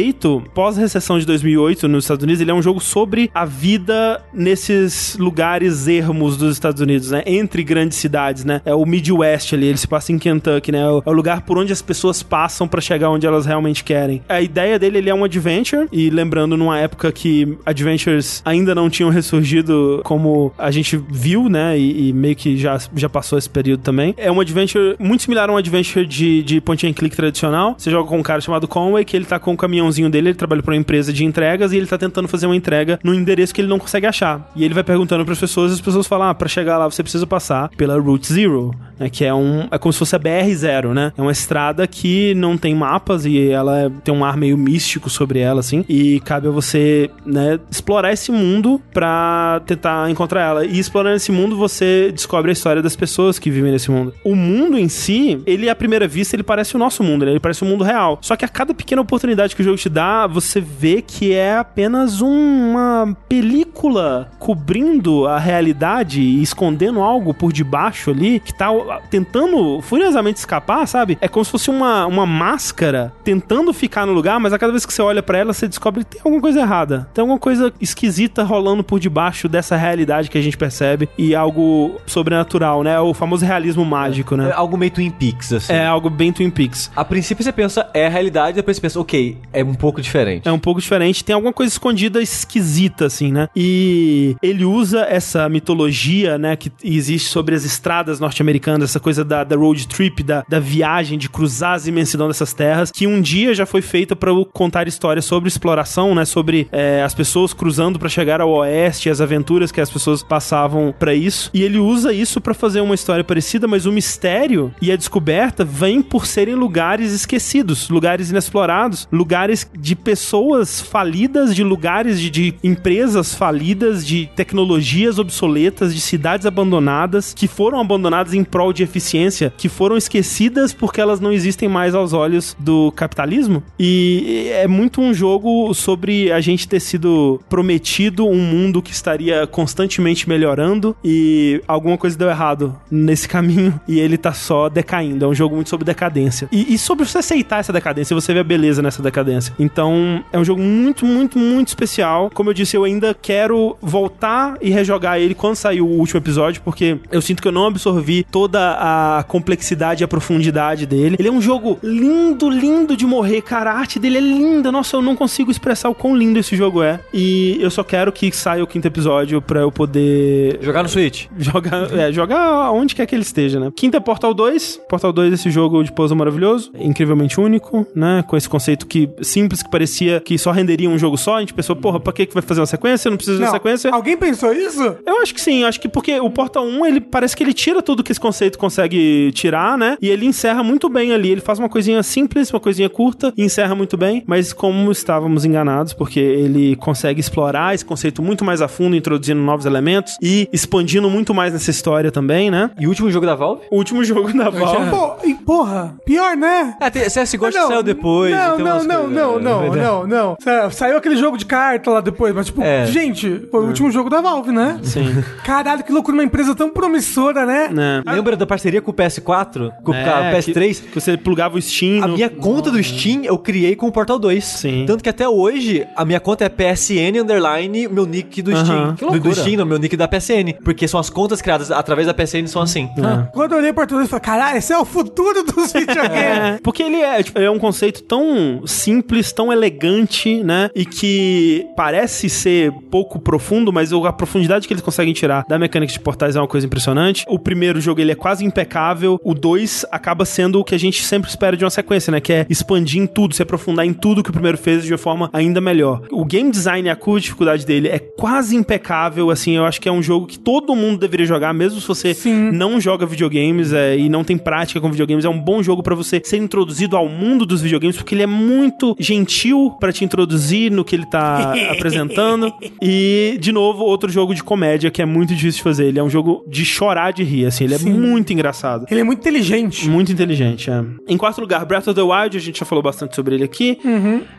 pós a recessão de 2008 nos Estados Unidos, ele é um jogo sobre a vida nesses lugares ermos dos Estados Unidos, né? Entre grandes cidades, né? É o Midwest ali, ele se passa em Kentucky, né? É o- é o lugar por onde as pessoas passam pra chegar onde elas realmente querem. A ideia dele, ele é um adventure, e lembrando numa época que adventures ainda não tinham ressurgido como a gente viu, né? E, e meio que já, já passou esse período também. É um adventure muito similar a um adventure de, de point and click tradicional. Você joga com um cara chamado Conway, que ele tá com o caminhãozinho dele, ele trabalha pra uma empresa de entregas e ele tá tentando fazer uma entrega num endereço que ele não consegue achar. E ele vai perguntando pras pessoas, e as pessoas falam: ah, pra chegar lá você precisa passar pela Route Zero, né? Que é um. É como se fosse a BR-0, né? É uma estrada que não tem mapas e ela é- tem um ar meio místico sobre ela, assim. E cabe a você, né, explorar esse mundo pra tentar encontrar ela. E explorando esse mundo, você descobre a história das pessoas que vivem nesse mundo. O mundo em si, ele à primeira vista, ele parece o nosso mundo, né? Ele parece o mundo real. Só que a cada pequena oportunidade que o jogo te dá, você vê que é apenas um- uma película cobrindo a realidade e escondendo algo por debaixo ali que tá ó, tentando furiosamente escapar, sabe? É como se fosse uma, uma máscara tentando ficar no lugar, mas a cada vez que você olha pra ela, você descobre que tem alguma coisa errada. Tem alguma coisa esquisita rolando por debaixo dessa realidade que a gente percebe e algo sobrenatural, né? O famoso realismo mágico,
É
né?
algo meio Twin Peaks, assim.
É algo bem Twin Peaks.
A princípio você pensa, é a realidade, depois você pensa, ok, é um pouco diferente.
É um pouco diferente. Tem alguma coisa escondida esquisita, assim, né? E ele usa essa mitologia, né, que existe sobre as estradas norte-americanas, essa coisa da, da road trip, da, da viagem, de cruzar as imensidão dessas terras, que um dia já foi feita para contar histórias sobre exploração, né? Sobre é, as pessoas cruzando para chegar ao oeste, as aventuras que as pessoas passavam para isso. E ele usa isso para fazer uma história parecida, mas o mistério e a descoberta vem por serem lugares esquecidos, lugares inexplorados, lugares de pessoas falidas, de lugares de, de empresas falidas, de tecnologias obsoletas, de cidades abandonadas, que foram abandonadas em prol de eficiência, que foram esquecidas porque elas não existem mais aos olhos do capitalismo. E é muito um jogo sobre a gente ter sido prometido um mundo que estaria constantemente melhorando e alguma coisa deu errado nesse caminho e ele tá só decaindo. É um jogo muito sobre decadência. E, e sobre você aceitar essa decadência, você vê a beleza nessa decadência. Então, é um jogo muito, muito, muito especial. Como eu disse, eu ainda quero voltar e rejogar ele quando sair o último episódio, porque eu sinto que eu não absorvi toda a complexidade e a profundidade dele. Ele é um jogo lindo, lindo de morrer, cara. A arte dele é linda. Nossa, eu não consigo expressar o quão lindo esse jogo é. E eu só quero que saia o quinto episódio pra eu poder
Jogar no Switch.
Jogar, é, jogar onde quer que ele esteja, né? Quinta é Portal 2. Portal 2, esse jogo de puzzle maravilhoso, incrivelmente único, né? Com esse conceito que simples que parecia que só renderia um jogo só. A gente pensou, porra, pra que que vai fazer uma sequência? Não precisa de uma
Não,
sequência.
Alguém pensou isso?
Eu acho que sim, eu acho que porque o Portal 1, ele parece que ele tira tudo que esse conceito consegue tirar, né? E ele encerra muito bem ali. Ele faz uma coisinha simples, uma coisinha curta e encerra muito bem. Mas como estávamos enganados, porque ele consegue explorar esse conceito muito mais a fundo, introduzindo novos elementos e expandindo muito mais nessa história também, né?
E o último jogo da Valve?
O último jogo da Valve.
Pô, Tipo, e porra, pior, né?
É, tem, CSGO
Não,
saiu depois.
Não,
então,
tem
não,
umas
não,
coisas- né?
né?
não, não,
Verdade.
não, não. Sa- Saiu aquele jogo de carta lá depois, mas tipo,
É.
gente, foi o último jogo da Valve, né?
Sim.
Caralho, que loucura, uma empresa tão promissora, né?
né?
Lembra da parceria com o PS4? Com
É,
Ah, o PS3?
Que, que você plugava o Steam.
A
no-
minha conta do Steam eu criei com o Portal 2.
Sim.
Tanto que até hoje a minha conta é PSN underline meu nick do Steam.
Aham.
Que loucura. Do Steam, não, meu nick da PSN. Porque são as contas criadas através da PSN são assim.
Ah, Quando eu olhei pra tudo, eu falei, caralho, esse é o futuro dos videogames.
É, porque ele é, tipo, ele é um conceito tão simples, tão elegante, né? E que parece ser pouco profundo, mas o- a profundidade que eles conseguem tirar da mecânica de portais é uma coisa impressionante. O primeiro jogo ele é quase impecável, o 2 acaba sendo o que a gente sempre espera de uma sequência, né? Que é expandir em tudo, se aprofundar em tudo que o primeiro fez de uma forma ainda melhor. O game design, a curva de dificuldade dele é quase impecável, assim, eu acho que é um jogo que todo mundo deveria jogar, mesmo se você não joga videogames é, e não tem prática com videogames, é um bom jogo pra você ser introduzido ao mundo dos videogames, porque ele é muito gentil pra te introduzir no que ele tá apresentando. E, de novo, outro jogo de comédia que é muito difícil de fazer. Ele é um jogo de chorar de rir, assim, ele é muito engraçado.
Ele é muito inteligente.
Muito inteligente, é. Em quarto lugar, Breath of the Wild, a gente já falou bastante sobre ele aqui.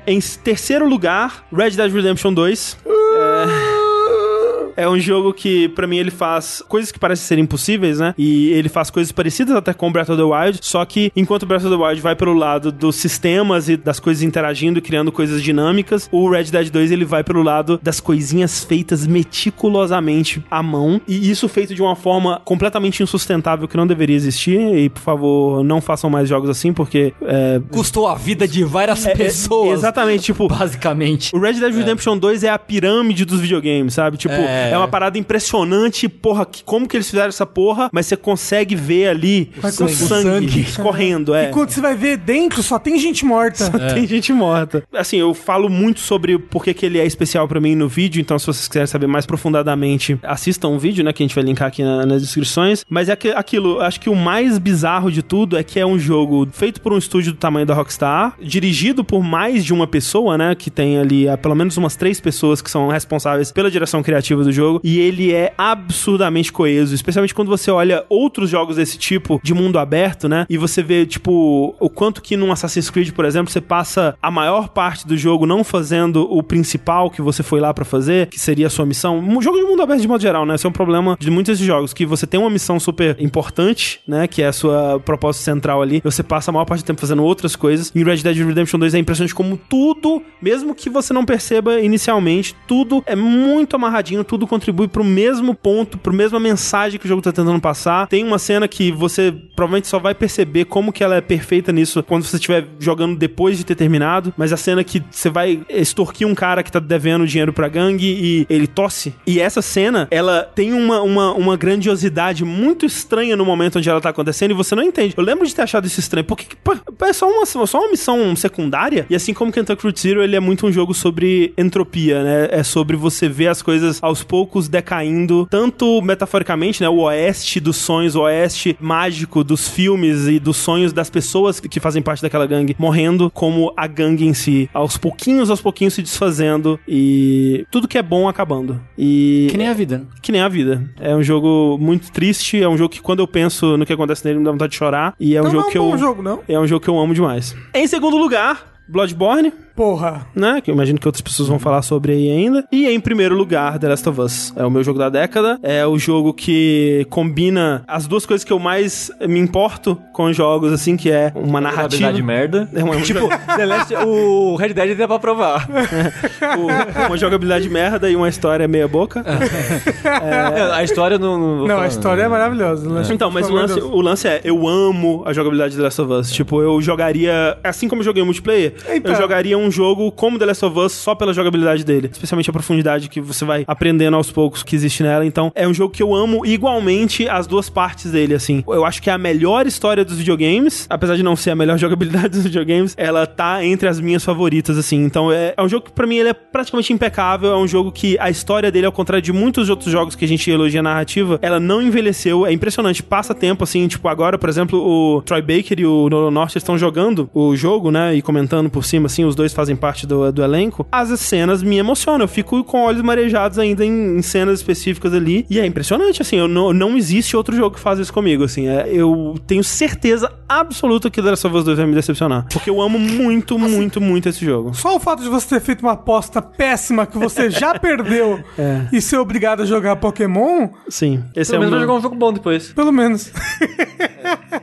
Em terceiro lugar, Red Dead Redemption 2. É um jogo que, pra mim, ele faz coisas que parecem ser impossíveis, né? E ele faz coisas parecidas até com Breath of the Wild, só que enquanto Breath of the Wild vai pelo lado dos sistemas e das coisas interagindo e criando coisas dinâmicas, o Red Dead 2 ele vai pelo lado das coisinhas feitas meticulosamente à mão e isso feito de uma forma completamente insustentável que não deveria existir. E por favor, não façam mais jogos assim, porque é,
Custou a vida de várias
É,
pessoas.
Exatamente, tipo,
Basicamente.
o Red Dead Redemption 2 é a pirâmide dos videogames, sabe? Tipo, é,
É.
uma parada impressionante, porra, que- como que eles fizeram essa porra, mas você consegue ver ali o sangue,
sangue.
Sangue.
escorrendo, é.
E quando você vai ver dentro, só tem gente morta.
Tem gente morta. Assim, eu falo muito sobre por que que ele é especial pra mim no vídeo, então se vocês quiserem saber mais profundamente, assistam o vídeo, né, que a gente vai linkar aqui na- nas descrições. Mas é que- aquilo, acho que o mais bizarro de tudo é que é um jogo feito por um estúdio do tamanho da Rockstar, dirigido por mais de uma pessoa, né, que tem ali ah, pelo menos umas três pessoas que são responsáveis pela direção criativa do jogo, e ele é absurdamente coeso, especialmente quando você olha outros jogos desse tipo de mundo aberto, né, e você vê, tipo, o quanto que num Assassin's Creed, por exemplo, você passa a maior parte do jogo não fazendo o principal que você foi lá pra fazer, que seria a sua missão. Um jogo de mundo aberto de modo geral, né? Esse é um problema de muitos desses jogos, que você tem uma missão super importante, né? Que é a sua proposta central ali, e você passa a maior parte do tempo fazendo outras coisas. Em Red Dead Redemption 2 é impressionante como tudo, mesmo que você não perceba inicialmente, tudo é muito amarradinho, tudo contribui pro mesmo ponto, pro mesma mensagem que o jogo tá tentando passar. Tem uma cena que você provavelmente só vai perceber como que ela é perfeita nisso quando você estiver jogando depois de ter terminado, mas a cena que você vai extorquir um cara que tá devendo dinheiro pra gangue e ele tosse. E essa cena, ela tem uma, uma, uma grandiosidade muito estranha no momento onde ela tá acontecendo e você não entende. Eu lembro de ter achado isso estranho. Porque é só uma, só uma missão secundária. E assim como Kentucky Route Zero, ele é muito um jogo sobre entropia, né? É sobre você ver as coisas aos poucos decaindo, tanto metaforicamente, né? O oeste dos sonhos, o oeste mágico dos filmes e dos sonhos das pessoas que fazem parte daquela gangue morrendo, como a gangue em si, aos pouquinhos, aos pouquinhos se desfazendo e tudo que é bom acabando. E
Que nem a vida.
que nem a vida. É um jogo muito triste, é um jogo que quando eu penso no que acontece nele me dá vontade de chorar e é um
Então
jogo
não é um
que
bom
eu
jogo, não.
é um jogo que eu amo demais. Em segundo lugar, Bloodborne,
Porra.
né? Que eu imagino que outras pessoas vão falar sobre aí ainda. E em primeiro lugar, The Last of Us. É o meu jogo da década. É o jogo que combina as duas coisas que eu mais me importo com jogos, assim, que é uma narrativa.
de merda.
É uma-
tipo, The Last, o Red Dead dá pra provar.
É.
o- tipo, uma jogabilidade merda e uma história meia
É.
boca.
A história não. Não, vou
Não,
falar,
a história é maravilhosa. né?
Então, mas o
Pelo amor de
lance,
Deus.
o lance é, eu amo a jogabilidade de The Last of Us. Tipo, eu jogaria, assim como eu joguei o multiplayer,
Então.
eu jogaria um jogo como The Last of Us só pela jogabilidade dele. Especialmente a profundidade que você vai aprendendo aos poucos que existe nela. Então, é um jogo que eu amo igualmente as duas partes dele, assim. Eu acho que é a melhor história dos videogames, apesar de não ser a melhor jogabilidade dos videogames, ela tá entre as minhas favoritas, assim. Então, é, é um jogo que pra mim ele é praticamente impecável, é um jogo que a história dele, ao contrário de muitos outros jogos que a gente elogia a narrativa, ela não envelheceu, é impressionante, passa tempo, assim, tipo, agora, por exemplo, o Troy Baker e o Nolan North estão jogando o jogo, né, e comentando por cima, assim, os dois fazem parte do, do elenco, as cenas me emocionam, eu fico com olhos marejados ainda em, em cenas específicas ali, e é impressionante, assim, eu não, não existe outro jogo que faz isso comigo, assim, é, eu tenho certeza absoluta que The Last of Us 2 vai me decepcionar, porque eu amo muito, muito, muito esse jogo.
Só o fato de você ter feito uma aposta péssima que você já perdeu
É.
e ser obrigado a jogar Pokémon,
Sim, esse é
Pelo menos vai
o meu-
jogar um jogo bom depois.
pelo menos.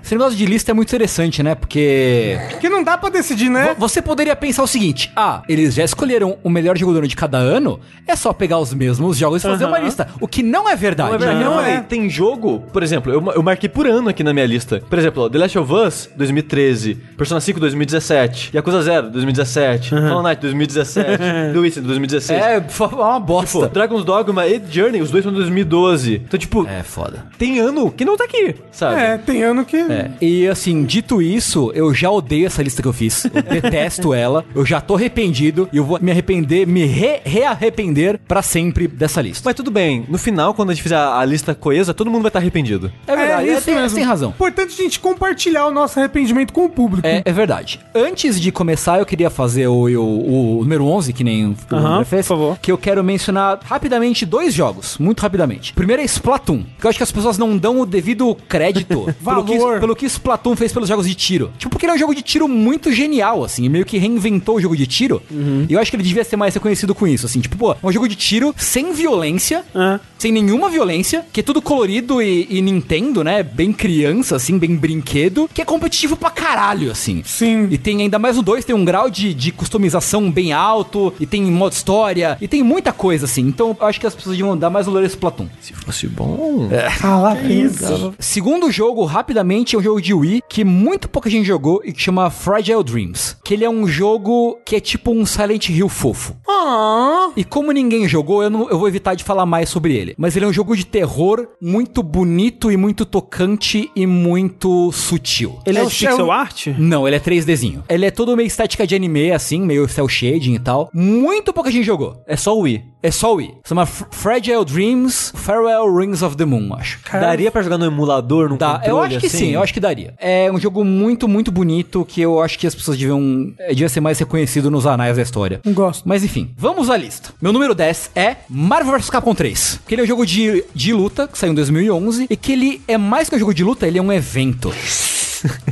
Esse negócio de lista é muito interessante, né? Porque
Que não dá pra decidir,
É.
né?
vo- você poderia pensar o seguinte: ah, eles já escolheram o melhor jogo do ano de cada ano, é só pegar os mesmos jogos e fazer uma lista. O que não é verdade.
Não é verdade,
Não
não,
é.
velho. Tem jogo, por exemplo, eu, ma- eu marquei por ano aqui na minha lista. Por exemplo, ó, The Last of Us, 2013. Persona 5, 2017. Yakuza 0, 2017. Hollow Knight, 2017. The Witcher, 2016.
É, f- é uma bosta.
Pô, Dragon's Dogma e Journey, os dois são de 2012. Então, tipo,
É foda.
tem ano que não tá aqui, sabe?
É, tem ano que.
E assim, dito isso, eu já odeio essa lista que eu fiz. Eu detesto ela. Eu já tô arrependido e eu vou me arrepender, me re- rearrepender pra sempre dessa lista.
Mas tudo bem, no final, quando a gente fizer a, a lista coesa, todo mundo vai estar arrependido.
É verdade.
isso
É, tem-
mesmo.
tem razão.
Importante a gente compartilhar o nosso arrependimento com o público.
É, é verdade. Antes de começar, eu queria fazer o, o- o número 11, que nem o
Aham,
André fez.
por favor.
Que eu quero mencionar rapidamente dois jogos, muito rapidamente. Primeiro é Splatoon, que eu acho que as pessoas não dão o devido crédito pelo, que,
Valor.
pelo que Splatoon fez pelos jogos de tiro. Tipo, porque ele é um jogo de tiro muito genial, assim, e meio que reinventou o jogo de tiro. E eu acho que ele devia ser mais reconhecido com isso, assim. Tipo, pô, é um jogo de tiro sem violência,
É.
sem nenhuma violência, que é tudo colorido e, e Nintendo, né? Bem criança, assim, bem brinquedo, que é competitivo pra caralho, assim.
Sim.
E tem ainda mais o 2, tem um grau de, de customização bem alto, e tem modo história, e tem muita coisa, assim. Então eu acho que as pessoas deviam dar mais valor a esse Platão.
Se fosse bom.
Caraca, isso.
Segundo jogo, rapidamente, é um jogo de Wii que muito pouca gente jogou e que chama Fragile Dreams. Que ele é um jogo que é tipo um Silent Hill fofo.
Ah,
E como ninguém jogou, eu, não- eu vou evitar de falar mais sobre ele. Mas ele é um jogo de terror muito bonito e muito tocante e muito sutil.
Ele é,
É o
de pixel
Shell-
art?
Não, ele é 3Dzinho. Ele é todo meio estética de anime, assim, meio cel shading e tal. Muito pouca gente jogou. É só o Wii. É só o Wii. Chama F- Fragile Dreams, Farewell Rings of the Moon, acho.
Daria pra jogar no emulador, num
Tá, eu
controle
acho que
assim?
sim, eu acho que daria. É um jogo muito, muito bonito que eu acho que as pessoas deviam, eh, devia ser mais reconhecido nos anais da história.
não gosto.
Mas enfim, vamos à lista. Meu número 10 é Marvel vs Capcom 3. Que ele é um jogo de, de luta, que saiu em 2011, e que ele é mais que um jogo de luta, ele é um evento.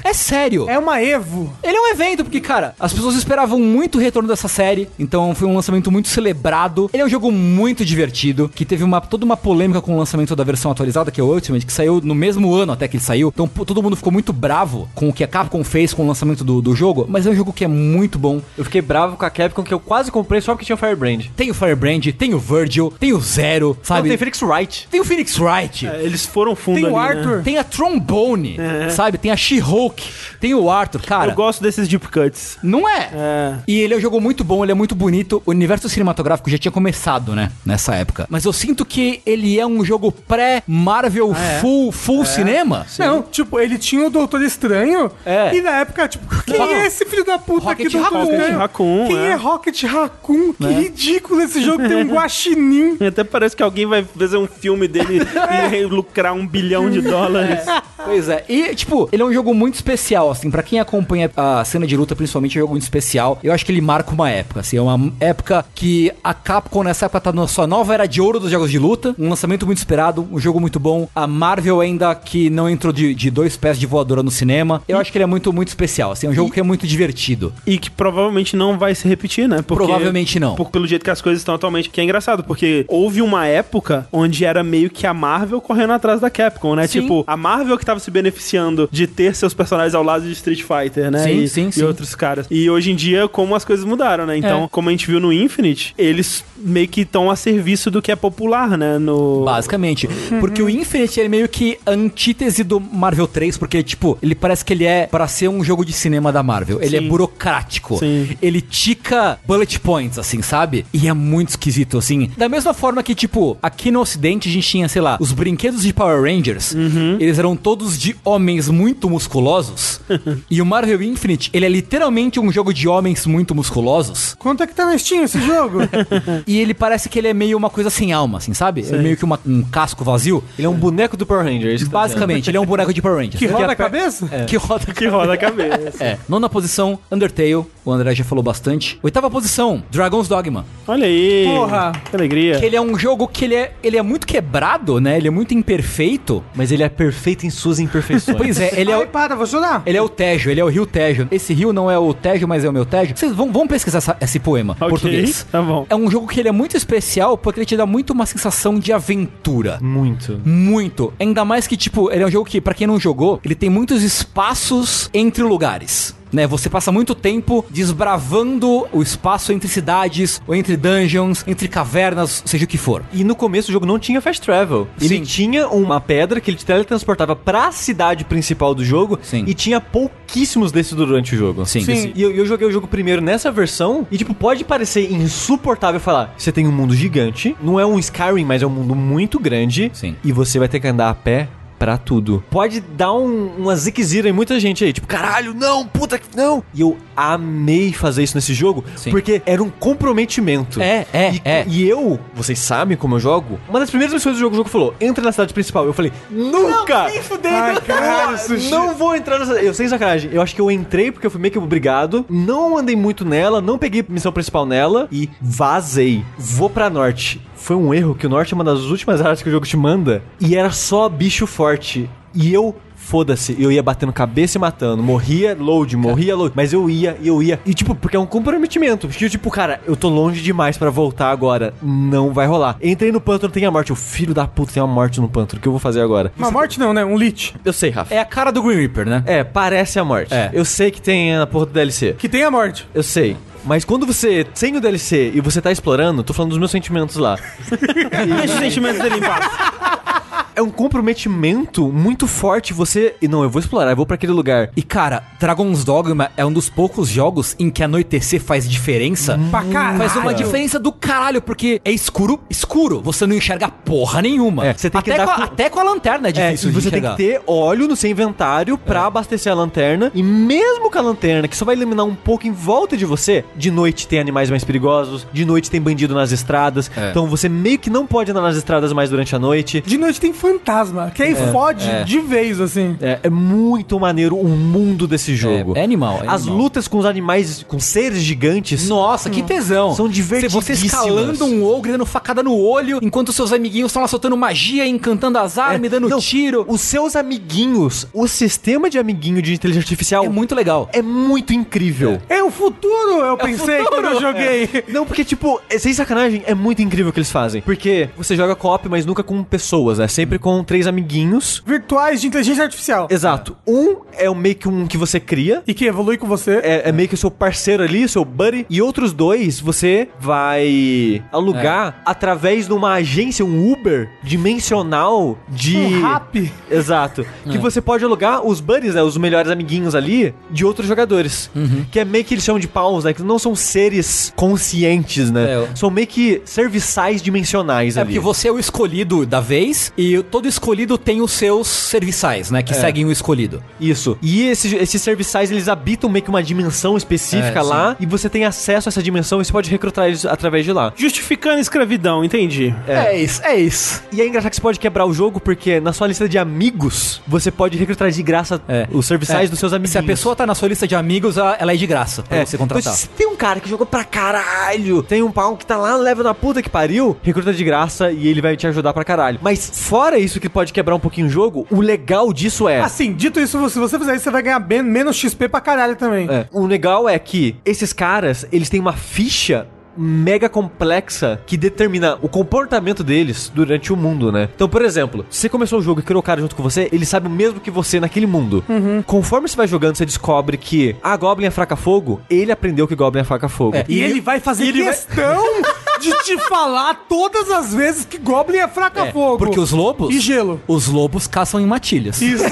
é sério.
É uma Evo.
Ele é um evento, porque, cara, as pessoas esperavam muito o retorno dessa série, então foi um lançamento muito celebrado. Ele é um jogo muito divertido, que teve uma, toda uma polêmica com o lançamento da versão atualizada, que é o Ultimate, que saiu no mesmo ano até que ele saiu. Então pô, todo mundo ficou muito bravo com o que a Capcom fez com o lançamento do, do jogo, mas é um jogo que é muito bom.
Eu fiquei bravo com a Capcom, que eu quase comprei só porque tinha o Firebrand.
Tem o Firebrand, tem o Virgil, tem o Zero,
Não,
sabe?
tem Felix Wright.
Tem o Phoenix Wright.
É, Eles foram fundo
Tem o
ali, né? É.
Arthur.
Tem a Trombone, sabe? Tem a She-Hulk, tem o Arthur, cara.
Eu gosto desses deep cuts.
Não é?
É.
E ele é um jogo muito bom, ele é muito bonito. O universo cinematográfico já tinha começado, né? Nessa época. Mas eu sinto que ele é um jogo pré-Marvel full, full cinema.
Não, tipo, ele tinha o Doutor Estranho.
É.
E na época, tipo, quem
Rock-
é esse filho da puta
Rocket
aqui do Doutor
Raccoon. É.
Rocket
Estranho?
Raccoon,
Quem
é.
é, Rocket Raccoon? Que ridículo esse jogo, tem um guaxinim.
Até parece que alguém vai fazer um filme dele e lucrar um bilhão de dólares.
Pois é. E, tipo, ele é um jogo muito especial, assim. pra quem acompanha a cena de luta, principalmente, é um jogo muito especial. Eu acho que ele marca uma época, assim. É uma época que a Capcom, nessa época, tá na sua nova era de ouro dos jogos de luta. Um lançamento muito esperado, um jogo muito bom. A Marvel ainda que não entrou de, de dois pés de voadora no cinema. Eu acho que ele é muito, muito especial, assim. É um jogo que é muito divertido.
E que provavelmente não vai se repetir, né? Porque-
Provavelmente não.
por- pelo jeito que as coisas estão atualmente. Que é engraçado, porque houve uma época onde era meio que a Marvel correndo atrás da Capcom, né?
Sim.
Tipo, a Marvel que tava se beneficiando de ter seus personagens ao lado de Street Fighter, né?
Sim,
e,
sim,
e
sim.
outros caras. E hoje em dia, como as coisas mudaram, né? Então,
É.
como a gente viu no Infinite, eles meio que estão a serviço do que é popular, né? No...
Basicamente.
Uhum.
Porque o Infinite ele é meio que a antítese do Marvel 3, porque, tipo, ele parece que ele é pra ser um jogo de cinema da Marvel. Ele
Sim.
é burocrático.
Sim.
Ele tica bullet points, assim, sabe? E é muito esquisito, assim. Da mesma forma que, tipo, aqui no Ocidente a gente tinha, sei lá, os brinquedos de Power Rangers.
Uhum.
Eles eram todos de homens muito musculosos. e o Marvel Infinite, ele é literalmente um jogo de homens muito musculosos.
Quanto é que tá na Steam esse jogo?
E ele parece que ele é meio uma coisa sem alma, assim, sabe? É meio que uma- um casco vazio.
Ele é um boneco do Power Ranger. é isso que tá
Basicamente, ele é um boneco de Power Rangers.
que roda a
aper-
cabeça?
É. Que roda
Que roda a cabeça.
É. Nona posição, Undertale. O André já falou bastante. Oitava posição, Dragon's Dogma.
Olha aí.
Porra.
Que alegria.
Que ele é um jogo que ele é, ele é muito quebrado, né? Ele é muito imperfeito.
dizendo. Mas ele é perfeito em suas imperfeições.
Pois é, ele é,
Ai,
o-
para, vou chorar.
ele é o Tejo, ele é o Rio Tejo. Esse rio não é o Tejo, mas é o meu Tejo. Vocês vão, vão pesquisar essa- esse poema
Ok,
português.
Tá bom.
É um jogo que ele é muito especial porque ele te dá muito uma sensação de aventura.
é. Muito.
Muito. Ainda mais que, tipo, ele é um jogo que, pra quem não jogou, ele tem muitos espaços entre lugares. Né, você passa muito tempo desbravando o espaço entre cidades, ou entre dungeons, entre cavernas, seja o que for.
E no começo o jogo não tinha fast travel. Ele
Sim.
tinha uma pedra que ele te teletransportava pra cidade principal do jogo
Sim.
e tinha pouquíssimos desses durante o jogo.
Sim.
Assim, E eu, eu joguei o jogo primeiro nessa versão e, tipo, pode parecer insuportável falar: você tem um mundo gigante, não é um Skyrim, mas é um mundo muito grande
Sim.
e você vai ter que andar a pé. pra recuperar tudo. Pode dar um, uma ziquezira em muita gente aí, tipo, caralho, não, puta que não. E eu amei fazer isso nesse jogo,
Sim.
porque era um comprometimento.
É, é,
e,
é.
E eu, vocês sabem como eu jogo? Uma das primeiras missões do jogo, o jogo falou, entra na cidade principal. Eu falei, nunca!
Ai, caralho, sushi.
Não vou entrar nessa. Eu sem sacanagem. Eu acho que eu entrei porque eu fui meio que obrigado. Não andei muito nela, não peguei missão principal nela e vazei. Vou pra norte. Foi um erro que o norte é uma das últimas áreas que o jogo te manda. E era só bicho forte. E eu. Foda-se, eu ia batendo cabeça e matando. Morria, load, morria, load. Mas eu ia, eu ia. E tipo, porque é um comprometimento. Porque, tipo, cara, eu tô longe demais pra voltar agora. Não vai rolar. Entrei no pântano, tem a morte. O filho da puta tem a morte no pântano. O que eu vou fazer agora?
Uma morte não, né? Um lit.
Eu sei, Rafa.
É a cara do Green Reaper, né?
É, parece a morte.
É.
Eu sei que tem na porra do DLC.
Que tem a morte.
Eu sei. Mas quando você sem o DLC e você tá explorando, tô falando dos meus sentimentos lá.
Deixa os sentimentos dele em paz.
É um comprometimento muito forte você. E não, eu vou explorar, eu vou pra aquele lugar.
E cara, Dragon's Dogma é um dos poucos jogos em que anoitecer faz diferença.
Hum.
Pra caralho.
Hum, Faz uma diferença do caralho, porque é escuro, escuro. Você não enxerga porra nenhuma.
É, você tem que
até,
andar
com,
com-
até com a lanterna é
É,
difícil
e
de É.
você tem
enxergar.
que ter óleo no seu inventário pra abastecer a lanterna. E mesmo com a lanterna, que só vai iluminar um pouco em volta de você, de noite tem animais mais perigosos, de noite tem bandido nas estradas.
É.
Então você meio que não pode andar nas estradas mais durante a noite.
De noite tem fantasma, que aí fode
é.
de vez, assim.
É, é muito maneiro o mundo desse jogo.
É, é animal, é
As
animal.
lutas com os animais, com seres gigantes.
Nossa, que tesão.
Hum. São divertidíssimas.
Você escalando um ogro, dando facada no olho, enquanto seus amiguinhos estão lá soltando magia, encantando as
é,
armas, dando
não,
tiro.
Os seus amiguinhos, o sistema de amiguinho de inteligência artificial
É muito legal.
é muito incrível.
É o futuro, eu pensei quando eu joguei.
Não, porque, tipo, é- sem sacanagem, é muito incrível o que eles fazem. Porque você joga co-op, mas nunca com pessoas, né? Sempre com três amiguinhos.
Virtuais de inteligência artificial.
Exato. Um é o meio que um que você cria,
E que evolui com você.
é, é meio que o seu parceiro ali, seu buddy. E outros dois você vai
É.
alugar através de uma agência, um Uber dimensional de.
Um rap.
Exato.
É.
Que você pode alugar os buddies, né, os melhores amiguinhos ali, de outros jogadores.
Uhum.
Que é meio que eles chamam de pawns, né? Que não são seres conscientes, né?
É, eu-
São meio que serviçais dimensionais
É
ali.
porque você é o escolhido da vez e todo escolhido tem os seus serviçais, né? Que
É.
seguem o escolhido.
Isso. E esses, esses serviçais, eles habitam meio que uma dimensão específica
É,
lá. E você tem acesso a essa dimensão e você pode recrutar eles através de lá.
Justificando a escravidão, entendi.
É, isso, é isso.
E é engraçado que você pode quebrar o jogo porque na sua lista de amigos você pode recrutar de graça
É.
os serviçais
É.
dos seus amigos.
Se a pessoa tá na sua lista de amigos, a- ela é de graça pra
é,
você contratar.
Então, se tem um cara que jogou pra caralho, tem um pau que tá lá no level da puta que pariu, recruta de graça e ele vai te ajudar pra caralho. Mas fora isso que pode quebrar um pouquinho o jogo, o legal disso é.
Assim, dito isso, se você fizer isso, você vai ganhar ben- menos XP pra caralho também.
É. O legal é que esses caras, eles têm uma ficha mega complexa que determina o comportamento deles durante o mundo, né? Então, por exemplo, se você começou o jogo e criou o cara junto com você, ele sabe o mesmo que você naquele mundo. Conforme você vai jogando, você descobre que a Goblin é fraca a fogo, ele aprendeu que Goblin é fraca a fogo.
É,
E, ele vai fazer questão de te falar todas as vezes que Goblin é fraca fogo.
Porque os lobos.
E gelo.
Os lobos caçam em matilhas.
Isso.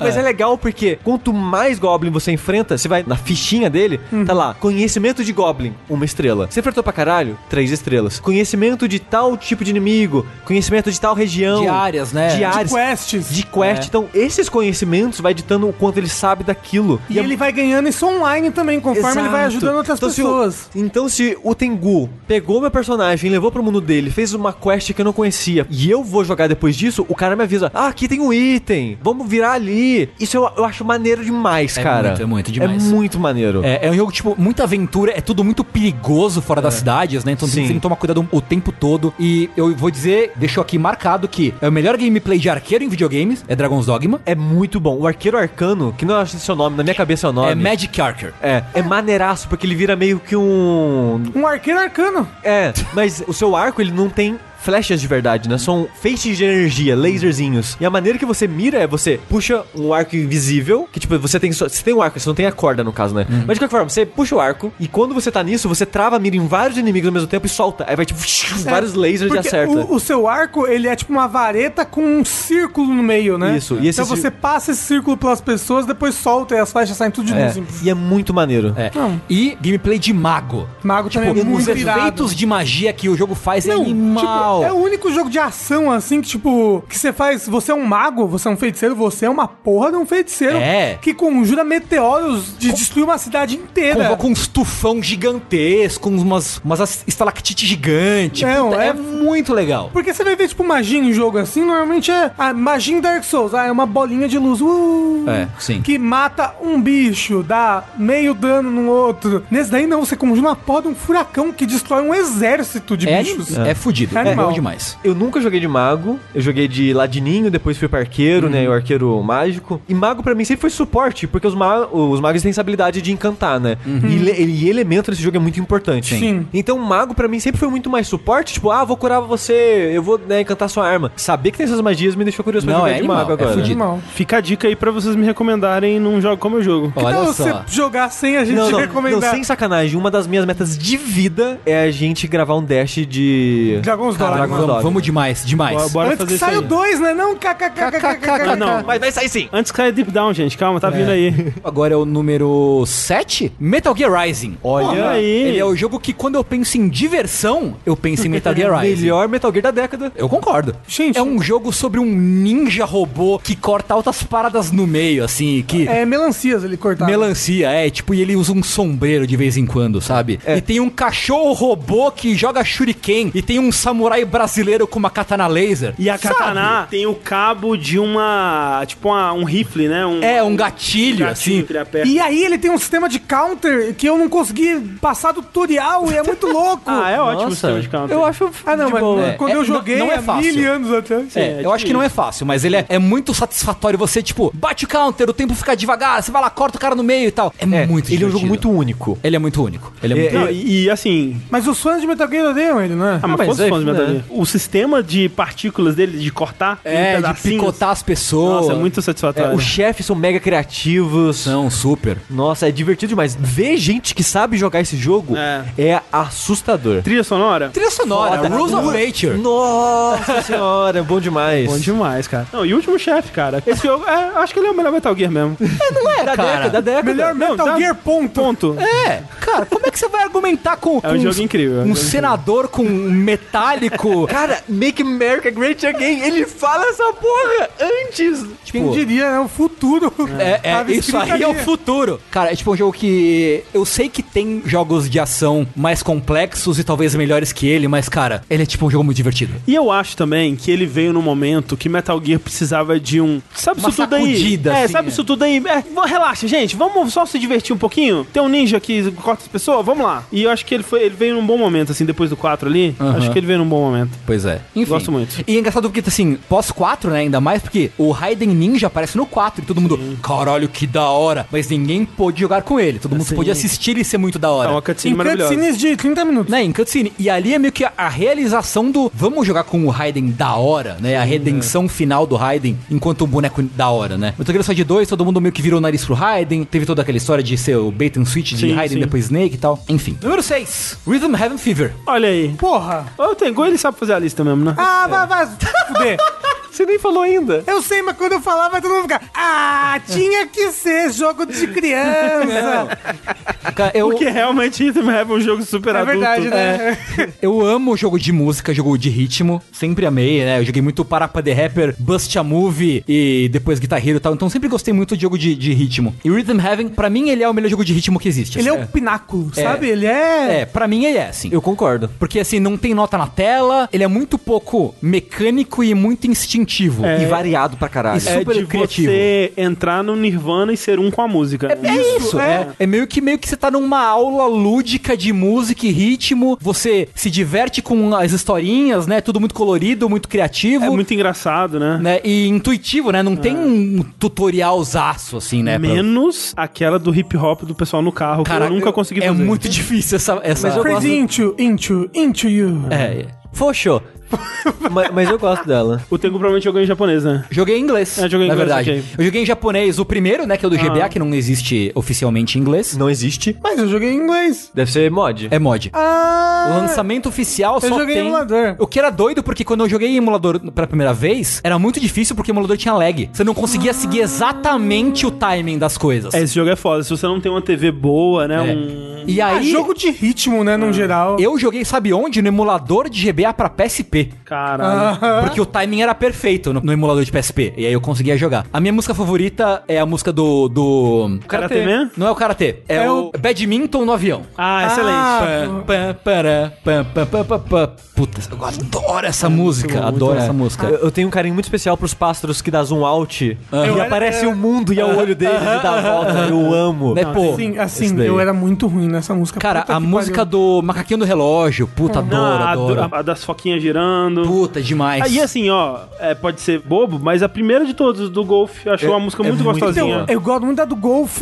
Mas é. legal porque quanto mais Goblin você enfrenta, você vai na fichinha dele, tá lá, conhecimento de Goblin, uma estrela. Você enfrentou pra caralho? Três estrelas. Conhecimento de tal tipo de inimigo, conhecimento de tal região.
De áreas, né?
De
De
áreas.
Quests.
De quest.
É.
Então, esses conhecimentos vai ditando o quanto ele sabe daquilo.
E ele vai ganhando isso online também, conforme ele vai
Exato.
ajudando outras
Então, se o-
pessoas.
então, se o Tengu pegou meu personagem, levou pro mundo dele, fez uma quest que eu não conhecia, e eu vou jogar depois disso, o cara me avisa: Ah, aqui tem um item, vamos virar ali. Isso eu, eu acho maneiro demais,
É
cara.
muito, é muito demais.
É muito maneiro.
É, é um jogo, tipo, muita aventura, é tudo muito perigoso fora das cidades, né? Então
É. Sim.
você tem que tomar cuidado o tempo todo. E eu vou dizer, deixou aqui marcado que é o melhor gameplay de arqueiro em videogames, é Dragon's Dogma.
É muito bom. O arqueiro arcano, que não acho seu nome, na minha cabeça é o nome.
É Magic Archer.
É, é maneiraço, porque ele vira meio que um.
Um arqueiro arcano.
É, mas o seu arco ele não tem flechas de verdade, né? São feixes de energia, laserzinhos. E a maneira que você mira é você puxa um arco invisível, que tipo, você tem só, você tem um arco, você não tem a corda no caso, né?
Uhum.
Mas de qualquer forma, você puxa o arco e quando você tá nisso, você trava a mira em vários inimigos ao mesmo tempo e solta. Aí vai tipo, vários lasers e
Porque
acerta.
O, o seu arco, ele é tipo uma vareta com um círculo no meio, né?
Isso, e esse
então você passa esse círculo pelas pessoas, depois solta e as flechas saem tudo de
É,
novo. assim.
e é muito maneiro.
É.
Não.
E gameplay de mago. Tipo,
Mago também é
Os
muito irado.
efeitos de magia que o jogo faz é
Não,
animal.
legal.
É o único jogo de ação, assim, que tipo, que você faz. Você é um mago, você é um feiticeiro, você é uma porra de um feiticeiro
É.
que conjura meteoros de destruir uma cidade inteira.
Convoca um estufão gigantesco, umas, umas estalactite gigante.
É,
Puta,
é-
muito legal.
Porque você vai ver, tipo, magia em jogo assim, normalmente é a magia em Dark Souls. Ah, é uma bolinha de luz. uh,
É, sim.
Que mata um bicho, dá meio dano no outro. Nesse daí não, você conjura uma porra de um furacão que destrói um exército de
É,
bichos.
é. fudido.
É
É,
animal.
bom demais.
Eu nunca joguei de mago, eu joguei de ladininho, depois fui pra arqueiro,
Uhum.
né, o arqueiro mágico. E mago pra mim sempre foi suporte, porque os, ma os magos têm essa habilidade de encantar, né?
Uhum.
E, le- e elemento nesse jogo é muito importante.
Sim.
Então mago pra mim sempre foi muito mais suporte, tipo, ah, vou curar você, eu vou né, encantar sua arma. Saber que tem essas magias me deixou curioso pra
Não,
jogar
é
de
animal,
mago
é
agora.
fudido.
Animal.
Fica a dica aí pra vocês me recomendarem num jogo como eu jogo.
Olha
então
só.
você jogar sem a gente
Não, não, não,
recomendar.
sem sacanagem, uma das minhas metas de vida é a gente gravar um dash de...
Dragons
Caralho,
Dogma.
Vamos, vamos demais, demais.
Bora
Antes
fazer
que
isso
saia o
aí.
2, né? Não, kkkkkk.
Ah, não.
Mas vai sair sim.
Antes que caia Deep Down, gente, calma, tá vindo aí.
Agora é o número 7, Metal Gear Rising.
Olha aí.
Ele é o jogo que quando eu penso em diversão, eu penso em Metal Gear Rising.
Melhor Metal Gear da década.
Eu concordo.
Gente.
é um jogo sobre um ninja robô que corta altas paradas no meio, assim, que
É melancias ele cortado.
melancia, é, tipo, e ele usa um sombreiro de vez em quando, sabe? E tem um cachorro robô que joga shuriken, e tem um samurai brasileiro com uma katana laser.
E a katana tem o cabo de uma. Tipo, uma- um rifle, né? Um,
É, um gatilho,
gatilho
assim.
que ele aperta.
E aí ele tem um sistema de counter que eu não consegui passar do tutorial e é muito louco.
Ah, é ótimo o
Nossa,
sistema de counter.
Eu acho.
Ah, não,
de
mas
boa.
quando
É,
eu
não-
joguei
não é
há
fácil.
mil anos atrás.
É, eu acho que não é fácil, mas ele é, é muito satisfatório você, tipo, bate o counter, o tempo fica devagar, você vai lá, corta o cara no meio e tal. É,
É,
muito
Ele é um
divertido.
jogo muito único.
Ele é muito único. Ele é,
É,
muito
Não,
único.
e, e, assim.
Mas os fãs de Metal Gear odeiam ele, né?
Ah, mas,
mas
todos
é,
os fãs de Metal
né?
Gear. O sistema de partículas dele, de cortar
É,
em
de
pedacinhos,
picotar as pessoas.
Nossa, é muito
É,
satisfatório.
os chefes são mega criativos.
São super.
Nossa, é divertido demais. Ver gente que sabe jogar esse jogo é,
É.
assustador.
Trilha sonora?
Trilha sonora,
Foda.
Rules of Nature.
Nossa senhora, é bom demais.
Bom demais, cara. Não, e o último chefe, cara. Esse jogo, é, acho que ele é o melhor Metal Gear mesmo.
Não é,
Da
cara.
década, da década.
Melhor
Não,
Metal
tá-
Gear, ponto.
Ponto.
É, cara, como é que você vai argumentar com, com
um jogo incrível, é um
um
jogo É.
senador com um metálico?
Cara, Make America Great Again, ele fala essa porra antes. Tipo,
Quem diria, né? O futuro.
É, é,
Tava
isso
escrito
aí é o
ali.
futuro. Cara, é tipo um jogo que. Eu sei que tem jogos de ação mais complexos e talvez melhores que ele, mas, cara, ele é tipo um jogo muito divertido.
E eu acho também que ele veio num momento que Metal Gear precisava de um. Sabe
Uma
isso tudo aí?
sacudida,
É,
assim,
sabe
é.
isso tudo aí? É, v- relaxa, gente, vamos só se divertir um pouquinho. Tem um ninja que corta as pessoas, vamos lá. E eu acho que ele, foi, ele veio num bom momento, assim, depois do 4 ali.
Aham.
Acho que ele veio num bom momento.
Pois é. Enfim.
Gosto muito.
E é engraçado porque, assim, pós 4, né, ainda mais, porque o Raiden Ninja aparece no 4 e todo mundo, caralho, que da hora. Mas ninguém pôde jogar com ele. Todo mundo pôde assistir e ser muito da hora.
É uma cutscene
Em
maravilhosa.
cutscenes de 30 minutos.
né, em cutscene. E ali é meio que a, a realização do vamos jogar com o Raiden da hora, né? A
é.
redenção final do Raiden enquanto um boneco da hora, né? Metal Gear Solid 2, todo mundo meio que virou o nariz pro Raiden, teve toda aquela história de ser o bait and switch de
Sim,
Raiden
sim.
depois Snake e tal. Enfim. Número 6, Rhythm Heaven Fever.
Olha aí.
Porra.
O Tengu, ele sabe fazer a lista mesmo, né?
Ah, vai, vai se fuder.
você nem falou ainda.
Eu sei, mas quando eu falar, vai todo mundo ficar. Ah, tinha que ser jogo de criança. É
Cara, eu,
Porque realmente Rhythm Heaven é um jogo super
é
adulto.
verdade, né?
eu amo jogo de música, jogo de ritmo. Sempre amei, né? Eu joguei muito Parapa The Rapper, Bust a Movie e depois Guitar Hero e tal. Então sempre gostei muito de jogo de, de ritmo. E Rhythm Heaven, pra mim, ele é o melhor jogo de ritmo que existe.
Ele é
assim.
o pináculo,
É.
sabe? Ele é.
É, pra mim ele é, assim.
Eu concordo.
Porque assim, não tem nota na tela, ele é muito pouco mecânico e muito instintivo.
E É variado pra caralho.
Isso.
É
Super
de
criativo.
você entrar no Nirvana e ser um com a música.
É, é isso, é. É meio que meio que você tá numa aula lúdica de música e ritmo, você se diverte com as historinhas, né? Tudo muito colorido, muito criativo.
É muito engraçado, né?
Né, e intuitivo, né? Não tem um tutorialzaço, assim, né? pra-
É. Menos aquela do hip hop do pessoal no carro, que eu nunca consegui
é
fazer.
muito difícil essa... essa
Mas eu gosto-
Crazy into, into, into you.
É, é.
Foxo. mas, mas eu gosto dela.
O Tengu provavelmente jogou em japonês, né?
Joguei em inglês,
É, joguei em
na
inglês,
verdade.
ok. Ah.
Eu joguei em japonês, o primeiro, né? Que é o do GBA, que não existe oficialmente em inglês.
Não existe.
Mas eu joguei em inglês.
Deve ser mod.
É mod.
Ah!
O lançamento oficial só
joguei em
tem...
emulador.
O que era doido, porque quando eu joguei em emulador pela primeira vez, era muito difícil porque o emulador tinha lag. Você não conseguia seguir exatamente o timing das coisas.
Ah. É, esse jogo é foda. Se você não tem uma TV boa, né?
É.
Um...
E
Ah,
aí, Ah.
jogo de ritmo, né, no geral.
eu joguei, sabe onde? No emulador de GBA pra PSP. PSP.
Caralho.
Ah.
Porque o timing era perfeito no, no emulador de PSP. E aí eu conseguia jogar. A minha música favorita é a música do. do...
Karatê Man?
Não é o Karatê. É,
É
o Badminton no avião.
Ah, excelente.
Pã, pã, pará, pã, pã, pã, pã, pã. Puta, eu adoro essa música. Adoro essa música.
Eu eu tenho um carinho muito especial pros pássaros que dá zoom out
Eu
e
era-
aparece o mundo e é o olho deles e dá a volta. Eu amo.
Né, pô,
Assim,
esse
assim,
daí.
eu era muito ruim nessa música.
cara,
Puta
a
que
música
pariu.
do Macaquinho do Relógio. Puta, adoro,
Ah,
adoro.
a, a das foquinhas girando.
Puta, demais.
Aí assim, ó, é, pode ser bobo, mas a primeira de todas do Golf
É,
achou uma música muito,
muito
gostosinha.
boa.
Então, Eu gosto muito da do Golf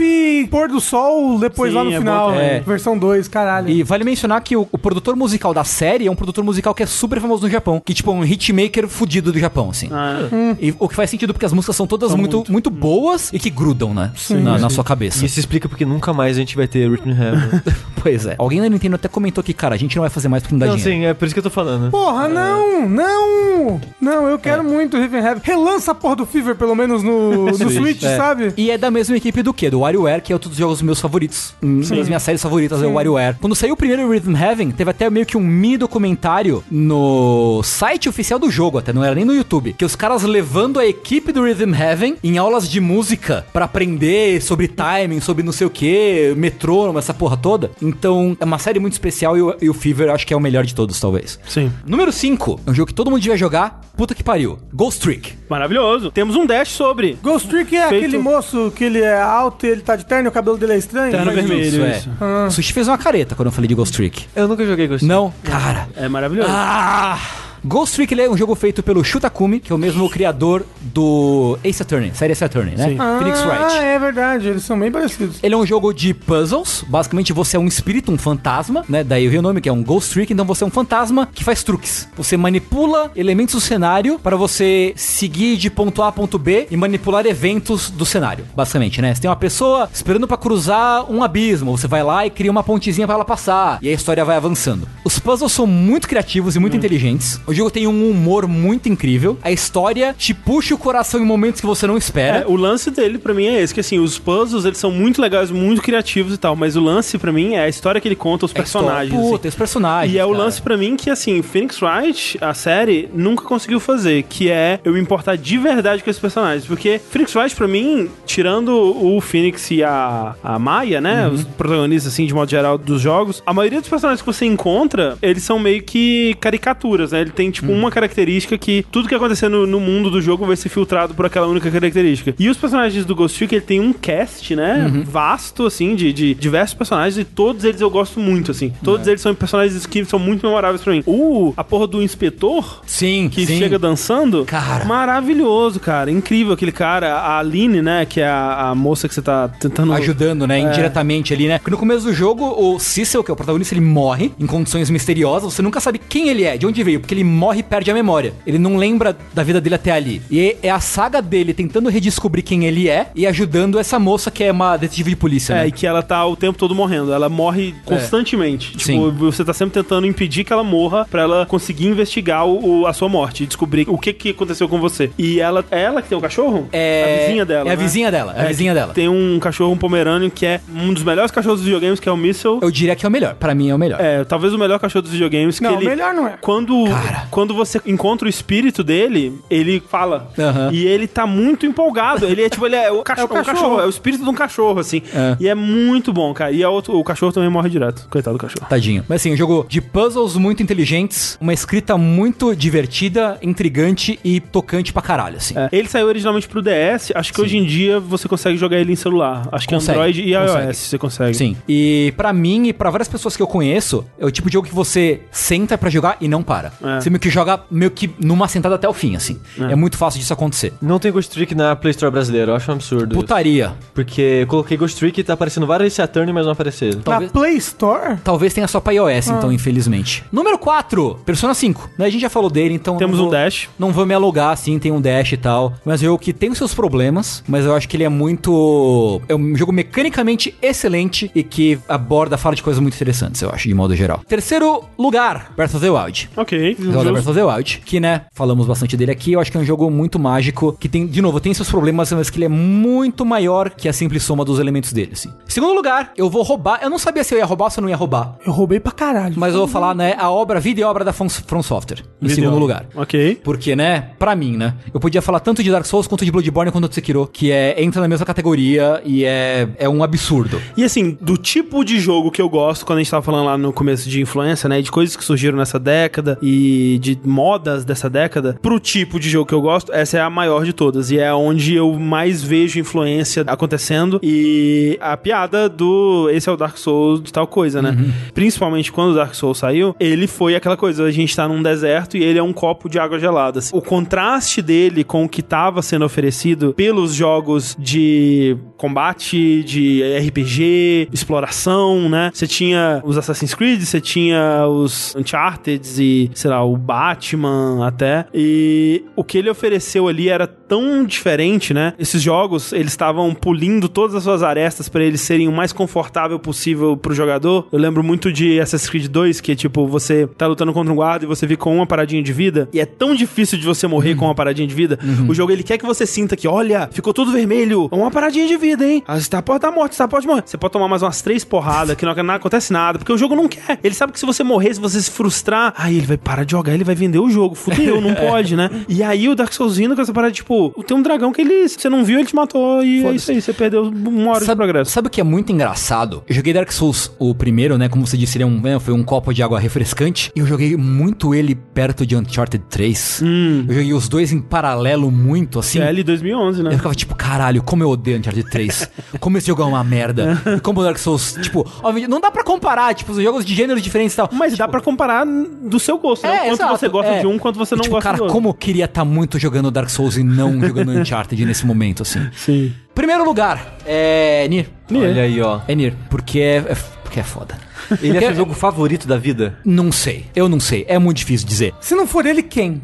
Pôr do Sol depois
Sim,
lá no
é bom
final.
também.
né? Versão 2, caralho.
E vale mencionar que o, o produtor musical da série é um produtor musical que é super famoso no Japão. Que, tipo, é um hitmaker fudido do Japão, assim.
Ah,
E, o que faz sentido porque as músicas são todas muito, muito, boas e que grudam, né? na, na sua cabeça.
E Isso explica porque nunca mais a gente vai ter Rhythm Heaven.
Pois é. Alguém da Nintendo até comentou que, cara, a gente não vai fazer mais porque não dá
Não,
dinheiro.
sim, é por isso que eu tô falando.
Porra, não, não! Não, eu
É.
quero muito Riven Heaven. Relança a porra do Fever, pelo menos no, no
Switch,
Switch,
É.
sabe?
E é da mesma equipe do quê? Do WarioWare, que é outro dos jogos meus favoritos. Um, Uma das minhas séries favoritas é o WarioWare. Quando saiu o primeiro Rhythm Heaven, teve até meio que um mini documentário no site oficial do jogo, até não era nem no YouTube, que os caras levando a equipe do Rhythm Heaven em aulas de música pra aprender sobre timing, sobre não sei o que, metrônomo, essa porra toda. Então, é uma série muito especial e o, e o Fever eu acho que é o melhor de todos, talvez.
sim.
Número 5, é um jogo que todo mundo devia jogar, puta que pariu, Ghost Trick.
Maravilhoso. Temos um dash sobre.
Ghost Trick é
Feito-
aquele moço que ele é alto, ele tá de terno, o cabelo dele é estranho.
Terno
mas-
Tá vermelho.
Isso, é.
isso. Ah.
O Sushi fez uma careta quando eu falei de Ghost Trick.
Eu nunca joguei com isso.
Não, cara.
É maravilhoso.
Ah! Ghost Trick ele é um jogo feito pelo Shutakumi, que é o mesmo criador do Ace Attorney, série Ace Attorney, né?
Sim.
Ah,
Phoenix Wright.
é verdade, eles são bem parecidos.
Ele é um jogo de puzzles. Basicamente, você é um espírito, um fantasma, né? Daí eu vi o nome, que é um Ghost Trick. Então, você é um fantasma que faz truques. Você manipula elementos do cenário para você seguir de ponto A a ponto B e manipular eventos do cenário, basicamente, né? Você tem uma pessoa esperando para cruzar um abismo. Você vai lá e cria uma pontezinha para ela passar. E a história vai avançando. Os puzzles são muito criativos e muito inteligentes. O jogo tem um humor muito incrível. A história te puxa o coração em momentos que você não espera.
É, o lance dele pra mim é esse, que assim, os puzzles eles são muito legais, muito criativos e tal, mas o lance pra mim é a história que ele conta, os
A história-
personagens. assim.
Puta, os personagens.
E é o
cara.
lance pra mim que, assim, Phoenix Wright, a série, nunca conseguiu fazer, que é eu me importar de verdade com esses personagens. Porque Phoenix Wright, pra mim, tirando o Phoenix e a, a Maya, né,
Uhum.
os protagonistas, assim, de modo geral dos jogos, a maioria dos personagens que você encontra, eles são meio que caricaturas, né? Ele tem, tipo, uma característica que tudo que acontecer no, no mundo do jogo vai ser filtrado por aquela única característica. E os personagens do Ghost Trick, ele tem um cast, né,
Uhum.
vasto, assim, de, de diversos personagens e todos eles eu gosto muito, assim.
É.
Todos eles são personagens que são muito memoráveis pra mim. O, a porra do inspetor...
Sim,
Que
sim.
chega dançando.
Cara.
Maravilhoso, cara. Incrível aquele cara. A Aline, né? Que é a, a moça que você tá tentando.
ajudando,
É.
né, indiretamente ali, né? Porque no começo do jogo, o Cecil, que é o protagonista, ele morre em condições misteriosas, você nunca sabe quem ele é, de onde veio, porque ele morre e perde a memória. Ele não lembra da vida dele até ali. E é a saga dele tentando redescobrir quem ele é e ajudando essa moça que é uma detetive de polícia,
É,
né? É.
e que ela tá o tempo todo morrendo. Ela morre constantemente. Tipo,
Sim.
você tá sempre tentando impedir que ela morra pra ela conseguir investigar o, o- a sua morte, descobrir o que que aconteceu com você. E ela é ela que tem o cachorro?
É-
a vizinha dela.
É a
né?
vizinha dela, é, a
É,
vizinha dela.
Tem um cachorro, um pomerânio, que é um dos melhores cachorros dos videogames, que é o Missile.
Eu diria que é o melhor, Pra mim é o melhor.
É, talvez o melhor cachorro dos videogames.
Não,
que ele,
melhor não é.
Quando,
Cara.
quando você encontra o espírito dele, ele fala.
Aham.
E ele tá muito empolgado. Ele é tipo, ele é o cachorro. É o,
cachorro.
cachorro, é o espírito de um cachorro, assim.
É.
E é muito bom, cara. E é outro, o cachorro também morre direto. Coitado do cachorro.
Tadinho. Mas assim, um jogo de puzzles muito inteligentes, uma escrita muito divertida, intrigante e tocante pra caralho, assim.
É. Ele saiu originalmente pro DS, acho que hoje em dia você consegue jogar ele em celular. Acho que é
Consegue,
Android e
consegue.
iOS você consegue.
Sim. E pra mim e pra várias pessoas que eu conheço, é o tipo de jogo que você senta pra jogar e não para.
É.
Você meio que joga meio que numa sentada até o fim, assim. É, muito fácil disso acontecer.
Não tem Ghost Trick na Play Store brasileira, eu acho um absurdo. isso.
Putaria.
Porque eu coloquei Ghost Trick e tá aparecendo vários Ace Attorney, mas não apareceram.
Talvez-
Na Play Store?
Talvez tenha só pra iOS, então,
Ah.
infelizmente. Número 4, Persona 5. Né, A gente já falou dele, então.
Temos
não
um
vou-
dash.
Não vou me alugar assim, tem um dash e tal. Mas é um jogo que tem os seus problemas, mas eu acho que ele é muito. É um jogo mecanicamente excelente e que aborda, fala de coisas muito interessantes, eu acho, de modo geral. Terceiro lugar, Breath of the Wild.
Ok.
Eu Zelda
Uhum. Justo.
Breath of the Wild, que, né, falamos bastante dele aqui, eu acho que é um jogo muito mágico, que tem, de novo, tem seus problemas, mas que ele é muito maior que a simples soma dos elementos dele, assim. Segundo lugar, eu vou roubar, eu não sabia se eu ia roubar ou se eu não ia roubar,
Eu roubei pra caralho.
mas eu vou falar, né, a obra, vida e obra da From, From Software, em
Video.
segundo lugar.
Ok.
Porque, né, pra mim, né, eu podia falar tanto de Dark Souls quanto de Bloodborne quanto de Sekiro, que é, entra na mesma categoria e é, é um absurdo.
E assim, do tipo de jogo que eu gosto, quando a gente tava falando lá no começo de influência, né? De coisas que surgiram nessa década e de modas dessa década, pro tipo de jogo que eu gosto, essa é a maior de todas. E é onde eu mais vejo influência acontecendo. E a piada do esse é o Dark Souls de tal coisa, né? Principalmente quando o Dark Souls saiu, ele foi aquela coisa: a gente tá num deserto e ele é um copo de água gelada. assim. O contraste dele com o que tava sendo oferecido pelos jogos de combate, de RPG, exploração, né? Você tinha os Assassin's Creed, você tinha os Uncharted e, sei lá, o Batman até. E o que ele ofereceu ali era tão diferente, né? Esses jogos, eles estavam polindo todas as suas arestas para eles serem o mais confortável possível pro jogador. Eu lembro muito de Assassin's Creed 2, que é tipo, você tá lutando contra um guarda e você fica com uma paradinha de vida, e é tão difícil de você morrer com uma paradinha de vida.
Uhum.
O jogo ele quer que você sinta que, olha, ficou tudo vermelho, é uma paradinha de vida, hein? Ah, Você tá à porta da morte, você tá à porta de morrer. Você pode tomar mais umas três porradas que não, não acontece nada, porque o jogo não quer. Ele sabe que se você morrer, se você se frustrar, aí ele vai parar de jogar, ele vai vender o jogo. Fudeu, não pode, né? E aí o Dark Souls vindo com essa parada, tipo, tem um dragão que ele, se você não viu, ele te matou, e é
Foda-se.
isso aí, você perdeu uma hora de progresso.
sabe o que é muito engraçado? Eu joguei Dark Souls, o primeiro, né? Como você disse, ele é um, né, foi um copo de água refrescante. E eu joguei muito ele perto de Uncharted 3. Eu joguei os dois em paralelo muito, assim.
L 2011,
Eu
Hum. né?
ficava tipo, caralho, como eu odeio Uncharted 3. como esse jogo é uma merda. E como o Dark Souls, tipo, obviamente, não dá pra comparar, tipo, os jogos de gêneros diferentes e tal.
Mas dá pra comparar do seu gosto, né? O quanto
exato,
você gosta
Tipo, é.
de um, quanto você
E,
não
tipo,
gosta
cara,
do outro.
como eu queria estar muito jogando Dark Souls e não jogando Uncharted nesse momento, assim.
Sim.
Primeiro lugar, é. Nir.
Olha aí, ó.
É Nir, porque é, é f- porque é foda.
Ele é seu jogo favorito da vida?
Não sei, eu não sei, é muito difícil dizer.
Se não for ele, quem?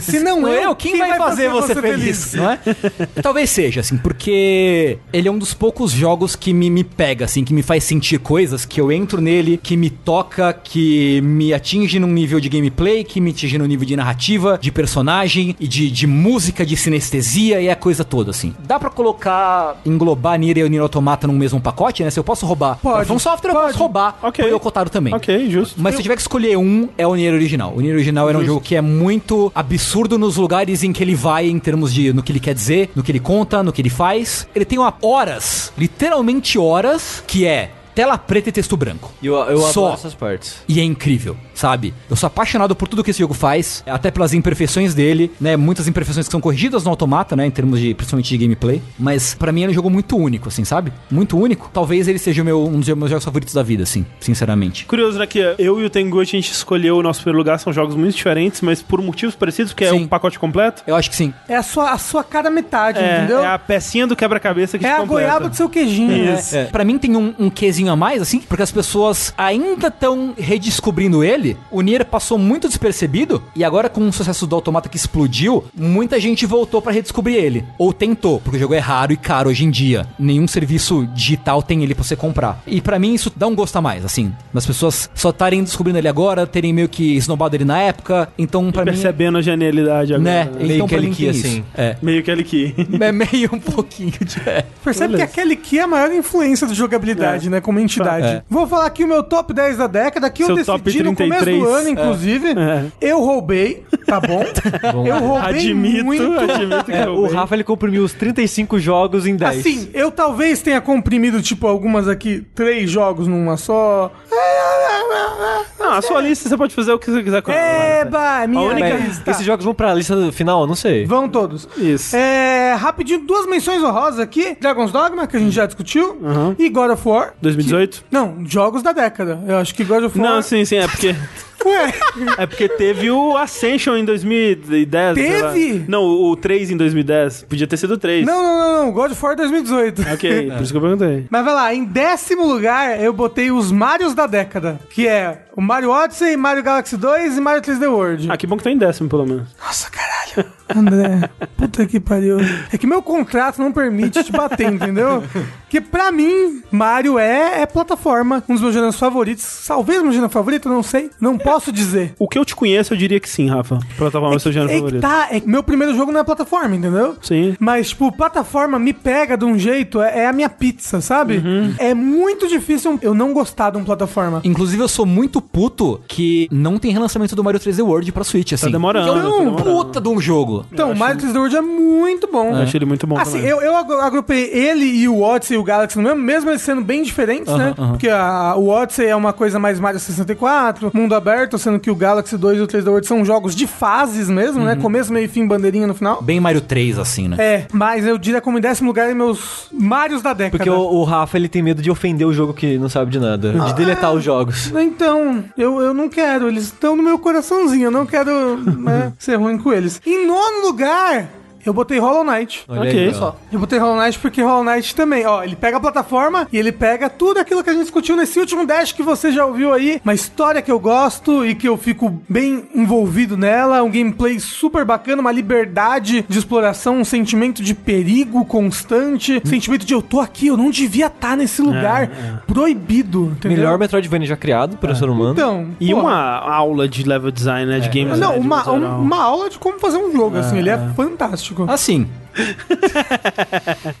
Se não
Não
é
eu,
eu, quem, vai, fazer, você, feliz, não é? Talvez seja, assim, porque ele é um dos poucos jogos que me, me pega, assim, que me faz sentir coisas, que eu entro nele, que me toca, que me atinge num nível de gameplay, que me atinge num nível de narrativa, de personagem e de, de música, de sinestesia e a coisa toda, assim. Dá pra colocar, englobar Nier e Nier Automata num mesmo pacote, né? Se eu posso roubar
Pode,
um software, eu
pode.
posso roubar
Ok.
o Yokotaro também.
Ok, justo.
Mas se eu tiver que escolher um, é o Nier original. O Nier original era um jogo que é muito absurdo nos lugares em que ele vai, em termos de no que ele quer dizer, no que ele conta, no que ele faz. Ele tem uma horas, literalmente horas, que é tela preta e texto branco.
E eu, eu
Só.
adoro essas partes.
E é incrível, sabe? Eu sou apaixonado por tudo que esse jogo faz, até pelas imperfeições dele, né? Muitas imperfeições que são corrigidas no automata, né? Em termos de, principalmente de gameplay. Mas pra mim era um jogo muito único, assim, sabe? Muito único. Talvez ele seja o meu, um dos meus jogos favoritos da vida, assim, sinceramente.
Curioso, né? Que eu e o Tengu a gente escolheu o nosso primeiro lugar, são jogos muito diferentes, mas por motivos parecidos, porque é
Sim.
um pacote completo.
Eu acho que sim.
É a sua, a sua cara metade,
É,
entendeu?
é a pecinha do quebra-cabeça que
É
se
a
completa.
goiaba do seu queijinho. né?
Isso.
É. Pra mim tem um, um quezinho a mais, assim, porque as pessoas ainda estão redescobrindo ele. O Nier passou muito despercebido, e agora com o sucesso do Automata que explodiu, muita gente voltou pra redescobrir ele. Ou tentou, porque o jogo é raro e caro hoje em dia. Nenhum serviço digital tem ele pra você comprar. E pra mim isso dá um gosto a mais, assim. Das pessoas só estarem descobrindo ele agora, terem meio que esnobado ele na época. Então, pra mim.
Percebendo a genialidade agora.
Né?
né?
Meio
Então,
que
pra
ele
mim
que,
tem isso.
assim.
É.
Meio que ele que.
É meio um pouquinho de. é.
Percebe que aquele que é a maior influência de jogabilidade, né? Como entidade.
É.
Vou falar aqui o meu top 10 da década, que eu
Seu
decidi
top
no começo
33.
do ano, inclusive.
É.
Eu roubei, tá bom? eu roubei
Admito,
muito.
admito que
É,
eu
o
roubei.
Rafa ele comprimiu os 35 jogos em 10.
Assim, eu talvez tenha comprimido, tipo, algumas aqui, três jogos numa só.
Não, a sua lista você pode fazer o que você quiser com ela, né?
Eba, minha
única-
Mas É.
lista.
Esses jogos vão pra lista do final? Não sei.
Vão todos.
Isso.
É, rapidinho, duas menções honrosas aqui. Dragon's Dogma, que a gente já discutiu. E God of War.
2018?
Não, jogos da década. Eu acho que God of War...
Não, sim, sim, é porque.
Ué,
É porque teve o Ascension em 2010. sei lá.
Teve?
Não, o o 3 em 2010. Podia ter sido o 3.
não, É. não, não, não. God of War 2018.
Ok, por isso que eu perguntei.
Mas vai lá, em décimo lugar eu botei os Marios da década, que é o Mario Odyssey, Mario Galaxy 2 e Mario 3D World.
Ah, que bom que tá em décimo, pelo menos.
Nossa, caralho. André, puta que pariu. É que meu contrato não permite te bater, entendeu? Que pra mim, Mario é, é plataforma, um dos meus gêneros favoritos. Talvez meu gênero favorito, não sei. Não posso dizer.
O que eu te conheço, eu diria que sim, Rafa. Plataforma é seu gênero
é que
favorito.
tá, é que meu primeiro jogo não é plataforma, entendeu?
Sim.
Mas, tipo, plataforma me pega de um jeito, é, é a minha pizza, sabe?
Uhum.
É muito difícil eu não gostar de um plataforma.
Inclusive, eu sou muito puto que não tem relançamento do Mario 3D World pra Switch, assim.
demorando,
Que é um
tá demorando.
puta de um jogo.
Então, Mario 3D World é muito bom.
Eu achei ele muito bom
Assim,
também.
eu, eu agru- agrupei ele e o Odyssey e o Galaxy no mesmo, mesmo eles sendo bem diferentes, né? Porque a- o Odyssey é uma coisa mais Mario 64, mundo aberto, sendo que o Galaxy 2 e o 3 da World são jogos de fases mesmo,
Uhum.
né? Começo, meio e fim, bandeirinha no final.
Bem Mario 3, assim, né?
É, mas eu diria como em décimo lugar em meus Marios da década.
Porque o, o Rafa, ele tem medo de ofender o jogo que não sabe de nada.
Ah.
De deletar os jogos.
Então, eu, eu não quero. Eles estão no meu coraçãozinho. Eu não quero né, ser ruim com eles. Em nono lugar, eu botei Hollow Knight.
Olha
Ok.
aí, ó.
Eu botei Hollow Knight porque Hollow Knight também, ó, ele pega a plataforma e ele pega tudo aquilo que a gente discutiu nesse último Dash que você já ouviu aí, uma história que eu gosto e que eu fico bem envolvido nela, um gameplay super bacana, uma liberdade de exploração, um sentimento de perigo constante, Um sentimento de eu tô aqui, eu não devia estar nesse lugar, proibido, entendeu?
Melhor Metroidvania já criado pelo ser humano.
Então,
E
porra.
uma aula de level design, né? De
É.
games.
Não,
né, de
uma,
modo
um-
geral.
uma aula de como fazer um jogo, assim, ele é fantástico.
Assim,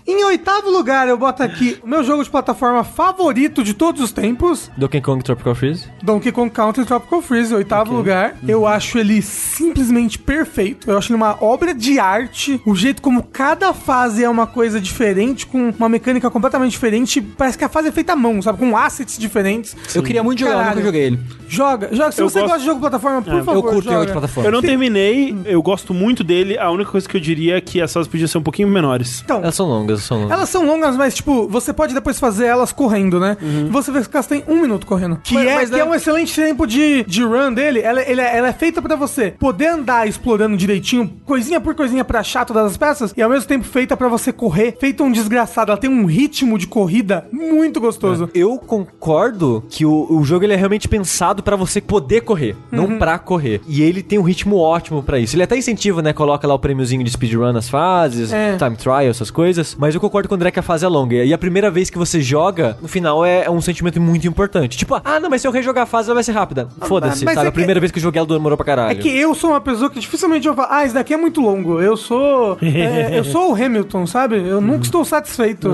Em oitavo lugar, eu boto aqui o meu jogo de plataforma favorito de todos os tempos,
Donkey Kong Tropical Freeze.
Donkey Kong Country Tropical Freeze, oitavo lugar.
Uhum.
Eu acho ele simplesmente perfeito. Eu acho ele uma obra de arte. O jeito como cada fase é uma coisa diferente, com uma mecânica completamente diferente. Parece que a fase é feita à mão, sabe? Com assets diferentes.
eu queria muito jogar, eu
Caralho.
nunca joguei ele.
Joga, joga. Se
Eu gosto-
você
É.
gosta de jogo de plataforma, por favor,
eu curto
joga.
jogo de plataforma.
Eu não terminei, eu gosto muito dele. A única coisa que eu diria é que as fases podiam ser um pouquinho menores.
Então,
Elas são longas, são longas.
Elas são longas, mas, tipo, você pode depois fazer elas correndo, né? Você vê que elas têm um minuto correndo. Que,
Mas-
é,
mas
que
não-
é um excelente tempo de, de run dele. Ela, ele é- ela é feita pra você poder andar explorando direitinho, coisinha por coisinha, pra achar todas as peças. E ao mesmo tempo feita pra você correr. Feita um desgraçado. Ela tem um ritmo de corrida muito gostoso.
Eu concordo que o, o jogo ele é realmente pensado pra você poder correr,
Uhum.
não pra correr. E ele tem um ritmo ótimo pra isso. Ele até incentiva, né? Coloca lá o prêmiozinho de speedrun nas fases,
É.
time trial, essas coisas. Mas eu concordo com o André que a fase é longa. E a primeira vez que você joga, no final é, é um sentimento muito importante. Tipo, ah, não, mas se eu rejogar a fase, ela vai ser rápida. Foda-se,
mas
sabe?
é
a primeira vez que eu joguei, ela demorou pra
É
caralho.
que eu sou uma pessoa que dificilmente eu falo, ah, isso daqui é muito longo. Eu sou. é, eu sou o Hamilton, sabe?
Uhum.
Eu nunca estou satisfeito.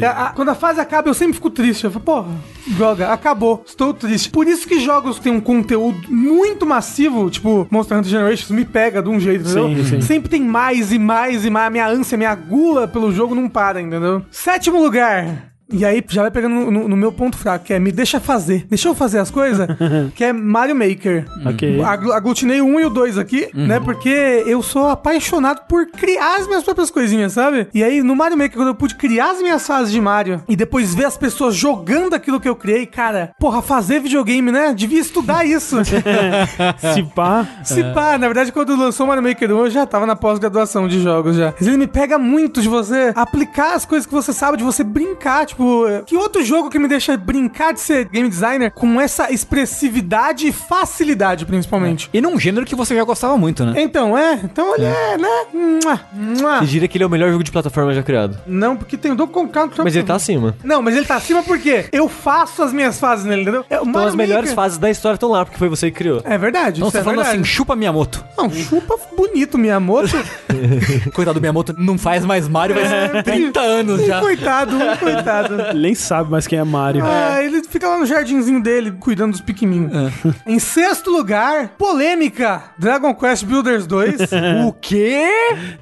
É, a- quando a fase acaba, eu sempre fico triste. Eu falo, porra, joga, acabou, estou triste. Por isso que jogos que têm um conteúdo muito massivo, tipo Monster Hunter Generations, me pega de um jeito, entendeu?
Sim, sim.
Sempre tem mais e mais e mais. A minha ânsia, a minha gula pelo jogo não para, entendeu? Sétimo lugar. E aí já vai pegando no, no- no meu ponto fraco, que é me deixa fazer. Deixa eu fazer as coisas, que é Mario Maker.
Ok. Uhum.
Aglu- Aglutinei o 1 e o 2 aqui, né? Porque eu sou apaixonado por criar as minhas próprias coisinhas, sabe? E aí, no Mario Maker, quando eu pude criar as minhas fases de Mario e depois ver as pessoas jogando aquilo que eu criei, cara, porra, fazer videogame, né? Devia estudar isso.
É.
Se pá.
Se pá, na verdade, quando lançou o Mario Maker 1, eu já tava na pós-graduação de jogos já. Mas ele me pega muito de você aplicar as coisas que você sabe, de você brincar. Tipo, eh, que outro jogo que me deixa brincar de ser game designer com essa expressividade e facilidade, principalmente?
E num gênero que você já gostava muito, né?
Então, é. Então ele é, né? Mua, mua.
Você diria que ele é o melhor jogo de plataforma já criado.
Não, porque tem o Donkey Kong Country.
Mas ele tá acima.
Não, mas ele tá acima porque eu faço as minhas fases nele, entendeu? É, o
Então
Mario
as melhores
Maker-
fases da história estão lá, porque foi você que criou.
É verdade.
Então
isso
você
é
tá falando
verdade.
assim, chupa Miyamoto.
Não, chupa bonito, Miyamoto.
Coitado do Miyamoto, não faz mais Mario, faz 30 anos
um
já.
coitado, um coitado.
Nem sabe mais quem é Mario.
Ah, ele fica lá no jardinzinho dele, cuidando dos pequenininhos. Em sexto lugar, polêmica: Dragon Quest Builders 2. o quê?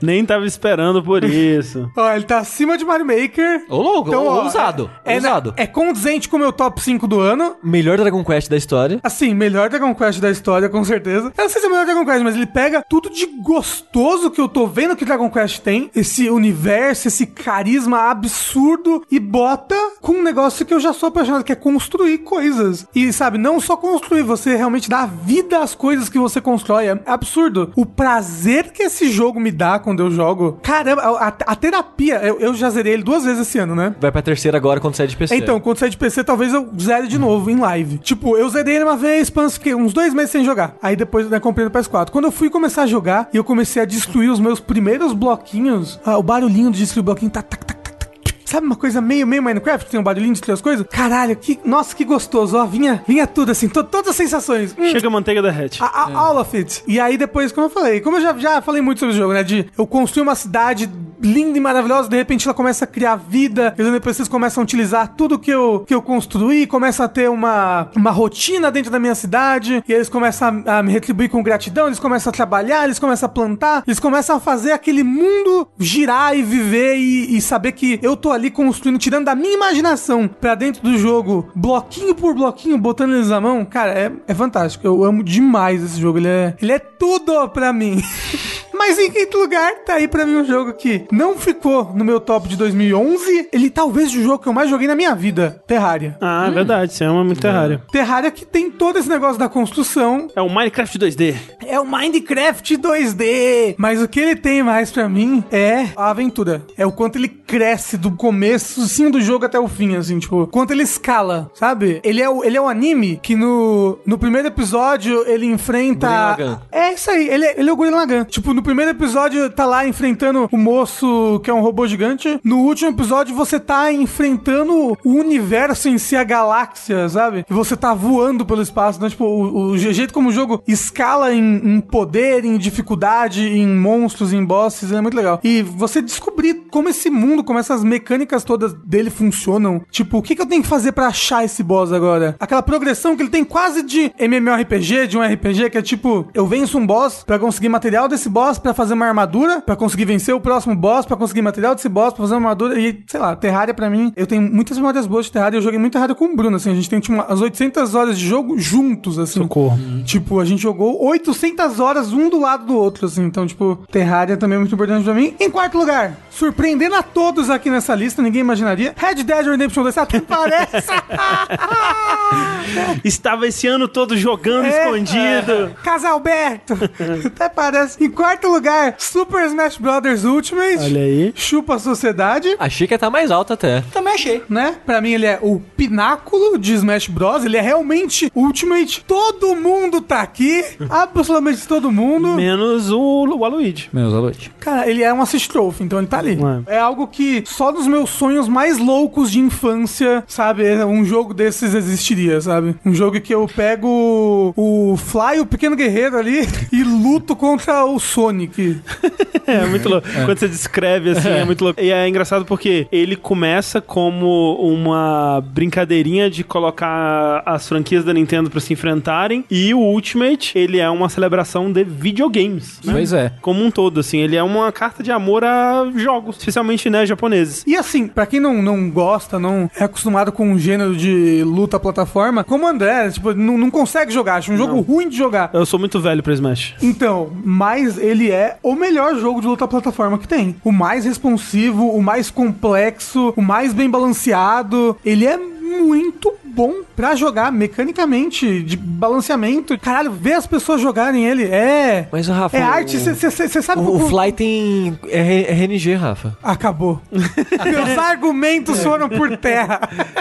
Nem tava esperando por isso.
Ó, ele tá acima de Mario Maker.
Ô, louco,
ó,
ousado,
É, é, na-
ousado.
é condizente com o meu top 5 do ano.
Melhor Dragon Quest da história.
Assim, melhor Dragon Quest da história, com certeza. Eu não sei se é o melhor Dragon Quest, mas ele pega tudo de gostoso que eu tô tô vendo que Dragon Quest tem esse universo, esse carisma absurdo e bota com um negócio que eu já sou apaixonado, que é construir coisas. E sabe, não só construir, você realmente dá vida às coisas que você constrói. É absurdo. O prazer que esse jogo me dá quando eu jogo. Caramba, a, a- a terapia, eu, eu já zerei ele duas vezes esse ano, né?
Vai pra terceira agora quando sai de PC.
Então, quando sair de PC, talvez eu zere de novo em live. Tipo, eu zerei ele uma vez, penso que uns dois meses sem jogar. Aí depois né, comprei no PS4. Quando eu fui começar a jogar e eu comecei a destruir os meus primeiros bloquinhos, ah, o barulhinho de destruir o bloquinho, tá, tá, tá, tá, tá. Sabe uma coisa meio, meio Minecraft? Tem um barulhinho de destruir as coisas? Caralho, que, nossa, que gostoso, ó. Vinha, vinha tudo assim, to- todas as sensações. Hum,
Chega a manteiga derrete.
a- a- All of it. E aí depois, como eu falei, como eu já, já falei muito sobre o jogo, né? De eu construir uma cidade linda e maravilhosa, de repente ela começa a criar vida, e os NPCs começam a utilizar tudo que eu, que eu construí, começa a ter uma, uma rotina dentro da minha cidade, e eles começam a, a me retribuir com gratidão, eles começam a trabalhar, eles começam a plantar, eles começam a fazer aquele mundo girar e viver e, e saber que eu tô ali construindo, tirando da minha imaginação pra dentro do jogo, bloquinho por bloquinho, botando eles na mão, cara, é, é fantástico. Eu amo demais esse jogo. Ele é, ele é tudo pra mim. Mas em quinto lugar, tá aí pra mim um jogo que não ficou no meu top de 2011. Ele talvez o jogo que eu mais joguei na minha vida, Terraria.
Ah, verdade, você ama
É.
muito Terraria.
Terraria que tem todo esse negócio da construção,
É o Minecraft 2D.
é o Minecraft 2D. Mas o que ele tem mais pra mim é a aventura. É o quanto ele cresce do começo, sim, do jogo até o fim, assim, tipo, quanto ele escala, sabe? Ele é o, ele é o anime que no, no primeiro episódio ele
Gurren
enfrenta.
Lagann.
É isso aí, ele, é- ele é o Gurren Lagann. Tipo, no primeiro episódio tá lá enfrentando o moço que é um robô gigante. No último episódio você tá enfrentando o universo em si, a galáxia, sabe? E você tá voando pelo espaço. Então, tipo, o, o jeito como o jogo escala em, em poder, em dificuldade, em monstros, em bosses, é muito legal. E você descobrir como esse mundo, como essas mecânicas todas dele funcionam. Tipo, o que, que eu tenho que fazer pra achar esse boss agora? Aquela progressão que ele tem quase de MMORPG, de um RPG, que é tipo, eu venço um boss pra conseguir material desse boss, pra fazer uma armadura, pra conseguir vencer o próximo boss, pra conseguir material desse boss, pra fazer uma armadura. E, sei lá, Terraria pra mim, eu tenho muitas memórias boas de Terraria. Eu joguei muito Terraria com o Bruno, assim. A gente tem tipo, umas 800 horas de jogo juntos, assim.
Socorro.
Tipo, a gente jogou 800 horas um do lado do outro, assim. Então, tipo, Terraria também é muito importante pra mim. Em quarto lugar, surpreendendo a todos aqui nessa lista, ninguém imaginaria. Red Dead Redemption 2, até parece.
Estava esse ano todo
É,
jogando escondido.
Casalberto. é. até parece. Em quarto lugar, Super Smash Bros. Ultimate.
Olha aí.
Chupa a sociedade.
Achei que ia tá mais alto até.
Também achei.
né? Pra mim ele é o pináculo de Smash Bros. Ele é realmente Ultimate. Todo mundo tá aqui. Absolutamente todo mundo.
É. Menos o, o Aloyd.
Menos a noite.
Cara, ele é um assist trophy, então ele tá ali. É. algo que só nos meus sonhos mais loucos de infância, sabe? Um jogo desses existiria, sabe? Um jogo que eu pego o Fly, o pequeno guerreiro ali, e luto contra o Sonic.
É muito louco. Quando você descreve assim, é muito louco. E é engraçado porque ele começa como uma brincadeirinha de colocar as franquias da Nintendo pra se enfrentarem e o Ultimate, ele é uma celebração de videogames. né?
Pois é.
Como um todo, assim, ele é uma carta de amor a jogos, especialmente, né, japoneses.
E assim, pra quem não, não gosta, não é acostumado com um gênero de luta plataforma, como o André, tipo, não, não consegue jogar, acha um jogo ruim de jogar.
Eu sou muito velho pra Smash.
Então, mas ele é o melhor jogo de luta plataforma que tem. O mais responsivo, o mais complexo, o mais bem balanceado. Ele é muito bom pra jogar mecanicamente, de balanceamento. Caralho, ver as pessoas jogarem ele é.
Mas o Rafa.
É
o-
arte, tá você sabe
O, o
como-
Fly tem é R- RNG, Rafa.
Acabou. Meus argumentos foram por terra.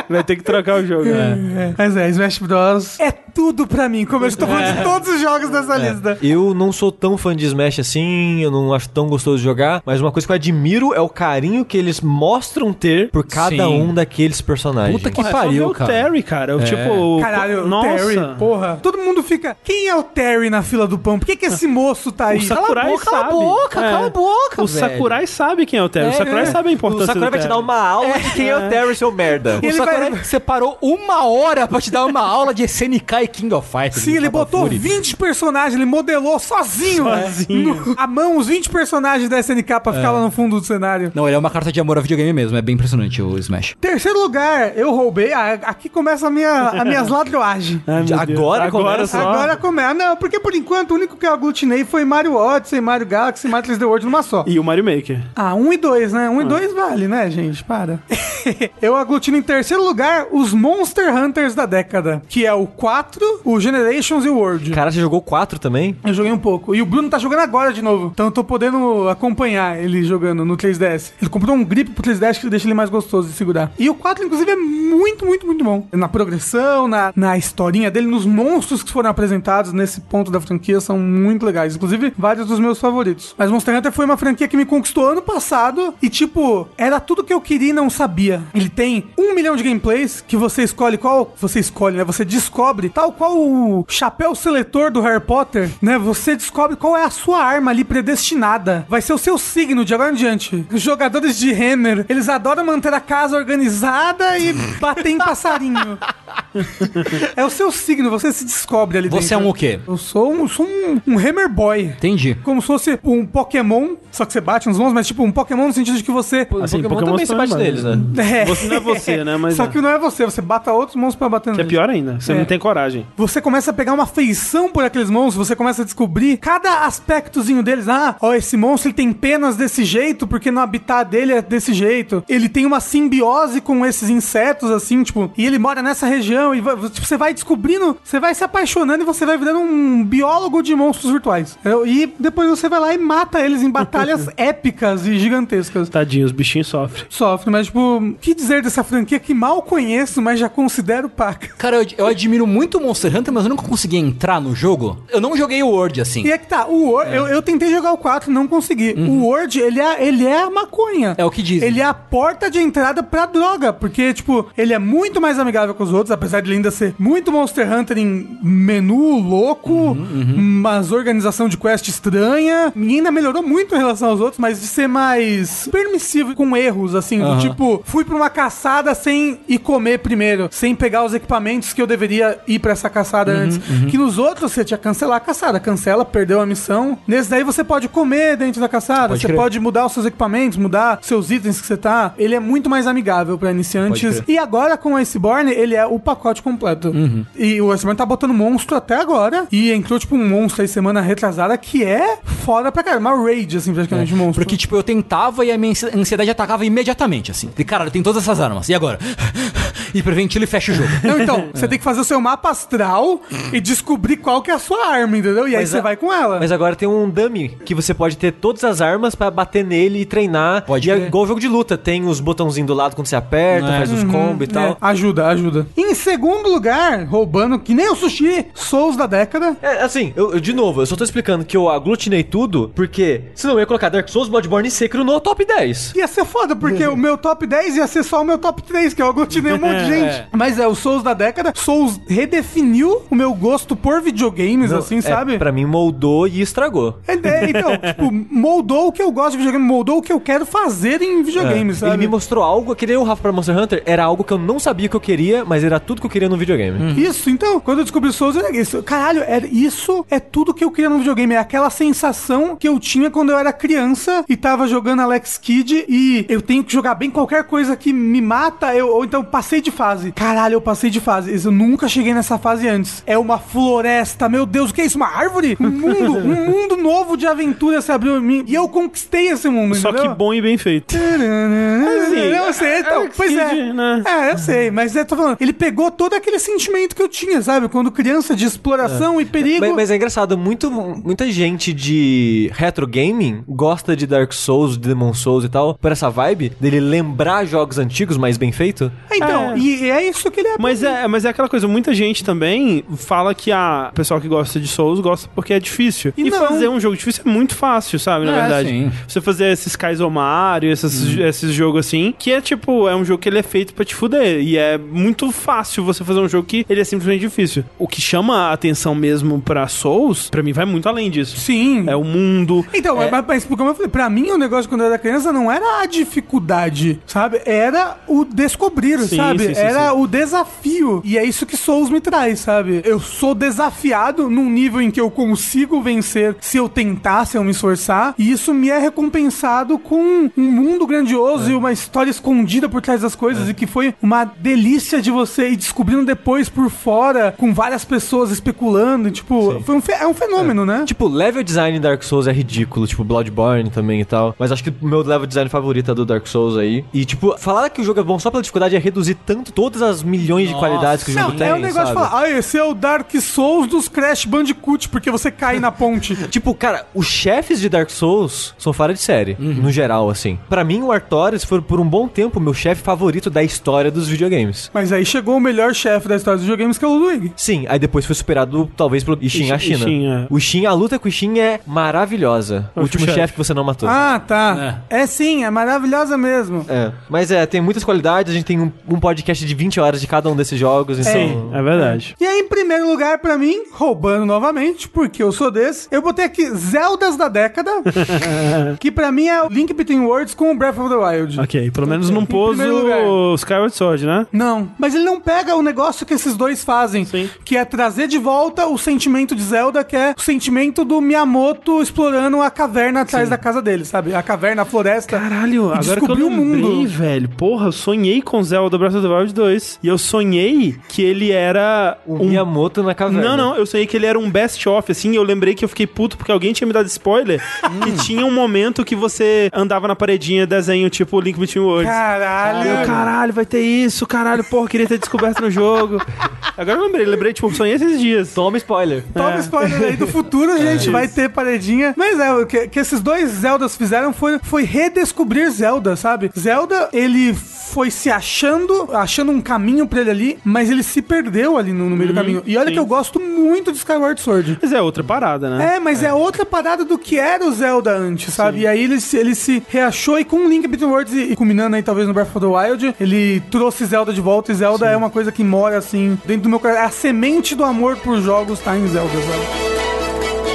Vai ter que trocar o jogo.
É. Mas é, Smash Bros. é tudo pra mim, como eu estou falando de todos os jogos dessa
É.
lista.
Eu não sou tão fã de Smash assim, eu não acho tão gostoso de jogar, mas uma coisa que eu admiro é o carinho que eles mostram ter por cada
Sim.
um daqueles personagens.
Puta que
Porra, é só
pariu,
ver o
cara.
Terry, cara.
É.
Eu, Tipo,
Caralho, o
nossa.
Terry, porra. Todo mundo fica, quem é o Terry na fila do pão? Por que, que esse moço tá aí?
O Sakurai
boca, cala a
sabe.
boca, cala a boca,
O
velho.
Sakurai sabe quem é o Terry. o Sakurai sabe a importância
O Sakurai
do
vai te dar
Terry.
uma aula de quem é o Terry, seu merda.
Ele
o Sakurai
vai-
separou uma hora pra te dar uma aula de SNK e Jedi King of Fighters. tá
Sim, ele botou 20 personagens, ele modelou sozinho. né?
Sozinho. É.
No- a mão, os 20 personagens da SNK pra ficar lá no fundo do cenário.
Não, ele é uma carta de amor ao videogame mesmo, é bem impressionante o Smash.
Terceiro lugar, eu roubei. Ah, aqui começa a minha, as minhas ladroagens.
Ai, meu
Agora
Deus. agora
começa?
É. só.
Agora começa. Não, porque por enquanto o único que eu aglutinei foi Mario Odyssey, Mario Galaxy, Mario 3D World numa só.
E o Mario Maker.
Ah, um e dois, né? Um e dois vale, né, gente? Para. eu aglutino em terceiro lugar os Monster Hunters da década, que é o 4, o Generations e o World.
Cara, você jogou 4 também?
Eu joguei um pouco. E o Bruno tá jogando agora de novo. Então eu tô podendo acompanhar ele jogando no 3DS. Ele comprou um grip pro 3DS que deixa ele mais gostoso de segurar. E o 4, inclusive, é muito, muito, muito bom. Na progressão, na, na historinha dele, nos monstros que foram apresentados nesse ponto da franquia são muito legais. Inclusive, vários dos meus favoritos. Mas Monster Hunter foi uma franquia que me conquistou ano passado e, tipo, era tudo que eu queria e não sabia. Ele tem um milhão de gameplays que você escolhe qual. Você escolhe, né? Você descobre, tal qual o chapéu seletor do Harry Potter, né? Você descobre qual é a sua arma ali predestinada. Vai ser o seu signo de agora em diante. Os jogadores de Hammer, eles adoram manter a casa organizada e bater em passarinho. é o seu signo, você se descobre ali
Você é um o quê?
Eu sou um, sou um, um Hammer Boy.
Entendi.
Como se fosse um Pokémon, só que você bate nos monstros, mas tipo um Pokémon no sentido de que você.
Assim,
Pokémon,
Pokémon
também se bate
também,
neles, né?
É.
Você não é você, né? Mas
Só
é.
que não é você, você bata outros monstros pra bater
Que é
neles.
pior ainda. Você
É.
não tem coragem.
Você começa a pegar uma feição por aqueles monstros, você começa a descobrir cada aspectozinho deles. Ah, ó, esse monstro ele tem penas desse jeito, porque no habitat dele é desse jeito. Ele tem uma simbiose com esses insetos, assim, tipo, e ele mora nessa região. E va- tipo, você vai descobrindo, você vai se apaixonando e você vai virando um biólogo de monstros virtuais. Eu- E depois você vai lá e mata eles em batalhas épicas e gigantescas.
Tadinho, os bichinhos sofrem.
Sofre, mas tipo, o que dizer dessa franquia que mal conheço, mas já considero paca?
Cara, eu, eu admiro muito Monster Hunter, mas eu nunca consegui entrar no jogo. Eu não joguei o World assim.
E é que tá, o Word, eu, eu tentei jogar o 4, não consegui. O Word, ele é, ele é a maconha.
Uhum. É o que dizem.
Ele é a porta de entrada pra droga, porque, tipo, ele é muito mais amigável com os outros, apesar de ele ainda ser muito Monster Hunter em menu louco,
Uhum,
mas organização de quest estranha. E ainda melhorou muito em relação aos outros, mas de ser mais permissivo com erros, assim, do
Aham.
tipo, fui pra uma caçada sem ir comer primeiro, sem pegar os equipamentos que eu deveria ir pra essa caçada
Uhum,
antes. Que nos outros você tinha que cancelar a caçada, cancela, perdeu a missão. Nesse daí você pode comer dentro da caçada,
Pode
você
crer.
pode pode mudar os seus equipamentos, mudar seus itens que você tá. Ele é muito mais amigável pra
Pode
iniciantes.
crer. Uhum.
E agora com o Iceborne, ele é o pacote completo. E o Iceborne tá botando monstro até agora. E entrou, tipo, um monstro aí semana retrasada que é foda pra caramba. Uma raid, assim, praticamente, de monstro.
Porque, tipo, eu tentava e a minha ansi- ansiedade atacava imediatamente, assim. De caralho, tem todas essas armas. E agora? E preventilo e fecha o jogo.
Não, então,
É.
você tem que fazer o seu mapa astral e descobrir qual que é a sua arma, entendeu? E aí
Mas
você
a-
vai com ela.
Mas agora tem um dummy que você pode ter todas as armas pra bater nele e treinar.
Pode
e é
crer.
igual jogo de luta, tem os botãozinhos do lado quando você aperta,
É.
faz os combos e
É,
tal.
ajuda, ajuda. Em segundo lugar, roubando que nem o sushi, Souls da década.
É, assim, eu, eu- de novo, eu só tô explicando que eu aglutinei tudo, porque senão eu ia colocar Dark Souls, Bloodborne e Sekiro no top 10.
Ia ser foda, porque o meu top 10 ia ser só o meu top 3, que eu aglutinei um monte de gente. Mas é, o Souls da década, Souls redefiniu o meu gosto por videogames, assim,
É,
sabe?
Pra mim moldou e estragou.
É, é, então, tipo, moldou o que eu gosto de videogame, moldou o que eu quero fazer em videogame, sabe?
É, Ele me mostrou algo, que nem o Rafa pra Monster Hunter, era algo que eu não sabia que eu queria, mas era tudo que eu queria no videogame.
Uhum.
Isso, então, quando eu descobri Souls, era isso. Caralho, era, isso é tudo que eu queria no videogame. É aquela sensação que eu tinha quando eu era criança e tava jogando Alex Kidd e eu tenho que jogar bem qualquer coisa que me mata, eu, ou então passei de fase. Caralho, eu passei de fase. Isso, Eu nunca cheguei nessa fase antes. É uma floresta, meu Deus, o que é isso? Uma árvore? Um mundo, um mundo novo de aventura se abriu em mim. E eu conquistei esse mundo,
Só que
entendeu?
bom e bem feito.
Assim, eu sei, então,
Alex
pois é.
Kidd, né?
É, eu sei, mas eu tô falando, ele pegou todo aquele sentimento que eu tinha, sabe? Quando criança, de exploração e perigo.
Mas, mas é engraçado, muito, muita gente de retro gaming gosta de Dark Souls, de Demon Souls e tal, por essa vibe dele lembrar jogos antigos, mas bem feito.
Então,
É.
e é isso que ele é.
Mas é, mas é aquela coisa, muita gente também fala que a o pessoal que gosta de Souls gosta porque é difícil.
E
E, Ah,
não.
fazer um jogo difícil é muito fácil, sabe? Na
É,
verdade.
sim.
Você fazer esses Kaizo Mario, esses, esses jogos assim, que é tipo, é um jogo que ele é feito pra te fuder. E é muito fácil você fazer um jogo que ele é simplesmente difícil. O que chama a atenção mesmo pra Souls, pra mim vai muito além disso.
Sim.
É o mundo.
Então, mas, mas como eu falei, pra mim o negócio quando eu era criança não era a dificuldade, sabe? Era o descobrir,
Sim,
sabe?
sim,
sabe?
sim,
Era o desafio. E é isso que Souls me traz, sabe? Eu sou desafiado num nível em que eu consigo vencer se eu tentar, se eu me esforçar. E isso me é recompensado com um mundo grandioso
É.
e uma história escondida por trás das coisas. E que foi uma delícia de você ir descobrindo depois por fora, com várias pessoas especulando. e, Tipo, foi um fe- é um fenômeno, né?
Tipo, level design em Dark Souls é ridículo, tipo Bloodborne também e tal. Mas acho que o meu level design favorito é do Dark Souls aí. E, tipo, falar que o jogo é bom só pela dificuldade é reduzir tanto todas as milhões de
Nossa.
qualidades que o jogo
Não,
tem.
é um negócio de
sabe?
falar, ah, esse é o Dark Souls dos Crash Bandicoot, porque você cai na ponte.
Tipo, cara, os chefes de Dark Souls são fora de série,
Uhum.
no geral, assim. Pra mim, o Artorias foi por um bom tempo meu chefe favorito da história dos videogames.
Mas aí chegou o melhor chefe da história dos videogames, que é o Ludwig.
Sim, aí depois foi superado, talvez, pelo Ishin
Ishin-
Ashina.
Ishin, é.
O Ishin, a luta com o Ishin é maravilhosa.
Acho
O último
que o
chefe que você não matou.
É Ah, tá. É. sim, é maravilhosa mesmo.
É, mas é, tem muitas qualidades, a gente tem um, um podcast de 20 horas de cada um desses jogos, então...
Sim, é verdade.
E aí, em primeiro lugar, pra mim, roubando novamente, porque eu sou desse, eu botei aqui Zeldas da década, que pra mim é o Link Between Worlds com o Breath of the Wild.
Ok, pelo menos não pôs
primeiro lugar.
o Skyward Sword, né?
Não, mas ele não pega o negócio que esses dois fazem,
Sim.
que é trazer de volta o sentimento de Zelda, que é o sentimento do Miyamoto explorando a caverna atrás da casa dele, sabe? A caverna, a floresta.
Caralho,
E
agora que eu
descobri o mundo.
lembrei, velho. Porra, eu sonhei com Zelda Breath of the Wild 2. E eu sonhei que ele era
O
um...
Miyamoto na caverna.
Não, não, eu sonhei que ele era um best-of, assim, e eu lembrei que eu fiquei puto porque alguém tinha me dado spoiler que tinha um momento que você andava na paredinha desenho, tipo Link Between Worlds.
Caralho.
Eu, caralho, vai ter isso, caralho, porra, queria ter descoberto no jogo. Agora eu lembrei, lembrei, tipo, sonhei esses dias.
Toma spoiler.
Toma spoiler aí do futuro, gente. vai ter paredinha. Mas é, o que, que esses dois Zeldas fizeram foi, foi redescobrir Zelda, sabe? Zelda, ele foi se achando, achando um caminho pra ele ali, mas ele se perdeu ali no, no meio do caminho. E olha que eu gosto muito de Skyward Sword.
Mas é outra parada, né?
É, mas é. outra parada do que era o Zelda antes, sabe? E aí ele, se- ele se reachou e com um Link Between Worlds e, e culminando aí talvez no Breath of the Wild, ele trouxe Zelda de volta e Zelda é uma coisa que mora assim dentro do meu coração. A semente do amor por jogos tá em Zelda, sabe?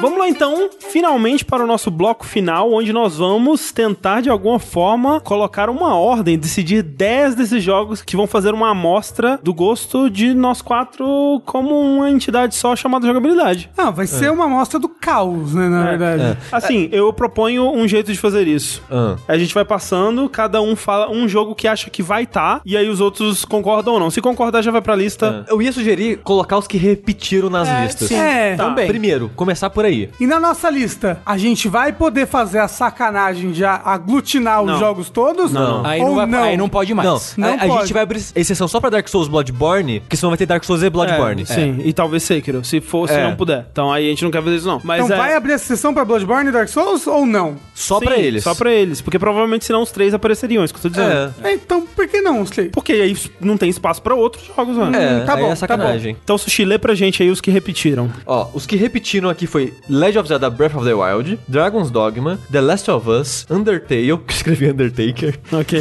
Vamos lá então, finalmente para o nosso bloco final, onde nós vamos tentar de alguma forma colocar uma ordem, decidir 10 desses jogos que vão fazer uma amostra do gosto de nós quatro como uma entidade só chamada jogabilidade.
Ah,
É.
vai ser uma amostra do caos, né, na verdade.
Assim, eu proponho um jeito de fazer isso.
Ah.
A gente vai passando, cada um fala um jogo que acha que vai estar, e aí os outros concordam ou não. Se concordar, já vai pra lista.
Eu ia sugerir colocar os que repetiram nas listas.
É,
Tá.
também.
Primeiro, começar por aí.
E na nossa lista, a gente vai poder fazer a sacanagem de a- aglutinar
Não.
os jogos todos?
Não.
Aí
Ou
não, vai,
não?
aí não pode mais.
Não,
Não
a, a
pode.
gente vai abrir
é
exceção só pra Dark Souls Bloodborne, que senão vai ter Dark Souls e Bloodborne.
É, Sim, e talvez Sekiro, se for, se
É.
não puder. Então aí a gente não quer fazer isso não. Mas
Então
é...
vai abrir a sessão pra Bloodborne e Dark Souls ou não?
Só
Sim,
pra eles.
Só pra eles. Porque provavelmente senão os três apareceriam, é isso que eu tô dizendo.
É.
Então, por que não, Slay?
Porque aí não tem espaço pra outros jogos, mano.
É,
tá
aí
bom,
é
tá
sacanagem.
Então, Sushi, lê pra gente aí os que repetiram.
Ó, os que repetiram aqui foi Legend of Zelda Breath of the Wild, Dragon's Dogma, The Last of Us, Undertale, que eu escrevi Undertaker,
Ok.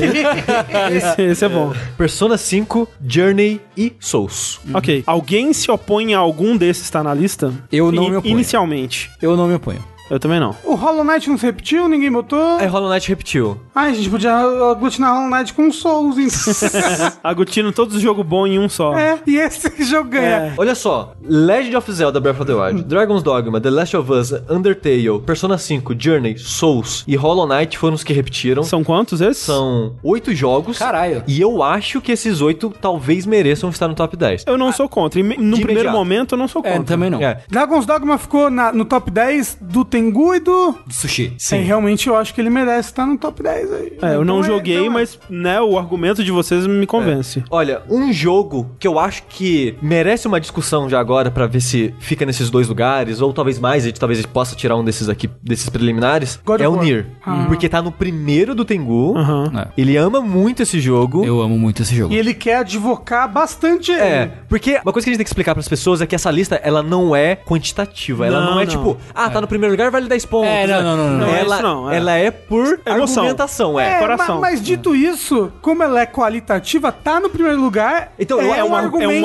esse, esse é bom.
Persona 5, Journey e Souls.
Ok. Alguém se opõe a algum desses tá na lista?
Eu não
I-
me oponho.
Inicialmente.
Eu não me oponho.
Eu também não.
O Hollow Knight não se repetiu, ninguém botou.
Aí É,
É.
Hollow Knight repetiu.
Ai, a gente podia aglutinar Hollow Knight com Souls, então.
Agutino, todos os jogos bons em um só.
é, e esse jogo ganha.
É.
Olha só, Legend of Zelda Breath of the Wild, Dragon's Dogma, The Last of Us, Undertale, Persona 5, Journey, Souls e Hollow Knight foram os que repetiram.
São quantos esses?
São oito jogos.
Caralho.
E eu acho que esses oito talvez mereçam estar no top 10.
Eu não sou contra. E me- no
De
primeiro
imediato.
momento, eu não sou
É,
então.
contra.
também não.
É.
Dragon's Dogma ficou na- no top 10 do Tengu e do.
De sushi.
Sim. realmente eu acho que ele merece estar no top 10 aí.
É, eu não
Então é-
joguei,
então é.
mas né, o argumento de vocês me convence.
Olha, um jogo que eu acho que merece uma discussão já agora pra ver se fica nesses dois lugares, ou talvez mais, a gente talvez possa tirar um desses aqui, desses preliminares,
God
é
of
o
War.
Nier. Porque tá no primeiro do Tengu.
Aham.
Ele ama muito esse jogo.
Eu amo muito esse jogo.
E ele quer advocar bastante
É,
ele.
porque uma coisa que a gente tem que explicar pras pessoas é que essa lista, ela não é quantitativa. Ela
Não,
não, é
não.
tipo, ah, tá no primeiro lugar, mulher vale 10 pontos.
É, não,
né?
não, não, não.
Não, é
ela,
isso não, é.
ela é por
Emoção.
argumentação, é.
É.
ma-
coração.
Mas, dito isso, como ela é qualitativa, tá no primeiro lugar.
Então,
é um ar- é um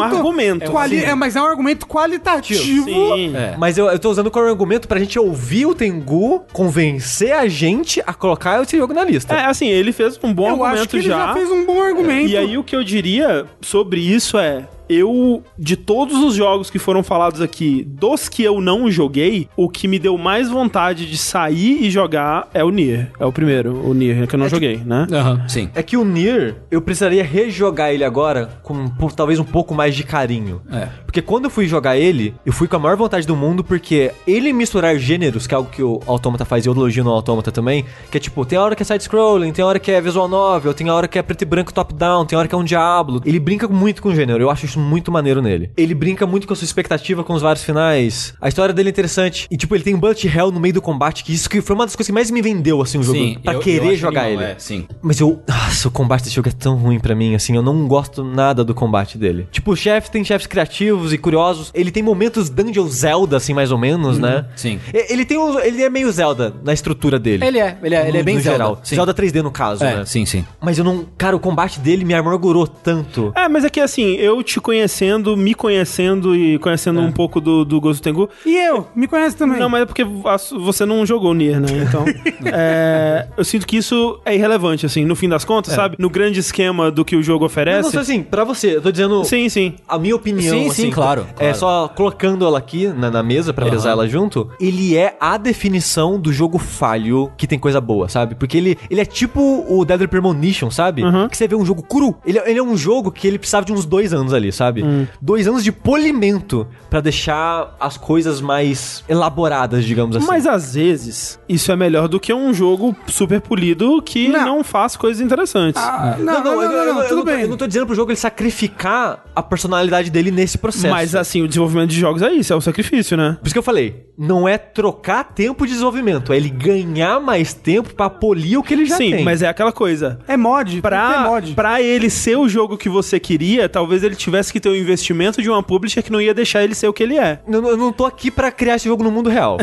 argumento.
quali-
Sim.
é, mas é um argumento qualitativo.
Sim.
É.
Mas eu, eu tô usando como argumento pra gente ouvir o Tengu convencer a gente a colocar esse jogo na lista.
É, assim, ele fez um bom
Eu
argumento É,
acho que ele já fez um bom argumento.
E aí o que eu diria sobre isso é. Eu, de todos os jogos que foram falados aqui, dos que eu não joguei, o que me deu mais vontade de sair e jogar é o Nier. É o primeiro, o Nier, que eu não joguei, né?
Aham, sim.
É que o Nier, eu precisaria rejogar ele agora com um po- talvez um pouco mais de carinho.
É.
Porque quando eu fui jogar ele, eu fui com a maior vontade do mundo, porque ele misturar gêneros, que é algo que o Automata faz e eu elogio no Automata também, que é tipo, tem a hora que é side-scrolling, tem a hora que é visual novel, tem a hora que é preto e branco top-down, tem a hora que é um diablo. Ele brinca muito com o gênero, eu acho isso muito maneiro nele. Ele brinca muito com a sua expectativa com os vários finais. A história dele é interessante. E tipo, ele tem bullet hell no meio do combate, que isso que foi uma das coisas que mais me vendeu, assim, o jogo.
Sim,
pra
eu- eu
querer
acho
jogar
animal,
ele.
é, sim.
Mas eu. Nossa, o combate desse jogo é tão ruim pra mim, assim. Eu não gosto nada do combate dele. Tipo, o chefe tem chefes criativos e curiosos. Ele tem momentos Dungeon Zelda, assim, mais ou menos, né?
sim.
E- Ele tem um, Ele é meio Zelda na estrutura dele.
Ele é, ele é, ele é
No-
bem
no
Zelda.
geral.
sim.
Zelda 3D, no caso,
É,
né?
sim, sim.
Mas eu não. Cara, o combate dele me amargurou tanto.
É, mas é que assim, eu te conhecendo, me conhecendo e conhecendo um pouco do, do Gozo Tengu.
E eu? Me conhece também.
Não, mas é porque a- você não jogou Nier, né? Então. é, eu sinto que isso é irrelevante, assim, no fim das contas, sabe? No grande esquema do que o jogo
Eu
É,
oferece.
não sei assim, pra você, eu tô dizendo.
Sim, sim.
A minha opinião.
Sim, sim,
assim,
claro,
É
claro.
só colocando ela aqui na, na mesa pra pesar ela junto. Ele é a definição do jogo falho que tem coisa boa, sabe? Porque ele, ele é tipo o Deadly Premonition, sabe? Que você vê um jogo cru. Ele, é- ele é um jogo que ele precisava de uns dois anos ali, sabe? Dois anos de polimento pra deixar as coisas mais elaboradas, digamos assim.
Mas às vezes, isso é melhor do que um jogo super polido que
Não.
não, faz coisas interessantes.
Ah, não, não, não, não,
eu- eu- eu- eu
tudo
não tô-
bem.
Eu não tô dizendo pro jogo ele sacrificar a personalidade dele nesse processo.
Mas assim, o desenvolvimento de jogos é isso, é o sacrifício, né?
Por isso que eu falei, não é trocar tempo de desenvolvimento, é ele ganhar mais tempo pra polir o que ele já
Sim,
tem.
mas é aquela coisa.
É mod. Pra... É
Pra,
mod.
pra ele ser o jogo que você queria, talvez ele tivesse que ter um investimento de uma publisher que não ia deixar ele ser o que ele é.
Eu, não- eu não tô aqui pra criar esse jogo no mundo real.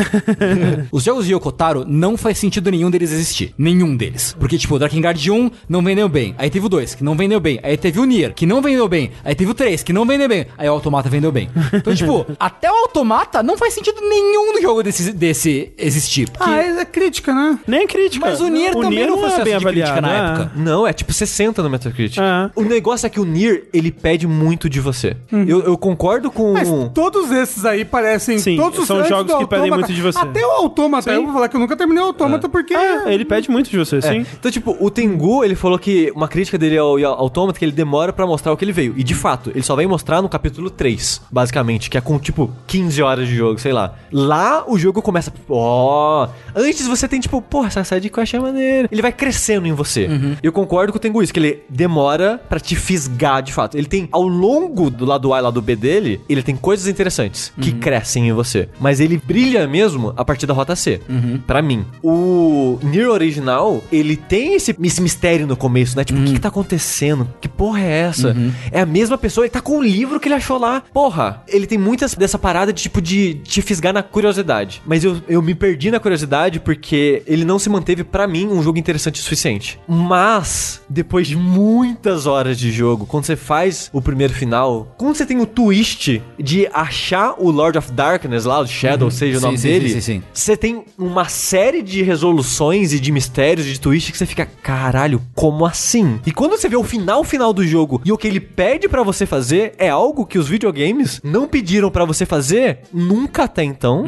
Os jogos de Yokotaro não faz sentido nenhum deles existir. Nenhum deles. Porque, tipo, o Drakengard 1 não vendeu bem. Aí teve o 2, que não vendeu bem. Aí teve o Nier, que não vendeu bem. Aí teve o 3, que não vendeu bem. Aí o Automata vendeu bem. Então, tipo, até o Automata não faz sentido nenhum no jogo desse, desse existir. Porque...
Ah, é, é crítica, né?
Nem crítica.
Mas o Nier também não foi sucesso de crítica na
é.
época.
não, é tipo 60 no Metacritic.
É.
O negócio é que o Nier, ele pede muito de você.
Uhum.
Eu, eu concordo com...
Mas todos esses aí parecem.
Sim,
todos
são
antes
jogos
do
que pedem muito de você.
Até o Autômata, eu vou falar que eu nunca terminei o Autômata porque.
É, ele pede muito de você, sim.
Então, tipo, o Tengu, ele falou que uma crítica dele ao ao Automata é que ele demora pra mostrar o que ele veio. E, de fato, ele só vem mostrar no capítulo 3, basicamente, que é com, tipo, 15 horas de jogo, sei lá. Lá, o jogo começa... Ó... antes você tem, tipo, porra, essa side quest é maneira. Ele vai crescendo em você. Eu concordo com o Tengu isso, que ele demora pra te fisgar, de fato. Ele tem, ao longo do lado A e lado B dele, ele tem coisas interessantes que crescem em você. Mas ele brilha mesmo a partir da rota C. Pra mim. O Nier original, ele tem esse, esse mistério no começo, né? Tipo,
Uhum.
o que, que tá acontecendo? Que porra é essa? É a mesma pessoa, ele tá com o livro que ele achou lá. Porra, ele tem muitas dessa parada de tipo de te fisgar na curiosidade. Mas eu, eu me perdi na curiosidade porque ele não se manteve pra mim um jogo interessante o suficiente. Mas, depois de muitas horas de jogo, quando você faz o primeiro final, quando você tem o twist de achar o Lord of Darkness lá, o Shadow, seja o
Uhum. Sim,
nome
sim,
dele,
sim, sim, sim.
você tem uma série de resoluções e de mistérios e de twists que você fica, caralho, como assim? E quando você vê o final final do jogo e o que ele pede pra você fazer é algo que os videogames não pediram pra você fazer nunca até então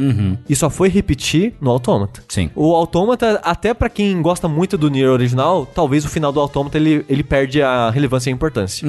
e só foi repetir no Automata.
Sim.
O Automata, até pra quem gosta muito do Nier original, talvez o final do Automata ele, ele perde a relevância e a importância.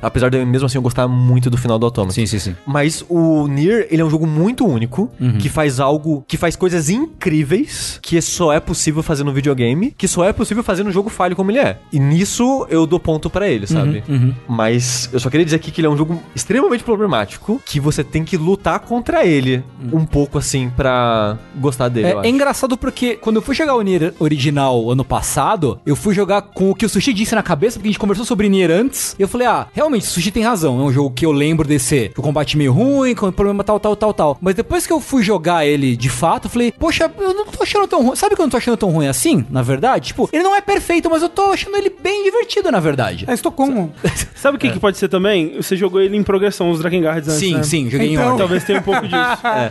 Apesar de mesmo assim eu gostar muito do final do Automata.
Sim, sim, sim. Uhum.
Mas o Nier, ele é um jogo muito único, que faz algo, que faz coisas incríveis, que só é possível fazer no videogame, que só é possível fazer no jogo falho como ele é. E nisso eu dou ponto pra
Uhum,
ele, sabe? Mas eu só queria dizer aqui que ele é um jogo extremamente problemático, que você tem que lutar contra ele um pouco assim pra gostar dele, eu
Uhum. É,
acho.
é engraçado porque quando eu fui jogar o Nier original ano passado, eu fui jogar com o que o Sushi disse na cabeça, porque a gente conversou sobre Nier antes, e eu falei, ah, realmente, Sushi tem razão. É um jogo que eu lembro de ser o combate meio ruim, com problema tal, tal, tal, tal. Mas depois que eu fui jogar ele de fato, eu falei, poxa, eu não tô achando tão ruim. Sabe que eu não tô achando tão ruim assim, na verdade? Tipo, ele não é perfeito, mas eu tô achando ele bem divertido, na verdade.
É Estocolmo.
Sabe o que, que pode ser também? Você jogou ele em progressão, os Drakengard antes,
É. Sim,
né?
sim, joguei em
Então,
ordem.
Talvez tenha um pouco disso.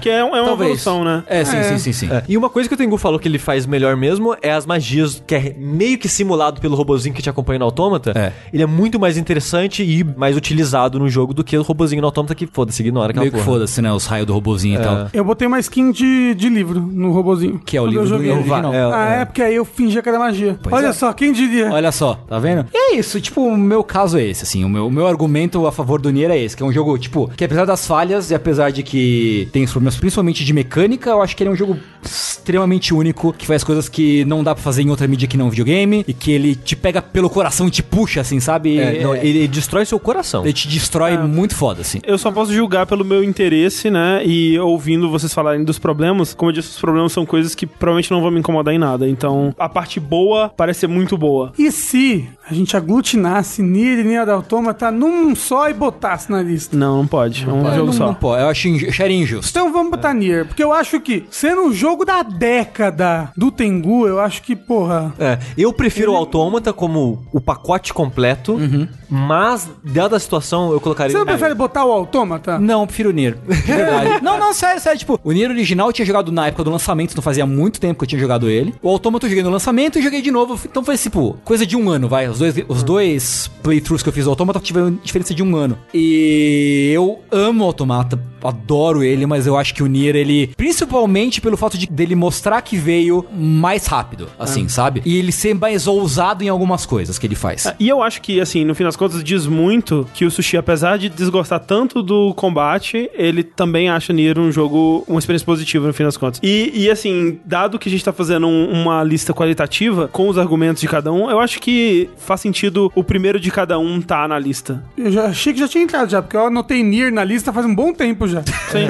Que é, um- é uma evolução, né?
É, sim,
É.
sim, sim, sim.
É. E uma coisa que o Tengu falou que ele faz melhor mesmo é as magias, que é meio que simulado pelo robozinho que te acompanha no autômata.
É.
Ele é muito mais interessante e mais utilizado no jogo do que o robozinho no autômata que, foda-se, ignora aquela
Meio que
porra.
foda-se, né? Os raios do robozinho
É.
e tal.
Eu botei uma skin de, de livro no robozinho.
Que é o
Quando
livro
eu
do
joguei ele.
original.
É,
Ah,
é.
é, porque aí eu fingia que era magia.
Pois
Olha
é.
só, quem diria?
Olha só, tá vendo? E é isso, tipo, o meu caso é esse, assim. O meu, o meu argumento a favor do Nier é esse, que é um jogo, tipo, que apesar das falhas e apesar de que tem os problemas principalmente de mecânica, eu acho que ele é um jogo extremamente único, que faz coisas que não dá pra fazer em outra mídia que não videogame, e que ele te pega pelo coração e te puxa, assim, sabe?
É, não, ele destrói seu coração.
ele te
É.
destrói muito foda, assim.
Eu só posso julgar pelo meu interesse, né? E ouvindo vocês falarem dos problemas, como eu disse, os problemas são coisas que provavelmente não vão me incomodar em nada. Então, a parte boa parece ser muito boa.
E se a gente aglutinasse Nier e Nier Automata num só e botasse na lista?
Não, não pode. É um
Eu
jogo
não,
só.
não pode, eu acho inju- acharia injusto.
Então vamos botar Nier, porque eu acho que, sendo um jogo da década do Tengu, eu acho que, porra...
É, eu prefiro o Autômata como o pacote completo,
Uhum.
mas, dada a situação, eu colocaria...
Você não prefere botar o Autômata?
Não, eu prefiro o Nier. De verdade. não, não, sério, sério. Tipo, o Nier original eu tinha jogado na época do lançamento, não fazia muito tempo que eu tinha jogado ele. O Automata eu joguei no lançamento e joguei de novo. Então foi, tipo, coisa de um ano, vai. Os dois, os dois playthroughs que eu fiz do Automata tiveram diferença de um ano. E eu amo o Automata, adoro ele, mas eu acho que o Nier, ele. Principalmente pelo fato de, dele mostrar que veio mais rápido,
Ah.
assim, sabe? E ele ser mais ousado em algumas coisas que ele faz.
É.
E eu acho que, assim, no fim das contas, diz muito que o Sushi, apesar de desgostar tanto do combate, ele também acha Nier um jogo, uma experiência positiva, no fim das contas. E, e, assim, dado que a gente tá fazendo um- uma lista qualitativa com os argumentos de cada um, eu acho que faz sentido o primeiro de cada um tá na lista.
Eu já achei que já tinha entrado já, porque eu anotei Nier na lista faz um bom tempo já.
Sim.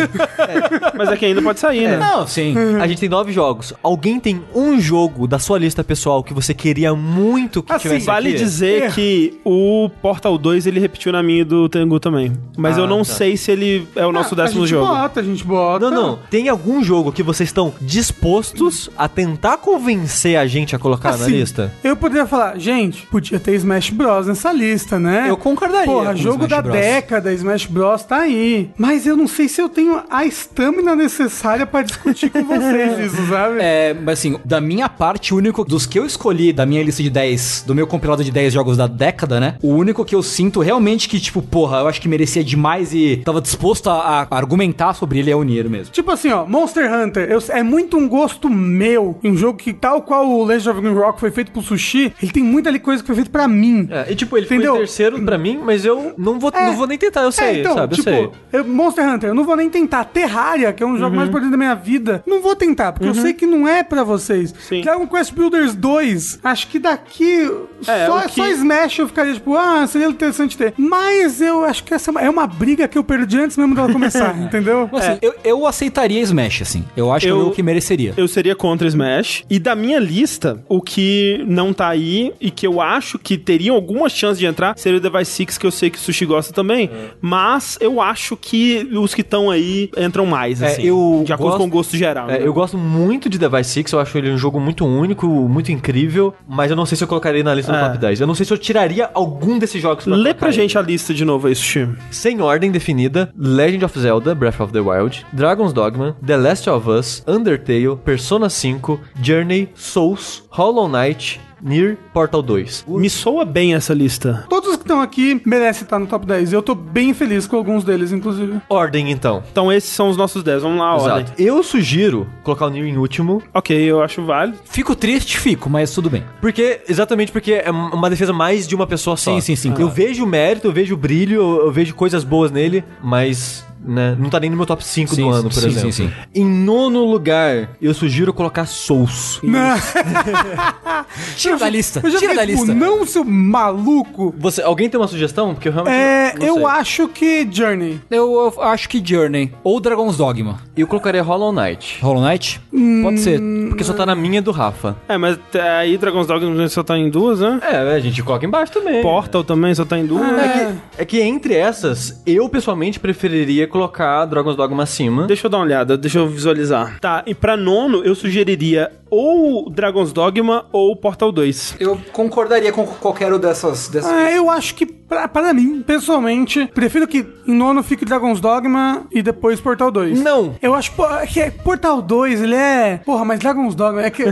Mas é que ainda pode sair, né?
Não, sim.
É.
É, A gente tem nove jogos. Alguém tem um jogo da sua lista pessoal que você queria muito que
Ah,
Assim,
tivesse
Vale
aqui?
dizer
É.
que o Portal 2 ele repetiu na minha e do Tengu também. Mas
Ah,
eu não
tá.
sei se ele é o nosso
Ah,
décimo
a gente
jogo.
Bota, a gente bota.
Não, não. Tem algum jogo que vocês estão dispostos a tentar convencer a gente a colocar na
Assim,
lista?
Eu poderia falar, gente, podia ter Smash Bros nessa lista, né?
Eu concordaria
Porra,
com
jogo
Smash
da
Bros.
década, Smash Bros tá aí. Mas eu não sei se eu tenho a estamina necessária pra discutir com vocês isso, sabe?
É, mas assim, da minha parte, o único dos que eu escolhi da minha lista de 10, do meu compilado de 10 jogos da década, né? O único que eu sinto realmente que, tipo, porra, eu acho que merecia demais e tava disposto a, a argumentar sobre ele é o Nier mesmo.
Tipo assim, ó, Monster Hunter, eu- é muito um gosto meu. em Um jogo que, tal qual o Legend of Green Rock foi feito pro sushi, ele tem muita ali coisa que foi feito pra mim.
e tipo, ele Entendeu?
ficou em Entendeu?
terceiro pra mim, mas eu não vou,
É. tipo, não vou
nem tentar, eu sei, sabe? Eu sei. Uhum.
eu- Monster Hunter, eu não vou nem tentar. Terraria, que é um jogo mais importante da minha vida, não vou tentar, porque eu sei que não é pra vocês.
Sim.
Dragon Quest Builders 2, acho que daqui
É,
só,
o que-
só Smash eu ficaria tipo, ah, seria interessante ter. Mas eu acho que essa é uma briga que eu perdi antes mesmo dela começar, entendeu?
Mas, assim, eu, eu aceitaria Smash, assim. Eu acho que é
Eu-
o jogo que mereceria.
Eu seria contra Smash. E da minha lista, o que não tá aí e que eu acho que teria alguma chance de entrar seria o Device 6, que eu sei que o Sushi gosta também.
É.
Mas eu acho que os que estão aí entram mais,
É,
assim.
eu
de acordo
gosto-
com o gosto geral.
É,
né?
eu gosto muito de Device 6, eu acho ele um jogo muito único, muito incrível, mas eu não sei se eu colocaria na lista do
É.
top 10. Eu não sei se eu tiraria algum desses jogos
Lê
colocar
pra
ele.
gente a lista de novo aí, Sushi.
Sem ordem definida, Legend of Zelda, Breath of the Wild, Dragon's Dogma, The Last of Us, Undertale, Persona 5, Journey, Souls, Hollow Knight, Nier, Portal 2.
Me soa bem essa lista.
Todos os que estão aqui merecem estar no top 10. Eu tô bem feliz com alguns deles, inclusive.
Ordem, então.
Então esses são os nossos 10. Vamos lá, olha.
Exato. Eu sugiro colocar o Nier em último,
Ok, eu acho válido.
Fico triste, fico, mas tudo bem.
porque exatamente porque é uma defesa mais de uma pessoa só. Ah.
Sim, sim, sim,
Eu
claro.
vejo o mérito, eu vejo o brilho, eu eu vejo coisas boas nele, mas né? Não tá nem no meu top 5
Sim,
do ano, por
sim,
exemplo.
sim, sim.
Em nono lugar, eu sugiro colocar Souls.
Não,
Tira da lista,
eu já
tira da
fiquei, tipo,
lista.
Não, seu maluco.
Você, alguém tem uma sugestão? Porque eu realmente
É,
não
eu
sei.
acho que Journey.
Eu, eu acho que Journey ou Dragon's Dogma.
Eu colocaria Hollow Knight.
Hollow Knight? Pode ser.
Porque só tá na minha do Rafa.
É, mas t- aí Dragon's Dogma só tá em duas, né?
É, a gente coloca embaixo também.
Portal também só tá em duas.
É que, é que entre essas, eu pessoalmente preferiria colocar Dragon's Dogma acima.
Deixa eu dar uma olhada, deixa eu visualizar. Tá, e pra nono eu sugeriria ou Dragon's Dogma ou Portal 2.
Eu concordaria com qualquer um dessas. dessas...
Ah, eu acho que, pra, para mim, pessoalmente, prefiro que em nono fique Dragon's Dogma e depois Portal 2.
Não.
Eu acho pô, que é- Portal 2, ele é... Porra, mas Dragon's Dogma é que...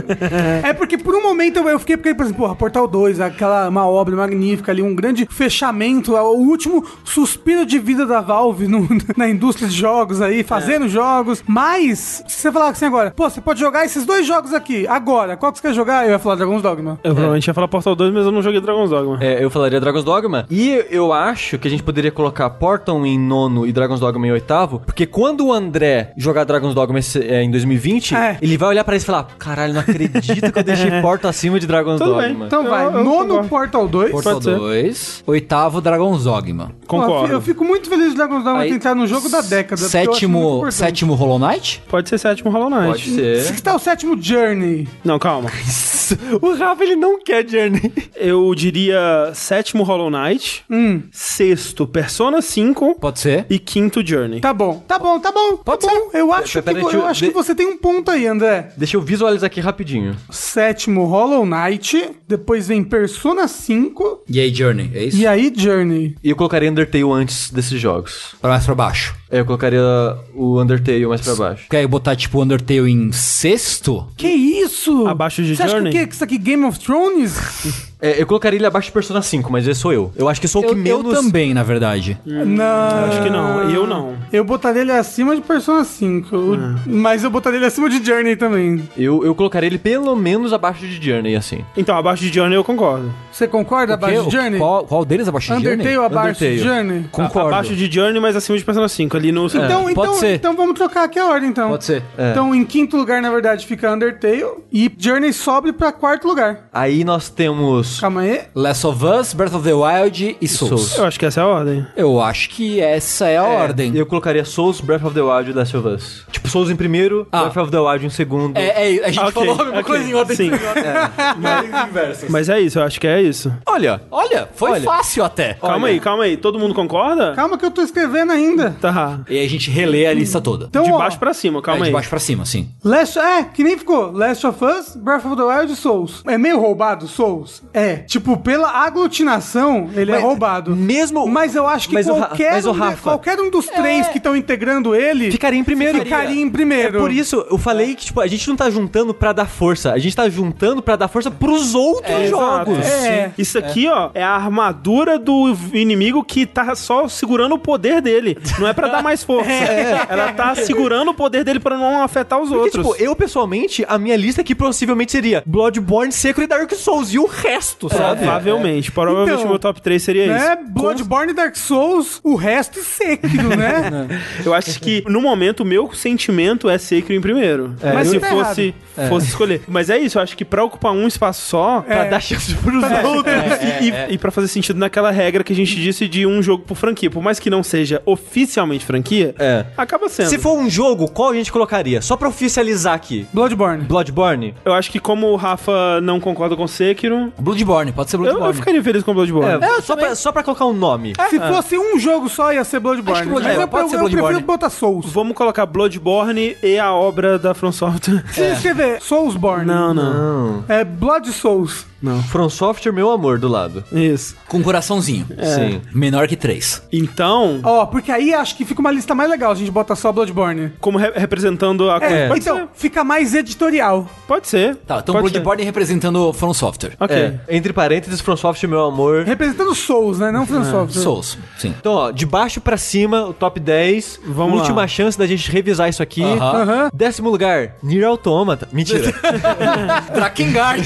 é porque por um momento eu- eu fiquei porque, por exemplo, porra, Portal 2, aquela, uma obra magnífica ali, um grande fechamento, é o último suspiro de vida da Valve no- na indústria de jogos aí, fazendo jogos. Mas, se você falar assim agora, pô, você pode jogar esses dois jogos aqui, agora, qual que você quer jogar? Eu ia falar Dragon's Dogma.
Eu provavelmente ia falar Portal 2, mas eu não joguei Dragon's Dogma.
É, eu falaria Dragon's Dogma. E eu acho que a gente poderia colocar Portal em nono e Dragon's Dogma em oitavo, porque quando o André jogar Dragon's Dogma esse- é, em 2020,
É.
ele vai olhar pra isso e falar: caralho, não acredito que eu deixei Portal acima de Dragon's
Tudo
Dogma.
bem.
Então
Eu-
vai,
eu
nono
concordo.
Portal 2.
Portal
pode ser.
2. Oitavo, Dragon's
Pô, eu
Dogma.
fi-
Concordo.
Eu fico muito feliz de Dragon's Dogma
Aí,
entrar no jogo da década. porque eu acho muito
Sétimo,
importante. É.
sétimo Hollow Knight?
Pode ser sétimo Hollow Knight.
Pode ser.
Que tal o sétimo Journey?
Não, calma.
o Rafa, ele não quer Journey.
Eu diria sétimo Hollow Knight,
Hum,
sexto Persona 5
Pode ser.
e quinto Journey.
tá bom, tá bom, tá bom.
Pode
tá bom. Eu acho,
peraí,
que, vo-
deixa
eu
eu-
acho
de-
que você tem um ponto aí, André.
Deixa eu visualizar aqui rapidinho.
Sétimo Hollow Knight, depois vem Persona 5
E aí, Journey? É isso?
e aí Journey.
E eu colocaria Undertale antes desses jogos.
Pra mais pra baixo.
É, eu colocaria o Undertale mais pra baixo.
Quer botar, tipo, Undertale em sexto?
Que isso?
Abaixo de
Você
Journey?
Acha que o quê? Que isso aqui é Game of Thrones?
É, eu colocaria ele abaixo de Persona 5, mas esse sou eu. Eu acho que sou o
Eu,
que menos.
eu também, na verdade.
não.
Hum, Acho que não, eu não. Ah.
Eu botaria ele acima de Persona 5, o- mas eu botaria ele acima de Journey também.
Eu, eu colocaria ele pelo menos abaixo de Journey, assim.
Então, abaixo de Journey eu concordo.
Você concorda abaixo
Quê?
de Journey?
Qual, qual deles abaixo de Journey? Ah,
Undertale abaixo de
Undertale.
Journey?
Concordo.
Abaixo de Journey, mas acima de Persona 5, ali no...
Então,
É,
então,
pode ser.
então vamos trocar aqui a ordem, então.
Pode ser.
É.
Então, em quinto lugar, na verdade, fica Undertale e Journey sobe pra quarto lugar.
Aí nós temos.
Calma aí.
Last of Us, Breath of the Wild e Souls.
Souls.
Eu acho que essa é a ordem.
Eu acho que essa é a ordem.
Eu colocaria Souls, Breath of the Wild e Last of Us. Tipo, Souls em primeiro,
Ah.
Breath of the Wild em segundo.
É, é, a gente
Ok,
falou a mesma
ok.
coisa em ordem.
Sim.
É.
Mas é isso, eu acho que é isso.
Olha, olha, foi
Olha.
fácil até.
Calma aí, calma aí. Todo mundo concorda?
Calma que eu tô escrevendo ainda.
Tá.
E a gente relê a lista toda.
Então,
De
ó,
baixo pra cima, calma
é, de
aí.
baixo pra cima, sim.
Last, é, que nem ficou. Last of Us, Breath of the Wild e Souls. É meio roubado, Souls? É. Tipo, pela aglutinação, ele é roubado.
mesmo-
Mas eu acho que
mas o Ra-
qualquer,
mas o
um de-
Rafa-
qualquer um dos três que estão integrando ele
Ficaria em primeiro.
ficaria em primeiro.
É por isso, eu falei que, tipo, a gente não tá juntando pra dar força. A gente tá juntando pra dar força pros outros
Exato.
jogos.
É.
Sim. Isso aqui, ó, é a armadura do inimigo que tá só segurando o poder dele. Não é pra dar mais força.
É.
Ela tá segurando o poder dele pra não afetar os
Porque,
outros.
tipo, eu pessoalmente, a minha lista aqui possivelmente seria Bloodborne, Secret e Dark Souls e o resto, sabe?
É, Provavelmente. Provavelmente
Então,
o meu top 3 seria
é
né?
isso.
Bloodborne, Dark Souls, o resto é Sekiro, né?
Eu acho que, no momento, o meu sentimento é Sekiro em primeiro. Mas
eu-
se
tá
fosse, fosse escolher. Mas é isso, eu acho que pra ocupar um espaço só,
Pra dar chance pros outros.
E, e- e pra fazer sentido naquela regra que a gente disse de um jogo por franquia. Por mais que não seja oficialmente franquia,
É.
acaba sendo.
Se for um jogo, qual a gente colocaria? Só pra oficializar aqui.
Bloodborne.
Bloodborne?
Eu acho que como o Rafa não concorda com Sekiro,
Bloodborne, pode ser
eu, eu
Bloodborne.
ficaria feliz com Bloodborne.
É, só, pra, só pra colocar um nome.
É.
Se fosse um jogo só, ia ser Bloodborne.
Acho que Bloodborne,
Mas eu,
pode
eu-
ser
eu
Bloodborne.
prefiro botar Souls.
Vamos colocar Bloodborne e a obra da From Software.
Se escrever Soulsborne,
Não, não,
É. Não.
é Blood Souls.
From Software, meu amor, do lado.
Isso.
Com um coraçãozinho.
É.
É.
Sim.
É. Menor que três.
Então,
Ó, porque aí acho que fica uma lista mais legal, a gente bota só Bloodborne.
como re- representando a...
É,
Pode,
então, fica mais editorial.
ser. Pode ser.
Tá, então
Pode ser.
Bloodborne representando From Software.
Ok.
É, Entre parênteses, From Software, meu amor.
Representando Souls, né? Não
É,
From Software.
Souls, sim.
Então, ó, de baixo pra cima, o top 10.
Vamos lá.
Última chance da gente revisar isso aqui.
Aham.
Aham.
Décimo lugar, Nier Automata. Mentira.
Drakengard.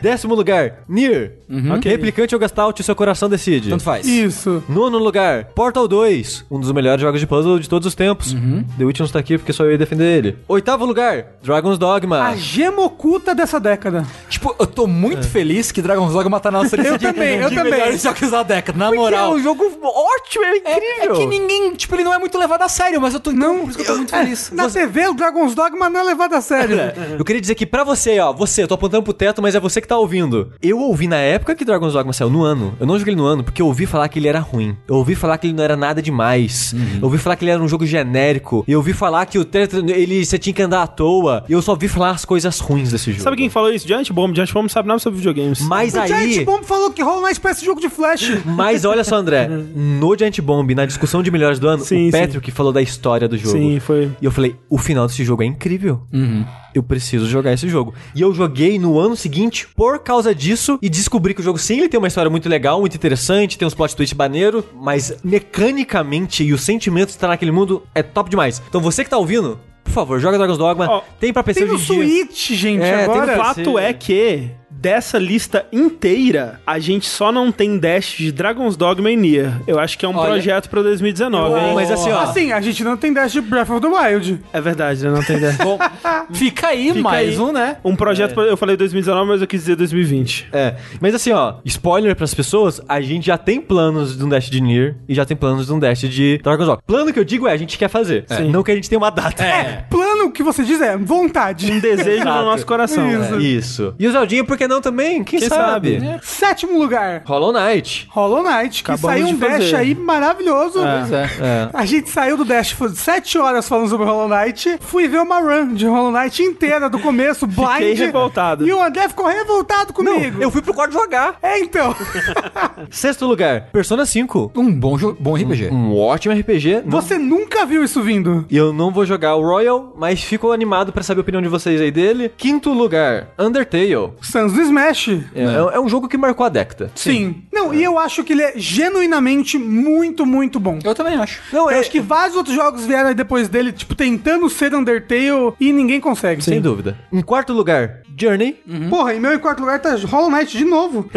Décimo lugar, Nier.
Uhum.
Ok. Replicante ou Gastalt, seu coração decide.
Tanto faz.
Isso.
Nono lugar, Portal 2, um dos melhores jogos de puzzle de todos os tempos.
Uhum.
The Witch não está aqui porque só eu ia defender ele. Oitavo lugar, Dragon's Dogma.
A gema oculta dessa década.
Tipo, eu tô muito feliz que Dragon's Dogma tá na nossa lista
Eu
de-
também, eu
de
também.
melhores jogos da década, na
Porque
moral.
É um jogo ótimo, é
É, é
incrível.
que ninguém, tipo, ele não é muito levado a sério, mas eu tô, não, por isso que eu tô muito feliz.
é, Na TV, o Dragon's Dogma não é levado a sério.
Eu queria dizer que pra você, ó, você, eu tô apontando pro teto, mas é você que tá ouvindo. Eu ouvi na época que Dragon's Dogma saiu, no ano. Eu não joguei ele no ano porque eu ouvi falar que ele era ruim. Eu ouvi falar que ele não era nada demais.
Uhum.
Eu ouvi falar que ele era um jogo genérico. Eu ouvi falar que o teto, ele, você tinha que andar à toa. E eu só ouvi falar as coisas ruins desse jogo.
Sabe quem falou isso? Giant Bomb. Giant Bomb não sabe nada sobre videogames.
Mas
o Giant
aí...
Bomb falou que rola uma espécie de jogo de flash.
Mas olha só, André, no Giant Bomb, na discussão de melhores do ano,
Sim,
o Patrick falou da história do jogo.
Sim, foi.
E eu falei, o final desse jogo é incrível. Eu preciso jogar esse jogo. E eu joguei no ano seguinte por causa disso e descobri que o jogo, sim, ele tem uma história muito legal, muito interessante, tem uns plot twist baneiro, mas mecanicamente e os sentimentos que tá naquele mundo é top demais. Então você que tá ouvindo, por favor, joga Dragon's Dogma.
Ó,
tem pra PC
Tem no
hoje em dia.
Switch, gente,
É, tem no
O
agora.
Flash.
fato
ser-
é que dessa lista inteira, a gente só não tem dash de Dragon's Dogma e Nier. Eu acho que é um
Olha.
projeto pra 2019, hein?
Mas assim, ó.
Assim, a gente não tem dash de Breath of the Wild.
É verdade, né? Não tem dash.
Bom, fica aí
Fica aí.
mais um, né?
Um projeto, pra- eu falei 2019, mas eu quis dizer 2020.
É, mas assim, ó, spoiler pras pessoas, a gente já tem planos de um dash de Nier e já tem planos de um dash de Dragon's Rock. Plano que eu digo é a gente quer fazer, não que a gente tenha uma data.
É.
Plano que você diz é vontade.
Um desejo no
Exato.
nosso coração. É.
Isso.
Isso. E o Zeldinha, por que não também? Quem,
Quem
sabe?
sabe?
Sétimo lugar,
Hollow Knight.
Hollow Knight, que
Acabamos
saiu um
de
dash
fazer.
aí maravilhoso.
Pois é.
É.
A gente saiu do Dash foi 7 horas falando sobre Hollow Knight. Fui ver uma run de Hollow Knight inteira, do começo, blind.
revoltado.
E o André ficou revoltado comigo.
Eu fui pro quarto jogar.
É, então.
Sexto lugar, Persona 5.
Um bom, jo- bom RPG.
Um ótimo RPG. Não-
Você nunca viu isso vindo.
E eu não vou jogar o Royal, mas fico animado pra saber a opinião de vocês aí dele. Quinto lugar, Undertale.
Sans do Smash.
É, é um jogo que marcou a década.
Sim. Não, e eu acho que ele é genuinamente muito, muito bom.
Eu também acho.
Não,
Eu acho que vários outros jogos vieram aí depois dele, tipo, tentando ser Undertale e ninguém consegue. Tipo,
Sem dúvida. Em quarto lugar, Journey.
Porra, em meu em quarto lugar tá Hollow Knight de novo.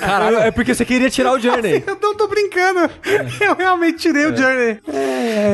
Caralho, é porque você queria tirar o Journey.
eu não tô brincando. Eu realmente tirei o Journey.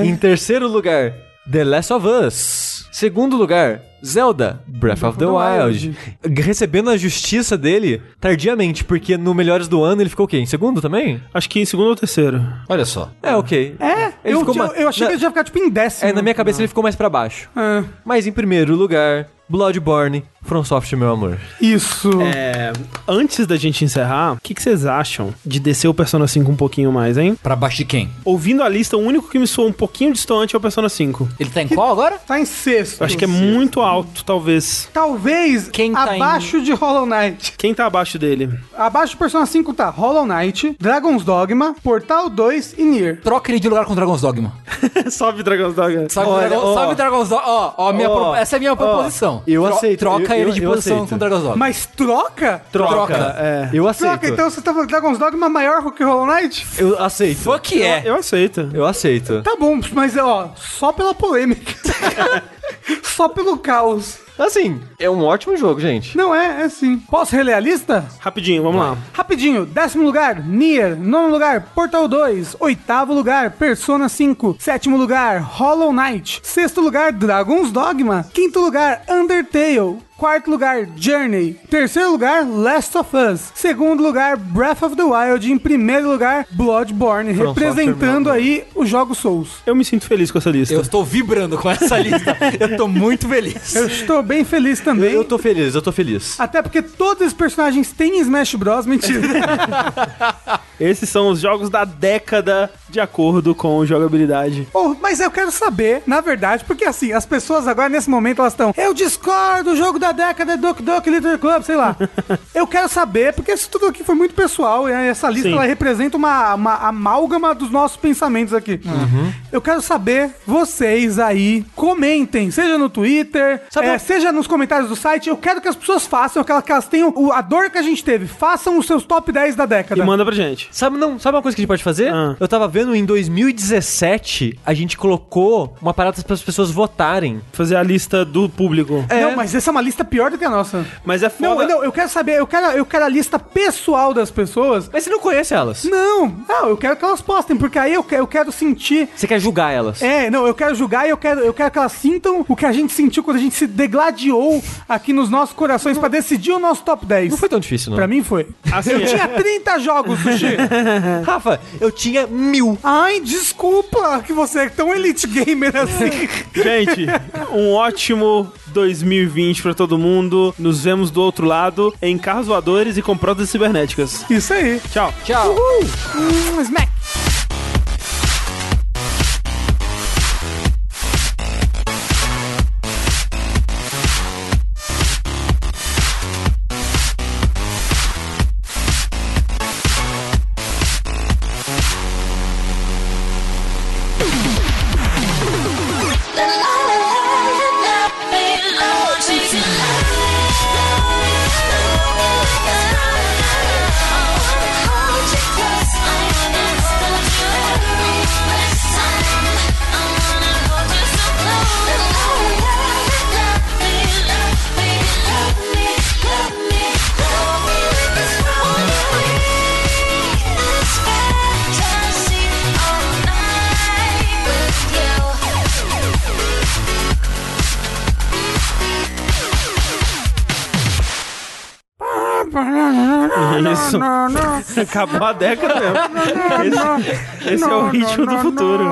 Em terceiro lugar, The Last of Us. Segundo lugar, Zelda Breath of the Wild. Recebendo a justiça dele tardiamente, porque no Melhores do Ano ele ficou o quê? Em segundo também?
Acho que em segundo ou terceiro.
Olha só.
É, ok.
É,
Ele
eu,
ficou
eu,
ma-
eu achei
na-
que ele já ia ficar, tipo, em décimo.
É, na minha cabeça ele ficou mais pra baixo.
Ah,
Mas em primeiro lugar, Bloodborne, From Soft, meu amor.
isso.
É, antes da gente encerrar, o que, que vocês acham de descer o Persona 5 um pouquinho mais, hein?
Pra baixo de quem?
Ouvindo a lista, o único que me soou um pouquinho distante é o Persona 5.
Ele tá em qual agora?
Tá em sexto.
Eu acho que é muito alto, talvez.
Talvez
Quem tá
abaixo de Hollow Knight.
Quem tá abaixo dele?
Abaixo do Persona 5 tá Hollow Knight, Dragon's Dogma, Portal 2 e Nier.
Troca ele de lugar com Dragon's Dogma.
Sobe Dragon's Dogma.
Sabe,
Olha,
Dragon,
ó.
sabe Dragon's Dogma? Ó, ó, minha
Ó,
pro- essa é a minha proposição.
eu aceito,
Troca
eu-
ele
eu-
de
eu
posição
aceito.
com Dragon's Dogma.
Mas troca?
Troca.
É.
Eu aceito.
Troca, então você tá falando que Dragon's Dogma é maior que Hollow Knight?
Eu aceito.
Fuck é.
Eu aceito.
Eu aceito.
Tá bom, mas ó, só pela polêmica. só pelo caos.
Assim, é um ótimo jogo, gente.
Não é, é sim. Posso reler a lista?
Rapidinho, vamos lá.
Rapidinho, décimo lugar, Nier. Nono lugar, Portal 2. Oitavo lugar, Persona 5. Sétimo lugar, Hollow Knight. Sexto lugar, Dragon's Dogma. Quinto lugar, Undertale. Quarto lugar, Journey. Terceiro lugar, Last of Us. Segundo lugar, Breath of the Wild. Em primeiro lugar, Bloodborne,
From
representando aí o jogo Souls.
Eu me sinto feliz com essa lista.
Eu estou vibrando com essa lista. eu tô muito feliz.
Eu estou bem feliz também.
Eu tô feliz, eu tô feliz.
Até porque todos os personagens têm Smash Bros. Mentira.
Esses são os jogos da década de acordo com jogabilidade.
Oh, mas eu quero saber, na verdade, porque assim, as pessoas agora nesse momento elas estão. Eu discordo, o jogo da década é Doc Doc Little Club, sei lá. Eu quero saber, porque isso tudo aqui foi muito pessoal, e essa lista
Sim.
ela representa uma, uma amálgama dos nossos pensamentos aqui. Eu quero saber, vocês aí, comentem, seja no Twitter,
Sabe
eh,
um-
seja nos comentários do site, eu quero que as pessoas façam, eu quero que elas tenham o- a dor que a gente teve, façam os seus top 10 da
E
década.
manda pra gente.
Sabe, não, sabe uma coisa que a gente pode fazer?
Ah.
Eu tava vendo em 2017, a gente colocou uma parada para as pessoas votarem.
Fazer a lista do público.
Não, mas essa é uma lista pior do que a nossa.
Mas é
Não,
foda.
não, eu quero saber, eu quero, eu quero a lista pessoal das pessoas.
Mas você não conhece elas.
Não, não, eu quero que elas postem, porque aí eu quero, eu quero sentir.
Você quer julgar elas.
É, não, eu quero julgar e eu quero, eu quero que elas sintam o que a gente sentiu quando a gente se degladiou aqui nos nossos corações pra decidir o nosso top 10.
Não foi tão difícil, não.
Pra mim foi.
Assim,
eu
é.
tinha 30 jogos, Sushi.
Rafa, eu tinha mil.
Ai, desculpa que você é tão elite gamer assim.
Gente, um ótimo 2020 pra todo mundo. Nos vemos do outro lado em carros voadores e com próteses cibernéticas.
Isso aí.
Tchau.
Tchau.
Hum, smack.
Fantasy all night with you.
Isso. é Acabou a década mesmo. Esse, esse é o ritmo do futuro.